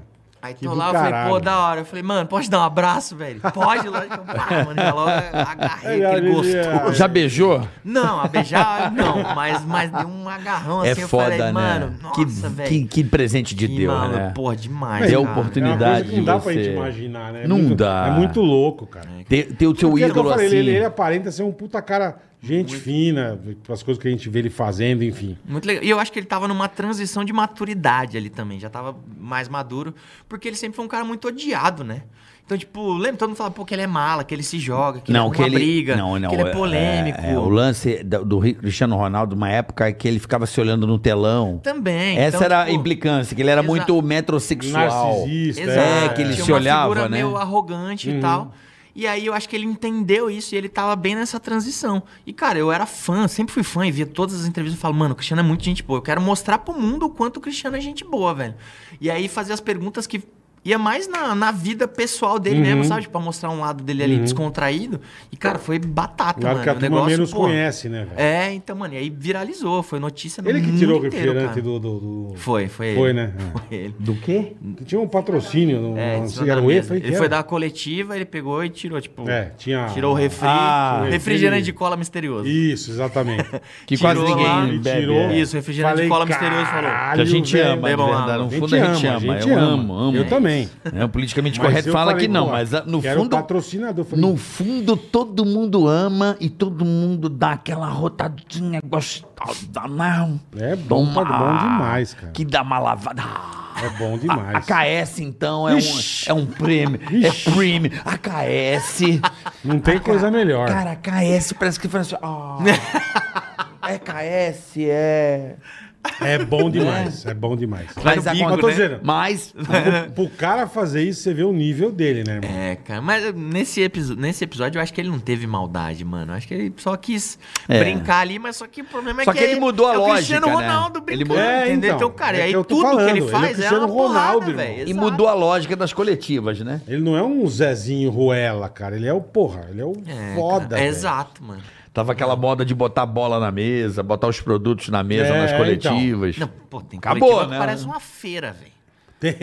[SPEAKER 5] Aí
[SPEAKER 3] Que
[SPEAKER 5] tô
[SPEAKER 3] do
[SPEAKER 5] lá, eu falei,
[SPEAKER 3] caralho.
[SPEAKER 5] pô, da hora. Eu falei, mano, pode dar um abraço, velho? Pode, lógico. Pá, mano, já logo agarrei
[SPEAKER 3] Olha, é.
[SPEAKER 5] aquele
[SPEAKER 3] olha.
[SPEAKER 5] gostoso.
[SPEAKER 6] Já beijou?
[SPEAKER 5] Não, a beijar, não. Mas, mas deu um agarrão
[SPEAKER 6] É
[SPEAKER 5] assim. eu
[SPEAKER 6] foda,
[SPEAKER 5] falei,
[SPEAKER 6] né?
[SPEAKER 5] mano,
[SPEAKER 6] Que-
[SPEAKER 5] nossa,
[SPEAKER 6] que,
[SPEAKER 5] velho.
[SPEAKER 6] que presente de
[SPEAKER 5] Que
[SPEAKER 6] Deus,
[SPEAKER 5] malu-
[SPEAKER 6] né?
[SPEAKER 5] Porra, demais,
[SPEAKER 6] Deu
[SPEAKER 5] cara.
[SPEAKER 6] oportunidade.
[SPEAKER 3] É uma coisa que não dá pra
[SPEAKER 6] você-
[SPEAKER 3] gente imaginar, né? É
[SPEAKER 6] Não
[SPEAKER 3] muito-
[SPEAKER 6] dá.
[SPEAKER 3] É muito louco, cara.
[SPEAKER 5] É.
[SPEAKER 6] Ter, ter o teu
[SPEAKER 3] Porque, como
[SPEAKER 6] ídolo
[SPEAKER 3] é eu falei,
[SPEAKER 6] assim.
[SPEAKER 3] Ele, ele aparenta ser um puta cara, gente fina, as coisas que a gente vê ele fazendo, enfim.
[SPEAKER 5] Muito legal. E eu acho que ele tava numa transição de maturidade ali também. Já tava mais maduro. Porque ele sempre foi um cara muito odiado, né? Então, tipo, lembra? Todo mundo falava, pô, que ele é mala, que ele se joga, que
[SPEAKER 4] Não,
[SPEAKER 5] ele
[SPEAKER 4] que
[SPEAKER 5] arruma
[SPEAKER 4] ele.
[SPEAKER 5] briga,
[SPEAKER 4] não, não,
[SPEAKER 5] que ele é polêmico.
[SPEAKER 4] é, o lance da- do Ri- Cristiano Ronaldo, uma época que ele ficava se olhando no telão.
[SPEAKER 5] Também.
[SPEAKER 4] Essa
[SPEAKER 5] então,
[SPEAKER 4] era a
[SPEAKER 5] tipo,
[SPEAKER 4] implicância, que ele era
[SPEAKER 5] exa-
[SPEAKER 4] muito metrosexual.
[SPEAKER 3] Narcisista.
[SPEAKER 5] Exato.
[SPEAKER 4] É, que ele
[SPEAKER 5] Tinha
[SPEAKER 4] se
[SPEAKER 5] uma
[SPEAKER 4] olhava,
[SPEAKER 5] figura
[SPEAKER 4] né?
[SPEAKER 5] meio arrogante
[SPEAKER 3] Uhum.
[SPEAKER 5] e tal. E aí eu acho que ele entendeu isso e ele tava bem nessa transição. E, cara, eu era fã, sempre fui fã e via todas as entrevistas e falo, mano, o Cristiano é muito gente boa. Eu quero mostrar pro mundo o quanto o Cristiano é gente boa, velho. E aí fazer as perguntas que ia mais na, na vida pessoal dele
[SPEAKER 3] Uhum.
[SPEAKER 5] mesmo, sabe? Pra mostrar um lado dele ali descontraído. E, cara, foi batata,
[SPEAKER 3] Claro
[SPEAKER 5] um mano.
[SPEAKER 3] que a
[SPEAKER 5] o
[SPEAKER 3] turma
[SPEAKER 5] negócio,
[SPEAKER 3] menos
[SPEAKER 5] pô.
[SPEAKER 3] conhece, né, velho?
[SPEAKER 5] É, então, mano, e aí viralizou, foi notícia no
[SPEAKER 3] Ele que
[SPEAKER 5] mundo
[SPEAKER 3] tirou o
[SPEAKER 5] inteiro,
[SPEAKER 3] refrigerante do,
[SPEAKER 5] cara.
[SPEAKER 3] do, do-
[SPEAKER 5] Foi, foi ele.
[SPEAKER 3] Foi, né? É.
[SPEAKER 5] ele.
[SPEAKER 4] Do quê?
[SPEAKER 3] Que tinha um patrocínio no,
[SPEAKER 5] É,
[SPEAKER 3] no
[SPEAKER 5] desmontou a
[SPEAKER 3] um cigarro
[SPEAKER 5] mesa.
[SPEAKER 3] EFA.
[SPEAKER 5] ele foi dar a coletiva, ele pegou e tirou, tipo.
[SPEAKER 3] É, tinha-
[SPEAKER 5] Tirou o refri.
[SPEAKER 4] Ah,
[SPEAKER 5] o
[SPEAKER 3] refri.
[SPEAKER 5] refrigerante de cola misterioso.
[SPEAKER 3] Isso, exatamente.
[SPEAKER 4] Que
[SPEAKER 5] Tirou
[SPEAKER 4] quase ninguém
[SPEAKER 5] lá,
[SPEAKER 3] Ele
[SPEAKER 4] bebe.
[SPEAKER 3] tirou.
[SPEAKER 4] é.
[SPEAKER 5] Isso, refrigerante
[SPEAKER 3] Falei,
[SPEAKER 5] de cola misterioso falou.
[SPEAKER 4] Que a gente
[SPEAKER 3] velho,
[SPEAKER 4] ama, é
[SPEAKER 5] bebam
[SPEAKER 4] verdade.
[SPEAKER 5] água.
[SPEAKER 4] No
[SPEAKER 3] A
[SPEAKER 4] fundo
[SPEAKER 3] gente
[SPEAKER 4] a gente
[SPEAKER 3] ama,
[SPEAKER 4] ama.
[SPEAKER 3] a gente
[SPEAKER 4] Eu
[SPEAKER 3] ama.
[SPEAKER 4] amo, amo.
[SPEAKER 3] Eu também.
[SPEAKER 4] É, o politicamente
[SPEAKER 3] Mas
[SPEAKER 4] correto
[SPEAKER 3] eu
[SPEAKER 4] fala
[SPEAKER 3] falei,
[SPEAKER 4] que não,
[SPEAKER 3] pô,
[SPEAKER 4] mas ah, no
[SPEAKER 3] quero
[SPEAKER 4] fundo.
[SPEAKER 3] patrocinador. Falei,
[SPEAKER 4] No fundo, todo mundo ama e todo mundo dá aquela rotadinha gostosa, não?
[SPEAKER 3] É bom,
[SPEAKER 4] Toma,
[SPEAKER 3] tá bom demais, cara.
[SPEAKER 4] Que dá uma lavada. Ah,
[SPEAKER 3] É bom
[SPEAKER 4] A, a
[SPEAKER 3] demais.
[SPEAKER 4] KS, então, é
[SPEAKER 3] Ixi.
[SPEAKER 4] um, é um prêmio. É prêmio. A KS.
[SPEAKER 3] Não tem coisa melhor.
[SPEAKER 4] Cara, a KS parece que foi assim. ó. é KS, é.
[SPEAKER 3] É bom
[SPEAKER 4] né?
[SPEAKER 3] demais. É bom demais.
[SPEAKER 5] Vai no
[SPEAKER 4] a
[SPEAKER 5] bico,
[SPEAKER 4] con-
[SPEAKER 3] né? Tô dizendo.
[SPEAKER 4] Mas
[SPEAKER 3] Pro cara fazer isso, você vê o nível dele, né, irmão?
[SPEAKER 5] É, cara, mas nesse, episo- nesse episódio eu acho que ele não teve maldade, mano. Eu acho que ele só quis
[SPEAKER 4] É.
[SPEAKER 5] brincar ali, mas só que o problema é
[SPEAKER 4] Só
[SPEAKER 5] que.
[SPEAKER 4] que ele mudou a
[SPEAKER 5] é o Cristiano
[SPEAKER 4] lógica, né?
[SPEAKER 5] Ronaldo
[SPEAKER 4] Ele
[SPEAKER 5] brincando,
[SPEAKER 4] mudou-
[SPEAKER 3] É,
[SPEAKER 5] entendeu?
[SPEAKER 3] então,
[SPEAKER 5] Então, cara,
[SPEAKER 3] é
[SPEAKER 5] aí
[SPEAKER 3] que eu tô
[SPEAKER 5] tudo
[SPEAKER 3] falando,
[SPEAKER 5] que
[SPEAKER 3] ele é
[SPEAKER 5] ele
[SPEAKER 3] o
[SPEAKER 5] faz é,
[SPEAKER 3] Cristiano
[SPEAKER 5] uma
[SPEAKER 3] Ronaldo,
[SPEAKER 5] porrada,
[SPEAKER 3] irmão.
[SPEAKER 5] velho.
[SPEAKER 4] e
[SPEAKER 5] exato.
[SPEAKER 4] mudou a lógica das coletivas, né?
[SPEAKER 3] Ele não é um Zezinho Ruela, cara. Ele é o porra. Ele é o
[SPEAKER 5] É,
[SPEAKER 3] foda.
[SPEAKER 5] cara,
[SPEAKER 3] velho.
[SPEAKER 5] Exato, mano.
[SPEAKER 4] Tava aquela moda de botar bola na mesa, botar os produtos na mesa,
[SPEAKER 3] É,
[SPEAKER 4] nas
[SPEAKER 3] então.
[SPEAKER 4] coletivas.
[SPEAKER 5] Não, pô, tem
[SPEAKER 4] Acabou,
[SPEAKER 5] coletiva que
[SPEAKER 4] né?
[SPEAKER 5] parece uma feira, velho.
[SPEAKER 3] Tem,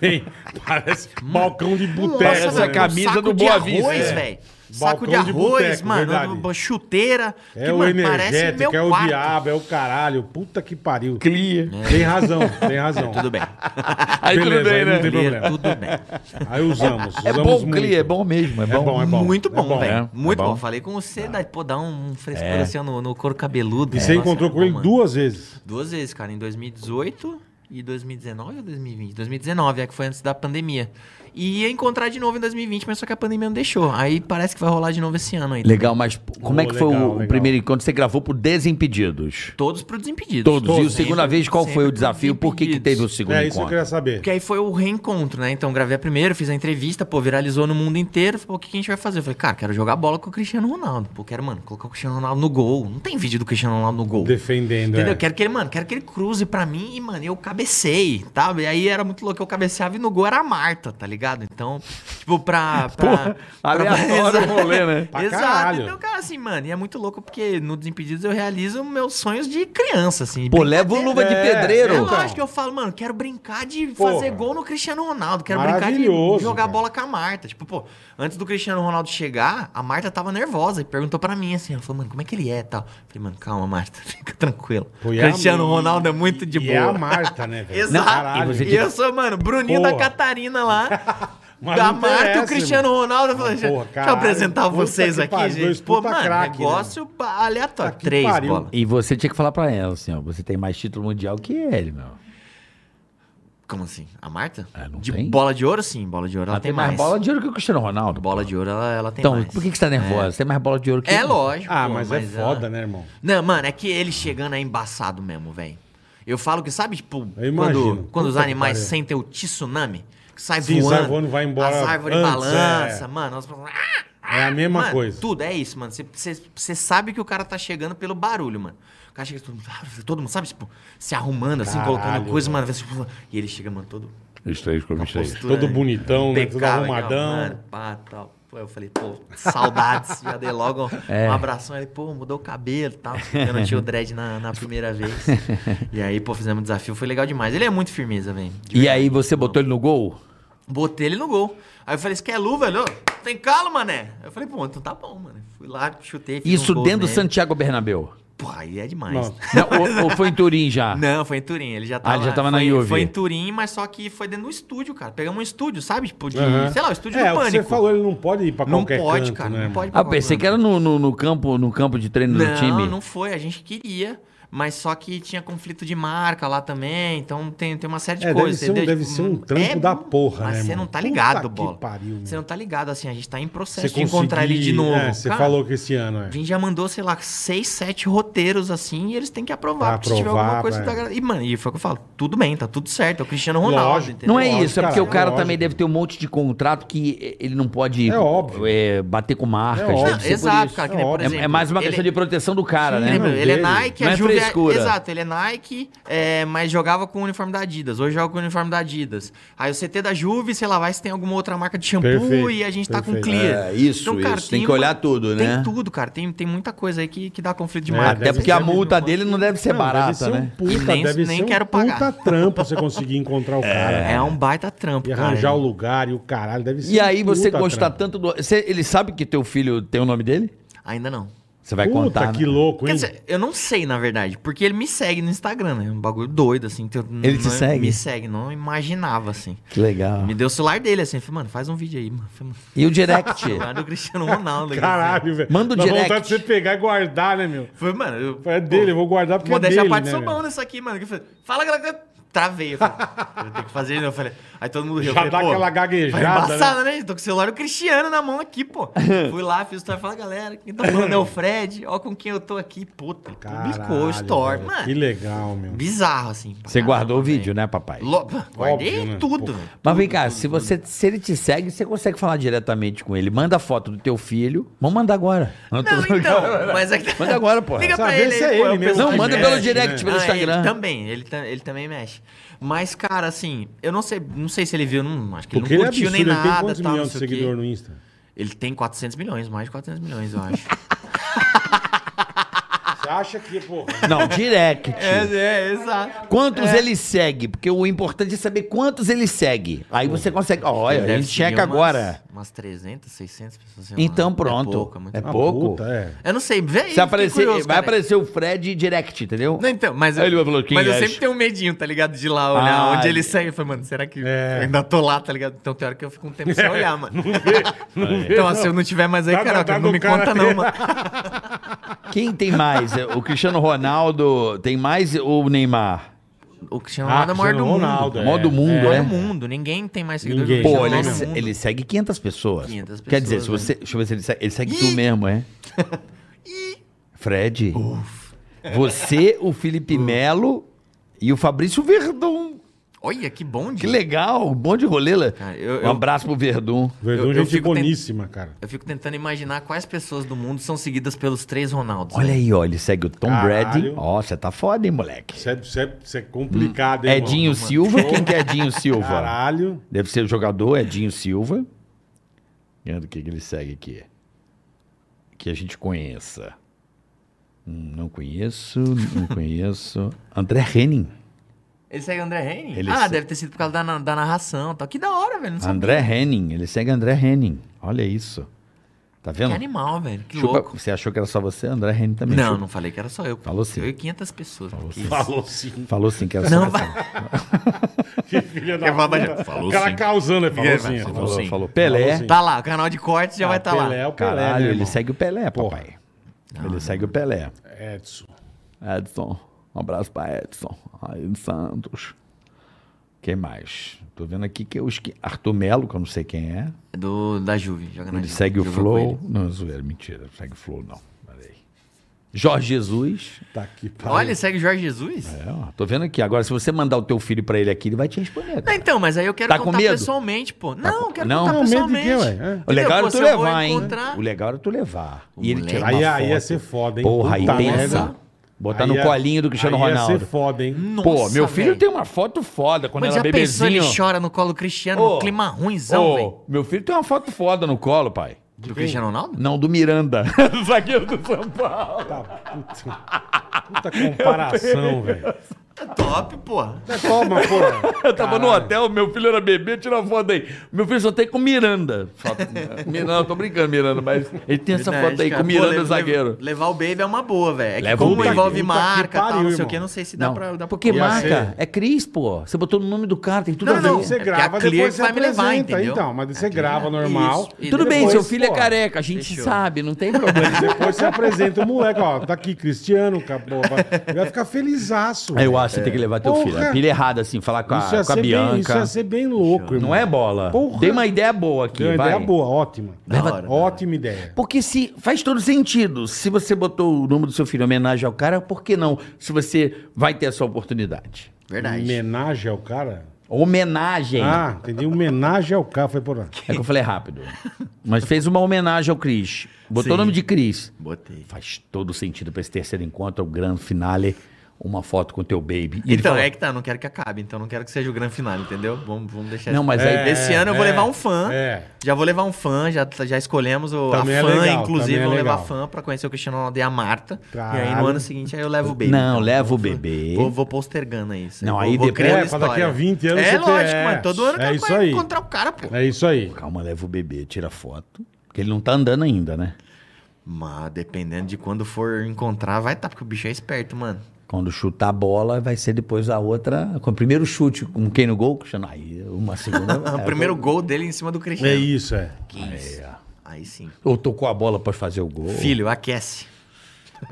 [SPEAKER 3] tem. Parece balcão de
[SPEAKER 5] Nossa,
[SPEAKER 3] boteco.
[SPEAKER 4] essa
[SPEAKER 5] velho,
[SPEAKER 3] né?
[SPEAKER 4] camisa
[SPEAKER 5] saco
[SPEAKER 4] do
[SPEAKER 5] de
[SPEAKER 4] Boa
[SPEAKER 5] arroz,
[SPEAKER 4] Vista. É.
[SPEAKER 5] velho. Saco
[SPEAKER 3] Balcão
[SPEAKER 5] de
[SPEAKER 3] de
[SPEAKER 5] arroz,
[SPEAKER 3] boteco,
[SPEAKER 5] mano.
[SPEAKER 3] verdade.
[SPEAKER 5] uma Chuteira.
[SPEAKER 3] É
[SPEAKER 5] que,
[SPEAKER 3] o
[SPEAKER 5] mano, parece
[SPEAKER 3] energético,
[SPEAKER 5] meu
[SPEAKER 3] é o
[SPEAKER 5] quarto.
[SPEAKER 3] diabo, é o caralho. Puta que pariu.
[SPEAKER 4] Clia.
[SPEAKER 3] Tem razão, tem razão.
[SPEAKER 5] É Tudo bem.
[SPEAKER 4] Aí tudo
[SPEAKER 3] Beleza,
[SPEAKER 4] bem,
[SPEAKER 3] aí
[SPEAKER 4] né?
[SPEAKER 3] não tem problema.
[SPEAKER 5] Tudo bem.
[SPEAKER 3] Aí usamos.
[SPEAKER 4] É
[SPEAKER 3] usamos
[SPEAKER 4] bom,
[SPEAKER 3] muito.
[SPEAKER 4] Clia, é bom mesmo, é
[SPEAKER 3] É
[SPEAKER 4] bom.
[SPEAKER 3] bom, é bom.
[SPEAKER 5] Muito
[SPEAKER 3] é
[SPEAKER 5] bom, velho.
[SPEAKER 4] né?
[SPEAKER 5] Muito
[SPEAKER 4] É
[SPEAKER 5] bom.
[SPEAKER 4] bom.
[SPEAKER 5] Falei com você, dá- pô, dá um frescor assim ó, no, no couro cabeludo.
[SPEAKER 3] Tá. É. E você
[SPEAKER 5] Nossa,
[SPEAKER 3] encontrou
[SPEAKER 5] é
[SPEAKER 3] com
[SPEAKER 5] bom,
[SPEAKER 3] ele
[SPEAKER 5] mano.
[SPEAKER 3] duas vezes.
[SPEAKER 5] Duas vezes, cara. Em 2018 e 2019 ou 2020? 2019, é que foi antes da pandemia. E ia encontrar de novo em 2020, mas só que a pandemia não deixou. Aí parece que vai rolar de novo esse ano aí.
[SPEAKER 4] Legal, mas pô, como
[SPEAKER 3] Pô,
[SPEAKER 4] é que foi o-
[SPEAKER 3] legal,
[SPEAKER 4] o,
[SPEAKER 3] legal.
[SPEAKER 4] primeiro encontro? Você gravou pro Desimpedidos.
[SPEAKER 5] Todos pro Desimpedidos.
[SPEAKER 4] Todos. e o
[SPEAKER 5] Sempre-
[SPEAKER 4] segunda vez, qual foi
[SPEAKER 5] sempre
[SPEAKER 4] o
[SPEAKER 5] pro
[SPEAKER 4] desafio? Por que, que
[SPEAKER 5] Desimpedidos.
[SPEAKER 4] teve o segundo
[SPEAKER 3] é isso que eu
[SPEAKER 4] encontro?
[SPEAKER 3] queria saber.
[SPEAKER 5] Porque aí foi o reencontro, né? Então gravei a primeira, fiz a entrevista, pô, viralizou no mundo inteiro. Falei, o que que a gente vai fazer? Eu falei, cara, quero jogar bola com o Cristiano Ronaldo. Pô, quero, mano, colocar o Cristiano Ronaldo no gol. Não tem vídeo do Cristiano Ronaldo no gol.
[SPEAKER 3] Defendendo.
[SPEAKER 5] um Entendeu?
[SPEAKER 3] é.
[SPEAKER 5] Quero que ele, mano, quero que ele cruze pra mim e, mano, eu cabecei, tá? E aí era muito louco, eu cabeceava e no gol era a Marta, tá ligado? Então, tipo, pra. pra
[SPEAKER 4] Porra,
[SPEAKER 5] é
[SPEAKER 4] aleatório o rolê, né?
[SPEAKER 3] Pra
[SPEAKER 5] Exato.
[SPEAKER 3] caralho.
[SPEAKER 5] Então, cara, assim, mano, e é muito louco porque no Desimpedidos eu realizo meus sonhos de criança, assim.
[SPEAKER 4] Pô, leva o luva de
[SPEAKER 3] É,
[SPEAKER 4] pedreiro.
[SPEAKER 5] Eu
[SPEAKER 3] Então.
[SPEAKER 5] acho que eu falo, mano, quero brincar de
[SPEAKER 3] Porra.
[SPEAKER 5] fazer gol no Cristiano Ronaldo, quero brincar de
[SPEAKER 3] Maravilhoso,
[SPEAKER 5] jogar
[SPEAKER 3] cara.
[SPEAKER 5] bola com a Marta. Tipo, pô, antes do Cristiano Ronaldo chegar, a Marta tava nervosa e perguntou pra mim assim, ela falou, mano, como é que ele é e tal. Eu falei, mano, calma, Marta, fica tranquilo.
[SPEAKER 3] Pô, e é a
[SPEAKER 5] Cristiano
[SPEAKER 3] Mi-
[SPEAKER 5] Ronaldo é muito de
[SPEAKER 3] e
[SPEAKER 5] boa.
[SPEAKER 3] é a Marta, né, velho?
[SPEAKER 5] Exato.
[SPEAKER 3] Caralho,
[SPEAKER 5] e
[SPEAKER 4] você
[SPEAKER 3] velho.
[SPEAKER 5] eu sou, mano, Bruninho
[SPEAKER 3] Porra.
[SPEAKER 5] da Catarina lá.
[SPEAKER 3] Mas
[SPEAKER 5] da
[SPEAKER 3] não
[SPEAKER 5] Marta e
[SPEAKER 3] interessa,
[SPEAKER 5] o Cristiano
[SPEAKER 3] irmão.
[SPEAKER 5] Ronaldo. Eu
[SPEAKER 3] Ah, porra,
[SPEAKER 5] falei, deixa eu
[SPEAKER 3] caralho.
[SPEAKER 5] apresentar
[SPEAKER 3] Puta
[SPEAKER 5] vocês
[SPEAKER 3] que
[SPEAKER 5] aqui,
[SPEAKER 3] pariu, dois
[SPEAKER 5] gente. Pô,
[SPEAKER 3] puta
[SPEAKER 5] mano,
[SPEAKER 3] craque, né,
[SPEAKER 5] negócio ba- aleatório.
[SPEAKER 3] Puta que
[SPEAKER 5] Três
[SPEAKER 3] pariu.
[SPEAKER 5] bolas.
[SPEAKER 4] E você tinha que falar pra ela, assim, ó, você tem mais título mundial que ele, meu.
[SPEAKER 5] Como assim? A Marta?
[SPEAKER 4] É, não
[SPEAKER 5] de
[SPEAKER 4] tem?
[SPEAKER 5] bola de ouro, sim. Bola de ouro ela,
[SPEAKER 4] Ela
[SPEAKER 5] tem,
[SPEAKER 4] tem mais bola de ouro que o Cristiano Ronaldo.
[SPEAKER 5] Bola de ouro ela, ela tem
[SPEAKER 4] então,
[SPEAKER 5] mais.
[SPEAKER 4] por que, que você tá nervosa? Tem mais bola de ouro que
[SPEAKER 5] É
[SPEAKER 4] ele?
[SPEAKER 5] lógico.
[SPEAKER 3] Ah,
[SPEAKER 5] pô,
[SPEAKER 3] mas, é
[SPEAKER 5] ela-
[SPEAKER 3] foda, né, irmão?
[SPEAKER 5] Não, mano, é que ele chegando é embaçado mesmo, velho. Eu falo que, sabe, tipo,
[SPEAKER 3] Eu imagino.
[SPEAKER 5] quando, quando os
[SPEAKER 3] Puta que
[SPEAKER 5] animais
[SPEAKER 3] pariu.
[SPEAKER 5] sentem o tsunami, que sai
[SPEAKER 3] Sim,
[SPEAKER 5] voando.
[SPEAKER 3] sai voando, vai embora
[SPEAKER 5] As árvores
[SPEAKER 3] antes,
[SPEAKER 5] balançam,
[SPEAKER 3] é.
[SPEAKER 5] mano. As... ah,
[SPEAKER 3] É a mesma
[SPEAKER 5] mano,
[SPEAKER 3] coisa.
[SPEAKER 5] Tudo, é isso, mano. Você sabe que o cara tá chegando pelo barulho, mano. O cara chega, todo mundo, todo mundo sabe, tipo, se arrumando, assim,
[SPEAKER 3] Caralho,
[SPEAKER 5] colocando coisa, mano. vê se- E ele chega, mano, todo.
[SPEAKER 4] Os três com os três.
[SPEAKER 5] postura,
[SPEAKER 3] Todo bonitão, né? Todo
[SPEAKER 5] impecável,
[SPEAKER 3] arrumadão.
[SPEAKER 5] aqui, ó, Mano, pá, tal. Pô, Eu falei, pô, saudades. já dei logo um,
[SPEAKER 4] É.
[SPEAKER 5] um abração. Ele, pô, mudou o cabelo e tal. porque Eu não tinha o dread na, na primeira vez. E aí, pô, fizemos um desafio. Foi legal demais. Ele é muito firmeza, velho. De
[SPEAKER 4] E
[SPEAKER 5] verdade.
[SPEAKER 4] aí você botou ele no gol?
[SPEAKER 5] Botei ele no gol. Aí eu falei, você quer luva? Ele, ô, tem calo, mané? Eu falei, pô, então tá bom, mano. Fui lá, chutei. fiz
[SPEAKER 4] Isso
[SPEAKER 5] um gol
[SPEAKER 4] dentro do
[SPEAKER 5] nele.
[SPEAKER 4] Santiago Bernabéu.
[SPEAKER 5] Pô, aí é demais.
[SPEAKER 3] Não.
[SPEAKER 4] Não, ou, ou foi em Turim já?
[SPEAKER 5] Não, foi em Turim. Ele já tava,
[SPEAKER 4] Ah, ele já tava na
[SPEAKER 5] foi,
[SPEAKER 4] Juve.
[SPEAKER 5] Foi em Turim, mas só que foi dentro do estúdio, cara. Pegamos um estúdio, sabe? Tipo, de,
[SPEAKER 3] Aham.
[SPEAKER 5] sei lá, o estúdio
[SPEAKER 3] é,
[SPEAKER 5] do
[SPEAKER 3] o que
[SPEAKER 5] Pânico.
[SPEAKER 3] você falou, ele não pode ir pra
[SPEAKER 5] Não
[SPEAKER 3] qualquer
[SPEAKER 5] pode,
[SPEAKER 3] canto,
[SPEAKER 5] cara.
[SPEAKER 3] né,
[SPEAKER 5] não
[SPEAKER 3] irmão?
[SPEAKER 5] pode.
[SPEAKER 4] Ah, eu pensei que era no, no- no campo, no campo de treino
[SPEAKER 5] não,
[SPEAKER 4] do time.
[SPEAKER 5] não foi. A gente queria. Mas só que tinha conflito de marca lá também. Então tem, tem uma série de
[SPEAKER 3] É, deve
[SPEAKER 5] coisas.
[SPEAKER 3] ser um-
[SPEAKER 5] entendeu?
[SPEAKER 3] deve
[SPEAKER 5] Tipo,
[SPEAKER 3] ser um trampo da porra,
[SPEAKER 5] Mas
[SPEAKER 3] né,
[SPEAKER 5] você
[SPEAKER 3] irmão?
[SPEAKER 5] não tá
[SPEAKER 3] Puta
[SPEAKER 5] ligado,
[SPEAKER 3] que
[SPEAKER 5] bola.
[SPEAKER 3] pariu,
[SPEAKER 5] você
[SPEAKER 3] meu.
[SPEAKER 5] não tá ligado, assim. A gente tá em
[SPEAKER 3] Você
[SPEAKER 5] processo de encontrar ele de
[SPEAKER 3] conseguir-
[SPEAKER 5] novo.
[SPEAKER 3] É, você
[SPEAKER 5] Cara,
[SPEAKER 3] falou que esse ano, é.
[SPEAKER 5] A gente já mandou, sei lá, seis, sete roteiros assim, e eles têm que aprovar.
[SPEAKER 3] Pra
[SPEAKER 5] porque se tiver
[SPEAKER 3] aprovar, é.
[SPEAKER 5] alguma coisa.
[SPEAKER 3] pra-
[SPEAKER 5] Da... gra- E, mano, e foi o que eu falo: tudo bem, tá tudo certo. É o Cristiano Ronaldo,
[SPEAKER 3] Lógico.
[SPEAKER 5] entendeu?
[SPEAKER 4] Não é
[SPEAKER 3] Lógico,
[SPEAKER 4] isso, é porque
[SPEAKER 3] cara,
[SPEAKER 4] o cara
[SPEAKER 3] é
[SPEAKER 4] também
[SPEAKER 3] lógico.
[SPEAKER 4] deve ter um monte de contrato que eh, ele não pode
[SPEAKER 3] É óbvio.
[SPEAKER 4] é, bater com
[SPEAKER 3] É
[SPEAKER 4] marcas. deve
[SPEAKER 3] óbvio.
[SPEAKER 5] Não,
[SPEAKER 4] ser por
[SPEAKER 5] exato,
[SPEAKER 4] isso.
[SPEAKER 5] cara. Que
[SPEAKER 3] É
[SPEAKER 5] nem, por
[SPEAKER 3] óbvio.
[SPEAKER 5] exemplo,
[SPEAKER 4] É, é mais uma
[SPEAKER 5] ele-
[SPEAKER 4] questão de proteção do cara,
[SPEAKER 5] Sim,
[SPEAKER 4] né?
[SPEAKER 5] lembra?
[SPEAKER 3] Não,
[SPEAKER 5] Ele é
[SPEAKER 3] dele.
[SPEAKER 5] Nike,
[SPEAKER 4] Não
[SPEAKER 5] a
[SPEAKER 4] é
[SPEAKER 5] Juve
[SPEAKER 4] frescura.
[SPEAKER 5] É, exato, ele é Nike, é, mas jogava com o uniforme da Adidas. Hoje joga com o uniforme da Adidas. Aí o CT da Juve, sei lá, vai se tem alguma outra marca de shampoo
[SPEAKER 3] Perfeito,
[SPEAKER 5] e a gente tá com
[SPEAKER 3] perfeito.
[SPEAKER 5] clear. Então,
[SPEAKER 4] É, isso, isso. Tem que olhar tudo,
[SPEAKER 5] tem
[SPEAKER 4] né?
[SPEAKER 5] Tem tudo, cara. Tem, tem muita coisa aí que, que dá conflito de
[SPEAKER 3] É,
[SPEAKER 5] marca.
[SPEAKER 4] Até
[SPEAKER 3] deve
[SPEAKER 4] porque a
[SPEAKER 3] ser-
[SPEAKER 4] multa dele não deve ser
[SPEAKER 3] Não,
[SPEAKER 4] barata,
[SPEAKER 3] deve ser um
[SPEAKER 4] né?
[SPEAKER 3] puta,
[SPEAKER 5] E nem-
[SPEAKER 3] deve
[SPEAKER 5] nem
[SPEAKER 3] ser um
[SPEAKER 5] quero
[SPEAKER 3] puta
[SPEAKER 5] pagar.
[SPEAKER 3] trampo você conseguir encontrar o cara.
[SPEAKER 5] É um baita trampo,
[SPEAKER 3] E
[SPEAKER 5] cara.
[SPEAKER 3] arranjar o lugar e o caralho, deve ser um
[SPEAKER 4] E aí você
[SPEAKER 3] puta
[SPEAKER 4] gostar
[SPEAKER 3] trampo.
[SPEAKER 4] tanto do. Você- ele sabe que teu filho tem o nome dele?
[SPEAKER 5] Ainda não.
[SPEAKER 4] Você vai
[SPEAKER 3] Puta,
[SPEAKER 4] contar.
[SPEAKER 3] que
[SPEAKER 4] né?
[SPEAKER 3] louco,
[SPEAKER 5] Quer
[SPEAKER 3] hein?
[SPEAKER 5] dizer, eu não sei, na verdade, porque ele me segue no Instagram, né? É um bagulho doido, assim. que eu
[SPEAKER 4] Ele
[SPEAKER 5] não-
[SPEAKER 4] te segue?
[SPEAKER 5] Me segue, não imaginava, assim.
[SPEAKER 4] Que legal.
[SPEAKER 5] Me deu o celular dele, assim. Falei, mano, faz um vídeo aí, mano. Falei, mano,
[SPEAKER 4] E o direct?
[SPEAKER 5] celular do Cristiano Ronaldo. aqui, assim.
[SPEAKER 3] Caralho, velho.
[SPEAKER 4] Manda o
[SPEAKER 3] Dá
[SPEAKER 4] direct.
[SPEAKER 3] vontade de você pegar e guardar, né, meu?
[SPEAKER 5] Falei, mano, eu,
[SPEAKER 3] É dele, eu vou guardar porque
[SPEAKER 5] vou
[SPEAKER 3] é
[SPEAKER 5] deixar
[SPEAKER 3] dele,
[SPEAKER 5] a parte
[SPEAKER 3] né,
[SPEAKER 5] de
[SPEAKER 3] meu?
[SPEAKER 5] mão nisso aqui, mano. que eu falei, Fala, galera. Travei. Eu falei, eu tenho que fazer isso. Eu falei, aí todo mundo riu.
[SPEAKER 3] Já
[SPEAKER 5] eu falei,
[SPEAKER 3] dá
[SPEAKER 5] pô,
[SPEAKER 3] aquela
[SPEAKER 5] Foi
[SPEAKER 3] gaguejada, né?
[SPEAKER 5] embaçado, né? Tô com o celular do Cristiano na mão aqui, pô. Fui lá, fiz o story, falei, galera, quem tá falando é o Fred, ó com quem eu tô aqui, puta.
[SPEAKER 3] Caralho,
[SPEAKER 5] publicou o story,
[SPEAKER 3] velho,
[SPEAKER 5] mano.
[SPEAKER 3] Que legal, meu.
[SPEAKER 5] Bizarro, assim. pra
[SPEAKER 4] Você
[SPEAKER 5] caramba,
[SPEAKER 4] guardou o
[SPEAKER 5] velho.
[SPEAKER 4] vídeo, né, papai?
[SPEAKER 5] Lo- Guardei
[SPEAKER 3] Óbvio, né? Pô.
[SPEAKER 5] tudo, velho.
[SPEAKER 4] Mas vem cá, se, você, se ele te segue, você consegue falar diretamente com ele. Manda a foto do teu filho. Vamos mandar agora. Não, tô-
[SPEAKER 5] Não, então, mas é que...
[SPEAKER 4] Manda agora, porra.
[SPEAKER 5] Liga
[SPEAKER 3] Sabe,
[SPEAKER 5] pra ele,
[SPEAKER 3] esse é
[SPEAKER 5] aí, pô,
[SPEAKER 3] ele
[SPEAKER 5] o
[SPEAKER 3] mesmo.
[SPEAKER 5] pessoal
[SPEAKER 4] Não, manda
[SPEAKER 5] mexe,
[SPEAKER 4] pelo direct, pelo
[SPEAKER 5] Ah,
[SPEAKER 4] Instagram.
[SPEAKER 5] Ele também, ele, ta- ele também mexe. Mas, cara, assim, eu não sei, não sei se ele viu, não, acho que
[SPEAKER 3] Porque ele
[SPEAKER 5] ele
[SPEAKER 3] é
[SPEAKER 5] não curtiu
[SPEAKER 3] absurdo,
[SPEAKER 5] nem
[SPEAKER 3] ele tem
[SPEAKER 5] nada,
[SPEAKER 3] quantos
[SPEAKER 5] tal, não
[SPEAKER 3] milhões de
[SPEAKER 5] sei o quê.
[SPEAKER 3] seguidor no Insta?
[SPEAKER 5] Ele tem 400 milhões, mais de 400 milhões, eu acho. Ah.
[SPEAKER 3] Você acha que, pô...
[SPEAKER 4] Não, direct.
[SPEAKER 5] é, exato.
[SPEAKER 4] Quantos ele segue? Porque o importante é saber quantos ele segue. Aí você consegue. Ó, Olha, a gente checa agora.
[SPEAKER 5] Umas 300, 600 pessoas. sei lá.
[SPEAKER 4] Então
[SPEAKER 5] É
[SPEAKER 4] pronto.
[SPEAKER 5] pouco, é muito
[SPEAKER 4] É
[SPEAKER 5] pouco.
[SPEAKER 4] pouco.
[SPEAKER 3] Puta, é.
[SPEAKER 5] Eu não sei, vê aí.
[SPEAKER 4] Se
[SPEAKER 5] fiquei
[SPEAKER 4] aparecer,
[SPEAKER 5] curioso,
[SPEAKER 4] vai
[SPEAKER 5] cara.
[SPEAKER 4] aparecer o Fred direct, entendeu?
[SPEAKER 5] Não, então, mas, eu,
[SPEAKER 4] Aí ele vai falar, "Quem
[SPEAKER 5] mas eu
[SPEAKER 4] és?"
[SPEAKER 5] sempre tenho um medinho, tá ligado? De lá olhar
[SPEAKER 4] Ah,
[SPEAKER 5] onde
[SPEAKER 4] é.
[SPEAKER 5] ele segue. Eu falei, mano, será que
[SPEAKER 3] É.
[SPEAKER 5] eu ainda tô lá, tá ligado? Então tem hora que eu fico um tempo sem olhar, mano.
[SPEAKER 3] Não vê,
[SPEAKER 5] Então, ó,
[SPEAKER 3] não.
[SPEAKER 5] se eu não tiver mais aí,
[SPEAKER 3] Tá, tá,
[SPEAKER 5] caraca,
[SPEAKER 3] tá
[SPEAKER 5] não
[SPEAKER 3] do
[SPEAKER 5] me
[SPEAKER 3] cara
[SPEAKER 5] conta
[SPEAKER 3] aí.
[SPEAKER 5] não, mano.
[SPEAKER 4] Quem tem mais? É, O Cristiano Ronaldo tem mais ou o Neymar?
[SPEAKER 5] O Cristiano
[SPEAKER 3] Ah,
[SPEAKER 5] Ronaldo é o maior do
[SPEAKER 3] Cristiano
[SPEAKER 5] mundo.
[SPEAKER 3] Ronaldo,
[SPEAKER 4] O maior do mundo,
[SPEAKER 5] O maior
[SPEAKER 4] é?
[SPEAKER 5] do mundo. Ninguém tem mais seguidor
[SPEAKER 3] Ninguém.
[SPEAKER 5] que o
[SPEAKER 4] Pô,
[SPEAKER 5] Cristiano
[SPEAKER 4] ele,
[SPEAKER 5] Ronaldo no mundo.
[SPEAKER 4] ele segue 500 pessoas.
[SPEAKER 5] 500
[SPEAKER 4] Quer dizer, se
[SPEAKER 5] pessoas, né?
[SPEAKER 4] você. Deixa eu ver se ele segue. Ele segue
[SPEAKER 5] Ih!
[SPEAKER 4] tu mesmo, é? Fred. Você, o Felipe Melo e o Fabrício Verdun.
[SPEAKER 5] Olha, que bom
[SPEAKER 4] Que legal, bom de rolela.
[SPEAKER 5] Cara, eu-
[SPEAKER 4] Um
[SPEAKER 5] eu-
[SPEAKER 4] abraço pro Verdun.
[SPEAKER 3] Verdun,
[SPEAKER 5] Eu- eu
[SPEAKER 3] é gente
[SPEAKER 5] fico ten-
[SPEAKER 3] boníssima, cara.
[SPEAKER 5] Eu fico tentando imaginar quais pessoas do mundo são seguidas pelos três Ronaldos.
[SPEAKER 4] Olha aí, ó, ele segue o Tom
[SPEAKER 3] Caralho.
[SPEAKER 4] Brady. Ó, você tá foda, hein, moleque.
[SPEAKER 3] Isso é, isso é- isso é complicado, hein,
[SPEAKER 4] Hum. Edinho
[SPEAKER 3] mano?
[SPEAKER 4] Silva, quem que é Edinho Silva?
[SPEAKER 3] Caralho.
[SPEAKER 4] Deve ser o jogador Edinho Silva. Vendo o que, que ele segue aqui. Que a gente conheça. Hum, não conheço, não conheço. André Henning.
[SPEAKER 5] Ele segue o André Henning?
[SPEAKER 4] Ele Ah,
[SPEAKER 5] ah,
[SPEAKER 4] segue-
[SPEAKER 5] deve ter sido por causa da, na- da narração e tal. Que da hora, velho. Não sabia.
[SPEAKER 4] André Henning, ele segue André Henning. Olha isso. Tá
[SPEAKER 5] Que
[SPEAKER 4] vendo?
[SPEAKER 5] animal, velho. Que
[SPEAKER 4] Chupa-
[SPEAKER 5] louco.
[SPEAKER 4] Você achou que era só você? André Henning também.
[SPEAKER 5] Não,
[SPEAKER 4] Chupa-
[SPEAKER 5] não falei que era só eu. pô.
[SPEAKER 4] Falou sim.
[SPEAKER 5] Eu e 500 pessoas. Que isso.
[SPEAKER 3] Falou sim.
[SPEAKER 4] Falou sim que era só
[SPEAKER 5] Não,
[SPEAKER 4] você.
[SPEAKER 5] vai.
[SPEAKER 3] Que filha da
[SPEAKER 5] Quer falar
[SPEAKER 3] puta.
[SPEAKER 5] da- Falou
[SPEAKER 3] o cara
[SPEAKER 5] sim.
[SPEAKER 3] causando, ele falou
[SPEAKER 5] Vai,
[SPEAKER 3] sim.
[SPEAKER 5] vai,
[SPEAKER 3] ele
[SPEAKER 5] falou
[SPEAKER 3] falou
[SPEAKER 4] Falou,
[SPEAKER 5] sim.
[SPEAKER 4] falou. Pelé.
[SPEAKER 3] sim.
[SPEAKER 5] Tá lá, o canal de corte já vai estar
[SPEAKER 3] Ah,
[SPEAKER 5] lá.
[SPEAKER 3] Pelé é o Pelé,
[SPEAKER 4] Caralho,
[SPEAKER 3] né,
[SPEAKER 4] ele
[SPEAKER 3] irmão?
[SPEAKER 4] segue o Pelé, papai. ele segue o Pelé.
[SPEAKER 3] Edson.
[SPEAKER 4] Edson. Um abraço pra Edson. Aí Santos. Quem mais? Tô vendo aqui que é os que. Arthur Melo, que eu não sei quem é.
[SPEAKER 5] É Do, da Juve. Joga na
[SPEAKER 4] Ele
[SPEAKER 5] Juve.
[SPEAKER 4] segue o
[SPEAKER 5] Jogou com
[SPEAKER 4] Flow.
[SPEAKER 5] ele.
[SPEAKER 4] Não, é zoeira, mentira. Não segue o Flow, não. Peraí. Jorge Jesus.
[SPEAKER 3] Tá aqui, pariu.
[SPEAKER 5] Olha, ele segue o Jorge Jesus?
[SPEAKER 4] É, ó, tô vendo aqui. Agora, se você mandar o teu filho pra ele aqui, ele vai te responder.
[SPEAKER 5] Não,
[SPEAKER 4] cara.
[SPEAKER 5] então, mas aí eu quero
[SPEAKER 4] Tá com
[SPEAKER 5] contar
[SPEAKER 4] medo? Tá
[SPEAKER 5] pessoalmente, pô. Não, eu quero
[SPEAKER 4] não?
[SPEAKER 5] contar
[SPEAKER 4] Não,
[SPEAKER 3] medo de
[SPEAKER 5] pessoalmente.
[SPEAKER 3] quê, ué? É.
[SPEAKER 4] O legal era
[SPEAKER 5] Entendeu? Pô,
[SPEAKER 4] tu
[SPEAKER 5] se eu vou
[SPEAKER 4] levar, hein?
[SPEAKER 5] encontrar-
[SPEAKER 4] O legal era tu levar.
[SPEAKER 5] O
[SPEAKER 4] E ele tirar
[SPEAKER 5] moleque.
[SPEAKER 4] uma
[SPEAKER 3] Aí, aí ia
[SPEAKER 4] foto.
[SPEAKER 3] ser foda, hein?
[SPEAKER 4] Porra, aí
[SPEAKER 3] Puta
[SPEAKER 4] pensa.
[SPEAKER 3] merda.
[SPEAKER 4] Botar
[SPEAKER 3] Aí
[SPEAKER 4] no
[SPEAKER 3] ia-
[SPEAKER 4] colinho do Cristiano
[SPEAKER 3] aí Ia
[SPEAKER 4] Ronaldo.
[SPEAKER 3] ser foda, hein?
[SPEAKER 4] Pô, meu filho
[SPEAKER 5] velho.
[SPEAKER 4] tem uma foto foda quando
[SPEAKER 5] Mas
[SPEAKER 4] era
[SPEAKER 5] já pensou, ele
[SPEAKER 4] bebezinho.
[SPEAKER 5] chora no colo do Cristiano,
[SPEAKER 4] Ô,
[SPEAKER 5] num clima ruimzão,
[SPEAKER 4] Ô,
[SPEAKER 5] velho.
[SPEAKER 4] meu filho tem uma foto foda no colo, pai.
[SPEAKER 5] Do Cristiano Ronaldo?
[SPEAKER 4] Não, do Miranda. Zagueiro do São Paulo.
[SPEAKER 3] Tá, puta, puta comparação, velho. é
[SPEAKER 5] Top, porra.
[SPEAKER 3] Toma, porra.
[SPEAKER 4] Eu tava no hotel, meu filho era bebê, tira uma foto aí. Meu filho só tem com Miranda. Foto- Miranda, não, tô brincando, Miranda, mas ele tem
[SPEAKER 5] Né,
[SPEAKER 4] essa foto aí com Miranda zagueiro.
[SPEAKER 5] Levar o Baby é uma boa, velho. É que
[SPEAKER 4] Leva o
[SPEAKER 5] como
[SPEAKER 4] Baby.
[SPEAKER 5] envolve
[SPEAKER 3] Puta que
[SPEAKER 5] marca e tal,
[SPEAKER 3] pariu,
[SPEAKER 5] não sei o
[SPEAKER 3] irmão.
[SPEAKER 5] que, não sei se dá
[SPEAKER 4] Não,
[SPEAKER 5] pra... Dá pra
[SPEAKER 4] porque
[SPEAKER 5] colocar.
[SPEAKER 4] marca é Cris, pô. Você botou o nome do cara, tem tudo
[SPEAKER 5] Não,
[SPEAKER 4] a ver.
[SPEAKER 5] não,
[SPEAKER 3] Você
[SPEAKER 5] é porque
[SPEAKER 3] grava,
[SPEAKER 5] a
[SPEAKER 3] depois
[SPEAKER 5] cliente
[SPEAKER 3] você
[SPEAKER 5] vai me levar,
[SPEAKER 3] apresenta.
[SPEAKER 5] entendeu?
[SPEAKER 3] Então, mas você
[SPEAKER 5] A
[SPEAKER 3] grava
[SPEAKER 5] cliente-
[SPEAKER 3] normal.
[SPEAKER 5] Isso. E
[SPEAKER 4] Tudo bem,
[SPEAKER 3] depois,
[SPEAKER 4] seu filho é
[SPEAKER 3] porra,
[SPEAKER 4] careca, a gente
[SPEAKER 5] fechou.
[SPEAKER 4] sabe, não tem problema.
[SPEAKER 3] Depois você apresenta o moleque, ó. Tá aqui, Cristiano, acabou. Vai, vai ficar felizaço.
[SPEAKER 4] Eu
[SPEAKER 3] velho.
[SPEAKER 4] acho que você tem que levar teu
[SPEAKER 3] É, Porra.
[SPEAKER 4] filho. A pilha errada, assim, falar com a,
[SPEAKER 3] Isso ia,
[SPEAKER 4] com a
[SPEAKER 3] ser bem, isso
[SPEAKER 4] Bianca.
[SPEAKER 3] ia ser bem louco, irmão.
[SPEAKER 4] Não é bola.
[SPEAKER 3] Porra.
[SPEAKER 4] Dei uma ideia boa aqui,
[SPEAKER 3] Deu uma
[SPEAKER 4] vai.
[SPEAKER 3] ideia boa, ótima.
[SPEAKER 5] Leva- hora, da
[SPEAKER 3] ótima ideia.
[SPEAKER 4] Porque se faz todo sentido. Se você botou o nome do seu filho em homenagem ao cara, por que não? Se você vai ter essa oportunidade.
[SPEAKER 5] Verdade.
[SPEAKER 3] Homenagem ao cara.
[SPEAKER 4] Homenagem.
[SPEAKER 3] Ah, entendi. Homenagem ao carro. Foi por
[SPEAKER 4] É que eu falei rápido. Mas fez uma homenagem ao Cris. Botou o nome de Cris.
[SPEAKER 5] Botei.
[SPEAKER 4] Faz todo sentido pra esse terceiro encontro, o grande finale, uma foto com teu baby. E ele
[SPEAKER 5] Então,
[SPEAKER 4] falou,
[SPEAKER 5] é que tá, não quero que acabe, então não quero que seja o grande final, entendeu? Vamos, vamos deixar
[SPEAKER 4] Não, mas aí...
[SPEAKER 5] Esse ano eu vou
[SPEAKER 3] é,
[SPEAKER 5] levar um fã.
[SPEAKER 3] é.
[SPEAKER 5] Já vou levar um fã, já, já escolhemos o, a fã,
[SPEAKER 3] Também é legal, também
[SPEAKER 5] inclusive,
[SPEAKER 3] é
[SPEAKER 5] vamos levar
[SPEAKER 3] legal.
[SPEAKER 5] fã pra conhecer o Cristiano Ronaldo e a Marta. E aí
[SPEAKER 3] Caralho.
[SPEAKER 5] no ano seguinte aí eu levo o bebê.
[SPEAKER 4] Não, leva o
[SPEAKER 5] vou-
[SPEAKER 4] bebê.
[SPEAKER 5] Vou, vou postergando isso.
[SPEAKER 4] Não,
[SPEAKER 5] Eu
[SPEAKER 4] aí
[SPEAKER 5] vou, vou
[SPEAKER 4] depois-
[SPEAKER 5] criando
[SPEAKER 3] É, pra daqui
[SPEAKER 5] história.
[SPEAKER 3] a 20 anos
[SPEAKER 5] É
[SPEAKER 3] você tem-
[SPEAKER 5] lógico,
[SPEAKER 3] é.
[SPEAKER 5] mano. Todo ano
[SPEAKER 3] É
[SPEAKER 5] eu
[SPEAKER 3] isso
[SPEAKER 5] quero
[SPEAKER 3] aí.
[SPEAKER 5] encontrar o cara, pô.
[SPEAKER 3] É isso aí.
[SPEAKER 4] Calma, leva o bebê, tira foto. Porque ele não tá andando ainda, né?
[SPEAKER 5] Mas dependendo de quando for encontrar, vai tá, porque o bicho é esperto, mano.
[SPEAKER 4] Quando chutar a bola, vai ser depois a outra. Com o primeiro chute, com quem no gol, Cristiano. Aí, uma segunda. é
[SPEAKER 5] O primeiro gol dele em cima do Cristiano.
[SPEAKER 3] É isso, é.
[SPEAKER 5] Que isso. Aí sim.
[SPEAKER 4] Ou tocou a bola pra fazer o gol.
[SPEAKER 5] Filho, aquece.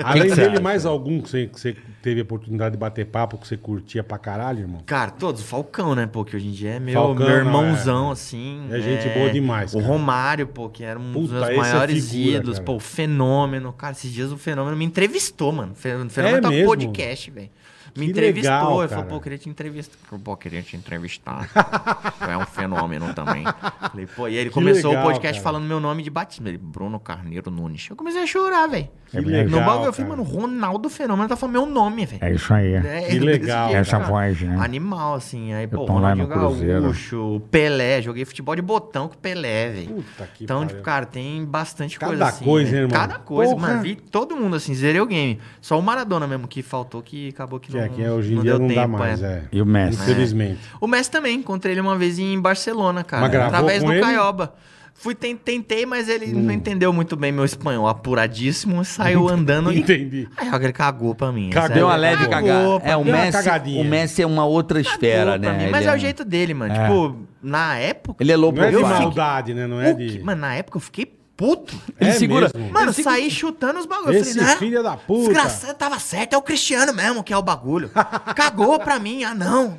[SPEAKER 3] Além
[SPEAKER 4] que você
[SPEAKER 3] dele,
[SPEAKER 4] acha?
[SPEAKER 3] mais algum que você, que você teve a oportunidade de bater papo, que você curtia pra caralho, irmão?
[SPEAKER 5] Cara, todos, o Falcão, né, pô, que hoje em dia é meu,
[SPEAKER 3] Falcão,
[SPEAKER 5] meu
[SPEAKER 3] não,
[SPEAKER 5] irmãozão, assim.
[SPEAKER 3] É gente boa demais,
[SPEAKER 5] O
[SPEAKER 3] cara.
[SPEAKER 5] Romário, pô, que era um
[SPEAKER 3] Puta,
[SPEAKER 5] dos
[SPEAKER 3] esse
[SPEAKER 5] meus
[SPEAKER 3] é
[SPEAKER 5] maiores
[SPEAKER 3] figura,
[SPEAKER 5] ídolos,
[SPEAKER 3] cara.
[SPEAKER 5] pô, o Fenômeno. Cara, esses dias o Fenômeno me entrevistou, mano. O Fenômeno é tá com
[SPEAKER 3] mesmo?
[SPEAKER 5] podcast, velho. Me
[SPEAKER 3] Que
[SPEAKER 5] entrevistou,
[SPEAKER 3] legal,
[SPEAKER 5] eu falei,
[SPEAKER 3] cara.
[SPEAKER 5] pô, eu queria te entrevistar. Falei, Pô, eu queria te entrevistar. Tu é um fenômeno também. Falei, pô, e aí ele
[SPEAKER 3] Que
[SPEAKER 5] começou
[SPEAKER 3] legal,
[SPEAKER 5] o podcast
[SPEAKER 3] cara.
[SPEAKER 5] falando meu nome de batismo. Ele, Bruno Carneiro Nunes. Eu comecei a chorar, velho.
[SPEAKER 3] Que É legal,
[SPEAKER 5] No bagulho eu falei,
[SPEAKER 3] cara.
[SPEAKER 5] mano, Ronaldo Fenômeno tá falando meu nome, velho.
[SPEAKER 7] É isso aí.
[SPEAKER 5] É,
[SPEAKER 3] Que
[SPEAKER 5] desse
[SPEAKER 3] legal,
[SPEAKER 5] jeito,
[SPEAKER 7] Essa
[SPEAKER 5] cara.
[SPEAKER 7] voz, né?
[SPEAKER 5] Animal, assim. Aí, pô,
[SPEAKER 7] tô lá no
[SPEAKER 5] Ronaldinho
[SPEAKER 7] Cruzeiro.
[SPEAKER 5] Gaúcho, Pelé. Joguei futebol de botão com Pelé, velho.
[SPEAKER 3] Puta que
[SPEAKER 5] Então,
[SPEAKER 3] pariu.
[SPEAKER 5] tipo, cara, tem bastante
[SPEAKER 3] Cada
[SPEAKER 5] coisa assim.
[SPEAKER 3] coisa,
[SPEAKER 5] velho.
[SPEAKER 3] hein, irmão?
[SPEAKER 5] Cada coisa,
[SPEAKER 3] Porra.
[SPEAKER 5] mano. Vi todo mundo, assim, zerei o game. Só o Maradona mesmo que faltou, que acabou que
[SPEAKER 3] Que
[SPEAKER 5] não
[SPEAKER 3] é, que é, hoje em
[SPEAKER 5] não
[SPEAKER 3] dia
[SPEAKER 5] deu
[SPEAKER 3] não dá
[SPEAKER 5] tempo,
[SPEAKER 3] mais,
[SPEAKER 5] é.
[SPEAKER 3] é.
[SPEAKER 7] E o Messi.
[SPEAKER 3] Infelizmente.
[SPEAKER 5] O Messi também, encontrei ele uma vez em Barcelona, cara.
[SPEAKER 3] Mas gravou
[SPEAKER 5] através
[SPEAKER 3] com
[SPEAKER 5] do
[SPEAKER 3] ele? Hum.
[SPEAKER 5] Caioba. Fui, ten- tentei, mas ele não entendeu muito bem meu espanhol. Apuradíssimo, saiu andando. e-
[SPEAKER 3] Entendi.
[SPEAKER 5] Aí ele cagou pra mim. é
[SPEAKER 3] Cagou.
[SPEAKER 5] sério.
[SPEAKER 4] Deu uma leve
[SPEAKER 5] Cagou
[SPEAKER 4] cagada.
[SPEAKER 5] pra
[SPEAKER 4] É, o
[SPEAKER 3] deu uma
[SPEAKER 4] Messi,
[SPEAKER 3] cagadinha.
[SPEAKER 4] o Messi é uma outra esfera,
[SPEAKER 5] Pô, Tá pra
[SPEAKER 4] né?
[SPEAKER 5] mim, Mas
[SPEAKER 4] Ele
[SPEAKER 5] é o jeito dele, mano. Tipo, na época.
[SPEAKER 4] Ele é low
[SPEAKER 3] Não é de
[SPEAKER 4] profile.
[SPEAKER 3] maldade, né? Não é
[SPEAKER 5] o
[SPEAKER 3] de.
[SPEAKER 5] que- Mano, na época eu fiquei puto.
[SPEAKER 4] Ele
[SPEAKER 3] É
[SPEAKER 4] segura-
[SPEAKER 3] mesmo.
[SPEAKER 5] Mano, eu saí chutando os bagulhos.
[SPEAKER 3] Esse filho da puta.
[SPEAKER 5] Desgraçado, tava certo, é o Cristiano mesmo que é o bagulho. Cagou pra mim, ah não.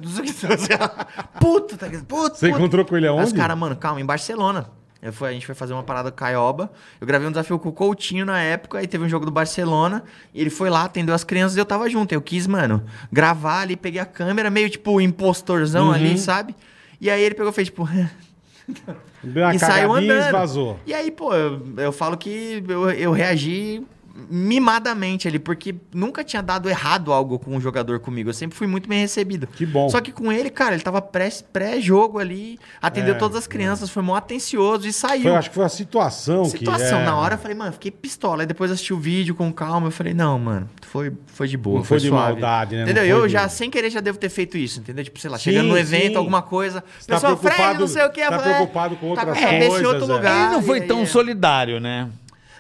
[SPEAKER 5] Puto, tá ligado? Puto,
[SPEAKER 3] Você
[SPEAKER 5] puto.
[SPEAKER 3] encontrou com ele
[SPEAKER 5] Aí os
[SPEAKER 3] aonde?
[SPEAKER 5] caras, mano, calma, em Barcelona. Eu fui, a gente foi fazer uma parada com o Caioba. Eu gravei um desafio com o Coutinho na época, aí teve um jogo do Barcelona. E ele foi lá, atendeu as crianças e eu tava junto. Eu quis, mano, gravar ali, peguei a câmera, meio tipo impostorzão ali, sabe? E aí ele pegou e fez, tipo.
[SPEAKER 3] Deu uma
[SPEAKER 5] e saiu
[SPEAKER 3] cagadinha e
[SPEAKER 5] andando.
[SPEAKER 3] vazou.
[SPEAKER 5] E aí, pô, eu, eu falo que eu, eu reagi mimadamente ali, porque nunca tinha dado errado algo com um jogador comigo. Eu sempre fui muito bem recebido.
[SPEAKER 3] Que bom.
[SPEAKER 5] Só que com ele, cara, ele tava pré- pré-jogo ali, atendeu
[SPEAKER 3] É,
[SPEAKER 5] todas as crianças, foi mó atencioso e saiu.
[SPEAKER 3] Foi, acho que foi a situação, que.
[SPEAKER 5] Situação,
[SPEAKER 3] é,
[SPEAKER 5] na hora eu falei, mano, fiquei pistola. Aí depois assisti o vídeo com calma, eu falei, não, mano, foi, foi de boa.
[SPEAKER 3] Não foi de
[SPEAKER 5] suave.
[SPEAKER 3] maldade, né? Não
[SPEAKER 5] Entendeu?
[SPEAKER 3] foi
[SPEAKER 5] Eu
[SPEAKER 3] de-
[SPEAKER 5] já, sem querer, já devo ter feito isso, entendeu? Tipo, sei lá,
[SPEAKER 3] Sim,
[SPEAKER 5] chegando no evento,
[SPEAKER 3] sim.
[SPEAKER 5] alguma coisa.
[SPEAKER 3] tá
[SPEAKER 5] Pessoal, Fred,
[SPEAKER 3] preocupado-
[SPEAKER 5] não sei o que.
[SPEAKER 3] tá preocupado com
[SPEAKER 5] tá
[SPEAKER 3] outras
[SPEAKER 5] a cabeça em
[SPEAKER 3] coisas,
[SPEAKER 5] outro
[SPEAKER 3] é.
[SPEAKER 5] lugar.
[SPEAKER 4] não
[SPEAKER 5] e
[SPEAKER 4] foi
[SPEAKER 5] aí
[SPEAKER 4] tão
[SPEAKER 5] é.
[SPEAKER 4] solidário, né?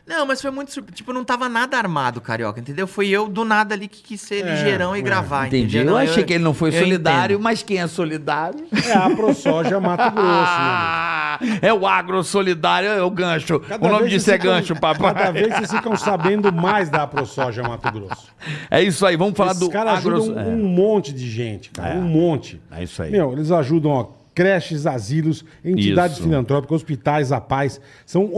[SPEAKER 5] Não, mas foi muito surpresa. Tipo, não tava nada armado, carioca, entendeu? Foi eu do nada ali que quis ser
[SPEAKER 3] É,
[SPEAKER 5] ligeirão e
[SPEAKER 3] é.
[SPEAKER 5] gravar,
[SPEAKER 4] Entendi.
[SPEAKER 5] entendeu?
[SPEAKER 4] eu achei que ele não foi
[SPEAKER 5] Ah, eu
[SPEAKER 4] solidário,
[SPEAKER 5] entendo.
[SPEAKER 4] mas quem é solidário?
[SPEAKER 3] É a ProSoja Mato Grosso, mano.
[SPEAKER 4] Ah, é o agro solidário, é o gancho.
[SPEAKER 3] Cada
[SPEAKER 4] o nome
[SPEAKER 3] vez
[SPEAKER 4] disso é
[SPEAKER 3] vocês ficam-
[SPEAKER 4] gancho, papai.
[SPEAKER 3] Cada vez vocês ficam sabendo mais da ProSoja Mato Grosso.
[SPEAKER 4] É isso aí, vamos falar
[SPEAKER 3] Esses
[SPEAKER 4] do
[SPEAKER 3] caras
[SPEAKER 4] agro...
[SPEAKER 3] ajudam um, monte de gente, cara. Um monte.
[SPEAKER 4] É isso aí.
[SPEAKER 3] Meu, eles ajudam, ó, creches, asilos, entidades
[SPEAKER 4] Isso.
[SPEAKER 3] filantrópicas, hospitais, a paz. São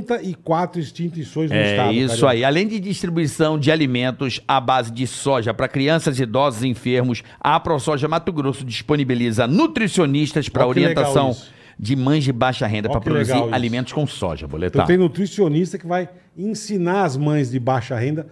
[SPEAKER 3] 84 instituições no
[SPEAKER 4] É
[SPEAKER 3] estado.
[SPEAKER 4] isso
[SPEAKER 3] cara.
[SPEAKER 4] aí. Além de distribuição de alimentos à base de soja para crianças, idosos e enfermos, a ProSoja Mato Grosso disponibiliza nutricionistas para
[SPEAKER 3] Ó, que legal
[SPEAKER 4] orientação
[SPEAKER 3] isso.
[SPEAKER 4] de mães de baixa renda
[SPEAKER 3] Ó,
[SPEAKER 4] para
[SPEAKER 3] que legal
[SPEAKER 4] produzir
[SPEAKER 3] isso.
[SPEAKER 4] alimentos com soja,
[SPEAKER 3] Então
[SPEAKER 4] boletar.
[SPEAKER 3] tem nutricionista que vai ensinar as mães de baixa renda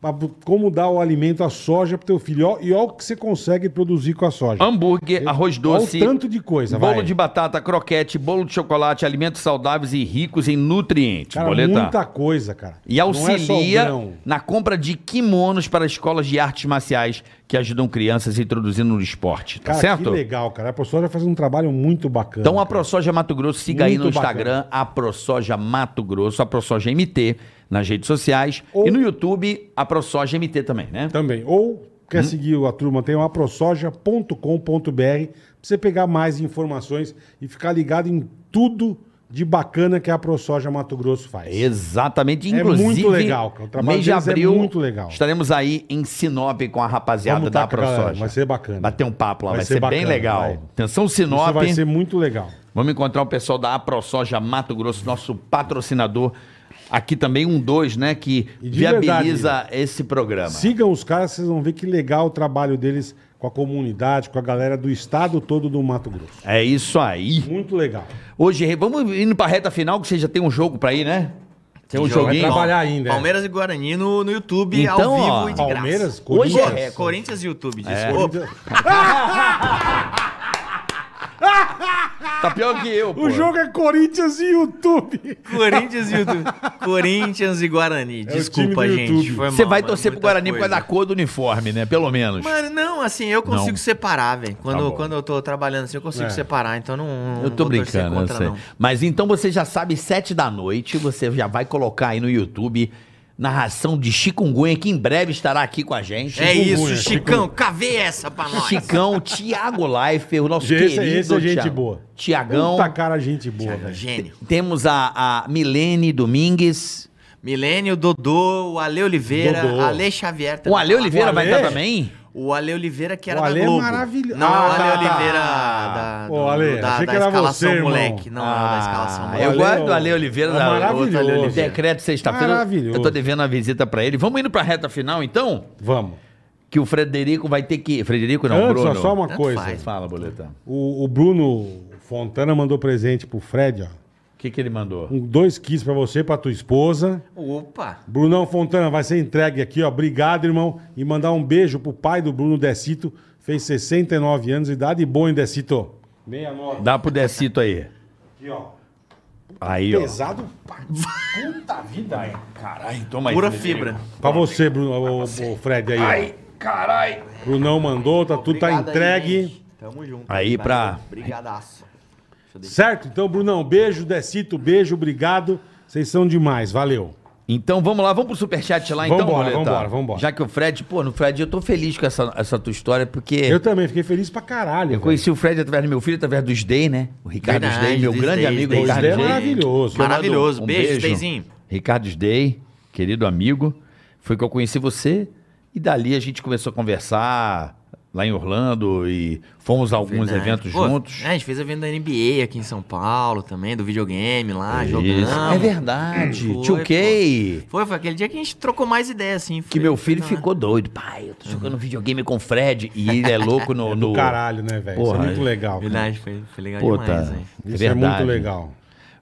[SPEAKER 3] pra, como dar o alimento à soja pro teu filho. Ó, e olha o que você consegue produzir com a soja.
[SPEAKER 4] Hambúrguer, arroz
[SPEAKER 3] Olha o
[SPEAKER 4] doce,
[SPEAKER 3] tanto de coisa,
[SPEAKER 4] bolo
[SPEAKER 3] vai.
[SPEAKER 4] de batata, croquete, bolo de chocolate, alimentos saudáveis e ricos em nutrientes,
[SPEAKER 3] Cara,
[SPEAKER 4] boletar.
[SPEAKER 3] muita coisa, cara.
[SPEAKER 4] E
[SPEAKER 3] Não é
[SPEAKER 4] auxilia
[SPEAKER 3] só o grão.
[SPEAKER 4] na compra de kimonos para escolas de artes marciais que ajudam crianças se introduzindo no esporte, tá
[SPEAKER 3] Cara,
[SPEAKER 4] certo?
[SPEAKER 3] que legal, cara. A ProSoja faz um trabalho muito bacana.
[SPEAKER 4] Então a
[SPEAKER 3] cara.
[SPEAKER 4] ProSoja Mato Grosso, siga aí
[SPEAKER 3] Muito
[SPEAKER 4] no
[SPEAKER 3] bacana.
[SPEAKER 4] Instagram, a ProSoja Mato Grosso, a ProSoja MT, nas redes sociais.
[SPEAKER 3] Ou- Então,
[SPEAKER 4] E no YouTube, a ProSoja MT também, né?
[SPEAKER 3] Também. Ou quer
[SPEAKER 4] Hum?
[SPEAKER 3] seguir a turma, tem o aprosoja.com.br pra você pegar mais informações e ficar ligado em tudo de bacana que a ProSoja Mato Grosso faz.
[SPEAKER 4] Exatamente,
[SPEAKER 3] É
[SPEAKER 4] inclusive.
[SPEAKER 3] muito legal, cara. O trabalho
[SPEAKER 4] mês de
[SPEAKER 3] deles é
[SPEAKER 4] abril,
[SPEAKER 3] muito legal.
[SPEAKER 4] Estaremos aí em Sinop com a rapaziada
[SPEAKER 3] Vamos
[SPEAKER 4] da
[SPEAKER 3] tá, galera,
[SPEAKER 4] ProSoja.
[SPEAKER 3] vai ser bacana.
[SPEAKER 4] Bater um papo lá, vai,
[SPEAKER 3] Vai
[SPEAKER 4] ser,
[SPEAKER 3] ser
[SPEAKER 4] bem
[SPEAKER 3] bacana,
[SPEAKER 4] legal.
[SPEAKER 3] vai.
[SPEAKER 4] Atenção Sinop.
[SPEAKER 3] Isso vai ser muito legal.
[SPEAKER 4] Vamos encontrar o pessoal da AproSoja Mato Grosso, nosso patrocinador. Aqui também um dois, né? Que
[SPEAKER 3] E de verdade, né?
[SPEAKER 4] viabiliza esse programa.
[SPEAKER 3] Sigam os caras, vocês vão ver que legal o trabalho deles com a comunidade, com a galera do estado todo do Mato Grosso.
[SPEAKER 4] É isso aí.
[SPEAKER 3] Muito legal.
[SPEAKER 4] Hoje, vamos indo pra reta final, que você já tem um jogo pra ir, né? Tem um
[SPEAKER 5] jogo,
[SPEAKER 4] joguinho.
[SPEAKER 5] vai
[SPEAKER 3] trabalhar ainda, é.
[SPEAKER 5] Palmeiras e Guarani no, no YouTube,
[SPEAKER 4] Então, ó, É.
[SPEAKER 5] ao vivo e de graça.
[SPEAKER 3] Palmeiras,
[SPEAKER 4] Hoje
[SPEAKER 3] Corinthians.
[SPEAKER 5] É, Corinthians e YouTube. disso. Ô,
[SPEAKER 3] Corinthians.
[SPEAKER 4] Tá pior que eu, pô.
[SPEAKER 3] O jogo é Corinthians e YouTube.
[SPEAKER 5] Corinthians e YouTube. Corinthians e Guarani.
[SPEAKER 3] É time
[SPEAKER 5] Desculpa,
[SPEAKER 3] do
[SPEAKER 5] gente.
[SPEAKER 3] YouTube.
[SPEAKER 5] foi
[SPEAKER 4] Você
[SPEAKER 5] mal,
[SPEAKER 4] vai
[SPEAKER 5] mano,
[SPEAKER 4] torcer pro
[SPEAKER 5] muita
[SPEAKER 4] Guarani por
[SPEAKER 5] coisa.
[SPEAKER 4] causa da cor do uniforme, né? Pelo menos.
[SPEAKER 5] Mano, não, assim, eu consigo separar, velho.
[SPEAKER 4] bom.
[SPEAKER 5] Quando, quando eu tô trabalhando assim, eu consigo
[SPEAKER 3] Tá É.
[SPEAKER 5] separar, então não. não
[SPEAKER 4] Eu tô
[SPEAKER 5] vou torcer
[SPEAKER 4] brincando, eu sei. Mas então você já sabe, sete da noite, você já vai colocar aí no YouTube narração de Chikungunya, que em breve estará aqui com a gente.
[SPEAKER 5] É
[SPEAKER 3] Chikungunya,
[SPEAKER 5] isso, Chicão, cavei essa pra nós.
[SPEAKER 4] Chicão, Tiago Life, o nosso
[SPEAKER 3] Esse-
[SPEAKER 4] querido.
[SPEAKER 3] esse é gente
[SPEAKER 4] Thiago.
[SPEAKER 3] boa.
[SPEAKER 4] Tiagão.
[SPEAKER 3] Puta cara, gente boa, velho.
[SPEAKER 5] Gênio.
[SPEAKER 4] Temos a, a Milene Domingues.
[SPEAKER 5] Milênio, Dodô, o Ale Oliveira,
[SPEAKER 3] Dodô.
[SPEAKER 5] Ale Xavier também.
[SPEAKER 4] o Ale Oliveira
[SPEAKER 3] O
[SPEAKER 4] vai
[SPEAKER 3] Ale?
[SPEAKER 4] estar também?
[SPEAKER 5] O Ale Oliveira que era
[SPEAKER 3] O Ale
[SPEAKER 5] da
[SPEAKER 3] é
[SPEAKER 5] Globo.
[SPEAKER 3] maravilhoso.
[SPEAKER 5] Não, o Ale
[SPEAKER 3] Ah, tá.
[SPEAKER 5] Oliveira da,
[SPEAKER 3] Ô, Ale,
[SPEAKER 5] da,
[SPEAKER 3] achei
[SPEAKER 5] da
[SPEAKER 3] que era
[SPEAKER 5] escalação
[SPEAKER 3] você, irmão.
[SPEAKER 5] moleque. Não, não, da escalação
[SPEAKER 4] Ah, eu
[SPEAKER 5] moleque.
[SPEAKER 3] Ale
[SPEAKER 4] guardo
[SPEAKER 3] é
[SPEAKER 4] o
[SPEAKER 3] um-
[SPEAKER 4] Ale Oliveira
[SPEAKER 3] é
[SPEAKER 4] da
[SPEAKER 3] maravilhoso.
[SPEAKER 4] outra Ale Oliveira. Decreto sexta-feira.
[SPEAKER 3] Maravilhoso.
[SPEAKER 4] Eu tô devendo uma visita pra ele. Vamos indo pra reta final, então?
[SPEAKER 3] Vamos.
[SPEAKER 4] Que o Frederico vai ter que. Frederico não,
[SPEAKER 3] Antes, ó,
[SPEAKER 4] Bruno.
[SPEAKER 3] só uma
[SPEAKER 5] Tanto
[SPEAKER 3] coisa.
[SPEAKER 5] faz.
[SPEAKER 4] Fala, boletão.
[SPEAKER 3] O, o Bruno Fontana mandou presente pro Fred, ó.
[SPEAKER 4] O que, que ele mandou?
[SPEAKER 3] Um, dois kits pra você, pra tua esposa.
[SPEAKER 5] Opa!
[SPEAKER 3] Brunão Fontana vai ser entregue aqui, ó. Obrigado, irmão. E mandar um beijo pro pai do Bruno Decito. Fez 69 anos de idade. E boa, hein, Decito? 69.
[SPEAKER 4] Dá pro Decito aí.
[SPEAKER 3] Aqui, ó.
[SPEAKER 4] Aí, ó.
[SPEAKER 3] Pesado pra puta vida, aí.
[SPEAKER 4] Caralho, toma aí.
[SPEAKER 5] Pura
[SPEAKER 4] Frederico.
[SPEAKER 5] fibra.
[SPEAKER 3] Pra você, Bruno, o, o Fred aí. Ai, caralho. Brunão mandou, tá, tudo tá
[SPEAKER 5] Obrigado aí,
[SPEAKER 3] entregue.
[SPEAKER 5] gente. Tamo junto.
[SPEAKER 4] Aí pra-
[SPEAKER 5] Brigadaço.
[SPEAKER 3] certo? Então, Brunão, beijo, Decito, beijo, obrigado. Vocês são demais, valeu.
[SPEAKER 4] Então vamos lá, vamos pro superchat lá então,
[SPEAKER 3] Vambora,
[SPEAKER 4] Boletar?
[SPEAKER 3] vambora, vambora.
[SPEAKER 4] Já que o Fred, pô, no Fred eu tô feliz com essa, essa tua história, porque
[SPEAKER 3] Eu também fiquei feliz pra caralho.
[SPEAKER 4] É. eu conheci o Fred através do meu filho, através do Sday, né? O Ricardo
[SPEAKER 5] Verdade,
[SPEAKER 4] Sday, meu
[SPEAKER 5] do
[SPEAKER 4] grande
[SPEAKER 5] Sday,
[SPEAKER 4] amigo
[SPEAKER 5] Sday,
[SPEAKER 4] Ricardo
[SPEAKER 3] Sday é
[SPEAKER 4] Sday.
[SPEAKER 3] maravilhoso.
[SPEAKER 5] Maravilhoso.
[SPEAKER 4] Um
[SPEAKER 5] beijo, Deizinho.
[SPEAKER 4] Ricardo Sday, querido amigo, foi que eu conheci você e dali a gente começou a conversar lá em Orlando e fomos a alguns
[SPEAKER 5] Verdade.
[SPEAKER 4] eventos
[SPEAKER 5] Pô,
[SPEAKER 4] juntos.
[SPEAKER 5] É, a gente fez evento da NBA aqui em São Paulo também, do videogame lá, jogando.
[SPEAKER 4] Isso. É verdade.
[SPEAKER 5] Foi,
[SPEAKER 4] Tio Kay.
[SPEAKER 5] Foi, foi aquele dia que a gente trocou mais ideia, assim.
[SPEAKER 4] Que
[SPEAKER 5] Foi-
[SPEAKER 4] meu filho
[SPEAKER 5] foi da-
[SPEAKER 4] ficou doido. Pai, eu tô jogando videogame com o Fred. E ele é louco no. no...
[SPEAKER 3] Uhum. Do caralho, né, velho? Isso é
[SPEAKER 4] Porra,
[SPEAKER 3] muito legal. cara.
[SPEAKER 5] Verdade, foi, foi legal
[SPEAKER 4] Puta.
[SPEAKER 5] demais, hein?
[SPEAKER 3] Isso
[SPEAKER 4] tá. verdade.
[SPEAKER 3] é muito legal.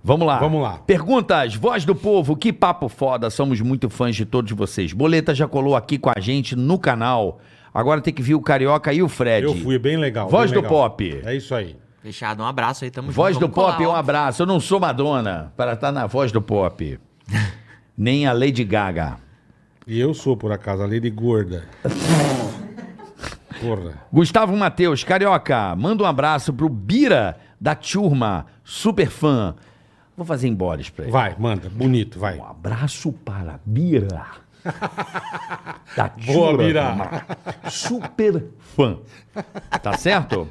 [SPEAKER 4] Vamos lá.
[SPEAKER 3] Vamos lá.
[SPEAKER 4] Perguntas, voz do povo, que papo foda. Somos muito fãs de todos vocês. Boleta já colou aqui com a gente no canal. Agora tem que vir o Carioca e o Fred.
[SPEAKER 3] Eu fui, é bem legal.
[SPEAKER 4] Voz
[SPEAKER 3] bem
[SPEAKER 4] do
[SPEAKER 3] legal.
[SPEAKER 4] Pop.
[SPEAKER 3] É isso aí.
[SPEAKER 5] Fechado, um abraço aí, tamo
[SPEAKER 4] Voz
[SPEAKER 5] junto.
[SPEAKER 4] do
[SPEAKER 5] Vamos colar,
[SPEAKER 4] Pop, um
[SPEAKER 5] ó.
[SPEAKER 4] abraço. Eu não sou Madonna para estar na voz do Pop. Nem a Lady Gaga.
[SPEAKER 3] E eu sou, por acaso, a Lady Gorda. Porra.
[SPEAKER 4] Gustavo Matheus, carioca, manda um abraço pro Bira da turma, super fã. Vou fazer embores pra ele.
[SPEAKER 3] Vai, manda. Bonito, vai.
[SPEAKER 4] Um abraço para Bira. da
[SPEAKER 3] Boa, Bira.
[SPEAKER 4] turma, Super fã. Tá certo?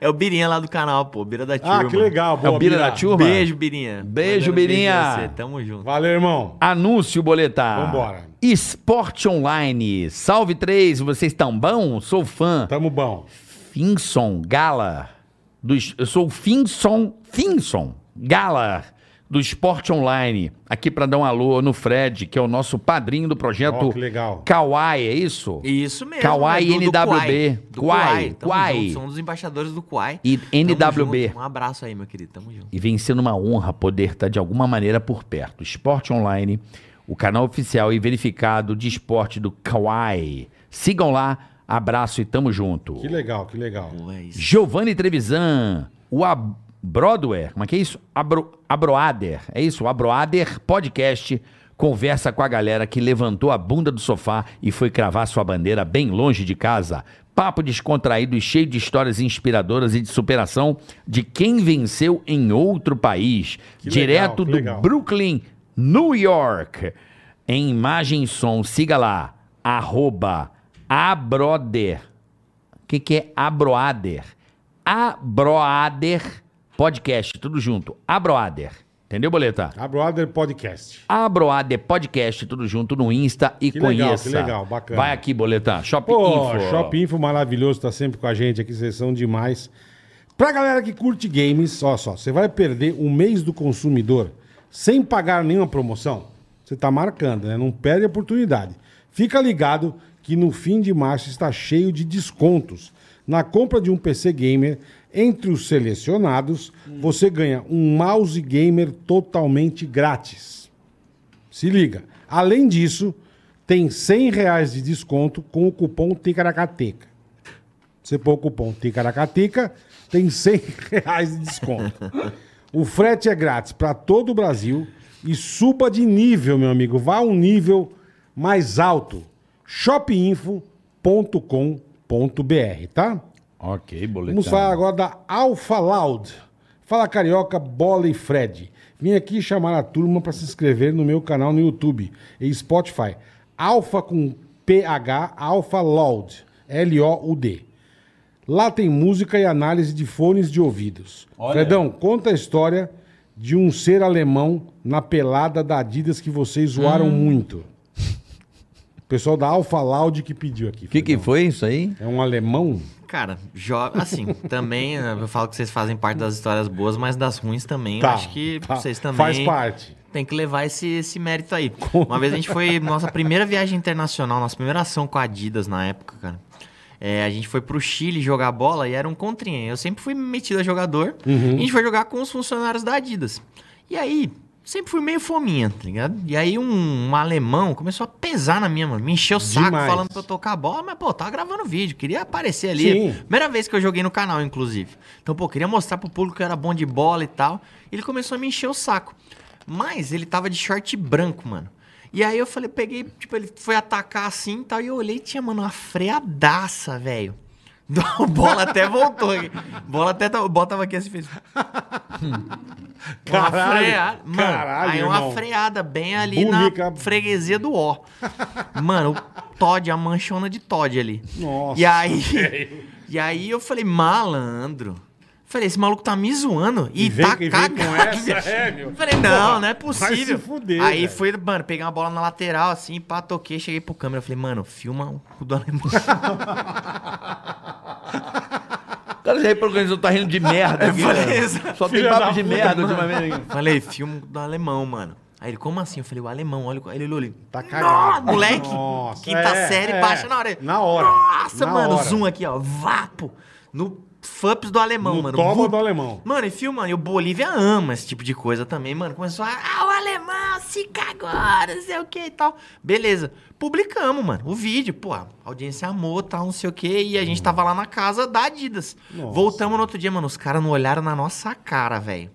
[SPEAKER 5] É o Birinha lá do canal, pô, Bira da Turma.
[SPEAKER 3] Ah, que legal.
[SPEAKER 4] é o Bira da turma?
[SPEAKER 5] Beijo, Birinha.
[SPEAKER 4] Beijo,
[SPEAKER 5] Mandando pra
[SPEAKER 4] Birinha.
[SPEAKER 5] você, Tamo junto.
[SPEAKER 3] Valeu, irmão.
[SPEAKER 4] Anúncio, boletar.
[SPEAKER 3] Vambora.
[SPEAKER 4] Esporte Online. Salve três, vocês tão bom? Sou fã.
[SPEAKER 3] Tamo bom.
[SPEAKER 4] Finson Gala. Do, es- eu sou o Finson, Finson Gala, do Esporte Online. Aqui pra dar um alô no Fred, que é o nosso padrinho do
[SPEAKER 3] Ó,
[SPEAKER 4] projeto
[SPEAKER 3] que legal.
[SPEAKER 4] Kawai, é isso?
[SPEAKER 5] Isso mesmo.
[SPEAKER 4] Kauai
[SPEAKER 5] né? Do- do
[SPEAKER 4] NWB.
[SPEAKER 5] Kuai. Do
[SPEAKER 4] Kuai,
[SPEAKER 5] Kuai. Tamo
[SPEAKER 4] Kuai.
[SPEAKER 5] junto, Somos os embaixadores do Kuai.
[SPEAKER 4] E NWB.
[SPEAKER 5] junto, Um abraço aí, meu querido. Tamo junto.
[SPEAKER 4] E vem sendo uma honra poder estar de alguma maneira por perto. Esporte Online, o canal oficial e verificado de esporte do Kawai. Sigam lá, abraço e tamo junto.
[SPEAKER 3] Que legal, que legal.
[SPEAKER 5] Pô, é isso.
[SPEAKER 4] Giovanni Trevisan, o Ab Broadway, como é que é isso? Abro Abroader, é isso? O Abroader Podcast conversa com a galera que levantou a bunda do sofá e foi cravar sua bandeira bem longe de casa. Papo descontraído e cheio de histórias inspiradoras e de superação de quem venceu em outro país,
[SPEAKER 3] Que legal,
[SPEAKER 4] direto
[SPEAKER 3] que
[SPEAKER 4] do
[SPEAKER 3] legal.
[SPEAKER 4] Brooklyn, New York. Em imagem e som, siga lá, arroba abroder o que, que é Abroader? Abroader Podcast, tudo junto. Abroader. Entendeu, Boleta?
[SPEAKER 3] A Brother Podcast.
[SPEAKER 4] Abroader Podcast, tudo junto no Insta e
[SPEAKER 3] Que legal,
[SPEAKER 4] conheça.
[SPEAKER 3] que legal, bacana.
[SPEAKER 4] Vai aqui, Boleta. Shop
[SPEAKER 3] Pô,
[SPEAKER 4] Info.
[SPEAKER 3] Shop Info maravilhoso, tá sempre com a gente aqui, vocês são demais. Pra galera que curte games, olha só, você vai perder um mês do consumidor sem pagar nenhuma promoção, você está marcando, né? Não perde a oportunidade. Fica ligado que no fim de março está cheio de descontos. Na compra de um PC gamer, entre os selecionados, você ganha um mouse gamer totalmente grátis. Se liga. Além disso, tem R$ 100 reais de desconto com o cupom Ticaracateca. Você põe o cupom Ticaracateca, tem R$ 100 reais de desconto. O frete é grátis para todo o Brasil e suba de nível, meu amigo. Vá a um nível mais alto. shopinfo.com.br, tá?
[SPEAKER 4] Ok, boletão.
[SPEAKER 3] Vamos falar agora da Alpha Loud. Fala Carioca, Bola e Fred. Vim aqui chamar a turma para se inscrever no meu canal no YouTube e Spotify. Alpha com PH, Alpha Loud. L-O-U-D. Lá tem música e análise de fones de ouvidos. Fredão, conta a história de um ser alemão na pelada da Adidas que vocês zoaram
[SPEAKER 4] Hum.
[SPEAKER 3] muito. O pessoal da Alpha Loud que pediu aqui.
[SPEAKER 4] O que, que
[SPEAKER 3] Fredão.
[SPEAKER 4] foi isso aí?
[SPEAKER 3] É um alemão?
[SPEAKER 5] Cara, jo... assim, também né, eu falo que vocês fazem parte das histórias boas, mas das ruins também. eu
[SPEAKER 3] Tá,
[SPEAKER 5] acho que
[SPEAKER 3] tá.
[SPEAKER 5] vocês também.
[SPEAKER 3] Faz parte.
[SPEAKER 5] Tem que levar esse, esse mérito aí. Uma vez a gente foi. Nossa primeira viagem internacional, nossa primeira ação com a Adidas na época, cara. É, a gente foi pro Chile jogar bola e era um contrinha. Eu sempre fui metido a jogador. E a gente foi jogar com os funcionários da Adidas. E aí, sempre fui meio fominha, tá ligado? E aí um, um alemão começou a pesar na minha mano. Me encheu o saco
[SPEAKER 3] Demais.
[SPEAKER 5] falando pra eu tocar a bola, mas, pô, tava gravando vídeo, queria aparecer ali.
[SPEAKER 3] Sim.
[SPEAKER 5] Primeira vez que eu joguei no canal, inclusive. Então, pô, queria mostrar pro público que eu era bom de bola e tal. Ele começou a me encher o saco. Mas ele tava de short branco, mano. E aí eu falei, peguei, tipo, ele foi atacar assim e tal. E eu olhei e tinha, mano, uma freadaça, velho. A bola até voltou. aqui. bola até tava, bola tava aqui assim, fez. uma
[SPEAKER 3] Caralho,
[SPEAKER 5] freada. Mano,
[SPEAKER 3] caralho,
[SPEAKER 5] aí é uma
[SPEAKER 3] irmão.
[SPEAKER 5] freada bem ali
[SPEAKER 3] Bulica.
[SPEAKER 5] na freguesia do ó. Mano, o Todd, a manchona de Todd ali.
[SPEAKER 3] Nossa.
[SPEAKER 5] E aí, e aí eu falei, malandro. Falei, esse maluco tá me zoando e,
[SPEAKER 3] E vem-
[SPEAKER 5] tá
[SPEAKER 3] e vem
[SPEAKER 5] cagado.
[SPEAKER 3] com essa, é, meu.
[SPEAKER 5] Falei, não, não é
[SPEAKER 3] vai se
[SPEAKER 5] possível.
[SPEAKER 3] fuder,
[SPEAKER 5] aí
[SPEAKER 3] velho.
[SPEAKER 5] fui, mano, peguei uma bola na lateral, assim, pá, toquei, cheguei pro câmera. Falei, mano, filma o cu do alemão.
[SPEAKER 4] O cara já reprogramou, tá rindo de merda. Aqui,
[SPEAKER 5] falei
[SPEAKER 4] cara.
[SPEAKER 5] isso.
[SPEAKER 4] Só tem
[SPEAKER 3] Filha da
[SPEAKER 4] papo de
[SPEAKER 3] puta,
[SPEAKER 4] merda ultimamente. aqui.
[SPEAKER 5] falei, filma o cu do alemão, mano. Aí ele, como assim? Eu falei, o alemão, olha. o cu-" Aí ele olhou ali.
[SPEAKER 3] Tá cagado.
[SPEAKER 5] "Nó, moleque!
[SPEAKER 3] Nossa,
[SPEAKER 5] quinta
[SPEAKER 3] é,
[SPEAKER 5] série,
[SPEAKER 3] é.
[SPEAKER 5] baixa na hora.
[SPEAKER 3] Na hora,
[SPEAKER 5] Nossa,
[SPEAKER 3] na
[SPEAKER 5] mano,
[SPEAKER 3] hora.
[SPEAKER 5] zoom aqui, ó. Vapo. No FUPS do alemão,
[SPEAKER 3] No
[SPEAKER 5] mano.
[SPEAKER 3] toba
[SPEAKER 5] Vup.
[SPEAKER 3] do alemão.
[SPEAKER 5] Mano, e filma, e o Bolívia ama esse tipo de coisa também, mano. Começou a. Ah, o alemão se cagou, não sei o que e tal. Beleza. Publicamos, mano, o vídeo. Pô, a audiência amou, tal, não sei o que. E a gente tava lá na casa da Adidas.
[SPEAKER 3] Nossa.
[SPEAKER 5] Voltamos no outro dia, mano. Os caras não olharam na nossa cara, velho.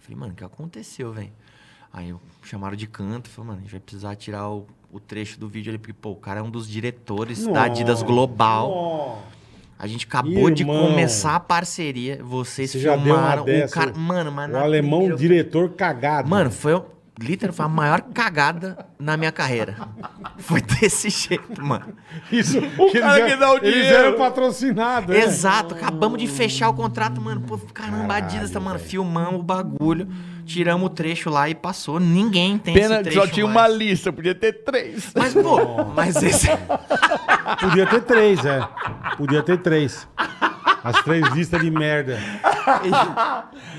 [SPEAKER 5] Falei, mano, o que aconteceu, velho? Aí eu- chamaram de canto, falei, mano, a gente vai precisar tirar o, o trecho do vídeo ali, porque, pô, o cara é um dos diretores da Adidas
[SPEAKER 3] Nossa.
[SPEAKER 5] Global.
[SPEAKER 3] Nossa.
[SPEAKER 5] A gente acabou de
[SPEAKER 3] Irmão.
[SPEAKER 5] começar a parceria. Vocês
[SPEAKER 3] Você já deu uma
[SPEAKER 5] filmaram o
[SPEAKER 3] dessa.
[SPEAKER 5] cara. Mano, mas
[SPEAKER 3] O
[SPEAKER 5] na
[SPEAKER 3] alemão
[SPEAKER 5] primeira-
[SPEAKER 3] diretor cagado.
[SPEAKER 5] Mano, foi. o- Literalmente foi a maior cagada na minha carreira. Foi desse jeito, mano.
[SPEAKER 3] isso. O
[SPEAKER 4] cara que dá o
[SPEAKER 3] Eles
[SPEAKER 4] dinheiro.
[SPEAKER 3] eram patrocinados. né?
[SPEAKER 5] Exato, acabamos de fechar o contrato, mano. Pô, caramba,
[SPEAKER 3] Caralho,
[SPEAKER 5] Adidas, tá, mano.
[SPEAKER 3] velho.
[SPEAKER 5] Filmamos o bagulho, tiramos o trecho lá e passou. Ninguém tem
[SPEAKER 4] Pena que
[SPEAKER 5] esse trecho. é
[SPEAKER 4] só tinha
[SPEAKER 5] mais.
[SPEAKER 4] uma lista, podia ter três.
[SPEAKER 5] Mas, pô, mas esse.
[SPEAKER 3] Podia ter três, é. Podia ter três. As três listas de merda.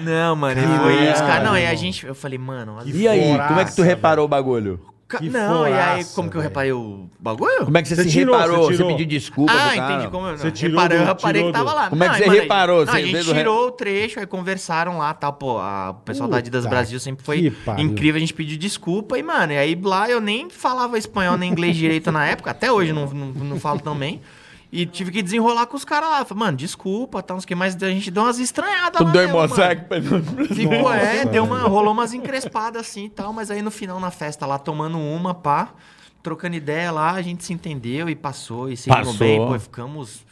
[SPEAKER 5] Não, mano, ele
[SPEAKER 3] Caralho,
[SPEAKER 5] foi isso, cara. Não, e a
[SPEAKER 3] irmão.
[SPEAKER 5] gente. Eu falei, mano, olha.
[SPEAKER 3] Que
[SPEAKER 4] E aí,
[SPEAKER 3] foraça,
[SPEAKER 4] como é que tu
[SPEAKER 3] velho.
[SPEAKER 4] reparou o bagulho?
[SPEAKER 5] Ca-
[SPEAKER 3] que
[SPEAKER 5] Não, e aí,
[SPEAKER 3] foraça,
[SPEAKER 5] como que eu
[SPEAKER 3] velho.
[SPEAKER 5] reparei o bagulho?
[SPEAKER 4] Como é que você,
[SPEAKER 3] Você
[SPEAKER 4] se
[SPEAKER 3] tirou,
[SPEAKER 4] reparou?
[SPEAKER 3] você
[SPEAKER 4] Você,
[SPEAKER 3] tirou.
[SPEAKER 4] pediu desculpa
[SPEAKER 5] Ah,
[SPEAKER 4] pro cara?
[SPEAKER 5] entendi como eu não.
[SPEAKER 3] Você tirou
[SPEAKER 5] Reparei,
[SPEAKER 3] do-
[SPEAKER 5] eu reparei
[SPEAKER 3] tirou
[SPEAKER 5] que tava
[SPEAKER 3] do-
[SPEAKER 5] lá.
[SPEAKER 4] Como é que
[SPEAKER 5] Não,
[SPEAKER 4] você
[SPEAKER 5] aí, mano,
[SPEAKER 4] reparou,
[SPEAKER 5] Não,
[SPEAKER 4] assim,
[SPEAKER 5] a gente
[SPEAKER 4] desde o re-
[SPEAKER 5] tirou o trecho, aí conversaram lá, tal, pô. A o pessoal da Adidas
[SPEAKER 3] Puta
[SPEAKER 5] Brasil sempre
[SPEAKER 3] que
[SPEAKER 5] foi
[SPEAKER 3] pariu.
[SPEAKER 5] incrível, a gente pediu desculpa e, mano, e aí lá eu nem falava espanhol nem inglês direito na época, até hoje eu não, não, não falo também. E tive que desenrolar com os caras lá. Falei, mano, desculpa, tal, não sei o que, mas a gente deu umas estranhadas
[SPEAKER 4] Tu
[SPEAKER 5] lá.
[SPEAKER 4] deu é em
[SPEAKER 5] mesmo, mano.
[SPEAKER 4] mosaico pra ele.
[SPEAKER 5] Ficou,
[SPEAKER 3] Nossa,
[SPEAKER 5] é, deu uma,
[SPEAKER 3] velho.
[SPEAKER 5] rolou umas encrespadas assim e tal, mas aí no final na festa lá, tomando uma, pá, trocando ideia lá, a gente se entendeu e passou, e se
[SPEAKER 4] Passou.
[SPEAKER 5] bem, pô, e ficamos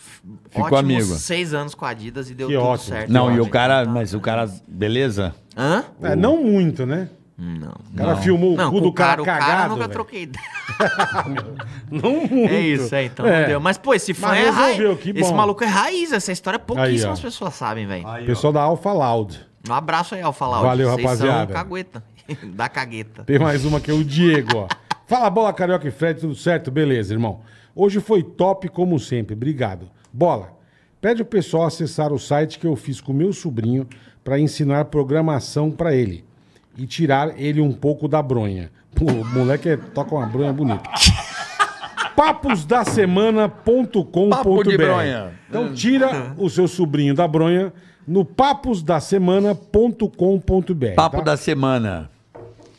[SPEAKER 4] Ficou
[SPEAKER 5] ótimos
[SPEAKER 4] amigo.
[SPEAKER 5] seis anos com a Adidas e deu
[SPEAKER 3] Que
[SPEAKER 5] tudo
[SPEAKER 3] ótimo.
[SPEAKER 5] certo.
[SPEAKER 4] Não,
[SPEAKER 5] lá,
[SPEAKER 4] e o
[SPEAKER 5] gente.
[SPEAKER 4] cara, mas o cara, beleza?
[SPEAKER 5] Hã?
[SPEAKER 3] É, não muito, né?
[SPEAKER 5] Não.
[SPEAKER 3] O cara filmou
[SPEAKER 5] Não,
[SPEAKER 3] o cu
[SPEAKER 5] com
[SPEAKER 3] do
[SPEAKER 5] o
[SPEAKER 3] cara,
[SPEAKER 5] cara, o cara eu
[SPEAKER 3] cagado.
[SPEAKER 5] nunca
[SPEAKER 3] velho.
[SPEAKER 5] troquei ideia.
[SPEAKER 3] Não muito.
[SPEAKER 5] É isso, é, então não deu. Mas, pô, esse fã
[SPEAKER 3] Mas
[SPEAKER 5] é raiz.
[SPEAKER 3] resolveu, que
[SPEAKER 5] Esse
[SPEAKER 3] bom.
[SPEAKER 5] maluco é raiz, essa história pouquíssimas
[SPEAKER 3] Aí, ó.
[SPEAKER 5] pessoas sabem, velho.
[SPEAKER 2] Aí, ó.
[SPEAKER 3] Pessoal da Alpha Loud.
[SPEAKER 5] Um abraço aí, Alfa Laude.
[SPEAKER 3] Valeu,
[SPEAKER 5] Vocês
[SPEAKER 3] rapaziada.
[SPEAKER 5] São cagueta. da cagueta.
[SPEAKER 3] Tem mais uma que é o Diego, ó. Fala bola, Carioca e Fred, tudo certo? Beleza, irmão. Hoje foi top como sempre, obrigado. Bola, pede o pessoal acessar o site que eu fiz com meu sobrinho para ensinar programação para ele. e tirar ele um pouco da bronha. Pô, o moleque é- toca uma bronha bonita.
[SPEAKER 6] Papo de
[SPEAKER 3] Paposdasemana.com.br
[SPEAKER 6] bronha.
[SPEAKER 3] Então tira o seu sobrinho da bronha no paposdasemana.com.br.
[SPEAKER 4] Papo
[SPEAKER 3] tá?
[SPEAKER 4] da semana.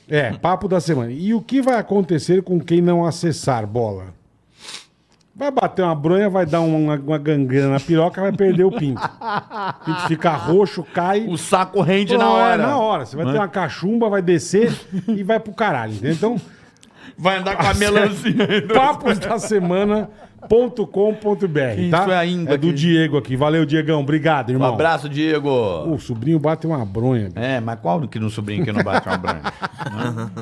[SPEAKER 3] É, papo da semana. E o que vai acontecer com quem não acessar bola? Vai bater uma bronha, vai dar uma, uma gangrena na piroca, vai perder o pinto. O pinto fica roxo, cai.
[SPEAKER 4] O saco rende
[SPEAKER 3] Pô,
[SPEAKER 4] na
[SPEAKER 3] é,
[SPEAKER 4] hora.
[SPEAKER 3] na hora. Você vai ter uma cachumba, vai descer e vai pro caralho. entendeu? Então,
[SPEAKER 4] Vai andar com a melancia.
[SPEAKER 3] paposdasemana.com.br, tá?
[SPEAKER 4] Isso é ainda
[SPEAKER 3] É do
[SPEAKER 4] que-
[SPEAKER 3] Diego aqui. Valeu, Diegão. Obrigado,
[SPEAKER 4] Um
[SPEAKER 3] irmão.
[SPEAKER 4] abraço, Diego.
[SPEAKER 3] O sobrinho bate uma bronha. bicho.
[SPEAKER 4] É, mas qual que não sobrinho que não bate uma branca? Uma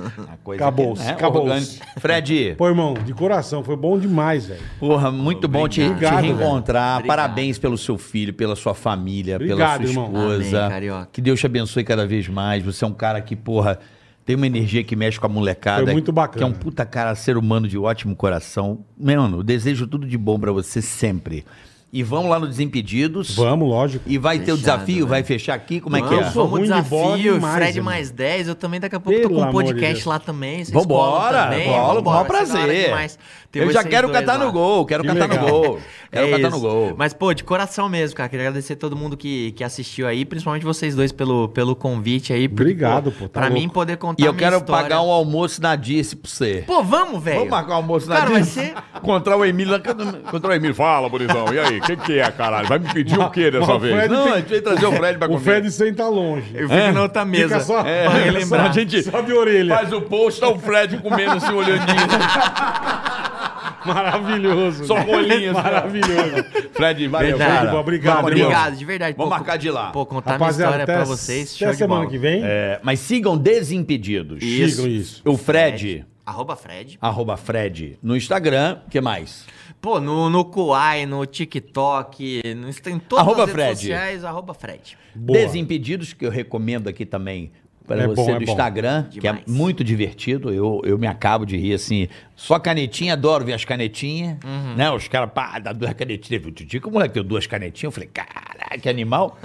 [SPEAKER 4] coisa
[SPEAKER 3] Acabou-se,
[SPEAKER 4] que, né,
[SPEAKER 3] acabou-se.
[SPEAKER 4] orgânica. Fred,
[SPEAKER 3] Pô, irmão, de coração. Foi bom demais, velho.
[SPEAKER 4] porra, muito bom te, te
[SPEAKER 3] Obrigado,
[SPEAKER 4] reencontrar.
[SPEAKER 5] velho.
[SPEAKER 4] Parabéns pelo seu filho, pela sua família,
[SPEAKER 3] Obrigado,
[SPEAKER 4] pela sua
[SPEAKER 3] irmão.
[SPEAKER 4] esposa.
[SPEAKER 5] Amém, carioca.
[SPEAKER 4] que Deus te abençoe cada vez mais. Você é um cara que, porra, tem uma energia que mexe com a molecada.
[SPEAKER 3] Foi muito bacana.
[SPEAKER 4] Que é um puta cara, ser humano de ótimo coração. Mano, desejo tudo de bom pra você sempre. E vamos lá no Desimpedidos.
[SPEAKER 3] Vamos, lógico.
[SPEAKER 4] E vai ter o
[SPEAKER 5] Fechado,
[SPEAKER 4] desafio,
[SPEAKER 5] velho.
[SPEAKER 3] né?
[SPEAKER 4] vai fechar aqui, como é que
[SPEAKER 5] Vamos,
[SPEAKER 4] é?
[SPEAKER 3] Eu sou ruim
[SPEAKER 5] Vamos
[SPEAKER 3] de bola
[SPEAKER 5] desafio,
[SPEAKER 3] demais,
[SPEAKER 5] Fred
[SPEAKER 3] irmão.
[SPEAKER 5] mais 10. Eu também daqui a pouco
[SPEAKER 3] Pelo
[SPEAKER 5] tô com um
[SPEAKER 3] amor de
[SPEAKER 5] podcast
[SPEAKER 3] Deus.
[SPEAKER 5] lá também. Vocês
[SPEAKER 4] Vambora,
[SPEAKER 5] colam também,
[SPEAKER 4] vambora,
[SPEAKER 5] vambora,
[SPEAKER 4] maior
[SPEAKER 5] vai ser da hora
[SPEAKER 4] prazer.
[SPEAKER 5] demais ter
[SPEAKER 6] um
[SPEAKER 4] Eu já
[SPEAKER 5] vocês
[SPEAKER 4] quero
[SPEAKER 5] dois
[SPEAKER 4] catar
[SPEAKER 5] lá.
[SPEAKER 4] no gol, quero
[SPEAKER 3] Que
[SPEAKER 4] catar
[SPEAKER 3] legal.
[SPEAKER 4] no gol. Quero
[SPEAKER 5] É
[SPEAKER 4] catar
[SPEAKER 5] isso.
[SPEAKER 4] no gol.
[SPEAKER 5] Mas, pô, de coração mesmo, cara. Queria agradecer todo mundo que, que assistiu aí, principalmente vocês dois pelo, pelo convite aí. porque,
[SPEAKER 3] Obrigado, pô, tá
[SPEAKER 5] pra
[SPEAKER 3] louco.
[SPEAKER 5] mim poder contar
[SPEAKER 4] E eu
[SPEAKER 5] a minha
[SPEAKER 4] quero
[SPEAKER 5] história.
[SPEAKER 4] pagar um almoço na Dirce pra você.
[SPEAKER 5] Pô, vamos, velho.
[SPEAKER 4] Vamos marcar um almoço na
[SPEAKER 5] Cara, vai
[SPEAKER 4] Dirce?
[SPEAKER 5] ser...
[SPEAKER 6] Contra o Emílio. lá- Contra o Emílio. Fala, bonitão. E aí? O que, que é, caralho? Vai me pedir o quê
[SPEAKER 3] Mas
[SPEAKER 6] dessa
[SPEAKER 3] o
[SPEAKER 6] vez?
[SPEAKER 3] Fred
[SPEAKER 4] Não, a
[SPEAKER 3] tem-
[SPEAKER 4] gente veio trazer o Fred pra
[SPEAKER 3] O
[SPEAKER 4] comer.
[SPEAKER 3] Fred senta longe.
[SPEAKER 5] Eu fico na
[SPEAKER 4] Tá
[SPEAKER 5] outra mesa.
[SPEAKER 3] É. Fica só,
[SPEAKER 4] É,
[SPEAKER 5] pra relembrar.
[SPEAKER 6] a gente
[SPEAKER 3] só de orelha.
[SPEAKER 6] faz o post, tá o Fred comendo assim, olhando.
[SPEAKER 3] Maravilhoso. né?
[SPEAKER 6] Só
[SPEAKER 5] Tá
[SPEAKER 6] rolinhas.
[SPEAKER 4] né?
[SPEAKER 3] Maravilhoso.
[SPEAKER 6] Fred, valeu.
[SPEAKER 5] Verdade.
[SPEAKER 6] cara.
[SPEAKER 3] Fred, obrigado,
[SPEAKER 6] Valeu.
[SPEAKER 5] Obrigado, de verdade.
[SPEAKER 4] Vamos
[SPEAKER 5] Pô,
[SPEAKER 4] marcar de lá.
[SPEAKER 5] Pô, contar
[SPEAKER 3] Rapaziada,
[SPEAKER 5] minha história
[SPEAKER 3] até,
[SPEAKER 5] pra vocês.
[SPEAKER 3] até
[SPEAKER 5] Show de
[SPEAKER 3] semana
[SPEAKER 5] bola.
[SPEAKER 3] que vem.
[SPEAKER 4] É, mas sigam Desimpedidos.
[SPEAKER 3] Sigam isso.
[SPEAKER 4] O Fred,
[SPEAKER 5] Arroba Fred.
[SPEAKER 4] arroba Fred, no Instagram, o que mais?
[SPEAKER 5] Pô, no, no Kuai, no TikTok, no Insta, em todas
[SPEAKER 4] Arroba
[SPEAKER 5] as redes
[SPEAKER 4] Fred.
[SPEAKER 5] sociais, arroba Fred.
[SPEAKER 3] Boa.
[SPEAKER 4] Desimpedidos, que eu recomendo aqui também para
[SPEAKER 3] É
[SPEAKER 4] você
[SPEAKER 3] bom, é
[SPEAKER 4] do
[SPEAKER 3] bom.
[SPEAKER 4] Instagram, que é
[SPEAKER 5] Demais.
[SPEAKER 4] muito divertido. Eu, eu me acabo de rir assim. Só canetinha, adoro ver as canetinhas.
[SPEAKER 5] Uhum.
[SPEAKER 4] Né? Os caras, pá, dá duas canetinhas. Teve outro dia é que o moleque deu duas canetinhas. Eu falei, caralho, que animal.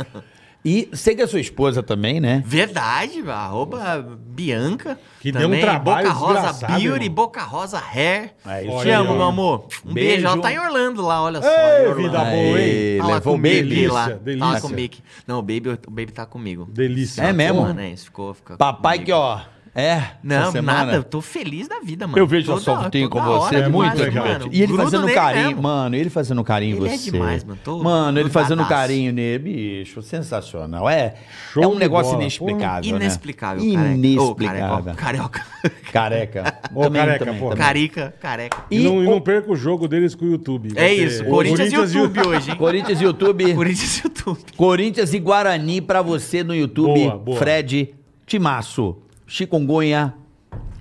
[SPEAKER 4] E sei que a sua esposa também, né?
[SPEAKER 5] Verdade, arroba Bianca.
[SPEAKER 3] Que deu um trabalho
[SPEAKER 5] Boca Rosa
[SPEAKER 3] desgraçado,
[SPEAKER 5] Beauty,
[SPEAKER 3] irmão.
[SPEAKER 5] Boca Rosa Hair.
[SPEAKER 4] É isso
[SPEAKER 5] Te
[SPEAKER 3] aí,
[SPEAKER 5] amo,
[SPEAKER 3] ó.
[SPEAKER 5] meu amor. Um beijo.
[SPEAKER 4] Beijo.
[SPEAKER 5] Ela tá em Orlando lá, olha só. em
[SPEAKER 3] Ei,
[SPEAKER 5] Orlando.
[SPEAKER 3] vida boa, hein?
[SPEAKER 4] Ei,
[SPEAKER 5] Tá lá
[SPEAKER 4] levou
[SPEAKER 5] com o
[SPEAKER 4] bem,
[SPEAKER 5] Mickey lá.
[SPEAKER 3] delícia,
[SPEAKER 5] Tá lá
[SPEAKER 3] delícia.
[SPEAKER 5] com o Mickey. Não, o Baby, o baby tá comigo.
[SPEAKER 3] Delícia.
[SPEAKER 4] É mesmo?
[SPEAKER 5] Mano, é isso. Ficou, fica
[SPEAKER 4] Papai
[SPEAKER 5] comigo.
[SPEAKER 4] que, ó, é. essa
[SPEAKER 5] Não,
[SPEAKER 4] semana.
[SPEAKER 5] nada, eu tô feliz da vida, mano.
[SPEAKER 4] Eu vejo a
[SPEAKER 5] Toda-
[SPEAKER 4] sortinho com
[SPEAKER 5] toda hora
[SPEAKER 4] você, é
[SPEAKER 5] demais,
[SPEAKER 4] muito
[SPEAKER 5] mano.
[SPEAKER 4] legal. E ele
[SPEAKER 5] Grudo
[SPEAKER 4] fazendo um
[SPEAKER 5] nele
[SPEAKER 4] carinho,
[SPEAKER 5] mesmo.
[SPEAKER 4] mano, ele fazendo carinho em
[SPEAKER 5] Ele é
[SPEAKER 4] você.
[SPEAKER 5] demais, mano, tô
[SPEAKER 4] mano, ele fazendo
[SPEAKER 5] grudadaço.
[SPEAKER 4] carinho nele, bicho, sensacional. É,
[SPEAKER 3] Show
[SPEAKER 4] é um
[SPEAKER 3] de
[SPEAKER 4] negócio
[SPEAKER 3] bola,
[SPEAKER 4] inexplicável, né?
[SPEAKER 5] Inexplicável,
[SPEAKER 4] Inexplicável.
[SPEAKER 5] Ô, careca. ó, Carioca.
[SPEAKER 4] Careca.
[SPEAKER 3] Ô, careca, porra.
[SPEAKER 5] Carica, careca.
[SPEAKER 3] E,
[SPEAKER 4] E
[SPEAKER 3] não, e
[SPEAKER 4] o-
[SPEAKER 3] não perca o jogo deles com o YouTube. Vai
[SPEAKER 5] É
[SPEAKER 3] ter-
[SPEAKER 5] isso, Corinthians, e YouTube hoje, hein?
[SPEAKER 4] Corinthians YouTube.
[SPEAKER 5] Corinthians e YouTube.
[SPEAKER 4] Corinthians e Guarani pra você no YouTube.
[SPEAKER 3] Boa, boa.
[SPEAKER 4] Fred Timaço, Chikungunya,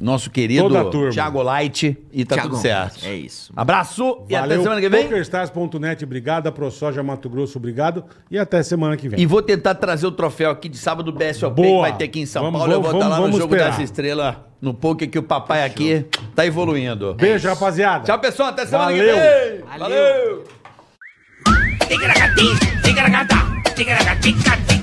[SPEAKER 4] nosso querido
[SPEAKER 3] Toda a turma.
[SPEAKER 4] Thiago Light e tá
[SPEAKER 5] Thiago,
[SPEAKER 4] tudo certo.
[SPEAKER 5] é isso.
[SPEAKER 4] Abraço e até
[SPEAKER 3] Valeu,
[SPEAKER 4] semana que vem.
[SPEAKER 3] PokerStars.net, obrigado. A ProSoja Mato Grosso, obrigado. E até semana que vem.
[SPEAKER 4] E vou tentar trazer o troféu aqui de sábado do BSOP, que
[SPEAKER 3] Boa.
[SPEAKER 4] vai ter aqui em São
[SPEAKER 3] Vamos,
[SPEAKER 4] Paulo. Eu
[SPEAKER 3] vamos,
[SPEAKER 4] vou estar lá
[SPEAKER 3] vamos,
[SPEAKER 4] no
[SPEAKER 3] vamos
[SPEAKER 4] jogo
[SPEAKER 3] esperar.
[SPEAKER 4] dessa estrela no poker que o papai aqui tá evoluindo.
[SPEAKER 3] Beijo, rapaziada.
[SPEAKER 4] é Tchau, pessoal. Até semana
[SPEAKER 3] Valeu.
[SPEAKER 4] que vem.
[SPEAKER 5] Valeu.
[SPEAKER 7] Tigra gatinho, tigra gata, tigra gatica, tigra